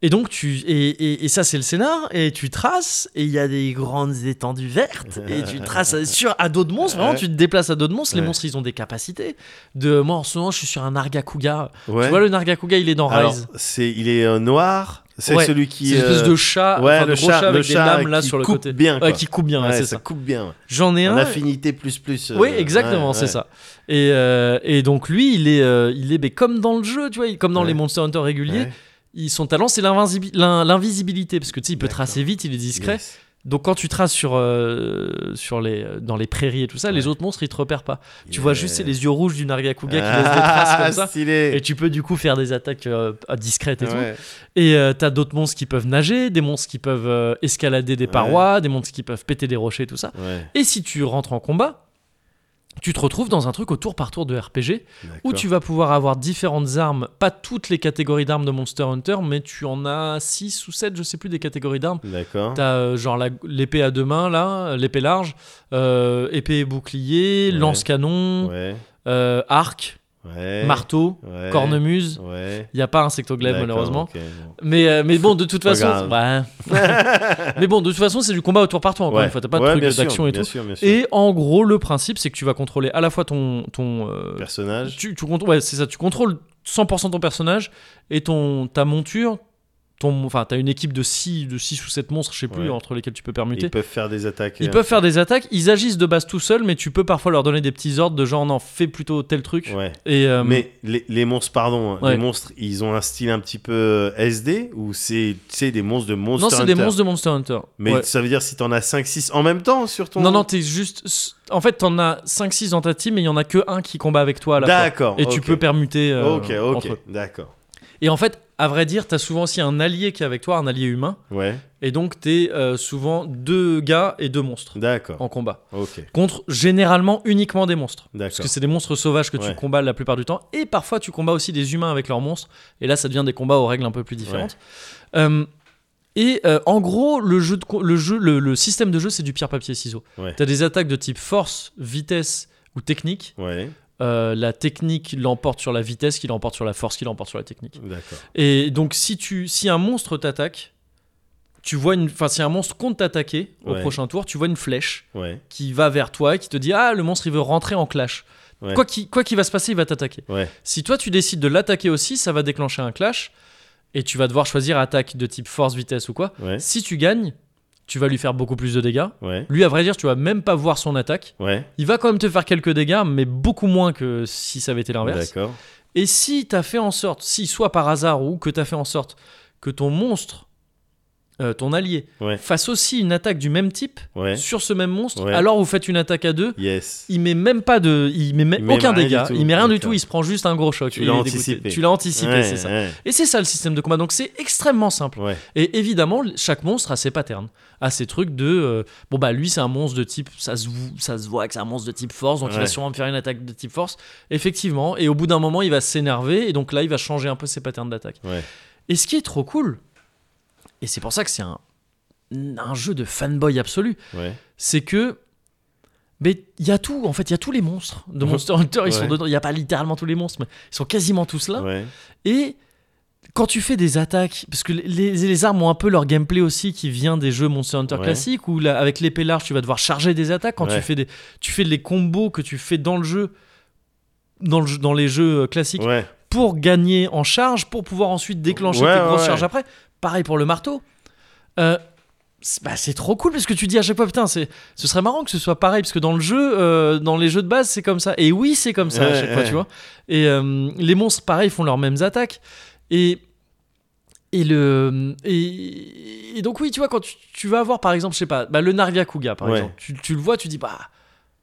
S2: et donc tu et, et- et ça c'est le scénar et tu traces et il y a des grandes étendues vertes et tu
S1: [laughs]
S2: traces sur à dos de monstres. Vraiment
S1: Ouais.
S2: tu te déplaces à dos de monstres. Les
S1: Ouais.
S2: monstres ils ont des capacités. De moi en ce moment je suis sur un Nargacuga.
S1: Ouais.
S2: Tu vois le Nargacuga il est dans
S1: Alors,
S2: Rise.
S1: c'est, il est euh, noir. C'est
S2: Ouais,
S1: celui qui.
S2: C'est une espèce
S1: euh,
S2: de chat,
S1: ouais,
S2: enfin, de
S1: le
S2: gros
S1: chat- le
S2: avec des
S1: chat
S2: lames là
S1: qui
S2: sur le
S1: coupe
S2: côté.
S1: bien, quoi.
S2: Ouais, qui coupe bien, ouais,
S1: ouais,
S2: c'est
S1: ça
S2: ça.
S1: coupe bien.
S2: J'en ai
S1: En
S2: un.
S1: affinité plus plus. euh,
S2: Oui, exactement,
S1: ouais,
S2: c'est
S1: ouais.
S2: ça. Et, euh, et donc lui, il est, euh, il est mais comme dans le jeu, tu vois, il- comme dans
S1: Ouais.
S2: les Monster Hunter réguliers,
S1: Ouais.
S2: il- son talent c'est l'invinsibi- l'in- l'invisibilité, parce que tu sais, il peut
S1: D'accord.
S2: tracer vite, il est discret.
S1: Yes.
S2: Donc quand tu traces sur, euh, sur les, dans les prairies et tout ça, les
S1: Ouais.
S2: autres monstres ils te repèrent pas. Tu
S1: Yeah.
S2: vois juste c'est les yeux rouges du Nargacuga qui laisse des traces
S1: Ah,
S2: comme ça.
S1: stylé.
S2: Et tu peux du coup faire des attaques euh, discrètes et tout.
S1: Ouais.
S2: Et euh, t'as d'autres monstres qui peuvent nager, des monstres qui peuvent euh, escalader des
S1: Ouais.
S2: parois, des monstres qui peuvent péter des rochers et tout ça.
S1: Ouais,
S2: Et si tu rentres en combat, tu te retrouves dans un truc au tour par tour de RPG où
S1: d'accord.
S2: tu vas pouvoir avoir différentes armes, pas toutes les catégories d'armes de Monster Hunter, mais tu en as 6 ou 7, je sais plus, des catégories d'armes.
S1: D'accord.
S2: T'as euh, genre la- l'épée à deux mains, là, euh, l'épée large, euh, épée et bouclier,
S1: Ouais.
S2: lance-canon,
S1: Ouais.
S2: euh, arc,
S1: Ouais.
S2: marteau,
S1: Ouais.
S2: cornemuse.
S1: Ouais.
S2: Il n'y a pas insectoglaive
S1: D'accord,
S2: malheureusement.
S1: ok, bon.
S2: Mais, euh, mais
S1: [laughs]
S2: bon, de toute
S1: Pas
S2: façon.
S1: [laughs]
S2: ouais. [laughs] mais bon, de toute façon, c'est du combat au tour par tour, encore
S1: Ouais.
S2: une fois. T'as pas de
S1: Ouais,
S2: truc
S1: bien sûr,
S2: d'action et
S1: bien
S2: tout.
S1: sûr, bien sûr.
S2: Et en gros, le principe, c'est que tu vas contrôler à la fois ton. ton euh,
S1: personnage.
S2: tu, tu contr- ouais, c'est ça. Tu contrôles 100% ton personnage et ton, ta monture. Ton, enfin, t'as une équipe de 6 de six ou 7 monstres, je sais plus,
S1: Ouais.
S2: entre lesquels tu peux permuter.
S1: Ils peuvent faire des attaques.
S2: Ils
S1: euh,
S2: peuvent faire des attaques, ils agissent de base tout seuls, mais tu peux parfois leur donner des petits ordres de genre non, fais plutôt tel truc.
S1: hein. Ouais.
S2: Et, euh,
S1: Mais les, les monstres, pardon, hein,
S2: Ouais.
S1: les monstres, ils ont un style un petit peu SD ou c'est c'est des monstres de Monster
S2: non, c'est des
S1: Hunter
S2: monstres de Monster Hunter.
S1: Mais
S2: Ouais.
S1: ça veut dire si t'en as 5-6 en même temps sur ton.
S2: Non, non, t'es juste. En fait, t'en as 5-6 dans ta team et il y en a que un qui combat avec toi à la fois.
S1: D'accord.
S2: Et tu
S1: ok.
S2: peux permuter. euh,
S1: ok,
S2: entre eux.
S1: ok, d'accord.
S2: Et en fait, à vrai dire, t'as souvent aussi un allié qui est avec toi, un allié humain.
S1: Ouais,
S2: Et donc, t'es euh, souvent deux gars et deux monstres
S1: d'accord.
S2: en combat.
S1: Ok,
S2: Contre généralement uniquement des monstres. Parce
S1: d'accord.
S2: que c'est des monstres sauvages que tu
S1: Ouais.
S2: combats la plupart du temps. Et parfois, tu combats aussi des humains avec leurs monstres. Et là, ça devient des combats aux règles un peu plus différentes. Euh, et euh, en gros, le, jeu de co- le, jeu, le, le système de jeu, c'est du pierre-papier-ciseau.
S1: Ouais.
S2: Tu as des attaques de type force, vitesse ou technique.
S1: Ouais,
S2: Euh, la technique l'emporte sur la vitesse, qui l'emporte sur la force, qui l'emporte sur la technique.
S1: d'accord.
S2: Et donc, si, tu, si un monstre t'attaque, tu vois une. Enfin, si un monstre compte t'attaquer au
S1: Ouais.
S2: prochain tour, tu vois une flèche
S1: Ouais,
S2: qui va vers toi et qui te dit Ah, le monstre, il veut rentrer en clash.
S1: Ouais.
S2: Quoi qu'il quoi qu'il va se passer, il va t'attaquer.
S1: ouais,
S2: Si toi, tu décides de l'attaquer aussi, ça va déclencher un clash et tu vas devoir choisir attaque de type force, vitesse ou quoi.
S1: ouais,
S2: Si tu gagnes, tu vas lui faire beaucoup plus de dégâts.
S1: ouais,
S2: Lui, à vrai dire, tu vas même pas voir son attaque.
S1: ouais.
S2: Il va quand même te faire quelques dégâts, mais beaucoup moins que si ça avait été l'inverse.
S1: D'accord.
S2: Et si t'as fait en sorte, si soit par hasard ou que t'as fait en sorte que ton monstre, euh, ton allié,
S1: Ouais.
S2: fasse aussi une attaque du même type
S1: Ouais,
S2: sur ce même monstre,
S1: Ouais.
S2: alors vous faites une attaque à deux.
S1: yes.
S2: Il met même pas de, il met, même
S1: Il met
S2: aucun
S1: rien du
S2: dégât,
S1: tout.
S2: il met rien du
S1: D'accord.
S2: tout, il se prend juste un gros choc.
S1: Tu
S2: il
S1: l'as
S2: est dégoûté.
S1: anticipé.
S2: Tu l'as anticipé,
S1: Ouais,
S2: c'est ça.
S1: ouais,
S2: Et c'est ça le système de combat. Donc c'est extrêmement simple.
S1: ouais.
S2: Et évidemment, chaque monstre a ses patterns, a ses trucs de. euh, bon, bah lui, c'est un monstre de type. Ça se, vou- ça se voit que c'est un monstre de type force, donc il va
S1: Ouais.
S2: sûrement me faire une attaque de type force. Effectivement. Et au bout d'un moment, il va s'énerver, et donc là, il va changer un peu ses patterns d'attaque.
S1: Ouais.
S2: Et ce qui est trop cool, et c'est pour ça que c'est un, un jeu de fanboy absolu,
S1: ouais.
S2: c'est que. Mais il y a tout, en fait, il y a tous les monstres
S1: [laughs]
S2: de Monster Hunter, ils sont
S1: Ouais.
S2: dedans. Il n'y a pas littéralement tous les monstres, mais ils sont quasiment tous là.
S1: ouais.
S2: Et quand tu fais des attaques, parce que les, les armes ont un peu leur gameplay aussi qui vient des jeux Monster Hunter
S1: Ouais.
S2: classiques, où là, avec l'épée large, tu vas devoir charger des attaques. Quand tu
S1: Ouais.
S2: fais des, tu fais les combos que tu fais dans le jeu, dans, le, jeu- dans les jeux euh, classiques,
S1: Ouais,
S2: pour gagner en charge, pour pouvoir ensuite déclencher
S1: Ouais,
S2: tes grosses
S1: ouais,
S2: charges
S1: ouais.
S2: après. Pareil pour le marteau. Euh, c'est bah, c'est trop cool parce que tu dis à chaque fois putain c'est ce serait marrant que ce soit pareil parce que dans le jeu euh, dans les jeux de base c'est comme ça et oui c'est comme ça à
S1: Ouais,
S2: chaque fois
S1: ouais.
S2: tu vois et euh, les monstres pareil font leurs mêmes attaques et et le et, et donc oui tu vois quand tu, tu vas avoir par exemple je sais pas bah, le Nargacuga par
S1: Ouais.
S2: exemple tu, tu le vois tu dis bah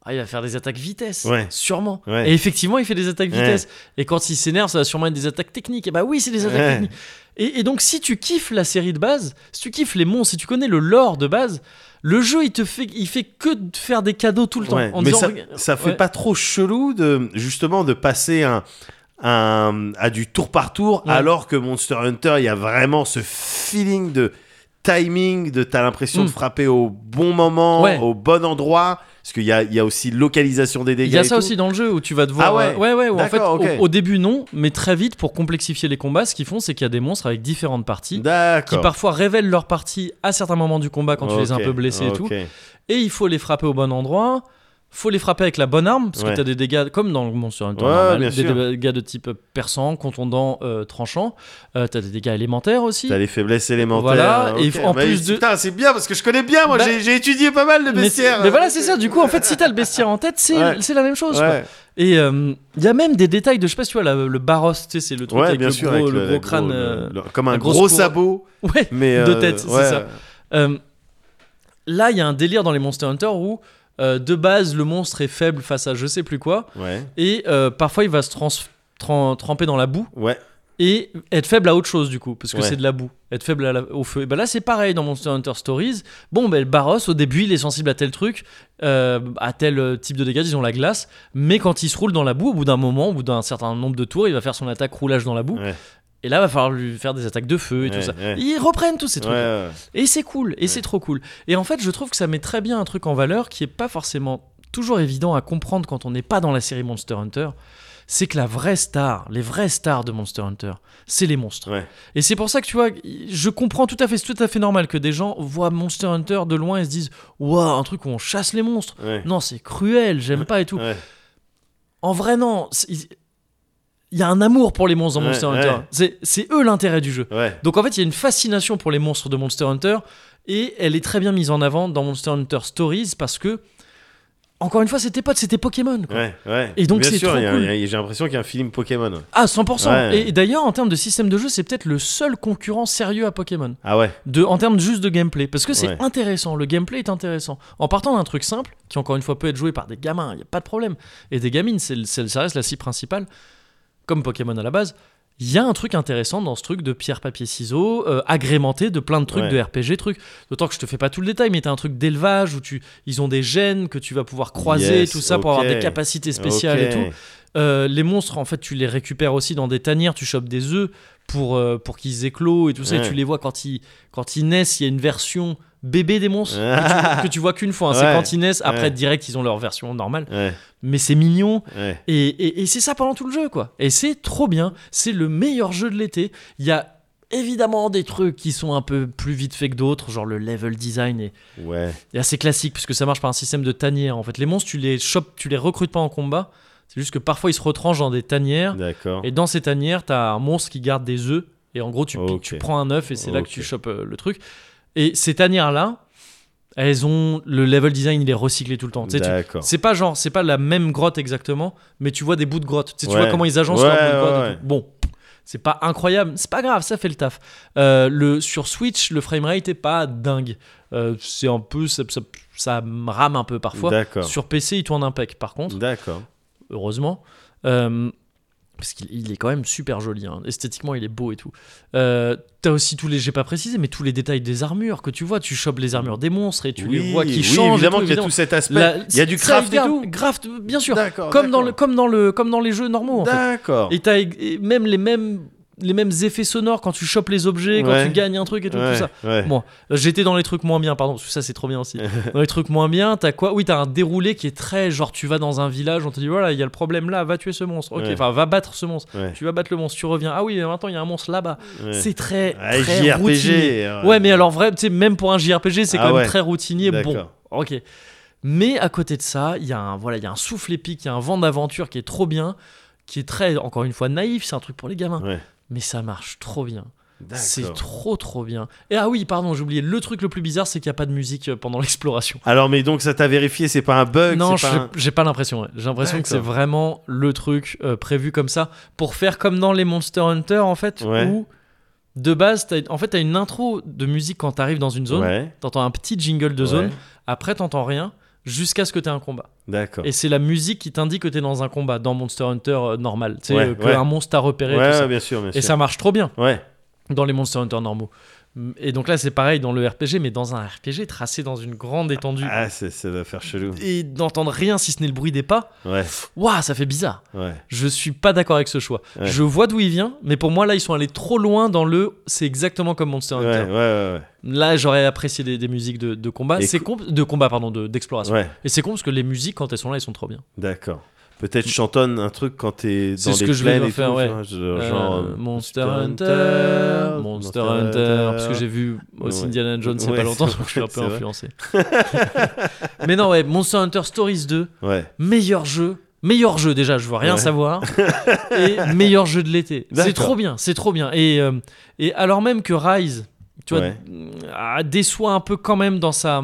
S2: ah, il va faire des attaques vitesse,
S1: Ouais.
S2: sûrement.
S1: Ouais.
S2: Et effectivement, il fait des attaques
S1: Ouais.
S2: vitesse. Et quand il s'énerve, ça va sûrement être des attaques techniques. Et bah oui, c'est des attaques
S1: Ouais.
S2: techniques. Et, et donc, si tu kiffes la série de base, si tu kiffes les monstres, si tu connais le lore de base, le jeu, il te fait, il fait que de faire des cadeaux tout le temps.
S1: Ouais,
S2: en
S1: mais
S2: disant,
S1: ça,
S2: regarde-
S1: ça fait
S2: ouais.
S1: pas trop chelou de justement de passer un, un- à du tour par tour
S2: Ouais.
S1: alors que Monster Hunter il y a vraiment ce feeling de timing de t'as l'impression
S2: Mm.
S1: de frapper au bon moment
S2: Ouais.
S1: au bon endroit parce qu'il y a, il y a aussi localisation des dégâts
S2: Il y a
S1: et
S2: ça
S1: tout.
S2: aussi dans le jeu où tu vas devoir.
S1: Ah ouais
S2: euh, ouais, ouais, où en fait,
S1: D'accord, ok.
S2: au, au début, non, mais très vite, pour complexifier les combats, ce qu'ils font, c'est qu'il y a des monstres avec différentes parties qui
S1: d'accord
S2: parfois révèlent leur partie à certains moments du combat quand tu les as un peu blessés et tout. et il faut les frapper au bon endroit. Faut les frapper avec la bonne arme parce
S1: Ouais.
S2: que t'as des dégâts comme dans le Monster Hunter
S1: Ouais,
S2: normal,
S1: bien
S2: des
S1: sûr.
S2: dégâts de type perçant, contondant, euh, tranchant. Euh, t'as des dégâts élémentaires aussi.
S1: T'as les faiblesses élémentaires. hein,
S2: Voilà,
S1: ok.
S2: et en
S1: Mais
S2: plus de-
S1: Putain, c'est bien parce que je connais bien, moi,
S2: Bah-
S1: j'ai, j'ai étudié pas mal le
S2: Mais, c'est-
S1: bestiaire.
S2: mais voilà, c'est ça. Du coup, en fait, si t'as le bestiaire en tête, c'est
S1: hein. Ouais.
S2: c'est la même chose. quoi.
S1: Ouais.
S2: Et euh, il y a même des détails de, je sais pas si tu vois, la- le baros, tu sais, c'est le truc
S1: Ouais,
S2: avec
S1: bien
S2: le,
S1: sûr,
S2: gros,
S1: avec
S2: le gros
S1: le-
S2: crâne.
S1: le-
S2: euh,
S1: le- comme un
S2: la
S1: gros
S2: grosse cour-
S1: sabot,
S2: Ouais,
S1: mais
S2: de
S1: euh,
S2: tête, c'est
S1: ouais.
S2: ça. Euh, là, il y a un délire dans les Monster Hunter où, euh, de base, le monstre est faible face à je sais plus quoi.
S1: Ouais,
S2: Et euh, parfois, il va se trans- tran- tremper dans la boue
S1: ouais,
S2: et être faible à autre chose, du coup, parce que
S1: Ouais.
S2: c'est de la boue. Être faible à la- au feu. Et ben là, c'est pareil dans Monster Hunter Stories. Bon, ben, le Barros, au début, il est sensible à tel truc, euh, à tel euh, type de dégâts, disons la glace. Mais quand il se roule dans la boue, au bout d'un moment, au bout d'un certain nombre de tours, il va faire son attaque roulage dans la boue.
S1: Ouais.
S2: Et là, va falloir lui faire des attaques de feu et
S1: Ouais,
S2: tout ça.
S1: ouais.
S2: Ils reprennent tous ces
S1: ouais,
S2: trucs.
S1: ouais.
S2: Et c'est cool, et c'est trop cool. Et en fait, je trouve que ça met très bien un truc en valeur qui est pas forcément toujours évident à comprendre quand on n'est pas dans la série Monster Hunter. C'est que la vraie star, les vraies stars de Monster Hunter, c'est les monstres.
S1: Ouais.
S2: Et c'est pour ça que tu vois, je comprends tout à fait, c'est tout à fait normal que des gens voient Monster Hunter de loin et se disent Waouh, un truc où on chasse les monstres.
S1: ouais.
S2: Non, c'est cruel, j'aime pas et tout.
S1: Ouais.
S2: En vrai, non. c'est- Il y a un amour pour les monstres dans
S1: Ouais,
S2: Monster
S1: ouais.
S2: Hunter. C'est- C'est eux l'intérêt du jeu.
S1: Ouais.
S2: Donc en fait, il y a une fascination pour les monstres de Monster Hunter et elle est très bien mise en avant dans Monster Hunter Stories parce que encore une fois, c'était pas c'était Pokémon. quoi.
S1: Ouais, ouais.
S2: Et donc,
S1: Bien
S2: c'est
S1: sûr,
S2: trop
S1: il y a-
S2: cool.
S1: il y a- j'ai l'impression qu'il y a un film Pokémon. ouais.
S2: Ah 100%.
S1: Ouais.
S2: Et, et d'ailleurs, en termes de système de jeu, c'est peut-être le seul concurrent sérieux à Pokémon.
S1: Ah ouais.
S2: De, en termes juste de gameplay, parce que c'est
S1: Ouais.
S2: intéressant. Le gameplay est intéressant. En partant d'un truc simple, qui encore une fois peut être joué par des gamins, il y a pas de problème. Et des gamines, c'est le- c'est- ça reste la scie principale, comme Pokémon à la base. Il y a un truc intéressant dans ce truc de pierre, papier, ciseaux, euh, agrémenté de plein de trucs
S1: Ouais.
S2: de RPG, trucs. D'autant que je te fais pas tout le détail, mais t'as un truc d'élevage où tu, ils ont des gènes que tu vas pouvoir croiser,
S1: Yes,
S2: tout ça pour avoir
S1: ok.
S2: des capacités spéciales
S1: Ok.
S2: et tout. Euh, les monstres, en fait, tu les récupères aussi dans des tanières, tu chopes des œufs pour, euh, pour qu'ils éclosent et tout ça.
S1: Ouais.
S2: Et tu les vois quand ils, quand ils naissent, il y a une version bébé
S1: [laughs]
S2: des monstres que, tu, que tu vois qu'une fois. hein. C'est
S1: Ouais.
S2: quand ils naissent, après
S1: Ouais.
S2: direct, ils ont leur version normale.
S1: Ouais,
S2: Mais c'est mignon.
S1: ouais.
S2: Et, et- et c'est ça pendant tout le jeu, quoi. Et c'est trop bien. C'est le meilleur jeu de l'été. Il y a évidemment des trucs qui sont un peu plus vite faits que d'autres, genre le level design est,
S1: Ouais.
S2: et assez classique puisque ça marche par un système de tanière en fait. Les monstres, tu les chopes, tu les recrutes pas en combat. C'est juste que parfois ils se retranchent dans des tanières.
S1: D'accord.
S2: Et dans ces tanières, t'as un monstre qui garde des œufs. Et en gros, tu, piques,
S1: Ok.
S2: tu prends un œuf et c'est là que
S1: Ok.
S2: tu chopes euh, le truc. Et ces tanières-là, elles ont le level design, il est recyclé tout le temps. Tu sais, tu-
S1: D'accord.
S2: c'est pas genre, c'est pas la même grotte exactement, mais tu vois des bouts de grotte. Tu, sais, tu
S1: Ouais.
S2: vois comment ils agencent
S1: Ouais,
S2: leurs bouts de grotte.
S1: ouais,
S2: et tout. Bon, c'est pas incroyable, c'est pas grave, ça fait le taf. Euh, le, sur Switch, le framerate est pas dingue. Euh, c'est un peu, ça, ça, ça rame un peu parfois.
S1: D'accord.
S2: Sur PC, il tourne impec par contre,
S1: D'accord.
S2: heureusement. Euh, parce qu'il il est quand même super joli, hein. esthétiquement il est beau et tout. Euh, T'as aussi tous les, j'ai pas précisé, mais tous les détails des armures que tu vois. Tu chopes les armures des monstres et tu les
S1: Oui,
S2: vois qui
S1: oui,
S2: changent. et
S1: Évidemment
S2: tout,
S1: qu'il y a
S2: évidemment.
S1: tout cet
S2: La-
S1: aspect. Il y a du
S2: ça,
S1: craft et
S2: évidemment,
S1: tout.
S2: Graft, bien sûr.
S1: D'accord.
S2: Comme dans, le,
S1: d'accord.
S2: comme, dans le, comme dans les jeux normaux. En fait.
S1: D'accord.
S2: Et t'as ég- et même les mêmes les mêmes effets sonores quand tu chopes les objets, quand
S1: Ouais.
S2: tu gagnes un truc et tout, tout ça.
S1: Ouais.
S2: Bon, euh, j'étais dans les trucs moins bien, pardon, parce que ça c'est trop bien
S1: [laughs]
S2: aussi. Dans les trucs moins bien, t'as quoi Oui, t'as un déroulé qui est très genre tu vas dans un village, on te dit voilà, il y a le problème là, va tuer ce monstre. Ok,
S1: Ouais.
S2: enfin va battre ce monstre.
S1: Ouais.
S2: Tu vas battre le monstre, tu reviens. Ah oui, mais maintenant il y a un monstre là-bas.
S1: ouais. Ah,
S2: C'est très,
S1: Ouais,
S2: très
S1: JRPG,
S2: routinier.
S1: euh,
S2: Ouais, mais alors vrai, tu sais, même pour un JRPG, c'est
S1: Ah
S2: quand même
S1: ouais.
S2: très routinier. Bon,
S1: D'accord.
S2: ok. Mais à côté de ça, il y a un voilà, il y a un souffle épique, il y a un vent d'aventure qui est trop bien, qui est très encore une fois naïf. C'est un truc pour les gamins,
S1: Ouais.
S2: mais ça marche trop bien. C'est
S1: D'accord.
S2: trop trop bien. Et ah oui, pardon, j'ai oublié. Le truc le plus bizarre, c'est qu'il n'y a pas de musique euh, pendant [laughs] l'exploration.
S1: Alors, mais donc, ça t'a vérifié, c'est pas un bug
S2: Non,
S1: Euh, c'est
S2: j'ai
S1: pas un-
S2: j'ai pas l'impression. ouais. J'ai l'impression que c'est
S1: D'accord.
S2: vraiment le truc euh, prévu comme ça pour faire comme dans les Monster Hunter en fait,
S1: Ouais.
S2: où de base, t'as, en fait, t'as une intro de musique quand t'arrives dans une zone.
S1: Ouais,
S2: T'entends un petit jingle de zone.
S1: ouais,
S2: Après, t'entends rien jusqu'à ce que t'aies un combat.
S1: D'accord.
S2: Et c'est la musique qui t'indique que t'es dans un combat dans Monster Hunter euh, normal. Tu sais,
S1: Ouais,
S2: euh, que
S1: ouais.
S2: un monstre à repéré.
S1: Ouais,
S2: tout ça.
S1: bien sûr, bien sûr.
S2: Et ça marche trop bien
S1: Ouais,
S2: dans les Monster Hunter normaux. Et donc là, c'est pareil dans le RPG, mais dans un RPG tracé dans une grande étendue.
S1: ah, c'est- ça doit faire chelou.
S2: Et d'entendre rien si ce n'est le bruit des pas,
S1: Ouais,
S2: waouh, ça fait bizarre.
S1: ouais.
S2: Je suis pas d'accord avec ce choix.
S1: Ouais.
S2: Je vois d'où il vient, mais pour moi, là, ils sont allés trop loin dans le c'est exactement comme Monster
S1: Ouais, ouais,
S2: Hunter.
S1: ouais,
S2: Là, j'aurais apprécié des, des musiques de, de combat.
S1: Et
S2: C'est con- de combat, pardon, de-
S1: ouais.
S2: d'exploration.
S1: Ouais,
S2: Et c'est con parce que les musiques, quand elles sont là, elles sont trop bien.
S1: d'accord. Peut-être chantonne un truc quand t'es dans
S2: C'est ce
S1: les
S2: que je vais
S1: plaines
S2: leur
S1: et
S2: faire,
S1: tout,
S2: ouais.
S1: tu vois, je- genre
S2: Euh,
S1: euh, Monster
S2: Monster Hunter,
S1: Hunter, Monster
S2: Monster Hunter, parce que j'ai vu aussi
S1: Ouais.
S2: Indiana Jones c'est
S1: Ouais,
S2: pas longtemps,
S1: c'est
S2: donc je suis un peu
S1: vrai, c'est
S2: influencé. [laughs] Mais non, ouais, Monster Hunter Stories 2,
S1: euh, Ouais,
S2: meilleur jeu, meilleur jeu déjà, je veux rien
S1: Ouais. [laughs]
S2: savoir, et meilleur jeu de l'été. C'est
S1: D'accord.
S2: trop bien, c'est trop bien. Et, euh, et alors même que Rise, tu vois,
S1: Ouais.
S2: ah, déçoit un peu quand même dans sa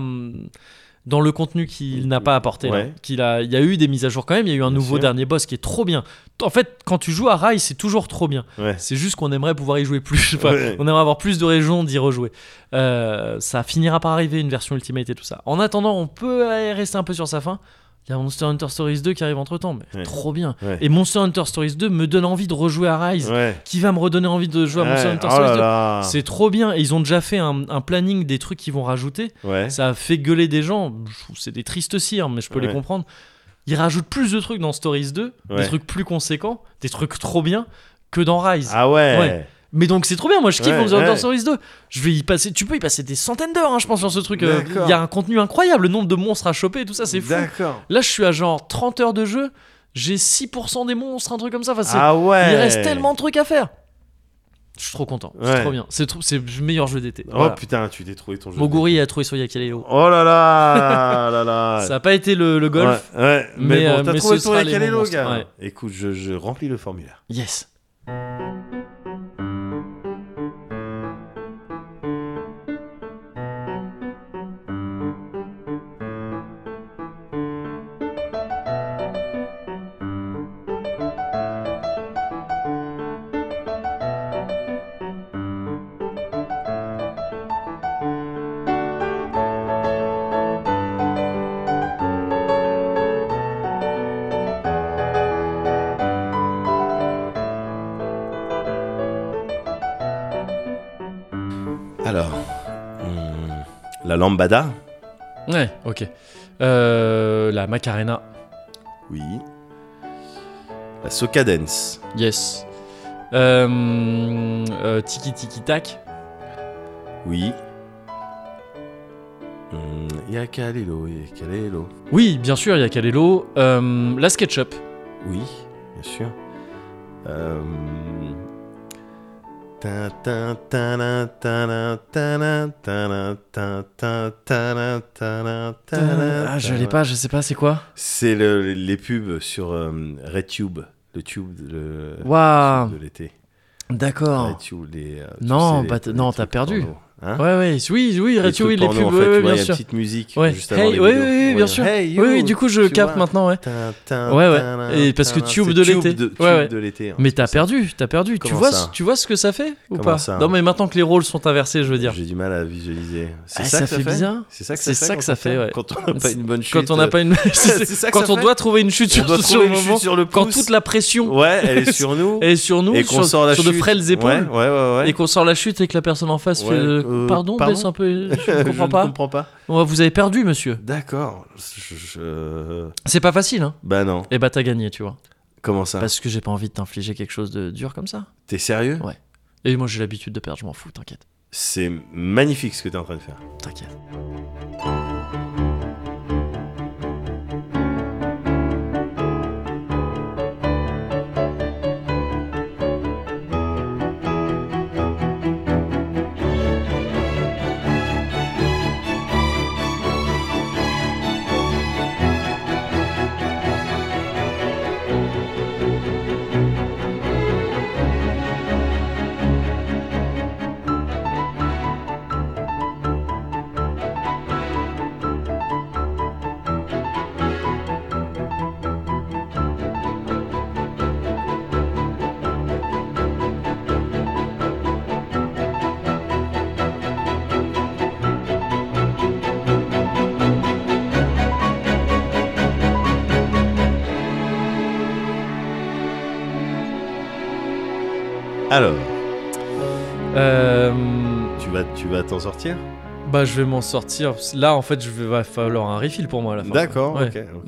S2: dans le contenu qu'il n'a pas apporté. là.
S1: Ouais.
S2: Qu'il a, il y a eu des mises à jour quand même. Il y a eu un
S1: Bien
S2: nouveau
S1: sûr.
S2: dernier boss qui est trop bien. En fait, quand tu joues à Rai, c'est toujours trop bien.
S1: ouais.
S2: C'est juste qu'on aimerait pouvoir y jouer plus. [laughs] Enfin,
S1: Ouais.
S2: On aimerait avoir plus de régions d'y rejouer. Euh, ça finira par arriver une version Ultimate et tout ça. En attendant, on peut euh, rester un peu sur sa fin. Il y a Monster Hunter Stories 2 qui arrive entre temps, mais
S1: Ouais.
S2: trop bien.
S1: Ouais.
S2: Et Monster Hunter Stories 2 me donne envie de rejouer à Rise,
S1: Ouais.
S2: qui va me redonner envie de jouer à Monster
S1: Ouais.
S2: Hunter
S1: Oh
S2: Stories 2.
S1: là
S2: C'est trop bien. Et ils ont déjà fait un, un planning des trucs qu'ils vont rajouter.
S1: là. Ouais.
S2: Ça a fait gueuler des gens. Je trouve que C'est des tristes cires, mais je peux les
S1: Ouais.
S2: comprendre. Ils rajoutent plus de trucs dans Stories 2,
S1: Ouais.
S2: des trucs plus conséquents, des trucs trop bien que dans Rise.
S1: Ah ouais.
S2: Ouais. Mais donc c'est trop bien, moi je kiffe
S1: Ouais,
S2: Monster Hunter
S1: ouais.
S2: Stories 2. Je vais y passer, tu peux y passer des centaines d'heures, hein, je pense, sur ce truc. euh, Il
S1: D'accord.
S2: y a un contenu incroyable, le nombre de monstres à choper et tout ça, c'est fou.
S1: D'accord.
S2: Là, je suis à genre 30 heures de jeu, j'ai 6% des monstres, un truc comme ça. Enfin, c'est-
S1: Ah ouais.
S2: Il reste tellement de trucs à faire. Je suis trop content, c'est
S1: Ouais.
S2: trop bien. C'est trop- c'est le meilleur jeu d'été.
S1: Oh
S2: Voilà.
S1: putain, tu t'es trouvé ton jeu.
S2: Moguri a trouvé sur Yakaleo.
S1: Oh là là, là là.
S2: [laughs] Ça n'a pas été le, le golf.
S1: Ouais, ouais. mais,
S2: Mais, euh,
S1: bon, t'as
S2: mais
S1: trouvé
S2: ce
S1: ton
S2: sera les
S1: écalé,
S2: bons
S1: le gars.
S2: monstres,
S1: Écoute, je, je remplis le formulaire.
S2: Yes.
S1: Alors, hmm, la lambada.
S2: Ouais, ok. Euh, la Macarena.
S1: Oui. La soca dance.
S2: Yes. Euh, euh, tiki tiki tac.
S1: Oui. Hmm, Yakalelo, Yakalelo.
S2: Oui, bien sûr, il y a Kalelo. Euh, la SketchUp.
S1: Oui, bien sûr. Euh... tin, tin, tanin, tanin, tanin, tanin, tin, tin, tanin, tanin, tanin,
S2: Ah, je l'ai
S1: tanin.
S2: pas, je sais pas, c'est quoi
S1: C'est le- les pubs sur euh, RedTube, le tube de, le-
S2: Waouh.
S1: tube de l'été.
S2: D'accord.
S1: RedTube, les, euh, tu
S2: Non,
S1: sais,
S2: bah,
S1: les-
S2: t-
S1: les
S2: non, t'as
S1: trucs
S2: perdu.
S1: porno. Hein
S2: Ouais, ouais, oui, oui,
S1: les
S2: Retweet,
S1: trucs
S2: les
S1: porno,
S2: pubs,
S1: en fait,
S2: ouais,
S1: tu vois, il y a
S2: bien
S1: une
S2: sûr.
S1: petite musique
S2: Ouais.
S1: juste avant
S2: Hey,
S1: les
S2: oui,
S1: vidéos.
S2: oui, oui, bien
S1: Ouais.
S2: sûr.
S1: Hey,
S2: oui,
S1: you,
S2: oui, du coup, je
S1: tu
S2: capte
S1: vois.
S2: maintenant, ouais.
S1: Tin, tin,
S2: Ouais, ouais.
S1: tin,
S2: Et parce que
S1: tin,
S2: tube
S1: c'est
S2: de
S1: tube
S2: l'été.
S1: de-
S2: Ouais, ouais.
S1: Tube de l'été. hein.
S2: Mais t'as perdu, t'as perdu. Tu
S1: Comment
S2: vois,
S1: ça
S2: ce- tu vois ce que ça fait ou
S1: Comment
S2: pas
S1: ça
S2: Non, mais maintenant que les rôles sont inversés, je veux dire.
S1: J'ai du mal à visualiser. C'est
S2: Ah,
S1: ça,
S2: ça
S1: que ça
S2: fait
S1: fait
S2: bizarre.
S1: C'est ça que
S2: C'est
S1: ça fait.
S2: ça que
S1: quand
S2: ça
S1: on
S2: fait, ouais.
S1: Quand on n'a pas
S2: C'est-
S1: une bonne chute.
S2: Quand
S1: [laughs]
S2: on n'a pas une, [laughs]
S1: c'est ça que
S2: quand
S1: ça
S2: on
S1: fait.
S2: doit trouver une chute
S1: on
S2: sur,
S1: doit
S2: sur
S1: trouver
S2: le
S1: une chute
S2: moment,
S1: sur le
S2: quand
S1: pouce.
S2: toute la pression
S1: [laughs] Ouais, elle est sur nous.
S2: est sur nous,
S1: et qu'on
S2: sur,
S1: sort la
S2: sur de
S1: chute.
S2: frêles épaules,
S1: Ouais, ouais, ouais. ouais. [laughs]
S2: et qu'on sort la chute et que la personne en face
S1: Ouais,
S2: fait euh,
S1: euh,
S2: pardon,
S1: pardon
S2: baisse un peu,
S1: [laughs]
S2: je ne
S1: Je
S2: comprends
S1: ne
S2: pas.
S1: comprends pas.
S2: Ouais, Vous avez perdu, monsieur.
S1: D'accord. Je- je-
S2: C'est pas facile, hein.
S1: Bah non.
S2: Et bah t'as gagné, tu vois.
S1: Comment ça
S2: Parce que j'ai pas envie de t'infliger quelque chose de dur comme ça.
S1: T'es sérieux
S2: Ouais. Et moi j'ai l'habitude de perdre, je m'en fous, t'inquiète.
S1: C'est magnifique ce que t'es en train de faire.
S2: T'inquiète.
S1: Alors,
S2: Euh,
S1: tu vas tu vas t'en sortir
S2: bah, je vais m'en sortir. Là, en fait, je vais, va falloir un refill pour moi à la fin.
S1: D'accord,
S2: Ouais.
S1: ok, ok.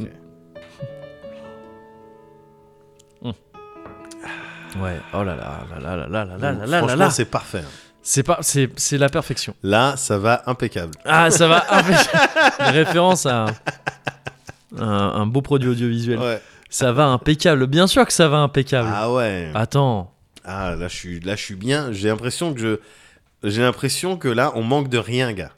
S2: Ouais. Oh là là là là là là là là
S1: Donc,
S2: là là là
S1: franchement,
S2: là.
S1: c'est parfait. hein.
S2: C'est pas, c'est, c'est la perfection.
S1: Là, ça va impeccable.
S2: Ah, ça va. Ah, mais- référence à un, un beau produit audiovisuel.
S1: Ouais.
S2: Ça va impeccable. Bien sûr que ça va impeccable.
S1: Ah ouais.
S2: Attends.
S1: Ah là, je suis là, je suis bien. J'ai l'impression que je j'ai l'impression que là, on manque de rien, gars.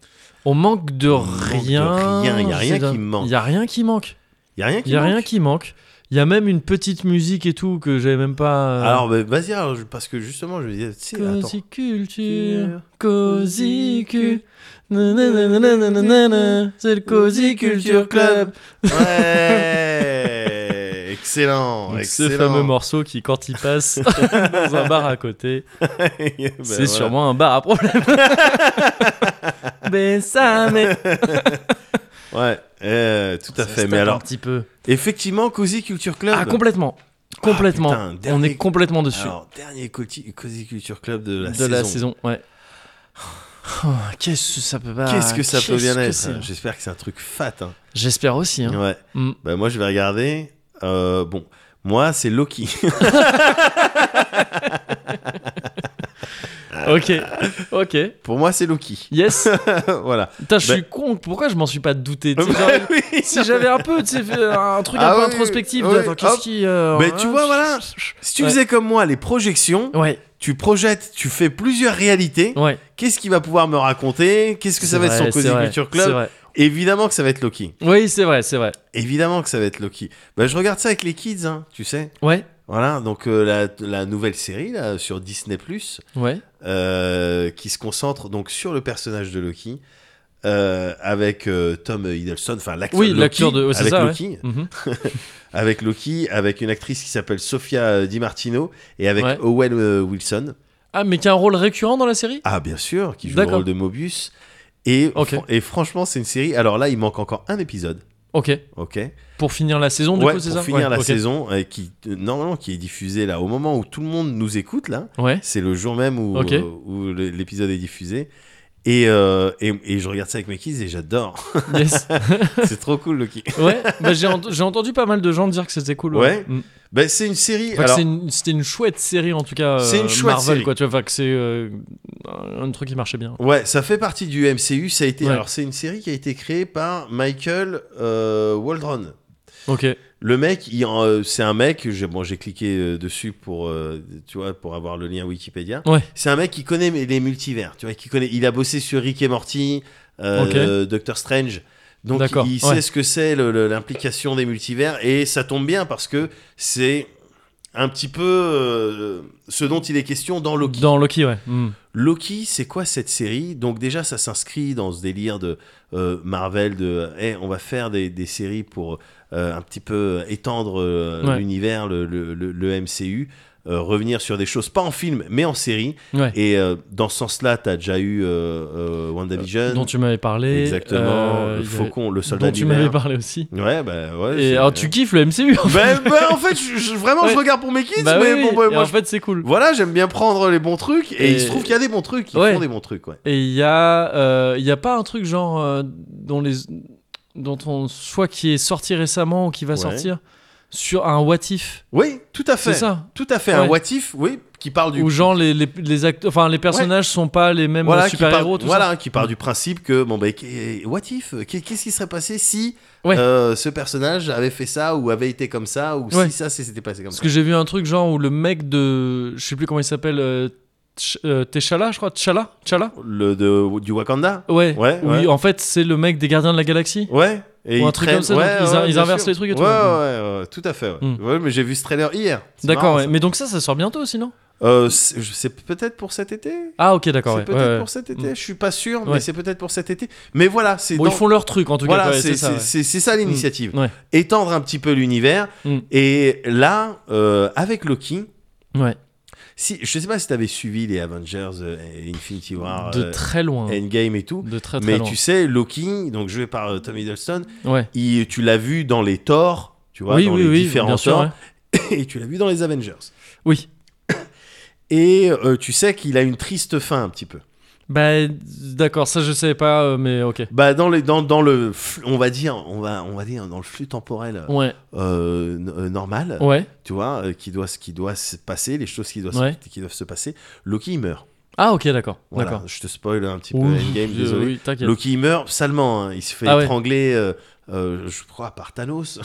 S2: On manque de
S1: On manque de
S2: rien.
S1: rien, y a rien
S2: C'est dingue.
S1: qui manque.
S2: Y a rien qui manque.
S1: Y a rien qui
S2: Y a
S1: manque.
S2: rien qui manque. Y a même une petite musique et tout que j'avais même pas. euh,
S1: Alors, bah, vas-y, alors, je- parce que justement, je me disais, tu sais, attends.
S2: Cozy culture, cozy cu- nanananananana, c'est le cozy culture club. [laughs]
S1: Ouais, excellent,
S2: Donc, ce
S1: Oh, excellent. [laughs]
S2: fameux morceau qui, quand il passe dans un bar à côté,
S1: Ben,
S2: c'est
S1: voilà.
S2: sûrement un bar
S1: [laughs]
S2: à problème. mais ça, mais
S1: Ouais, euh, tout à fait. Mais alors,
S2: un petit peu.
S1: effectivement, Cozy Culture Club. Ah,
S2: Ah complètement, complètement.
S1: putain,
S2: On
S1: dernier-
S2: est complètement dessus
S1: Alors, dernier Cozy Cozy Culture Club de la
S2: de
S1: saison.
S2: la saison. Ouais. Oh, Qu'est-ce que ça peut pas
S1: Qu'est-ce que ça peut
S2: Ah, qu'est-ce
S1: bien
S2: que
S1: être
S2: c'est
S1: hein. J'espère que c'est un truc fat. hein.
S2: J'espère aussi. hein.
S1: Ouais.
S2: Mm.
S1: Bah, moi, je vais regarder. Euh, bon, moi, c'est Loki. [laughs] Ah.
S2: Ok, ok.
S1: Pour moi, c'est Loki. [laughs]
S2: Yes.
S1: voilà.
S2: Putain, je
S1: Ben-
S2: suis con. Pourquoi je m'en suis pas douté tu sais,
S1: Bah,
S2: genre,
S1: [laughs] oui.
S2: Si j'avais un peu, tu sais, fait un truc
S1: Ah
S2: un peu
S1: oui,
S2: introspectif.
S1: oui,
S2: de, attends, qu'est-ce
S1: hop.
S2: qui. euh,
S1: Ben, tu
S2: hein,
S1: vois, voilà. Si tu
S2: Ouais.
S1: faisais comme moi les projections,
S2: Ouais,
S1: tu projettes, tu fais plusieurs réalités.
S2: ouais.
S1: Qu'est-ce qu'il va pouvoir me raconter Qu'est-ce que ça va
S2: C'est
S1: être son
S2: vrai,
S1: Cozy
S2: c'est vrai,
S1: Culture
S2: C'est
S1: Club
S2: vrai.
S1: Évidemment que ça va être Loki.
S2: Oui, c'est vrai, c'est vrai.
S1: Évidemment que ça va être Loki. Bah, je regarde ça avec les kids, hein, tu sais.
S2: Ouais,
S1: Voilà, donc euh, la, la nouvelle série là, sur Disney Plus
S2: ouais.
S1: euh, qui se concentre donc sur le personnage de Loki euh, avec euh, Tom Hiddleston, enfin l'acteur
S2: Oui,
S1: Loki,
S2: l'acteur de. ouais, c'est
S1: avec
S2: ça, ouais.
S1: Loki,
S2: Mhm.
S1: avec Loki, avec une actrice qui s'appelle Sofia Di Martino et avec
S2: Ouais.
S1: Owen euh, Wilson.
S2: Ah, mais qui a un rôle récurrent dans la série
S1: Ah, bien sûr, qui joue le
S2: D'accord.
S1: rôle de Mobius. Et,
S2: Ok.
S1: fran- et franchement, c'est une série. Alors là, il manque encore un épisode.
S2: Ok.
S1: Ok.
S2: Pour finir la saison, du
S1: ouais,
S2: coup, c'est
S1: pour
S2: ça
S1: finir
S2: Ouais,
S1: la
S2: ok.
S1: saison, euh, qui euh, normalement qui est diffusée là au moment où tout le monde nous écoute là.
S2: Ouais.
S1: C'est le jour même où,
S2: Ok.
S1: euh, où le- l'épisode est diffusé. Et, euh, et, et je regarde ça avec mes kids et
S2: [laughs]
S1: j'adore.
S2: Yes.
S1: c'est trop cool, Loki.
S2: ouais. Bah, j'ai ent- j'ai entendu pas mal de gens dire que c'était cool.
S1: Ouais.
S2: Mm.
S1: Ben, c'est une série.
S2: Enfin, que
S1: alors,
S2: c'est une- C'était une, chouette série en tout cas.
S1: C'est
S2: euh,
S1: une chouette
S2: Marvel,
S1: série.
S2: quoi. Tu vois, enfin, que c'est euh, un truc qui marchait bien.
S1: Ouais, ça fait partie du MCU. Ça a été.
S2: Ouais.
S1: Alors, c'est une série qui a été créée par Michael euh, Waldron.
S2: Ok.
S1: Le mec, il en- euh, c'est un mec. J'ai bon, j'ai cliqué euh, dessus pour, euh, tu vois, pour avoir le lien Wikipédia.
S2: Ouais.
S1: C'est un mec qui connaît mes- les multivers. Tu vois, qui connaît. Il a bossé sur Rick et Morty, euh, Doctor Strange. Donc,
S2: D'accord,
S1: il
S2: ouais.
S1: sait ce que c'est le- le- l'implication des multivers et ça tombe bien parce que c'est un petit peu euh, ce dont il est question dans Loki.
S2: Dans Loki, ouais. Mm.
S1: Loki, c'est quoi cette série Donc déjà, ça s'inscrit dans ce délire de euh, Marvel, de Eh, on va faire des, des séries pour euh, un petit peu étendre euh,
S2: Ouais.
S1: l'univers, le, le- le- le MCU, euh, revenir sur des choses, pas en film, mais en série.
S2: Ouais.
S1: Et euh, dans ce sens-là, tu as déjà eu euh, euh, WandaVision,
S2: dont tu m'avais parlé.
S1: exactement,
S2: euh,
S1: le
S2: il y avait-
S1: Faucon, le Soldat
S2: Dont tu m'avais
S1: d'hiver.
S2: parlé aussi.
S1: Ouais, bah ouais.
S2: Et
S1: c'est-
S2: alors,
S1: [laughs]
S2: tu kiffes le MCU en fait. [laughs]
S1: Ben, ben, en fait, je- je- vraiment, je
S2: Ouais.
S1: regarde pour mes kids,
S2: Bah
S1: mais
S2: oui,
S1: bon,
S2: oui.
S1: bah,
S2: Et
S1: moi,
S2: en
S1: je-
S2: fait, c'est cool.
S1: Voilà, j'aime bien prendre les bons trucs, et,
S2: Et-
S1: il se trouve qu'il y a des bons trucs, ils
S2: Ouais.
S1: font des bons trucs, ouais.
S2: Et il y a, euh, il y a pas un truc genre euh, dont les, dont on soit qui est sorti récemment ou qui va
S1: Ouais.
S2: sortir sur un what if.
S1: Oui, tout à fait.
S2: C'est ça.
S1: Tout à fait. Un
S2: Ouais.
S1: what if, oui, qui parle du.
S2: Ou genre les, les, les acteurs, enfin les personnages sont pas les mêmes
S1: Voilà, qui
S2: super héros.
S1: part,
S2: Tout
S1: voilà, qui part du principe que, bon, bah, qu'est- what if qu'est- Qu'est-ce qui serait passé si
S2: Ouais.
S1: euh, ce personnage avait fait ça, ou avait été comme ça, ou
S2: Ouais.
S1: si ça s'était passé comme
S2: ça. Parce
S1: ça
S2: que j'ai vu un truc genre où le mec de, je sais plus comment il s'appelle, euh, Tch- euh, T'Challa, je crois, T'Challa, T'Challa.
S1: Le de, du Wakanda
S2: Ouais.
S1: Ouais,
S2: Oui,
S1: ouais.
S2: en fait, c'est le mec des Gardiens de la Galaxie.
S1: Ouais. Et
S2: Ou un
S1: ils
S2: truc
S1: traînent-
S2: comme ça,
S1: ouais,
S2: donc ils,
S1: ouais,
S2: ils
S1: bien
S2: inversent
S1: sûr.
S2: les trucs et
S1: Ouais,
S2: tout.
S1: ouais, ouais, ouais, tout à fait. Ouais,
S2: Mm.
S1: Ouais, mais j'ai vu ce trailer hier. C'est
S2: D'accord,
S1: marrant,
S2: ouais.
S1: ça.
S2: mais donc ça, ça sort bientôt aussi, non
S1: Euh, c'est je- c'est peut-être pour cet été
S2: Ah, ok, d'accord.
S1: C'est
S2: ouais,
S1: peut-être
S2: ouais, ouais.
S1: pour cet été,
S2: Mm.
S1: je suis pas sûr, mais
S2: Ouais.
S1: c'est peut-être pour cet été. Mais voilà, c'est
S2: Bon,
S1: dans-
S2: ils font leur truc en tout
S1: voilà,
S2: cas. ouais,
S1: c'est-
S2: c'est ça.
S1: c'est
S2: ouais. Mm,
S1: c'est- c'est ça l'initiative.
S2: Ouais.
S1: étendre un petit peu l'univers.
S2: Mm.
S1: Et là, euh, avec Loki,
S2: Ouais.
S1: si, je sais pas si tu avais suivi les Avengers, euh, et Infinity War,
S2: de
S1: euh,
S2: très loin.
S1: Endgame et tout.
S2: De très très
S1: Mais
S2: loin.
S1: tu sais, Loki, donc joué par euh, Tom Hiddleston,
S2: Ouais.
S1: il- tu l'as vu dans les Thor, tu vois,
S2: oui,
S1: dans
S2: oui,
S1: les
S2: oui,
S1: différents [laughs]
S2: bien sûr.
S1: Thor,
S2: ouais.
S1: et tu l'as vu dans les Avengers.
S2: Oui.
S1: [coughs] Et euh, tu sais qu'il a une triste fin un petit peu.
S2: Bah, d'accord, ça je savais pas, euh, mais ok.
S1: Bah dans les dans, dans le fl- on va dire on va on va dire dans le flux temporel
S2: Ouais,
S1: euh, n- euh, normal,
S2: ouais.
S1: tu vois, euh, qui doit ce qui doit se passer, les choses qui doivent
S2: Ouais.
S1: se, qui doivent se passer, Loki il meurt.
S2: Ah, ok, d'accord.
S1: Voilà,
S2: D'accord.
S1: je te spoil un petit peu
S2: Oui,
S1: Endgame,
S2: euh,
S1: désolé.
S2: oui, t'inquiète.
S1: Loki il meurt salement, hein, il se fait
S2: Ah ouais.
S1: étrangler euh, euh, je crois par Thanos.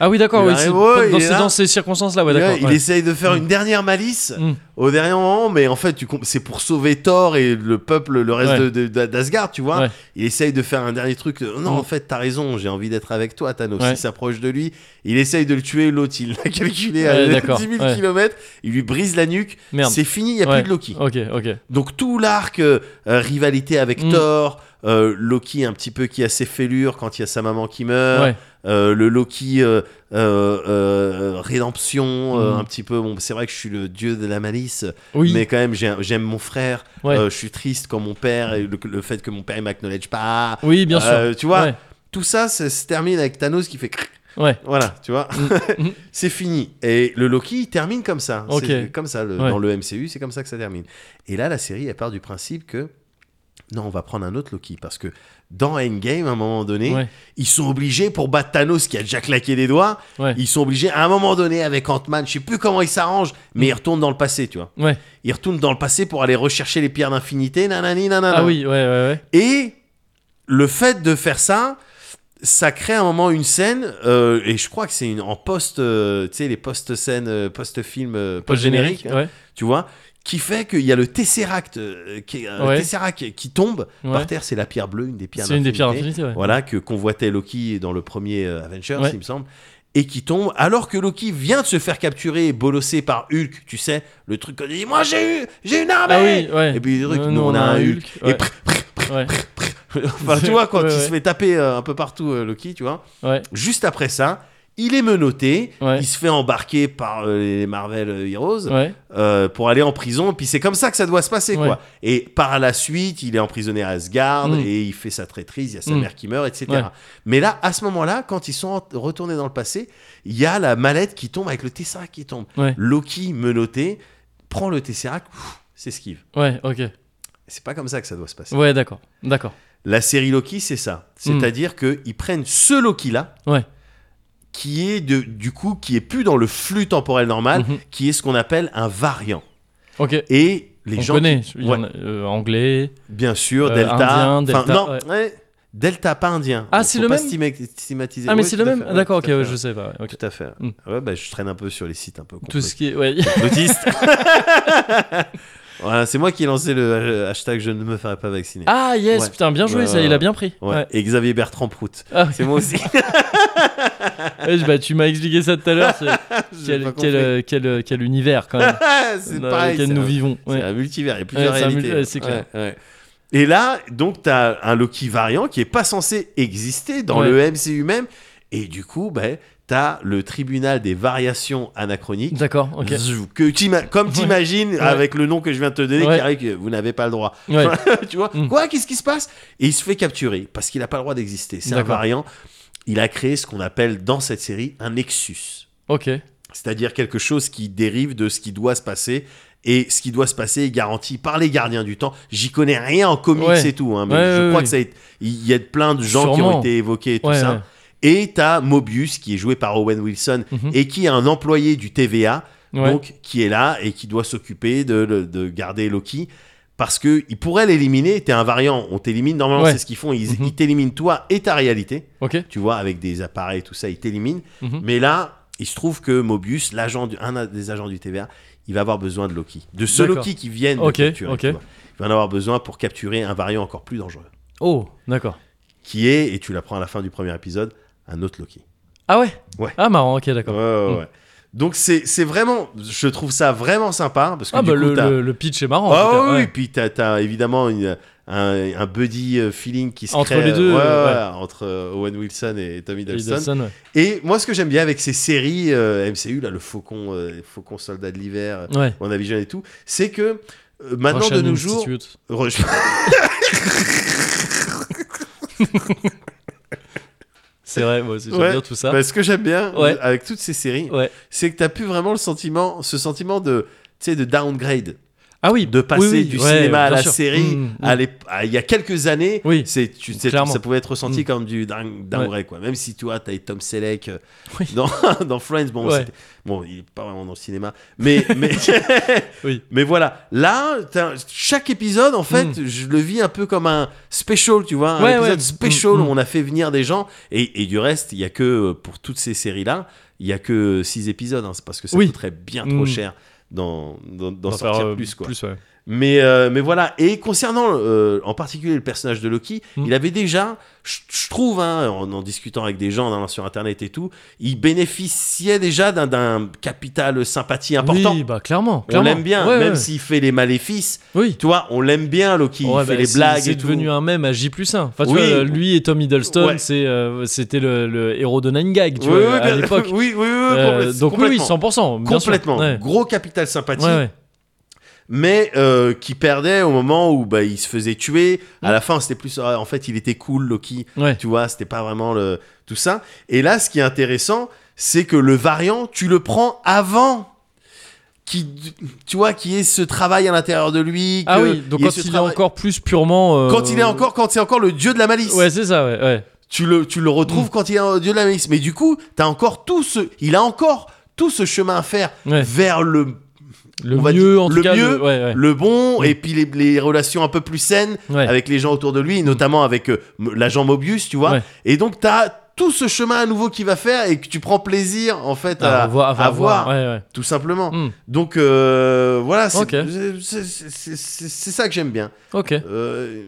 S2: Ah oui, d'accord,
S1: Il
S2: oui,
S1: arrive,
S2: c'est-
S1: ouais,
S2: dans,
S1: il est
S2: ces-
S1: là.
S2: dans ces circonstances-là, Ah ouais,
S1: il,
S2: d'accord.
S1: il
S2: ouais.
S1: essaye de faire
S2: Mm.
S1: une dernière malice
S2: Mm.
S1: au dernier moment, mais en fait, tu comp- c'est pour sauver Thor et le peuple, le reste
S2: Ouais.
S1: de- de- d'A- d'Asgard, tu vois.
S2: Ouais.
S1: Il essaye de faire un dernier truc. euh, Non,
S2: Mm.
S1: en fait, t'as raison, j'ai envie d'être avec toi, Thanos.
S2: Ouais.
S1: Il s'approche de lui, il essaye de le tuer, l'autre, il l'a [laughs] calculé
S2: Ouais,
S1: à
S2: d'accord,
S1: 10 000
S2: ouais.
S1: km, il lui brise la nuque.
S2: Merde.
S1: C'est fini, il n'y a
S2: Ouais,
S1: plus de Loki.
S2: Ok, ok.
S1: Donc tout l'arc euh, euh, rivalité avec
S2: Mm.
S1: Thor, euh, Loki un petit peu qui a ses fêlures quand il y a sa maman qui meurt,
S2: Ouais.
S1: euh, le Loki euh, euh, euh, rédemption euh,
S2: Mm.
S1: un petit peu. Bon, c'est vrai que je suis le dieu de la malice,
S2: Oui.
S1: mais quand même j'ai- j'aime mon frère.
S2: Ouais.
S1: Euh, je suis triste quand mon père et le, le fait que mon père il m'acknowledge pas.
S2: Oui, bien sûr.
S1: Euh, tu vois,
S2: Ouais.
S1: tout ça, ça se termine avec Thanos qui fait. cric.
S2: Ouais.
S1: [laughs] Voilà, tu vois,
S2: Mm.
S1: [laughs] c'est fini. Et le Loki il termine comme ça.
S2: Ok.
S1: C'est Comme ça, le-
S2: Ouais.
S1: dans le MCU, c'est comme ça que ça termine. Et là, la série, elle part du principe que non, on va prendre un autre Loki parce que dans Endgame, à un moment donné,
S2: Ouais.
S1: ils sont obligés pour battre Thanos qui a déjà claqué des doigts.
S2: Ouais.
S1: Ils sont obligés à un moment donné avec Ant-Man, je sais plus comment ils s'arrangent, mais ils retournent dans le passé, tu vois.
S2: Mm. Ouais.
S1: Ils retournent dans le passé pour aller rechercher les pierres d'infinité, nanani, nanana.
S2: Ah oui, ouais, ouais, ouais.
S1: Et le fait de faire ça, ça crée à un moment une scène, euh, et je crois que c'est une en post, euh, tu sais, les post-scènes, euh, post-film, euh, post-générique,
S2: Ouais.
S1: tu vois, qui fait qu'il y a le Tesseract, euh, qui, euh,
S2: Ouais.
S1: Tesseract qui tombe
S2: Ouais.
S1: par terre, c'est la hein. pierre bleue, une des pierres
S2: C'est une des pierres
S1: d'infinité,
S2: d'infinité, ouais.
S1: Voilà, que convoitait Loki dans le premier euh, Avengers,
S2: Ouais.
S1: il me semble. Et qui tombe, alors que Loki vient de se faire capturer et bolosser par Hulk, tu sais, le truc qu'on dit Moi j'ai eu, j'ai une armée
S2: Ah oui, ouais.
S1: Et puis le truc,
S2: Euh,
S1: nous, on a un Hulk. Et
S2: Ouais.
S1: prr, prr, prr,
S2: Ouais.
S1: Enfin,
S2: [laughs]
S1: tu vois, quand
S2: Ouais,
S1: il
S2: ouais.
S1: se fait taper euh, un peu partout, euh, Loki, tu vois.
S2: ouais.
S1: Juste après ça, il est menotté,
S2: Ouais.
S1: il se fait embarquer par euh, les Marvel Heroes
S2: Ouais.
S1: euh, pour aller en prison. Puis c'est comme ça que ça doit se passer,
S2: Ouais.
S1: quoi. Et par la suite, il est emprisonné à Asgard
S2: Mm.
S1: et il fait sa traîtrise, il y a sa
S2: Mm.
S1: mère qui meurt, etc.
S2: Ouais.
S1: Mais là, à ce moment-là, quand ils sont en- retournés dans le passé, il y a la mallette qui tombe avec le Tesseract qui tombe.
S2: Ouais.
S1: Loki, menotté, prend le Tesseract, pff, s'esquive.
S2: Ouais, ok.
S1: C'est pas comme ça que ça doit se passer.
S2: Ouais, d'accord. D'accord.
S1: La série Loki, c'est ça. C'est-à-dire que qu'ils prennent ce Loki-là,
S2: Hmm. Ouais.
S1: qui est de, du coup, qui est plus dans le flux temporel normal,
S2: Mhm.
S1: qui est ce qu'on appelle un variant.
S2: Ok.
S1: Et les
S2: On
S1: gens.
S2: connaît.
S1: qui-
S2: il y en
S1: Ouais,
S2: a, euh, anglais.
S1: bien sûr,
S2: Euh,
S1: Delta.
S2: indien,
S1: Enfin,
S2: Delta,
S1: non,
S2: ouais.
S1: ouais, Delta, pas indien.
S2: Ah,
S1: Faut
S2: c'est le
S1: pas
S2: même
S1: stigma- stigmatiser.
S2: Ah, mais
S1: Ouais,
S2: c'est
S1: tout
S2: le
S1: à
S2: même
S1: fait, ouais,
S2: D'accord,
S1: tout
S2: ok,
S1: à fait,
S2: ouais,
S1: ouais.
S2: je sais pas. ouais, ok.
S1: Tout à fait.
S2: Mm.
S1: Ouais, bah, je traîne un peu sur les sites un peu
S2: Tout ce qui est. Ouais.
S1: complotistes. [laughs] voilà, c'est moi qui ai lancé le euh, hashtag je ne me ferai pas vacciner.
S2: Ah, yes,
S1: Ouais.
S2: putain, bien joué,
S1: Ouais,
S2: ça,
S1: ouais,
S2: il
S1: ouais.
S2: a bien pris.
S1: Ouais. Et Xavier Bertrand Prout.
S2: Ah,
S1: C'est moi aussi.
S2: ouais, bah, tu m'as expliqué ça tout à l'heure. c'est-
S1: [laughs] J'ai
S2: quel,
S1: pas [laughs]
S2: quel,
S1: compris.
S2: euh, quel, euh, quel univers, quand même,
S1: [laughs] c'est
S2: dans
S1: pareil.
S2: lequel
S1: c'est
S2: nous
S1: un-
S2: vivons.
S1: C'est
S2: ouais.
S1: un multivers, il y a plusieurs
S2: Ouais, c'est un
S1: réalités. hein.
S2: multi- ouais, c'est clair.
S1: Ouais, ouais. Et là, donc, tu as un Loki variant qui est pas censé exister dans
S2: Ouais.
S1: le MCU même. Et du coup, ben, tu as le tribunal des variations anachroniques.
S2: D'accord, ok.
S1: [laughs] Zou, Que t'ima- comme t'imagines avec le nom que je viens de te donner
S2: Ouais.
S1: qui arrive que vous n'avez pas le droit
S2: Ouais.
S1: [laughs] tu vois
S2: Mm.
S1: quoi qu'est-ce qui se passe et il se fait capturer parce qu'il n'a pas le droit d'exister c'est un
S2: D'accord.
S1: variant il a créé ce qu'on appelle dans cette série un nexus
S2: Ok.
S1: c'est-à-dire quelque chose qui dérive de ce qui doit se passer. Et ce qui doit se passer est garanti par les gardiens du temps. J'y connais rien en comics
S2: Ouais.
S1: et tout, hein, mais
S2: Ouais,
S1: je
S2: ouais,
S1: crois
S2: ouais.
S1: que ça a été- il y a plein de gens qui ont
S2: Sûrement.
S1: été évoqués et tout
S2: Ouais,
S1: ça.
S2: ouais.
S1: Et t'as Mobius qui est joué par Owen Wilson
S2: Mhm.
S1: et qui est un employé du TVA,
S2: Ouais.
S1: donc qui est là et qui doit s'occuper de, de- de garder Loki parce que il pourrait l'éliminer. T'es un variant, on t'élimine. Normalement,
S2: Ouais.
S1: c'est ce qu'ils font. Ils,
S2: Mhm.
S1: ils t'éliminent toi et ta réalité
S2: Ok.
S1: tu vois, avec des appareils, tout ça, il t'élimine.
S2: Mhm.
S1: Mais là, il se trouve que Mobius, l'agent du, un des agents du TVA, il va avoir besoin de Loki. De ce
S2: D'accord.
S1: Loki qui viennent
S2: Ok,
S1: de capturer.
S2: ok.
S1: tu vois. Il va en avoir besoin pour capturer un variant encore plus dangereux.
S2: Oh, d'accord.
S1: Qui est, et tu l'apprends à la fin du premier épisode, un autre Loki.
S2: Ah ouais
S1: Ouais.
S2: Ah, marrant, ok,
S1: Ouais,
S2: d'accord.
S1: ouais,
S2: Mm.
S1: ouais. Donc c'est c'est vraiment, je trouve ça vraiment sympa. Parce que
S2: Ah,
S1: du
S2: bah,
S1: coup,
S2: le,
S1: t'as-
S2: le, le pitch est marrant. en
S1: Ah
S2: tout cas,
S1: oui,
S2: ouais.
S1: et puis t'as as évidemment une- un, un buddy euh, feeling qui se
S2: Entre
S1: crée
S2: les
S1: euh,
S2: deux,
S1: ouais,
S2: euh,
S1: ouais, entre euh, Owen Wilson et Tommy
S2: Et
S1: Dalston.
S2: Dawson, ouais.
S1: Et moi, ce que j'aime bien avec ces séries euh, MCU, là, le Faucon, euh, Faucon Soldat de l'hiver,
S2: Ouais.
S1: on a Vision et tout, c'est que euh, maintenant
S2: Russian
S1: de nos jours,
S2: Institute.
S1: [laughs] Rush-
S2: C'est vrai, moi aussi, j'aime
S1: Ouais.
S2: bien tout ça.
S1: Bah, ce que j'aime bien
S2: Ouais.
S1: euh, avec toutes ces séries,
S2: Ouais.
S1: c'est que t'as plus vraiment le sentiment, ce sentiment de tu sais, de downgrade,
S2: Ah oui,
S1: de passer
S2: oui, oui,
S1: du
S2: ouais,
S1: cinéma à
S2: bien
S1: la
S2: sûr.
S1: série.
S2: Mm,
S1: à l'ép- à- il y a quelques années,
S2: Oui,
S1: c'est, tu, c'est-
S2: clairement.
S1: ça pouvait être ressenti
S2: Mm.
S1: comme du dingue, downgrade, quoi. Même si tu vois, t'as Tom Selleck euh,
S2: Oui.
S1: dans, [laughs] dans Friends, bon,
S2: Ouais.
S1: c'était- bon, il est pas vraiment dans le cinéma,
S2: [laughs]
S1: mais mais,
S2: Oui.
S1: [laughs] mais voilà. Là, t'as- chaque épisode, en fait, je le vis un peu comme un special, tu vois, un
S2: Mmh. Ouais,
S1: épisode
S2: ouais.
S1: special
S2: Mm,
S1: où
S2: mm.
S1: on a fait venir des gens. Et, et du reste, il y a que euh, pour toutes ces séries là, il y a que six épisodes, hein, c'est parce que ça
S2: Oui.
S1: coûterait bien trop
S2: Mm.
S1: cher. D'en, d'en- d'en
S2: d'en
S1: sortir
S2: faire, euh,
S1: plus quoi.
S2: ouais.
S1: Mais, euh, mais voilà, et concernant euh, en particulier le personnage de Loki,
S2: Mm.
S1: il avait déjà, je je trouve, hein, en en discutant avec des gens en allant sur Internet et tout, il bénéficiait déjà d'un- d'un capital sympathie important.
S2: Oui, bah clairement.
S1: on
S2: clairement.
S1: l'aime bien,
S2: Ouais,
S1: même
S2: ouais.
S1: s'il fait les maléfices,
S2: Oui.
S1: tu vois, on l'aime bien Loki,
S2: Ouais,
S1: il
S2: bah,
S1: fait les
S2: c'est-
S1: blagues
S2: C'est
S1: et tout.
S2: devenu un même à J plus 1. Enfin, tu
S1: Oui.
S2: vois, lui et Tom Hiddleston,
S1: Ouais.
S2: c'est, euh, c'était le, le héros de Nine Gag, tu
S1: Oui,
S2: vois,
S1: oui,
S2: à
S1: bien- [laughs]
S2: l'époque.
S1: oui, oui, oui,
S2: Euh,
S1: complètement.
S2: donc oui, oui, 100%. bien sûr.
S1: complètement.
S2: Ouais.
S1: Gros capital sympathie.
S2: Ouais, ouais.
S1: mais euh, qui perdait au moment où bah, il se faisait tuer. À
S2: Mm.
S1: la fin, c'était plus. ah, En fait, il était cool, Loki.
S2: Ouais.
S1: Tu vois, c'était pas vraiment le tout ça. Et là, ce qui est intéressant, c'est que le variant, tu le prends avant. Qui, tu vois, qui est ce travail à l'intérieur de lui.
S2: Ah
S1: que
S2: oui, donc
S1: y ait
S2: quand
S1: ce
S2: il est
S1: travail-
S2: encore plus purement. euh,
S1: Quand il est encore, quand c'est encore le dieu de la malice,
S2: Ouais, Mm. c'est ça, ouais. ouais.
S1: tu le, tu le retrouves quand il est le dieu de la malice. Mais du coup, t'as encore tout ce, il a encore tout ce chemin à faire
S2: Ouais.
S1: vers le
S2: Le
S1: on va
S2: mieux,
S1: dire-
S2: en tout
S1: le
S2: cas.
S1: mieux,
S2: le- ouais, ouais.
S1: le bon
S2: Mm.
S1: et puis les, les relations un peu plus saines
S2: Ouais. Mm.
S1: avec les gens autour de lui, notamment avec euh, m- l'agent Mobius, tu vois.
S2: Ouais.
S1: Et donc, tu as tout ce chemin à nouveau qu'il va faire et que tu prends plaisir, en fait, à,
S2: Ah, À voir, à
S1: à
S2: voir,
S1: voir,
S2: ouais, ouais.
S1: tout simplement.
S2: Mm.
S1: Donc, euh, voilà, c'est
S2: Ok.
S1: c'est- c'est- c'est- c'est- c'est ça que j'aime bien.
S2: Ok.
S1: Euh, euh,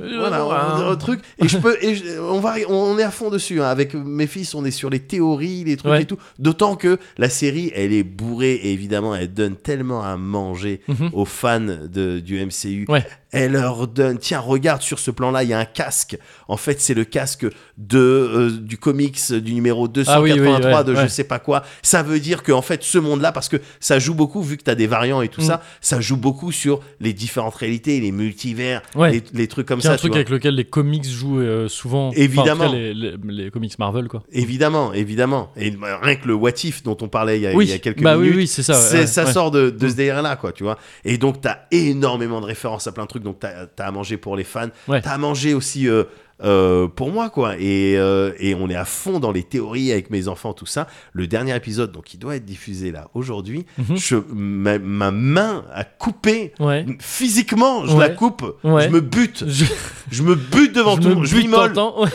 S2: Euh,
S1: voilà,
S2: voilà.
S1: on- un truc. Et, je peux, et je- on, va, on est à fond dessus. hein. Avec mes fils, on est sur les théories, les trucs
S2: Ouais.
S1: et tout. D'autant que la série, elle est bourrée et évidemment, elle donne tellement à manger
S2: Mhm.
S1: aux fans de, du MCU.
S2: Ouais.
S1: Elle leur donne, tiens, regarde sur ce plan-là, il y a un casque. En fait, c'est le casque de, euh, du comics du numéro 283
S2: Ah oui, oui, ouais,
S1: de
S2: ouais.
S1: je sais pas quoi. Ça veut dire que en fait, ce monde-là, parce que ça joue beaucoup, vu que tu as des variants et tout
S2: Mm.
S1: ça, ça joue beaucoup sur les différentes réalités, les multivers,
S2: Ouais.
S1: les, les trucs comme
S2: C'est
S1: ça.
S2: un
S1: tu
S2: truc
S1: vois.
S2: avec lequel les comics jouent euh, souvent. Enfin, en tout cas,
S1: Évidemment.
S2: les, les- les comics Marvel, quoi.
S1: Évidemment, évidemment. Et euh, rien que le what if dont on parlait il y a, il y a quelques
S2: bah
S1: minutes.
S2: oui, oui, c'est ça. ouais,
S1: c'est-
S2: ouais,
S1: ça
S2: ouais. Mm.
S1: sort de, de ce délire-là, quoi, tu vois. Et donc, t'as énormément de références à plein de trucs. Donc, t'as as à manger pour les fans.
S2: Ouais.
S1: T'as à manger aussi euh, euh, pour moi, quoi. Et, euh, et on est à fond dans les théories avec mes enfants, tout ça. Le dernier épisode, donc, qui doit être diffusé là aujourd'hui,
S2: Mhm.
S1: je- ma, ma main a coupé.
S2: Ouais.
S1: Physiquement, je la
S2: Ouais.
S1: coupe.
S2: Ouais.
S1: Je me bute.
S2: Je,
S1: Je me bute devant
S2: je
S1: tout.
S2: me
S1: le monde. Je
S2: bute
S1: m'immole.
S2: t'entends. Ouais,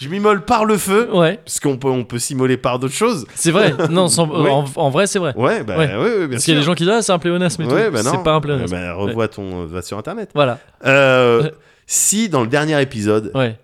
S1: Je m'immole par le feu.
S2: ouais.
S1: Parce qu'on peut, on peut s'immoler par d'autres choses.
S2: C'est vrai.
S1: [laughs]
S2: Non, sans-
S1: Ouais.
S2: en, en vrai, c'est vrai.
S1: Ouais, bah,
S2: Ouais.
S1: ouais. ouais, bien
S2: Parce
S1: sûr.
S2: qu'il y a des gens qui disent ah, c'est un pléonasme et
S1: Ouais,
S2: tout.
S1: bah non.
S2: c'est pas un pléonasme.
S1: Eh ben, revois ton. euh, Va sur internet.
S2: Voilà.
S1: Euh,
S2: Ouais.
S1: Si dans le dernier épisode, il
S2: Ouais.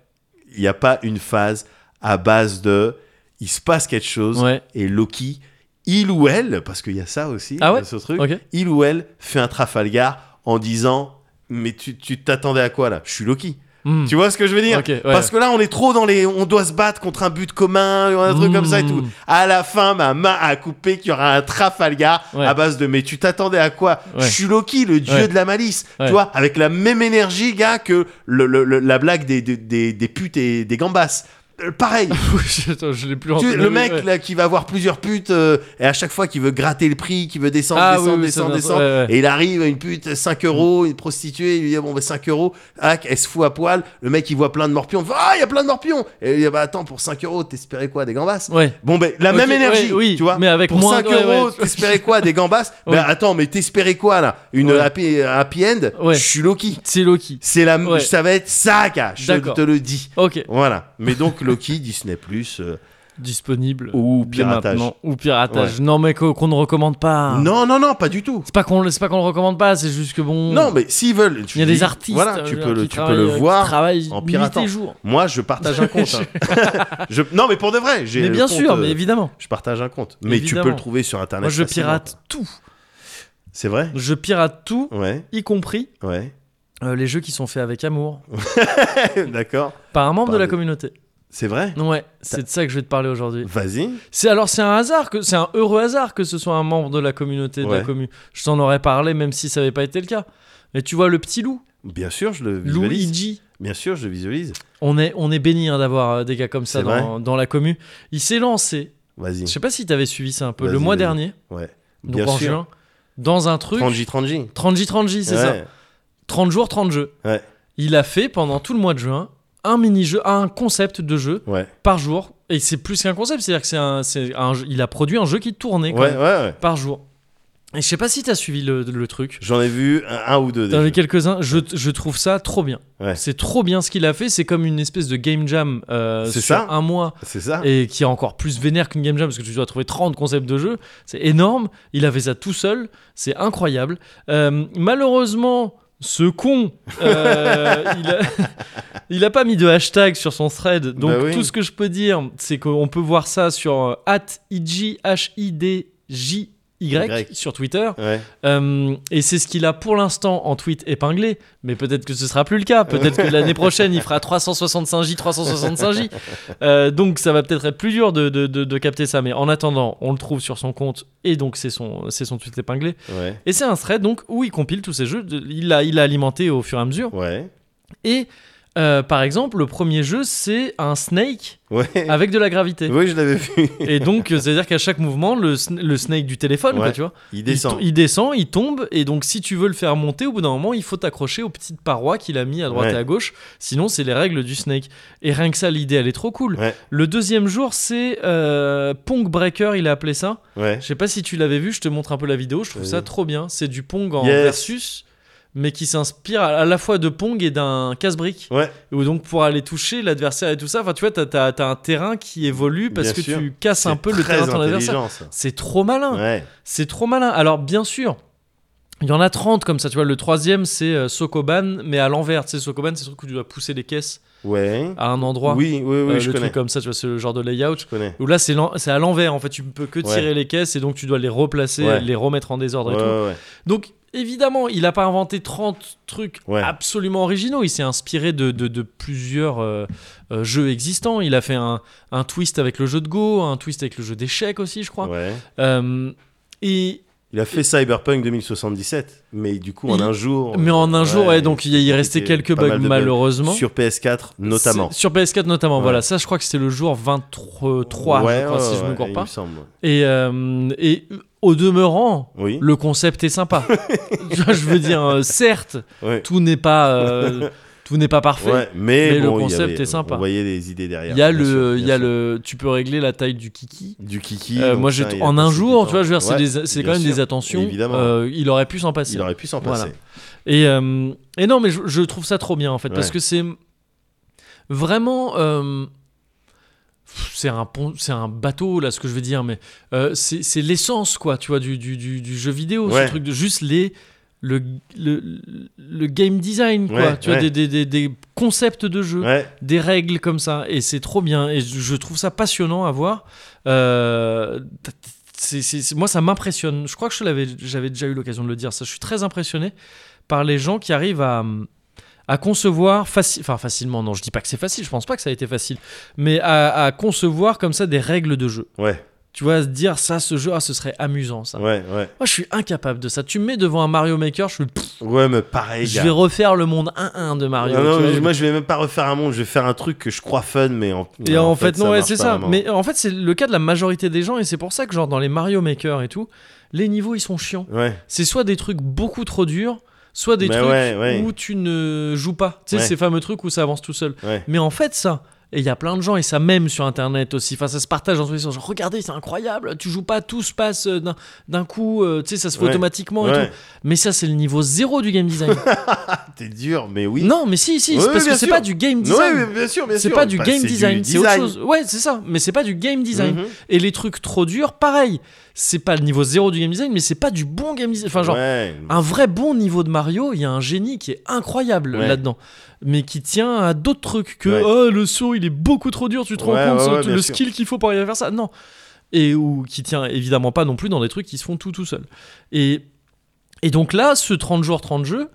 S1: n'y a pas une phase à base de. Il se passe quelque chose
S2: Ouais.
S1: et Loki, il ou elle, parce qu'il y a ça aussi,
S2: Ah ouais
S1: ce truc,
S2: Ok.
S1: il ou elle fait un Trafalgar en disant. Mais tu tu t'attendais à quoi là Je suis Loki.
S2: Hmm. [laughs]
S1: Tu vois ce que je veux dire
S2: Ok, ouais.
S1: Parce que là, on est trop dans les. On doit se battre contre un but commun, un truc comme ça et tout.
S2: Mm.
S1: À la fin, ma main a coupé qu'il y aura un Trafalgar
S2: Ouais.
S1: à base de. Mais tu t'attendais à quoi
S2: Ouais.
S1: Je suis Loki, le dieu
S2: Ouais.
S1: de la malice.
S2: Ouais.
S1: Tu vois, avec la même énergie, gars, que le- le- le- la blague des, des, des- des putes et des gambas. Euh,
S2: [laughs]
S1: pareil.
S2: je attends, je l'ai plus
S1: Tu-
S2: entendu.
S1: le mec
S2: Ouais.
S1: là qui va avoir plusieurs putes euh, et à chaque fois qui veut gratter le prix, qui veut descendre,
S2: Ah oui,
S1: descendre,
S2: oui,
S1: descendre,
S2: ça,
S1: descendre,
S2: ouais, ouais.
S1: et il arrive à une pute 5 euros, une prostituée, il lui dit bon ben 5 euros, hack, elle se fout à poil, le mec il voit plein de morpions, il fait, ah il y a plein de morpions, et il dit bah attends pour 5 euros t'espérais quoi des gambasses
S2: Ouais.
S1: Bon ben la
S2: Ok,
S1: même énergie,
S2: ouais, oui,
S1: tu vois,
S2: mais avec
S1: pour
S2: moins-
S1: 5
S2: ouais, ouais,
S1: euros
S2: tu vois.
S1: t'espérais quoi des gambasses
S2: [laughs] Ouais.
S1: Ben attends mais t'espérais quoi là Une
S2: Ouais.
S1: happy, happy end
S2: Ouais.
S1: Je suis Loki,
S2: C'est Loki.
S1: c'est la,
S2: Ouais.
S1: ça va être ça gars, je
S2: D'accord.
S1: te le dis.
S2: Ok.
S1: Voilà, mais donc Loki, Disney+, euh,
S2: Disponible.
S1: ou
S2: Euh, dès
S1: piratage.
S2: maintenant, Ah. Ou piratage. Non, mais qu'o- qu'on ne recommande pas.
S1: Non, non, non, pas du tout.
S2: C'est pas qu'on le- c'est pas qu'on le recommande pas. C'est juste que bon.
S1: Non, mais s'ils veulent, tu
S2: Hmm. Il y a
S1: dis,
S2: des artistes.
S1: Voilà,
S2: euh,
S1: tu
S2: qui
S1: peux le, tu peux
S2: travaillent,
S1: le
S2: euh, qui
S1: voir.
S2: travaillent
S1: en
S2: nuit
S1: piratant.
S2: et jour.
S1: Moi, je partage un compte.
S2: [laughs]
S1: hein. Je- non, mais pour de vrai. j'ai
S2: Mais
S1: le
S2: bien
S1: compte,
S2: sûr,
S1: euh,
S2: mais évidemment.
S1: je partage un compte. Mais tu
S2: Évidemment.
S1: peux le trouver sur internet.
S2: Moi, je
S1: facilement.
S2: pirate tout.
S1: C'est vrai.
S2: Je pirate tout,
S1: Ouais,
S2: y compris
S1: ouais. [laughs]
S2: euh, les jeux qui sont faits avec amour
S1: D'accord.
S2: par un membre de la
S1: Pardon.
S2: communauté.
S1: C'est vrai.
S2: Ouais, c'est de ça que je vais te parler aujourd'hui.
S1: Vas-y.
S2: C'est alors c'est un hasard que c'est un heureux hasard que ce soit un membre de la communauté de la
S1: Ouais.
S2: commu. Je t'en aurais parlé même si ça n'avait pas été le cas. Mais tu vois le petit loup,
S1: Bien sûr, je le visualise.
S2: Luigi.
S1: Bien sûr, je le visualise.
S2: On est on est béni hein, d'avoir euh, des gars comme ça
S1: C'est
S2: dans, dans la commu. Il s'est lancé.
S1: Vas-y.
S2: Je sais pas si t'avais suivi ça un peu le
S1: Vas-y,
S2: mois
S1: vas-y.
S2: dernier,
S1: Ouais.
S2: donc
S1: Bien
S2: en
S1: sûr.
S2: juin. dans un truc.
S1: 30J, 30J.
S2: 30J, 30J, c'est ça. 30 jours, 30 jeux.
S1: Ouais.
S2: Il a fait pendant tout le mois de juin un mini-jeu, un concept de jeu
S1: Ouais.
S2: par jour. Et c'est plus qu'un concept, c'est-à-dire que c'est un, c'est un jeu- il a produit un jeu qui tournait
S1: Ouais,
S2: quand
S1: ouais,
S2: même,
S1: ouais.
S2: par jour. Et je sais pas si t'as suivi le, le truc.
S1: J'en ai vu un, un ou deux.
S2: T'en
S1: déjà.
S2: as quelques-uns, je, je trouve ça trop bien.
S1: Ouais.
S2: C'est trop bien ce qu'il a fait, c'est comme une espèce de game jam euh,
S1: C'est
S2: sur
S1: ça.
S2: un mois
S1: C'est ça
S2: et qui est encore plus vénère qu'une game jam parce que tu dois trouver 30 concepts de jeu. C'est énorme. Il avait ça tout seul. C'est incroyable. Euh, malheureusement, ce con,
S1: [laughs]
S2: euh, il, a, [laughs] il a pas mis de hashtag sur son thread. Donc,
S1: Bah oui.
S2: tout ce que je peux dire, c'est qu'on peut voir ça sur euh, @idjhidjy
S1: Y.
S2: sur Twitter.
S1: Ouais.
S2: Euh, et c'est ce qu'il a pour l'instant en tweet épinglé, mais peut-être que ce sera plus le cas. Peut-être que l'année prochaine, il fera 365J, 365J. Euh, donc ça va peut-être être plus dur de, de- de- de capter ça, mais en attendant, on le trouve sur son compte et donc c'est son, c'est son tweet épinglé.
S1: Ouais.
S2: Et c'est un thread donc où il compile tous ces jeux. de- Il l'a il a alimenté au fur et à mesure.
S1: Ouais.
S2: Et euh, par exemple, le premier jeu, c'est un snake
S1: Ouais.
S2: avec de la gravité.
S1: Oui, je l'avais vu.
S2: Et donc, euh, c'est-à-dire qu'à chaque mouvement, le, sn- le snake du téléphone, quoi,
S1: Ouais.
S2: tu vois.
S1: Il
S2: Il
S1: descend.
S2: to- Il, descend, il tombe, et donc si tu veux le faire monter, au bout d'un moment, il faut t'accrocher aux petites parois qu'il a mis à droite
S1: Ouais.
S2: et à gauche. Sinon, c'est les règles du Snake. Et rien que ça, l'idée, elle est trop cool.
S1: Ouais.
S2: Le deuxième jour, c'est euh, Pong Breaker, il a appelé ça.
S1: Ouais.
S2: Je sais pas si tu l'avais vu, je te montre un peu la vidéo, je trouve
S1: Vas-y.
S2: ça trop bien. C'est du Pong en
S1: Euh, Yes.
S2: versus, mais qui s'inspire à, à la fois de Pong et d'un casse-brique.
S1: Ouais.
S2: Ou donc pour aller toucher l'adversaire et tout ça, enfin tu vois, t'as, t'as- t'as un terrain qui évolue parce
S1: Bien
S2: que
S1: sûr.
S2: tu casses un
S1: C'est
S2: peu le
S1: très
S2: terrain de ton adversaire.
S1: intelligent, ça.
S2: C'est trop malin.
S1: Ouais.
S2: C'est trop malin. Alors, bien sûr, il y en a 30 comme ça. Tu vois, le troisième, c'est euh, Sokoban, mais à l'envers. Tu sais, Sokoban, c'est le truc où tu dois pousser les caisses
S1: Ouais.
S2: à un endroit.
S1: Oui, oui, oui,
S2: Euh,
S1: je
S2: le
S1: connais.
S2: truc comme ça, tu vois, c'est le genre de layout.
S1: Je connais.
S2: Où là, c'est l'en- c'est à l'envers. En fait, tu peux que
S1: Ouais.
S2: tirer les caisses et donc tu dois les replacer,
S1: Ouais.
S2: les remettre en désordre
S1: Ouais,
S2: et tout.
S1: ouais, ouais.
S2: Donc évidemment, il n'a pas inventé 30 trucs
S1: Ouais.
S2: absolument originaux. Il s'est inspiré de, de- de plusieurs euh, euh, jeux existants. Il a fait un, un twist avec le jeu de Go, un twist avec le jeu d'échecs aussi, je crois.
S1: Ouais.
S2: Euh, et
S1: Il a fait Cyberpunk 2077, mais du coup, en
S2: Il-
S1: un jour.
S2: Mais en un jour, ouais, donc il, il
S1: c'était
S2: restait quelques
S1: pas
S2: bugs
S1: mal de
S2: malheureusement.
S1: Sur PS4, notamment.
S2: C'est- Sur PS4 notamment,
S1: Ouais.
S2: voilà. Ça, je crois que c'était le jour 23,
S1: Ouais,
S2: je crois,
S1: ouais,
S2: si je me
S1: ouais,
S2: cours
S1: il
S2: pas.
S1: me semble.
S2: Et, euh, et au demeurant,
S1: Oui.
S2: le concept
S1: [laughs]
S2: est sympa. je veux dire, euh, certes,
S1: Ouais.
S2: tout n'est pas, euh, tout n'est pas parfait.
S1: Ouais, mais,
S2: Mais le
S1: bon, il y
S2: concept
S1: avait-
S2: est sympa.
S1: On voyait les idées derrière.
S2: Il y a
S1: bien
S2: le,
S1: sûr,
S2: il y
S1: bien
S2: a
S1: sûr.
S2: le, tu peux régler la taille du kiki.
S1: Du kiki.
S2: Euh,
S1: donc
S2: moi,
S1: ça,
S2: j'ai
S1: il y a
S2: en
S1: pas
S2: un
S1: si
S2: jour,
S1: longtemps.
S2: tu vois, je veux dire, c'est
S1: Ouais,
S2: des- c'est
S1: bien
S2: quand même
S1: sûr,
S2: des attentions.
S1: Évidemment.
S2: Euh, il aurait pu s'en passer.
S1: il aurait pu s'en
S2: voilà.
S1: passer.
S2: Et, euh, et non, mais je, je trouve ça trop bien en fait, parce
S1: Ouais.
S2: que c'est vraiment. euh, pff, c'est un, pont- c'est un bateau là, ce que je veux dire, mais euh, c'est c'est l'essence quoi, tu vois, du, du, du- du jeu vidéo,
S1: Ouais.
S2: ce truc de juste les. Le, le, le game design, quoi.
S1: Ouais,
S2: tu vois,
S1: ouais.
S2: des, des, des, des concepts de jeu,
S1: Ouais.
S2: des règles comme ça, et c'est trop bien. Et je je trouve ça passionnant à voir. Euh, t- t- c'est- c'est- c'est- moi, ça m'impressionne. Je crois que je l'avais- j'avais déjà eu l'occasion de le dire. Ça, je suis très impressionné par les gens qui arrivent à, à concevoir faci- enfin facilement. Non, je dis pas que c'est facile. Je pense pas que ça a été facile, mais à, à concevoir comme ça des règles de jeu.
S1: Ouais.
S2: Tu vois, se dire ça, ce jeu, ah, ce serait amusant, ça.
S1: Ouais. Ouais.
S2: Moi, je suis incapable de ça. Tu me mets devant un Mario Maker, je, suis le-
S1: Ouais, mais pareil.
S2: je
S1: gars.
S2: vais refaire le monde 1-1 de Mario.
S1: Non, non,
S2: tu vois.
S1: mais moi je vais même pas refaire un monde, je vais faire un truc que je crois fun, mais en,
S2: Et en, fait, non, ouais,
S1: marche
S2: c'est
S1: pas
S2: ça.
S1: vraiment.
S2: Mais en fait, c'est le cas de la majorité des gens, et c'est pour ça que, genre, dans les Mario Maker et tout, les niveaux, ils sont chiants.
S1: Ouais,
S2: C'est soit des trucs beaucoup trop durs, soit des
S1: Mais
S2: trucs
S1: ouais, ouais.
S2: où tu ne joues pas. Tu sais,
S1: Ouais.
S2: ces fameux trucs où ça avance tout seul.
S1: ouais.
S2: Mais en fait, ça. Et il y a plein de gens, et ça même sur internet aussi. Enfin, ça se partage entre les gens. Genre, regardez, c'est incroyable, tu joues pas, tout se passe euh, d'un- d'un coup, euh, tu sais, ça se fait
S1: Ouais.
S2: automatiquement et
S1: ouais.
S2: tout. Mais ça, c'est le niveau zéro du game design.
S1: T'es dur, mais [laughs] oui.
S2: Non, mais si, si, c'est
S1: Ouais,
S2: parce
S1: bien
S2: que c'est
S1: sûr.
S2: pas du game
S1: Non, ouais,
S2: design.
S1: mais bien sûr, bien
S2: C'est
S1: sûr. Bah,
S2: pas du game
S1: c'est
S2: design, c'est autre
S1: design.
S2: chose. Ouais, c'est ça, mais c'est pas du game design.
S1: Mhm.
S2: Et les trucs trop durs, pareil, c'est pas le niveau zéro du game design, mais c'est pas du bon game design. Enfin, genre,
S1: Ouais.
S2: un vrai bon niveau de Mario, il y a un génie qui est incroyable
S1: Ouais.
S2: là-dedans, mais qui tient à d'autres trucs que
S1: Ouais.
S2: oh, le saut il est beaucoup trop dur, tu te rends
S1: Ouais,
S2: compte
S1: ouais,
S2: ça,
S1: ouais,
S2: tout
S1: bien
S2: le
S1: sûr.
S2: skill qu'il faut pour arriver à faire ça. Non. Et ou qui tient évidemment pas non plus dans des trucs qui se font tout tout seul. Et, et donc là, ce 30 jours, 30 jeux,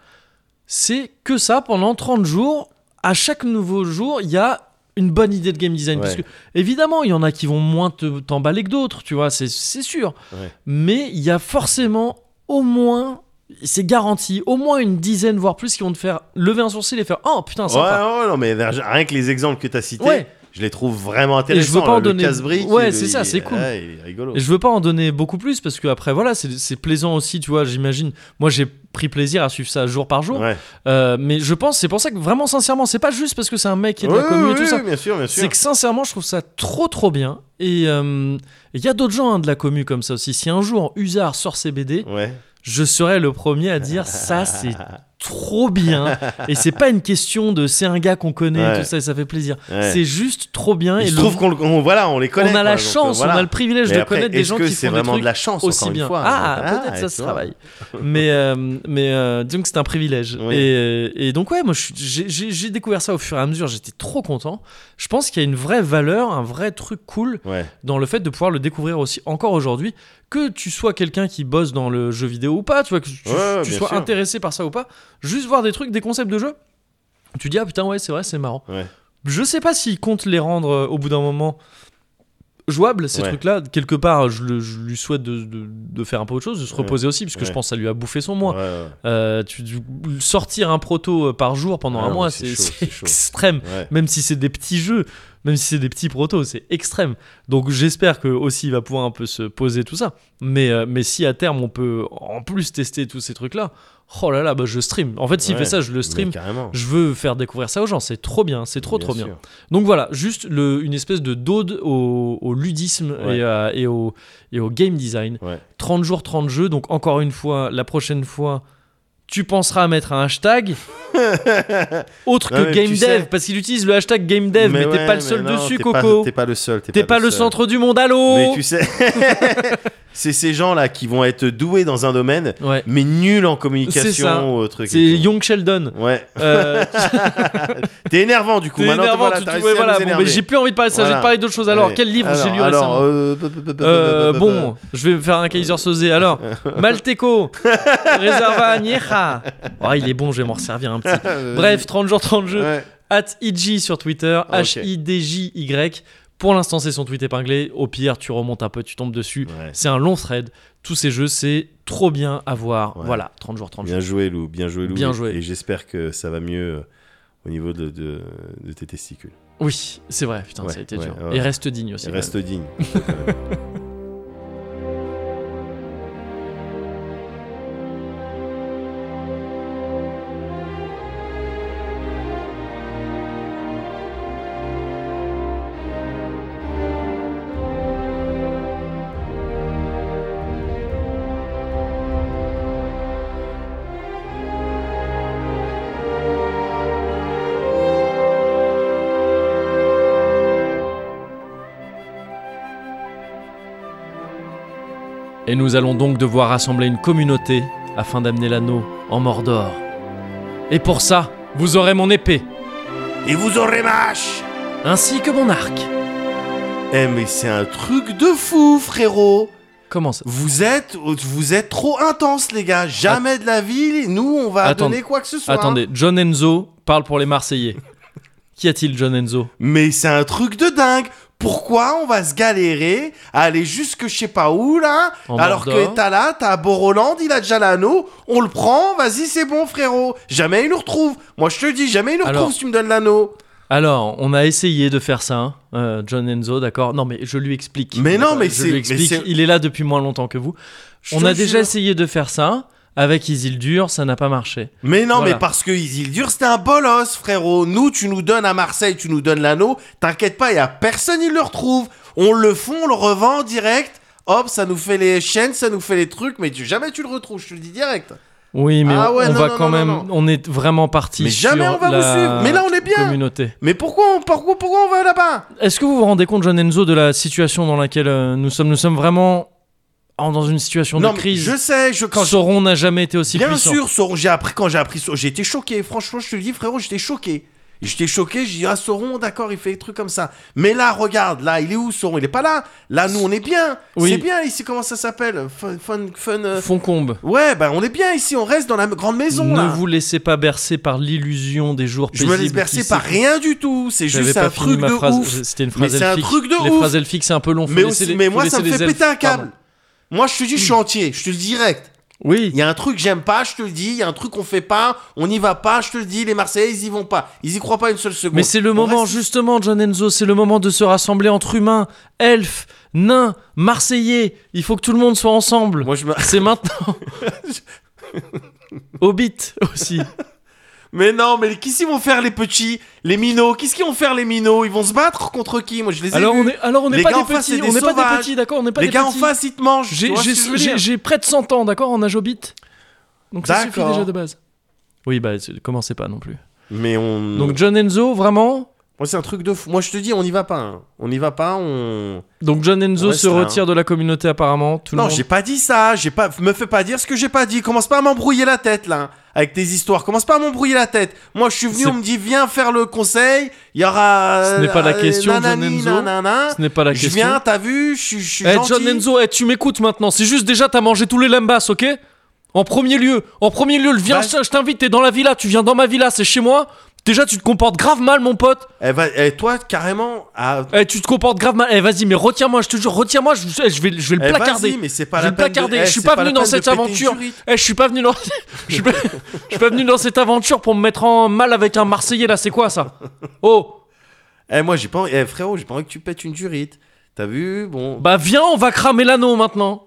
S2: c'est que ça pendant 30 jours. À chaque nouveau jour, il y a une bonne idée de game design.
S1: Ouais.
S2: Parce que, évidemment, il y en a qui vont moins te- t'emballer que d'autres, tu vois, c'est c'est sûr.
S1: Ouais.
S2: Mais il y a forcément au moins, c'est garanti, au moins une dizaine, voire plus, qui vont te faire lever un sourcil et faire Oh putain,
S1: Ouais,
S2: sympa.
S1: ouais, non, mais rien que les exemples que t'as cités,
S2: Ouais.
S1: je je les trouve vraiment
S2: veux
S1: intéressants.
S2: pas en
S1: là, le
S2: donner-
S1: Casbrick,
S2: Ouais,
S1: il-
S2: c'est ça,
S1: il-
S2: c'est cool.
S1: ouais, il est rigolo.
S2: Et je veux pas en donner beaucoup plus parce que après voilà c'est c'est plaisant aussi tu vois j'imagine moi j'ai pris plaisir à suivre ça jour par jour
S1: Ouais.
S2: Euh, mais je pense c'est pour ça que vraiment sincèrement c'est pas juste parce que c'est un mec qui est de la
S1: Ouais,
S2: commu et
S1: ouais,
S2: tout ça
S1: ouais, Bien sûr, bien sûr.
S2: c'est que sincèrement je trouve ça trop trop bien et il y a d'autres gens hein, de la commu comme ça aussi si un jour Usard sort ses BD
S1: Ouais.
S2: je serais le premier
S1: [laughs]
S2: à dire ça c'est trop bien et c'est pas une question de c'est un gars qu'on connaît et
S1: Ouais.
S2: tout ça et ça fait plaisir
S1: Ouais.
S2: c'est juste trop bien
S1: Il
S2: et
S1: se
S2: le-
S1: trouve qu'on le- on- voilà, on les connaît.
S2: on a
S1: quoi,
S2: la
S1: donc, euh,
S2: chance,
S1: voilà.
S2: on a le privilège
S1: Mais
S2: de
S1: après,
S2: connaître des
S1: est-ce
S2: gens
S1: que
S2: qui
S1: c'est
S2: font des
S1: vraiment
S2: trucs
S1: de la chance
S2: aussi
S1: encore
S2: bien.
S1: Une fois,
S2: ah,
S1: Ah,
S2: peut-être ça
S1: tu
S2: se
S1: vois.
S2: travaille. mais euh, mais euh, disons que c'est un privilège.
S1: Oui.
S2: Et, et donc ouais, moi je suis- j'ai- j'ai j'ai découvert ça au fur et à mesure. J'étais trop content. Je pense qu'il y a une vraie valeur, un vrai truc cool
S1: Ouais.
S2: dans le fait de pouvoir le découvrir aussi encore aujourd'hui. Que tu sois quelqu'un qui bosse dans le jeu vidéo ou pas, tu vois que tu,
S1: Ouais, ouais,
S2: tu
S1: bien
S2: sois
S1: sûr.
S2: intéressé par ça ou pas, juste voir des trucs, des concepts de jeu. Tu dis ah putain ouais c'est vrai c'est marrant.
S1: Ouais.
S2: Je sais pas s'ils comptent les rendre euh, au bout d'un moment jouables, ces
S1: Ouais.
S2: trucs-là. Quelque part, je, le- je lui souhaite de, de- de faire un peu autre chose, de se
S1: Ouais.
S2: reposer aussi, parce que je
S1: Ouais.
S2: pense que ça lui a bouffé son mois.
S1: Ouais, ouais,
S2: Euh, tu, tu- sortir un proto euh, par jour pendant
S1: Ah
S2: un
S1: non,
S2: mois,
S1: mais c'est
S2: c'est
S1: chaud,
S2: c'est
S1: c'est chaud.
S2: extrême.
S1: ouais.
S2: Même si c'est des petits jeux, même si c'est des petits protos, c'est extrême. Donc j'espère que aussi il va pouvoir un peu se poser tout ça. Mais, euh, mais si à terme on peut en plus tester tous ces trucs-là, oh là là, bah je stream. En fait, s'il
S1: Ouais,
S2: fait ça, je le stream.
S1: Mais carrément.
S2: Je veux faire découvrir ça aux gens, c'est trop bien, c'est trop trop bien. Donc voilà, juste le- une espèce de dode au, au ludisme
S1: Ouais.
S2: et, à- et au, et au game design.
S1: Ouais.
S2: 30 jours, 30 jeux, donc encore une fois, la prochaine fois, tu penseras à mettre un hashtag
S1: [laughs]
S2: autre
S1: Non,
S2: que
S1: mais
S2: game
S1: tu
S2: dev,
S1: sais-
S2: parce qu'il utilise le hashtag game dev, mais, t'es
S1: ouais,
S2: pas le seul
S1: mais non,
S2: dessus,
S1: t'es pas-
S2: Coco.
S1: T'es pas le seul.
S2: T'es pas, le
S1: seul.
S2: centre du monde, allô
S1: Mais tu sais, [laughs] c'est ces gens-là qui vont être doués dans un domaine,
S2: Ouais,
S1: mais nuls en
S2: C'est ça.
S1: communication ou au truc.
S2: c'est
S1: et tout.
S2: Young Sheldon.
S1: Ouais. [laughs]
S2: Euh,
S1: T'es énervant du coup.
S2: t'es
S1: Maintenant,
S2: énervant,
S1: voilà,
S2: tu
S1: t'as
S2: dis,
S1: réussi
S2: ouais,
S1: à
S2: voilà,
S1: nous
S2: bon, mais
S1: énerver.
S2: j'ai plus envie de parler de ça, j'ai
S1: Voilà.
S2: envie de parler d'autre chose. Alors,
S1: Ouais.
S2: quel livre j'ai lu
S1: Alors,
S2: récemment
S1: euh, bu- bu- bu- bu-
S2: Euh,
S1: bu- bu- bu- [laughs]
S2: bon, je vais me faire un Kaiser Sosé. Alors, Malteco, Reserva Nieja. Oh, il est bon, je vais m'en servir un petit.
S1: bu-
S2: Bref, 30 jours, 30 jeux.
S1: Ouais.
S2: At IJ sur Twitter,
S1: Ah, ok.
S2: H-I-D-J-Y. Pour l'instant, c'est son tweet épinglé. Au pire, tu remontes un peu, tu tombes dessus.
S1: Ouais.
S2: C'est un long thread. Tous ces jeux, c'est trop bien à voir.
S1: Ouais.
S2: Voilà, 30 jours, 30
S1: Bien
S2: jeux.
S1: joué, Lou. Bien joué, Lou.
S2: Bien
S1: Et-
S2: joué.
S1: Et j'espère que ça va mieux euh, au niveau de, de, de tes testicules.
S2: Oui, c'est vrai, putain,
S1: Ouais,
S2: ça a été
S1: ouais,
S2: dur.
S1: ouais.
S2: Et reste digne aussi.
S1: Et
S2: quand même.
S1: Reste digne.
S2: Et nous allons donc devoir rassembler une communauté afin d'amener l'anneau en Mordor. Et pour ça, vous aurez mon épée,
S1: Et vous aurez mâche
S2: ainsi que mon arc.
S1: Eh mais c'est un truc de fou, frérot
S2: Comment ça
S1: Vous êtes, vous êtes trop intense, les gars. Jamais de la vie. Nous, on va
S2: Attendez.
S1: donner quoi que ce soit.
S2: Attendez, John Enzo parle pour
S1: [laughs]
S2: les Marseillais. Qu'y a-t-il, John Enzo
S1: Mais c'est un truc de dingue. Pourquoi on va se galérer à aller jusque je sais pas où là
S2: En
S1: Alors
S2: Mordor.
S1: que t'as là, t'as Boroland, il a déjà l'anneau, on le prend, vas-y c'est bon frérot. Jamais il nous retrouve. Moi je te dis, jamais il nous
S2: Alors.
S1: retrouve si tu me donnes l'anneau.
S2: Alors, on a essayé de faire ça, hein, euh, John Enzo, d'accord Non, mais je lui explique.
S1: Mais non, mais
S2: je
S1: c'est-
S2: lui
S1: mais
S2: explique.
S1: c'est-
S2: Il est là depuis moins longtemps que vous.
S1: Je
S2: on
S1: te hein.
S2: a
S1: jure.
S2: déjà essayé de faire ça avec Isildur, ça n'a pas marché.
S1: Mais non,
S2: Voilà.
S1: mais parce que Isildur c'était un bolos frérot. Nous tu nous donnes à Marseille, tu nous donnes l'anneau, t'inquiète pas, il y a personne il le retrouve. On le fond, on le revend en direct. Hop, ça nous fait les chaînes, ça nous fait les trucs, mais tu- jamais tu le retrouves, je te le dis direct.
S2: Oui, mais
S1: Ah
S2: on,
S1: ouais,
S2: on
S1: non,
S2: va
S1: non,
S2: quand
S1: non,
S2: même.
S1: non, non.
S2: On est vraiment parti
S1: Mais jamais
S2: sur
S1: on va vous
S2: la
S1: suivre. Mais là, on est bien.
S2: Communauté.
S1: Mais pourquoi on, pourquoi, pourquoi on va là-bas
S2: Est-ce que vous vous rendez compte, John Enzo, de la situation dans laquelle euh, nous sommes Nous sommes vraiment en- dans une situation
S1: Non,
S2: de
S1: mais
S2: crise.
S1: je sais, je, quand je-
S2: Sauron n'a jamais été aussi
S1: bien
S2: puissant.
S1: sûr, Sauron, j'ai appris quand j'ai appris Sauron, j'ai été choqué. Franchement, je te le dis, frérot, j'étais choqué. J'étais choqué, j'ai dit, ah, Sauron, d'accord, il fait des trucs comme ça. Mais là, regarde, là, il est où, Sauron Il est pas là. Là, nous, on est bien.
S2: Oui.
S1: C'est bien ici, comment ça s'appelle Fun, fun, fun, euh,
S2: Foncombe,
S1: Ouais, bah, on est bien ici, on reste dans la grande maison,
S2: ne
S1: là.
S2: vous laissez pas bercer par l'illusion des jours
S1: Je
S2: paisibles.
S1: me laisse bercer
S2: qui
S1: par
S2: s'écoulent.
S1: rien du tout. C'est
S2: J'avais
S1: juste
S2: pas
S1: un
S2: fini
S1: truc
S2: ma
S1: de
S2: phrase.
S1: ouf.
S2: Je- C'était une
S1: Mais
S2: phrase
S1: c'est un
S2: elfique.
S1: truc de
S2: Les
S1: ouf.
S2: phrases elfiques, c'est un peu long. Faut
S1: Mais,
S2: laisser
S1: aussi-
S2: les-
S1: mais
S2: faut
S1: moi, ça
S2: laisser
S1: me fait
S2: les elfes,
S1: péter un
S2: pardon.
S1: câble. Moi, je te dis, je suis entier. Je te le dis direct.
S2: Oui.
S1: Il y a un truc que j'aime pas, je te le dis. Il y a un truc qu'on fait pas, on n'y va pas, je te le dis. Les Marseillais, ils y vont pas. Ils y croient pas une seule seconde.
S2: Mais c'est le
S1: On
S2: moment,
S1: reste-
S2: justement, John Enzo, c'est le moment de se rassembler entre humains, elfes, nains, marseillais. Il faut que tout le monde soit ensemble.
S1: Moi, je me-
S2: C'est
S1: [laughs]
S2: maintenant. Hobbit aussi.
S1: Mais non, mais qui s'y vont faire les petits Les minots Qu'est-ce qu'ils vont faire les minots Ils vont se battre contre qui Moi, je les ai
S2: Alors
S1: vus.
S2: on est, alors on
S1: Les
S2: n'est pas
S1: gars
S2: des
S1: en face, c'est
S2: petits,
S1: des
S2: on n'est pas des
S1: sauvages.
S2: petits, d'accord, on n'est pas
S1: Les
S2: des
S1: gars en
S2: petits.
S1: face, ils te mangent. tu
S2: J'ai-
S1: vois
S2: J'ai
S1: ce que je veux
S2: j'ai-
S1: dire
S2: j'ai près de 100 ans, d'accord, en âge hobbit. Donc ça suffit
S1: D'accord.
S2: déjà de base. Oui, bah c'est- commencez pas non plus.
S1: Mais on.
S2: Donc John Enzo, vraiment.
S1: Moi, c'est un truc de fou. Moi, je te dis, on n'y va pas. hein. On n'y va pas. On.
S2: Donc John Enzo
S1: Ouais,
S2: se
S1: c'est un-
S2: retire de la communauté apparemment. Tout
S1: non,
S2: le monde.
S1: j'ai pas dit ça. J'ai pas. Me fais pas dire ce que j'ai pas dit. Commence pas à m'embrouiller la tête là. Avec tes histoires, commence pas à m'embrouiller la tête. Moi, je suis venu,
S2: C'est-
S1: on me dit viens faire le conseil. Il y aura.
S2: Ce n'est pas la
S1: euh,
S2: question,
S1: nanani,
S2: John Enzo.
S1: nanana.
S2: Ce n'est pas la
S1: Je
S2: question.
S1: viens, t'as vu, je suis je suis
S2: Eh
S1: gentil.
S2: John Enzo, eh, tu m'écoutes maintenant. C'est juste déjà t'as mangé tous les lambas, ok En premier lieu, en premier lieu, le viens,
S1: Bah,
S2: je je t'invite, t'es dans la villa, tu viens dans ma villa, c'est chez moi. Déjà tu te comportes grave mal, mon pote.
S1: Eh, va- eh, toi, carrément, ah, à
S2: Eh, tu te comportes grave mal. Eh vas-y, mais retiens-moi, je te jure, retiens-moi, je, eh, je vais, je vais le
S1: Eh,
S2: placarder.
S1: vas-y, mais c'est pas
S2: je
S1: la
S2: vais le
S1: peine de-
S2: placarder.
S1: eh,
S2: je suis
S1: c'est
S2: pas,
S1: pas
S2: venu
S1: la
S2: dans
S1: peine de
S2: cette
S1: péter une
S2: aventure.
S1: jurite.
S2: Eh, je suis pas venu dans. [laughs] je, suis pas... je suis pas venu dans cette aventure pour me mettre en mal avec un Marseillais là. C'est quoi ça Oh,
S1: Eh moi j'ai pas envie- eh, frérot, j'ai pas envie que tu pètes une durite. T'as vu Bon. Bah,
S2: bah viens, on va cramer l'anneau maintenant.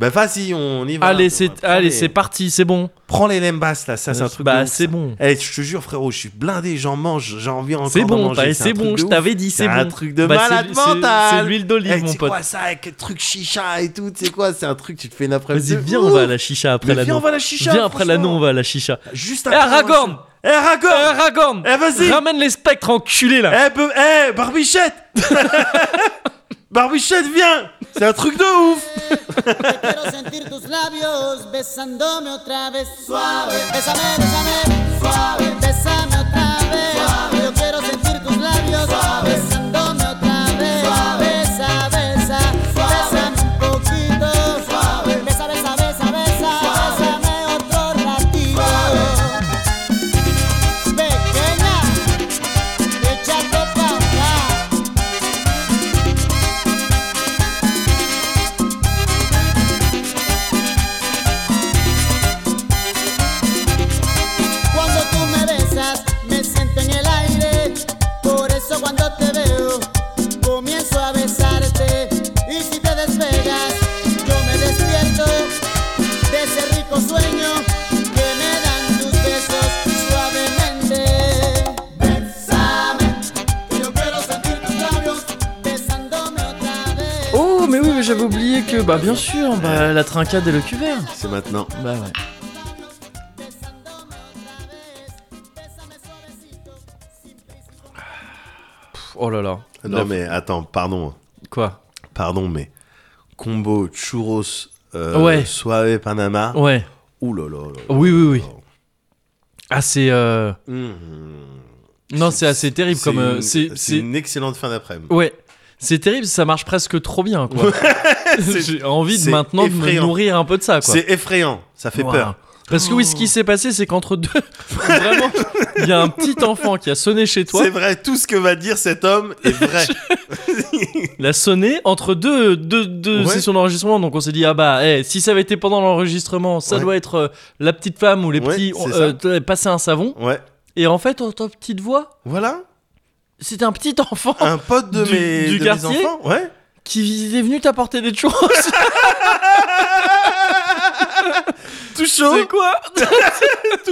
S1: vas-y, on y va.
S2: allez,
S1: On
S2: c'est,
S1: va prendre
S2: allez,
S1: les-
S2: c'est parti, c'est bon.
S1: Prends les lembas là, ça c'est un truc de
S2: Bah
S1: ouf,
S2: c'est
S1: ça.
S2: bon.
S1: Eh je te jure frérot, je suis blindé, j'en mange, j'ai envie encore
S2: C'est
S1: d'en
S2: bon,
S1: manger,
S2: t'as-
S1: un
S2: c'est
S1: truc
S2: bon,
S1: de
S2: je
S1: ouf.
S2: t'avais dit, c'est
S1: C'est
S2: bon.
S1: un truc de
S2: Bah, c'est-
S1: malade
S2: c'est-
S1: mental.
S2: C'est l'huile
S1: Eh,
S2: d'olive, mon
S1: c'est
S2: pote.
S1: quoi ça avec le truc chicha et tout, c'est quoi C'est un truc tu te fais une après-midi.
S2: Vas-y,
S1: de
S2: viens,
S1: ouf.
S2: on va à la chicha après
S1: Mais viens, on
S2: l'anneau.
S1: va à la chicha.
S2: Viens après l'anneau, on
S1: franchement.
S2: va à la chicha.
S1: Juste
S2: Eh,
S1: après. on va-
S2: Aragorn
S1: Eh Aragorn
S2: Aragorn
S1: Eh vas-y
S2: Ramène les spectres enculés là
S1: Eh, be- eh,
S2: [laughs]
S1: Barbichette Barbichette, viens C'est un truc de ouf
S7: Quiero sentir tus labios besándome otra vez. Suave. Bésame, bésame. Suave. Bésame otra vez. Yo quiero sentir tus labios besándome otra vez. Besa, besa. Bésame un poquito. Suave. Besa, besa, besa, besa. Bésame otro ratito. Pequeña, échate pa' acá. Cuando tú me besas, me siento en el aire. Por eso cuando te veo, comienzo a besarte. Y si te despegas, yo me despierto de ese rico sueño que me dan tus besos suavemente. Besame, que yo quiero sentir tus labios besándome otra vez.
S2: Oh, mais oui, mais j'avais oublié que, bah bien sûr, bah la trincade et le cuvert
S1: C'est maintenant.
S2: Bah ouais.
S7: Besándome otra vez. Bésame suavecito, sin prisa.
S2: Pff, Oh là là.
S1: Non mais attends, pardon,
S2: Quoi
S1: pardon, mais combo churros euh,
S2: Ouais.
S1: soirée Panama.
S2: Ouais.
S1: Ouh là là. là.
S2: Oui, oui, oui. Ah, c'est. euh,
S1: Mmh.
S2: Non, c'est assez terrible comme. euh,
S1: une-
S2: C'est.
S1: c'est
S2: c'est-
S1: une excellente fin d'après-midi.
S2: Ouais. C'est terrible, ça marche presque trop bien, [laughs] quoi. J'ai envie de
S1: c'est
S2: maintenant de me
S1: effrayant.
S2: nourrir un peu de ça, quoi.
S1: C'est effrayant, ça fait
S2: Wow.
S1: peur.
S2: Parce que oui, ce qui s'est passé, c'est qu'entre deux, [laughs] vraiment, il y a un petit enfant qui a sonné chez toi.
S1: C'est vrai, tout ce que va dire cet homme est
S2: [laughs]
S1: vrai.
S2: Il a sonné entre deux, deux, deux
S1: Ouais.
S2: sessions d'enregistrement. Donc on s'est dit, ah bah, eh, si ça avait été pendant l'enregistrement, ça
S1: Ouais.
S2: doit être euh, la petite femme ou les
S1: Ouais,
S2: petits
S1: c'est
S2: euh,
S1: ça.
S2: t'avaient passé un savon.
S1: ouais.
S2: Et en fait, oh, ta petite voix,
S1: Voilà,
S2: c'était un petit enfant
S1: un pote de
S2: Oh, Du-
S1: mes,
S2: du
S1: de mes
S2: quartier
S1: enfants, ouais.
S2: qui est venu t'apporter des
S1: [laughs]
S2: choses.
S1: Tout chaud,
S2: C'est quoi [laughs]
S1: tout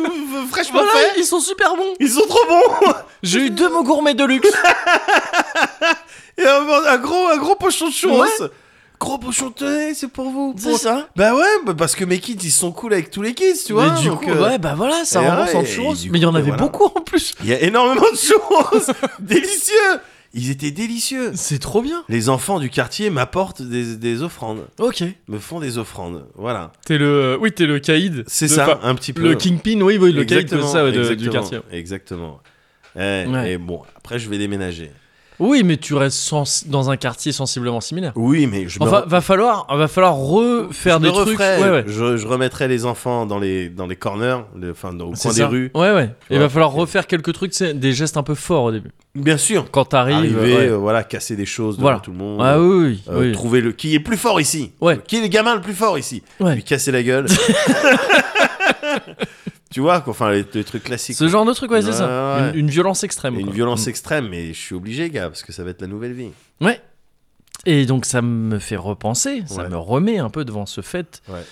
S1: euh, fraîchement
S2: Voilà,
S1: fait.
S2: ils sont super bons.
S1: Ils sont trop bons. [laughs]
S2: J'ai eu deux mots gourmets de luxe.
S1: Et un, un gros, un gros pochon de churros.
S2: Ouais.
S1: Gros pochon de tenez, [laughs] c'est pour vous.
S2: C'est
S1: Pour-
S2: ça.
S1: Bah ouais, bah parce que mes kids ils sont cool avec tous les kids, tu vois.
S2: Mais du
S1: donc,
S2: coup,
S1: euh,
S2: ouais, bah voilà, ça
S1: et
S2: rembourse
S1: ouais,
S2: en
S1: et
S2: churros.
S1: du
S2: Mais il y en
S1: coup,
S2: avait
S1: voilà.
S2: beaucoup en plus.
S1: Il y a énormément de choses [laughs] délicieux. Ils étaient délicieux.
S2: C'est trop bien.
S1: Les enfants du quartier m'apportent des, des offrandes,
S2: Ok.
S1: me font des offrandes. Voilà,
S2: T'es le, oui, t'es le caïd.
S1: c'est
S2: Le-
S1: ça,
S2: enfin,
S1: un petit peu.
S2: Le kingpin, oui, oui, le caïd,
S1: Exactement,
S2: c'est ça, ouais, de- du
S1: exactement,
S2: quartier.
S1: Exactement. Eh,
S2: Ouais.
S1: Et bon, après je vais déménager.
S2: Oui, mais tu restes sens- dans un quartier sensiblement similaire.
S1: Oui, mais je me
S2: Enfin,
S1: re-
S2: va falloir, va falloir refaire
S1: je
S2: des
S1: me
S2: trucs.
S1: referais,
S2: Ouais, ouais.
S1: Je, je remettrai les enfants dans les, dans les corners, le, enfin, dans- au
S2: C'est
S1: coin des
S2: ça.
S1: rues.
S2: Ouais, ouais.
S1: Tu
S2: Il
S1: vois.
S2: va falloir refaire quelques trucs, c'est des gestes un peu forts au début.
S1: Bien sûr.
S2: Quand t'arrives.
S1: Arriver,
S2: ouais.
S1: euh, voilà, casser des choses devant
S2: Voilà.
S1: tout le monde.
S2: Ah oui, oui,
S1: Euh,
S2: oui.
S1: Trouver le qui est plus fort ici.
S2: Ouais.
S1: Qui est le gamin le plus fort ici.
S2: Ouais.
S1: Lui casser la
S2: [laughs]
S1: gueule. tu vois, quoi, enfin, les, les trucs classiques.
S2: Ce genre de truc, ouais, c'est
S1: Ouais,
S2: ça.
S1: ouais.
S2: Une, une violence extrême.
S1: Et une
S2: quoi. Mm.
S1: violence extrême, mais je suis obligé, gars, parce que ça va être la nouvelle vie.
S2: Ouais. Et donc ça me fait repenser, ça
S1: Ouais.
S2: me remet un peu devant ce fait
S1: Ouais.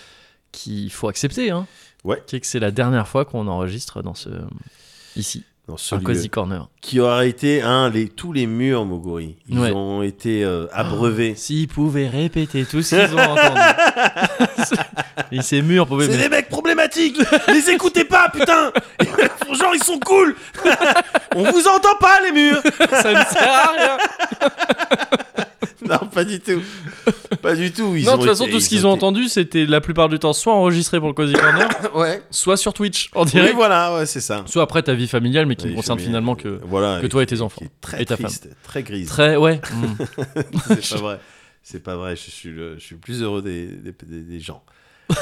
S2: qu'il faut accepter, hein,
S1: Ouais.
S2: qui est que c'est la dernière fois qu'on enregistre dans ce ici,
S1: Dans ce
S2: un
S1: lieu.
S2: cozy corner.
S1: Qui aura été, hein, les, tous les murs, Moguri. Ils
S2: Ouais. Ah.
S1: ont été euh, abreuvés.
S2: S'ils pouvaient répéter tout ce qu'ils ont entendu, [laughs] et ces murs pouvaient.
S1: C'est
S2: mais-
S1: des mecs problématiques [laughs] Les écoutez pas, putain [laughs] Genre, ils sont cool [laughs] On vous entend pas, les murs [laughs]
S2: ça ne sert à rien.
S1: Non, pas du tout. Pas du tout. Ils
S2: non,
S1: ont
S2: de toute façon,
S1: été-
S2: tout ce
S1: ils
S2: qu'ils ont entendu, c'était la plupart du temps soit enregistré pour le cozy corner,
S1: été- [laughs] Ouais.
S2: soit sur Twitch en
S1: Oui,
S2: direct,
S1: voilà, ouais, c'est ça.
S2: soit après ta vie familiale, mais qui
S1: Oui,
S2: ne concerne
S1: mais-
S2: finalement que
S1: voilà,
S2: que toi et tes enfants
S1: qui est très
S2: et ta femme.
S1: triste, très grise. [laughs]
S2: Très ouais. Mm.
S1: C'est
S2: [laughs]
S1: pas vrai. C'est pas vrai. Je suis le, je suis le plus heureux des, des, des- des gens. [laughs]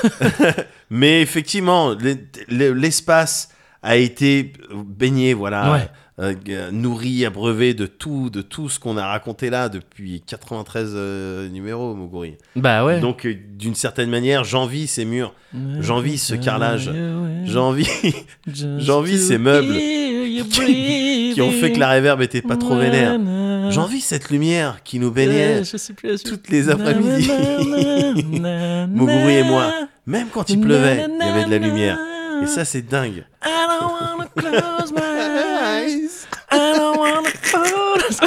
S1: Mais effectivement, l'e- l'e- l'espace a été baigné, voilà,
S2: Ouais.
S1: euh, euh, nourri, abreuvé de tout, de tout ce qu'on a raconté là depuis 93 euh, numéros, Moguri.
S2: Bah ouais.
S1: Donc, euh, d'une certaine manière, j'envie ces murs, j'envie ce carrelage,
S2: Mm. [laughs]
S1: j'envie j'envie ces meubles qui ont fait que la réverb était pas trop vénère. J'envie cette lumière qui nous baignait
S2: je sais plus la suite.
S1: toutes les après-midi. [laughs] Moguri et moi, même quand il pleuvait, il y avait de la lumière. Et ça, c'est dingue.
S2: I don't wanna close my
S1: [laughs]
S2: eyes. I don't wanna close-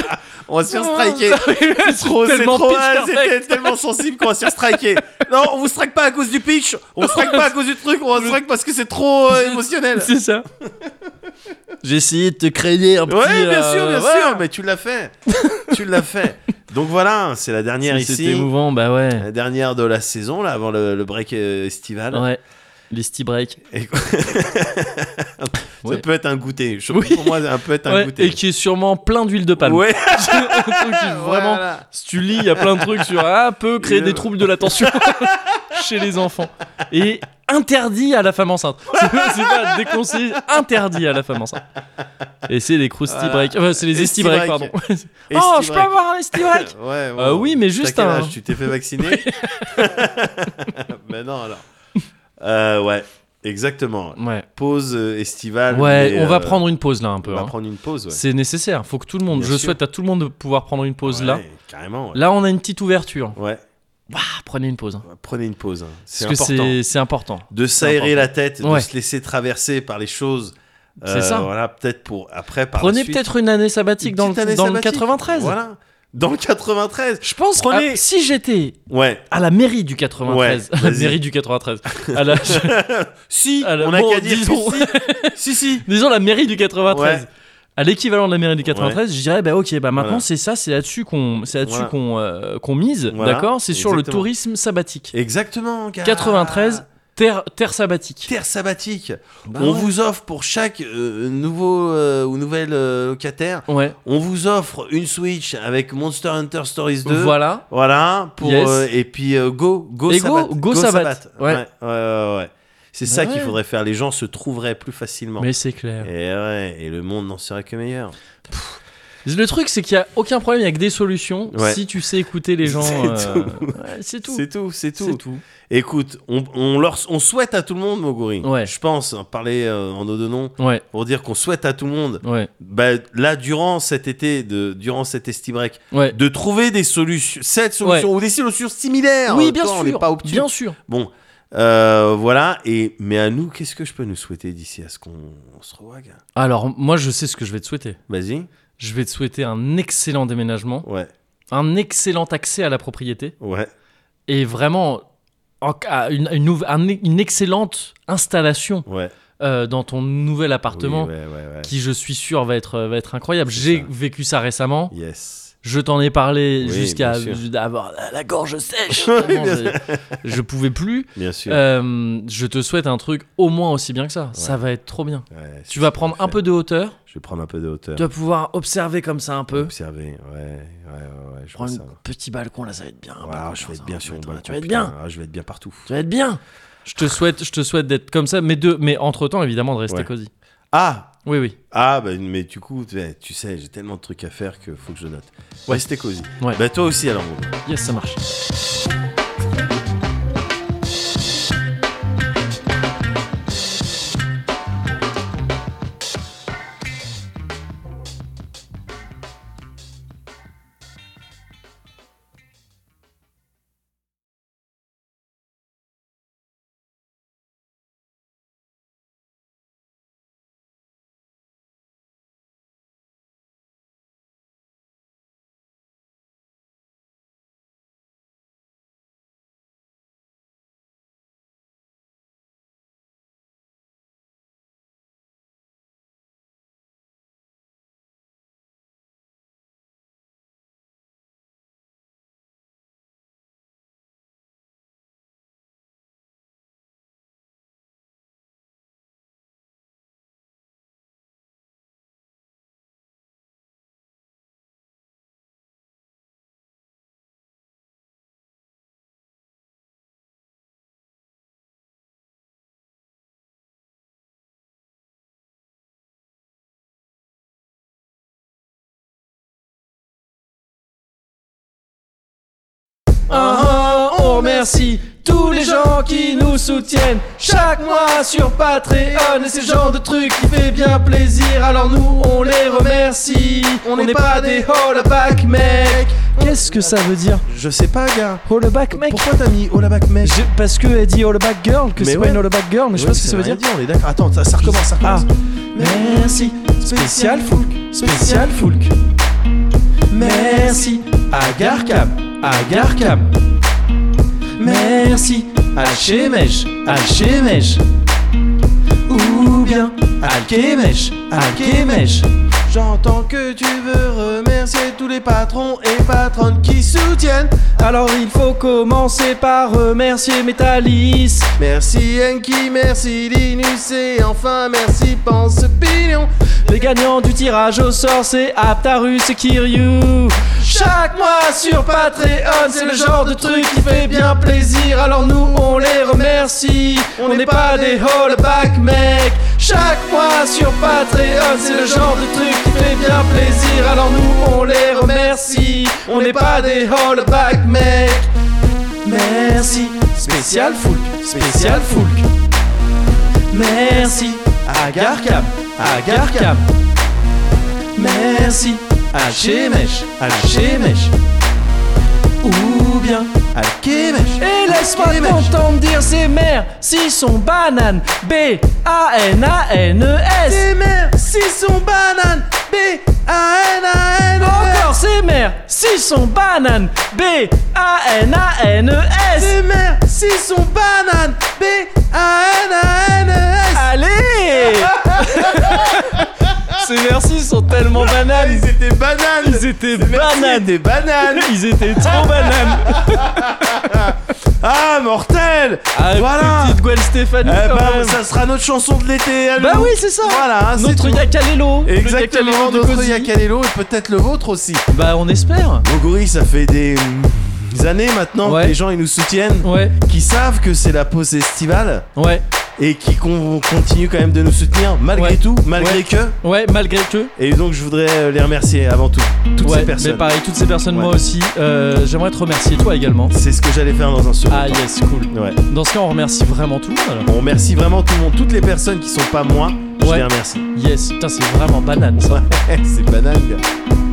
S1: On va se faire striker. [laughs]
S2: C'est
S1: Trop, c'est
S2: tellement
S1: trop,
S2: pitch
S1: ah,
S2: perfect.
S1: c'était tellement sensible qu'on va se faire striker. Non, on vous strike pas à cause du pitch, on vous strike pas à cause du truc, on vous strike parce que c'est trop euh, émotionnel. [laughs]
S2: C'est ça. J'ai essayé de te créer un petit.
S1: Ouais, bien
S2: euh,
S1: sûr, bien
S2: voilà.
S1: sûr, mais tu l'as fait. Tu l'as fait. Donc voilà, c'est la dernière
S2: C'était
S1: ici.
S2: émouvant, bah ouais.
S1: La dernière de la saison, là, avant le, le break euh, estival.
S2: Ouais. Les tea break.
S1: Et- [laughs] Ça
S2: Ouais.
S1: peut être un goûter. Je-
S2: Oui.
S1: Pour moi, ça peut être un
S2: Ouais,
S1: goûter.
S2: et qui est sûrement plein d'huile de palme.
S1: Ouais,
S2: [laughs] un truc qui vraiment.
S1: Voilà.
S2: Si tu lis, il y a plein de trucs sur ah, peut créer des troubles de l'attention [laughs] chez les enfants et interdit à la femme enceinte. [laughs] C'est pas, c'est pas déconseillé, interdit à la femme enceinte. Et c'est les crusty
S1: Voilà.
S2: break, Enfin, c'est les esti break,
S1: Ah. Esti
S2: pardon. [laughs]
S1: break.
S2: oh,
S1: Esti
S2: je peux
S1: break.
S2: avoir un
S1: [laughs]
S2: esti break.
S1: Ouais,
S2: Euh, oui, mais juste
S1: T'as quel
S2: un-
S1: âge Tu t'es fait vacciner [laughs] Mais non, alors. Euh, ouais, exactement.
S2: Ouais,
S1: Pause euh, estivale.
S2: ouais,
S1: mais,
S2: on va
S1: euh,
S2: prendre une pause là un
S1: on
S2: peu.
S1: va
S2: hein.
S1: prendre une pause. Ouais.
S2: C'est nécessaire. Faut que tout le monde.
S1: Bien
S2: je
S1: sûr.
S2: souhaite à tout le monde de pouvoir prendre une pause là.
S1: Ouais, Carrément. Ouais.
S2: Là, on a une petite ouverture.
S1: Ouais,
S2: Ah, prenez une pause. hein.
S1: prenez une pause. hein. C'est
S2: Parce que
S1: important.
S2: c'est c'est important.
S1: De s'aérer
S2: important.
S1: la tête, de
S2: Ouais.
S1: se laisser traverser par les choses. euh,
S2: C'est ça.
S1: Voilà, peut-être pour après par la
S2: Prenez
S1: suite,
S2: peut-être une année sabbatique
S1: une
S2: dans, le,
S1: petite année
S2: dans le
S1: sabbatique.
S2: 93.
S1: Voilà. Dans le 93.
S2: Je pense
S1: Prenez-
S2: que si j'étais
S1: Ouais.
S2: à la mairie du 93,
S1: Ouais,
S2: à [laughs] la
S1: vas-y.
S2: mairie du 93, à la, [laughs]
S1: Si,
S2: Alors,
S1: on a
S2: Ah, bon,
S1: qu'à dire
S2: disons- [laughs]
S1: si, si, si.
S2: disons la mairie du 93,
S1: Ouais.
S2: à l'équivalent de la mairie du 93, je dirais bah ok bah maintenant
S1: Voilà.
S2: c'est ça, c'est là-dessus qu'on c'est là-dessus
S1: Voilà.
S2: qu'on euh, qu'on mise,
S1: Voilà,
S2: d'accord C'est sur le
S1: exactement.
S2: tourisme sabbatique.
S1: Exactement, gars.
S2: 93 terre terre sabbatique.
S1: Terre sabbatique.
S2: Bah
S1: on
S2: ouais.
S1: vous offre pour chaque euh, nouveau euh, ou nouvelle euh, locataire,
S2: Ouais.
S1: on vous offre une Switch avec Monster Hunter Stories 2.
S2: Voilà.
S1: Voilà, pour
S2: Yes.
S1: euh, et puis euh, go go
S2: Et
S1: sabbat.
S2: go, go sabbat.
S1: Ouais.
S2: Ouais.
S1: Ouais, ouais, ouais. C'est
S2: Bah
S1: ça qu'il
S2: ouais.
S1: faudrait faire, les gens se trouveraient plus facilement.
S2: Mais c'est clair.
S1: Et ouais, et le monde n'en serait que meilleur.
S2: Le truc c'est qu'il y a aucun problème, il y a que des solutions
S1: Ouais.
S2: si tu sais écouter les gens.
S1: [laughs] C'est
S2: euh,
S1: tout.
S2: ouais, c'est tout.
S1: C'est tout, c'est tout.
S2: C'est tout.
S1: Écoute, on, on leur, on souhaite à tout le monde, Moguri.
S2: Ouais.
S1: Je pense, hein, parler euh, en nos deux noms,
S2: Ouais.
S1: pour dire qu'on souhaite à tout le monde
S2: Ouais.
S1: bah, là durant cet été de durant cet esti break
S2: Ouais.
S1: de trouver des solutions cette solution ou des solutions similaires
S2: Oui,
S1: euh,
S2: bien
S1: toi, on n'est
S2: sûr.
S1: pas obtus
S2: Bien sûr.
S1: bon euh, voilà et mais à nous qu'est-ce que je peux nous souhaiter d'ici à ce qu'on on se revoit gars
S2: Alors, moi, je sais ce que je vais te souhaiter.
S1: vas-y
S2: Je vais te souhaiter un excellent déménagement,
S1: ouais
S2: un excellent accès à la propriété
S1: ouais
S2: et vraiment en- à une, une nouve- un- e-, une excellente installation
S1: ouais
S2: euh, dans ton nouvel appartement
S1: Oui, ouais ouais ouais
S2: qui, je suis sûr, va être, va être incroyable.
S1: C'est
S2: J'ai
S1: ça.
S2: vécu ça récemment. [laughs]
S1: yes
S2: Je t'en ai parlé
S1: Oui,
S2: jusqu'à
S1: bien sûr.
S2: avoir la, la gorge
S1: [laughs]
S2: sèche. Tellement
S1: bien
S2: je, je pouvais plus.
S1: Bien sûr.
S2: Euh, je te souhaite un truc au moins aussi bien que ça. Ça va être trop bien.
S1: Ouais, c'est
S2: Tu vas
S1: ce qu'on
S2: prendre un
S1: fait.
S2: peu de hauteur.
S1: Je vais prendre un peu de hauteur.
S2: Tu vas pouvoir observer comme ça un peu.
S1: Observer. Ouais, ouais, ouais, ouais, je
S2: Prends Ah bah,
S1: vois
S2: un
S1: ça.
S2: petit balcon là, ça va être bien. un
S1: Ouais,
S2: balcon,
S1: je vais
S2: ça,
S1: être bien
S2: ça
S1: sur
S2: va
S1: mon
S2: être-
S1: balcon.
S2: hein. Tu vas être
S1: putain.
S2: bien.
S1: Ah, je vais être bien partout.
S2: Tu vas être bien. Je te souhaite, je te souhaite d'être comme ça, mais de, mais entre temps évidemment de rester
S1: Ouais.
S2: cosy.
S1: Ah
S2: Oui, oui.
S1: Ah, bah, mais du coup, tu sais- tu sais, j'ai tellement de trucs à faire que faut que je note. Ouais, c'était cosy.
S2: Ouais.
S1: Bah, toi aussi, alors, Romain.
S2: Ben, Yes, ça marche. Ah, ah, on remercie tous les gens qui nous soutiennent chaque mois sur Patreon et ces genres de trucs qui fait bien plaisir. Alors nous, on les remercie. On n'est pas des hollaback mec. Qu'est-ce que ça veut dire
S1: Je sais pas, gars.
S2: hollaback mec
S1: Pourquoi t'as mis Olabac Mesh
S2: Je- Parce que elle dit hollaback girl, que
S1: Mais
S2: c'est
S1: ouais.
S2: pas une hollaback girl, mais je sais pas ce que ça veut dire.
S1: on est d'accord. Attends, ça, ça recommence, ça
S2: Ah,
S1: recommence.
S2: merci, spécial Foulk, spécial Foulk. Merci, Agarcam, Agarcam. Merci, Alchemesh, Alchemesh. Ou bien, Alchemesh, Alchemesh.
S1: J'entends que tu veux remercier tous les patrons et patronnes qui soutiennent.
S2: Alors il faut commencer par remercier Metalis.
S1: Merci Enki, merci Linus et enfin merci Pense Pignon.
S2: Les gagnants du tirage au sort, c'est Aptarus et Kiryu. Chaque mois sur Patreon, c'est le genre de truc qui fait bien plaisir. Alors nous, on les remercie. On n'est pas des hollback mec. Chaque mois sur Patreon, c'est le genre de truc qui fait bien plaisir. Alors nous, on les remercie. On n'est pas des hollback mec. Merci, spécial Foulk, spécial Foulk. Merci, Agarcam, Agarcam. Merci, Alchemesh, Alchemesh. Ou bien Alchemesh. Et laisse-moi t'entendre dire ces mères, si son banane, B-A-N-A-N-E-S. Ces mères, si son banane, B-A-N-A-N-E-S. Encore ces mères, si son banane, B-A-N-A-N-E-S. Ces mères, si son banane, B-A-N-A-N-E-S. [laughs] Allez Ces merci sont tellement banales.
S1: Ils étaient bananes
S2: Ils étaient
S1: Merci,
S2: bananes.
S1: des bananes
S2: Ils étaient [laughs] trop bananes.
S1: Ah, mortel
S2: Ah,
S1: Voilà
S2: Petite Gwen Stéphanie.
S1: Eh
S2: quand
S1: ben,
S2: même.
S1: ça sera notre chanson de l'été à
S2: Ah, Bah
S1: nous.
S2: oui, c'est ça.
S1: Voilà, hein, c'est
S2: Notre
S1: tout.
S2: Yakalelo. le
S1: Exactement,
S2: Yakalelo de
S1: notre
S2: Cozy.
S1: Yakalelo et peut-être le vôtre aussi.
S2: Bah, on espère.
S1: Moguri, ça fait des, mm, des années maintenant
S2: Ouais.
S1: que les gens ils nous soutiennent,
S2: Ouais,
S1: qui savent que c'est la pause estivale
S2: ouais,
S1: et qui con- continuent quand même de nous soutenir malgré
S2: Ouais.
S1: tout, malgré
S2: Ouais.
S1: que.
S2: ouais, malgré que.
S1: Et donc je voudrais euh, les remercier avant tout, toutes
S2: ouais,
S1: ces personnes.
S2: Mais pareil, toutes ces personnes, moi
S1: Ouais.
S2: aussi. Euh, J'aimerais te remercier, toi également.
S1: C'est ce que j'allais faire dans un second
S2: Ah,
S1: temps.
S2: yes, cool.
S1: Ouais.
S2: Dans ce cas, on remercie vraiment tout le monde. alors.
S1: On remercie vraiment tout le monde, toutes les personnes qui sont pas moi, je
S2: Ouais.
S1: les remercie. [laughs]
S2: Yes, putain, c'est vraiment banane ça.
S1: Ouais, c'est banal, gars.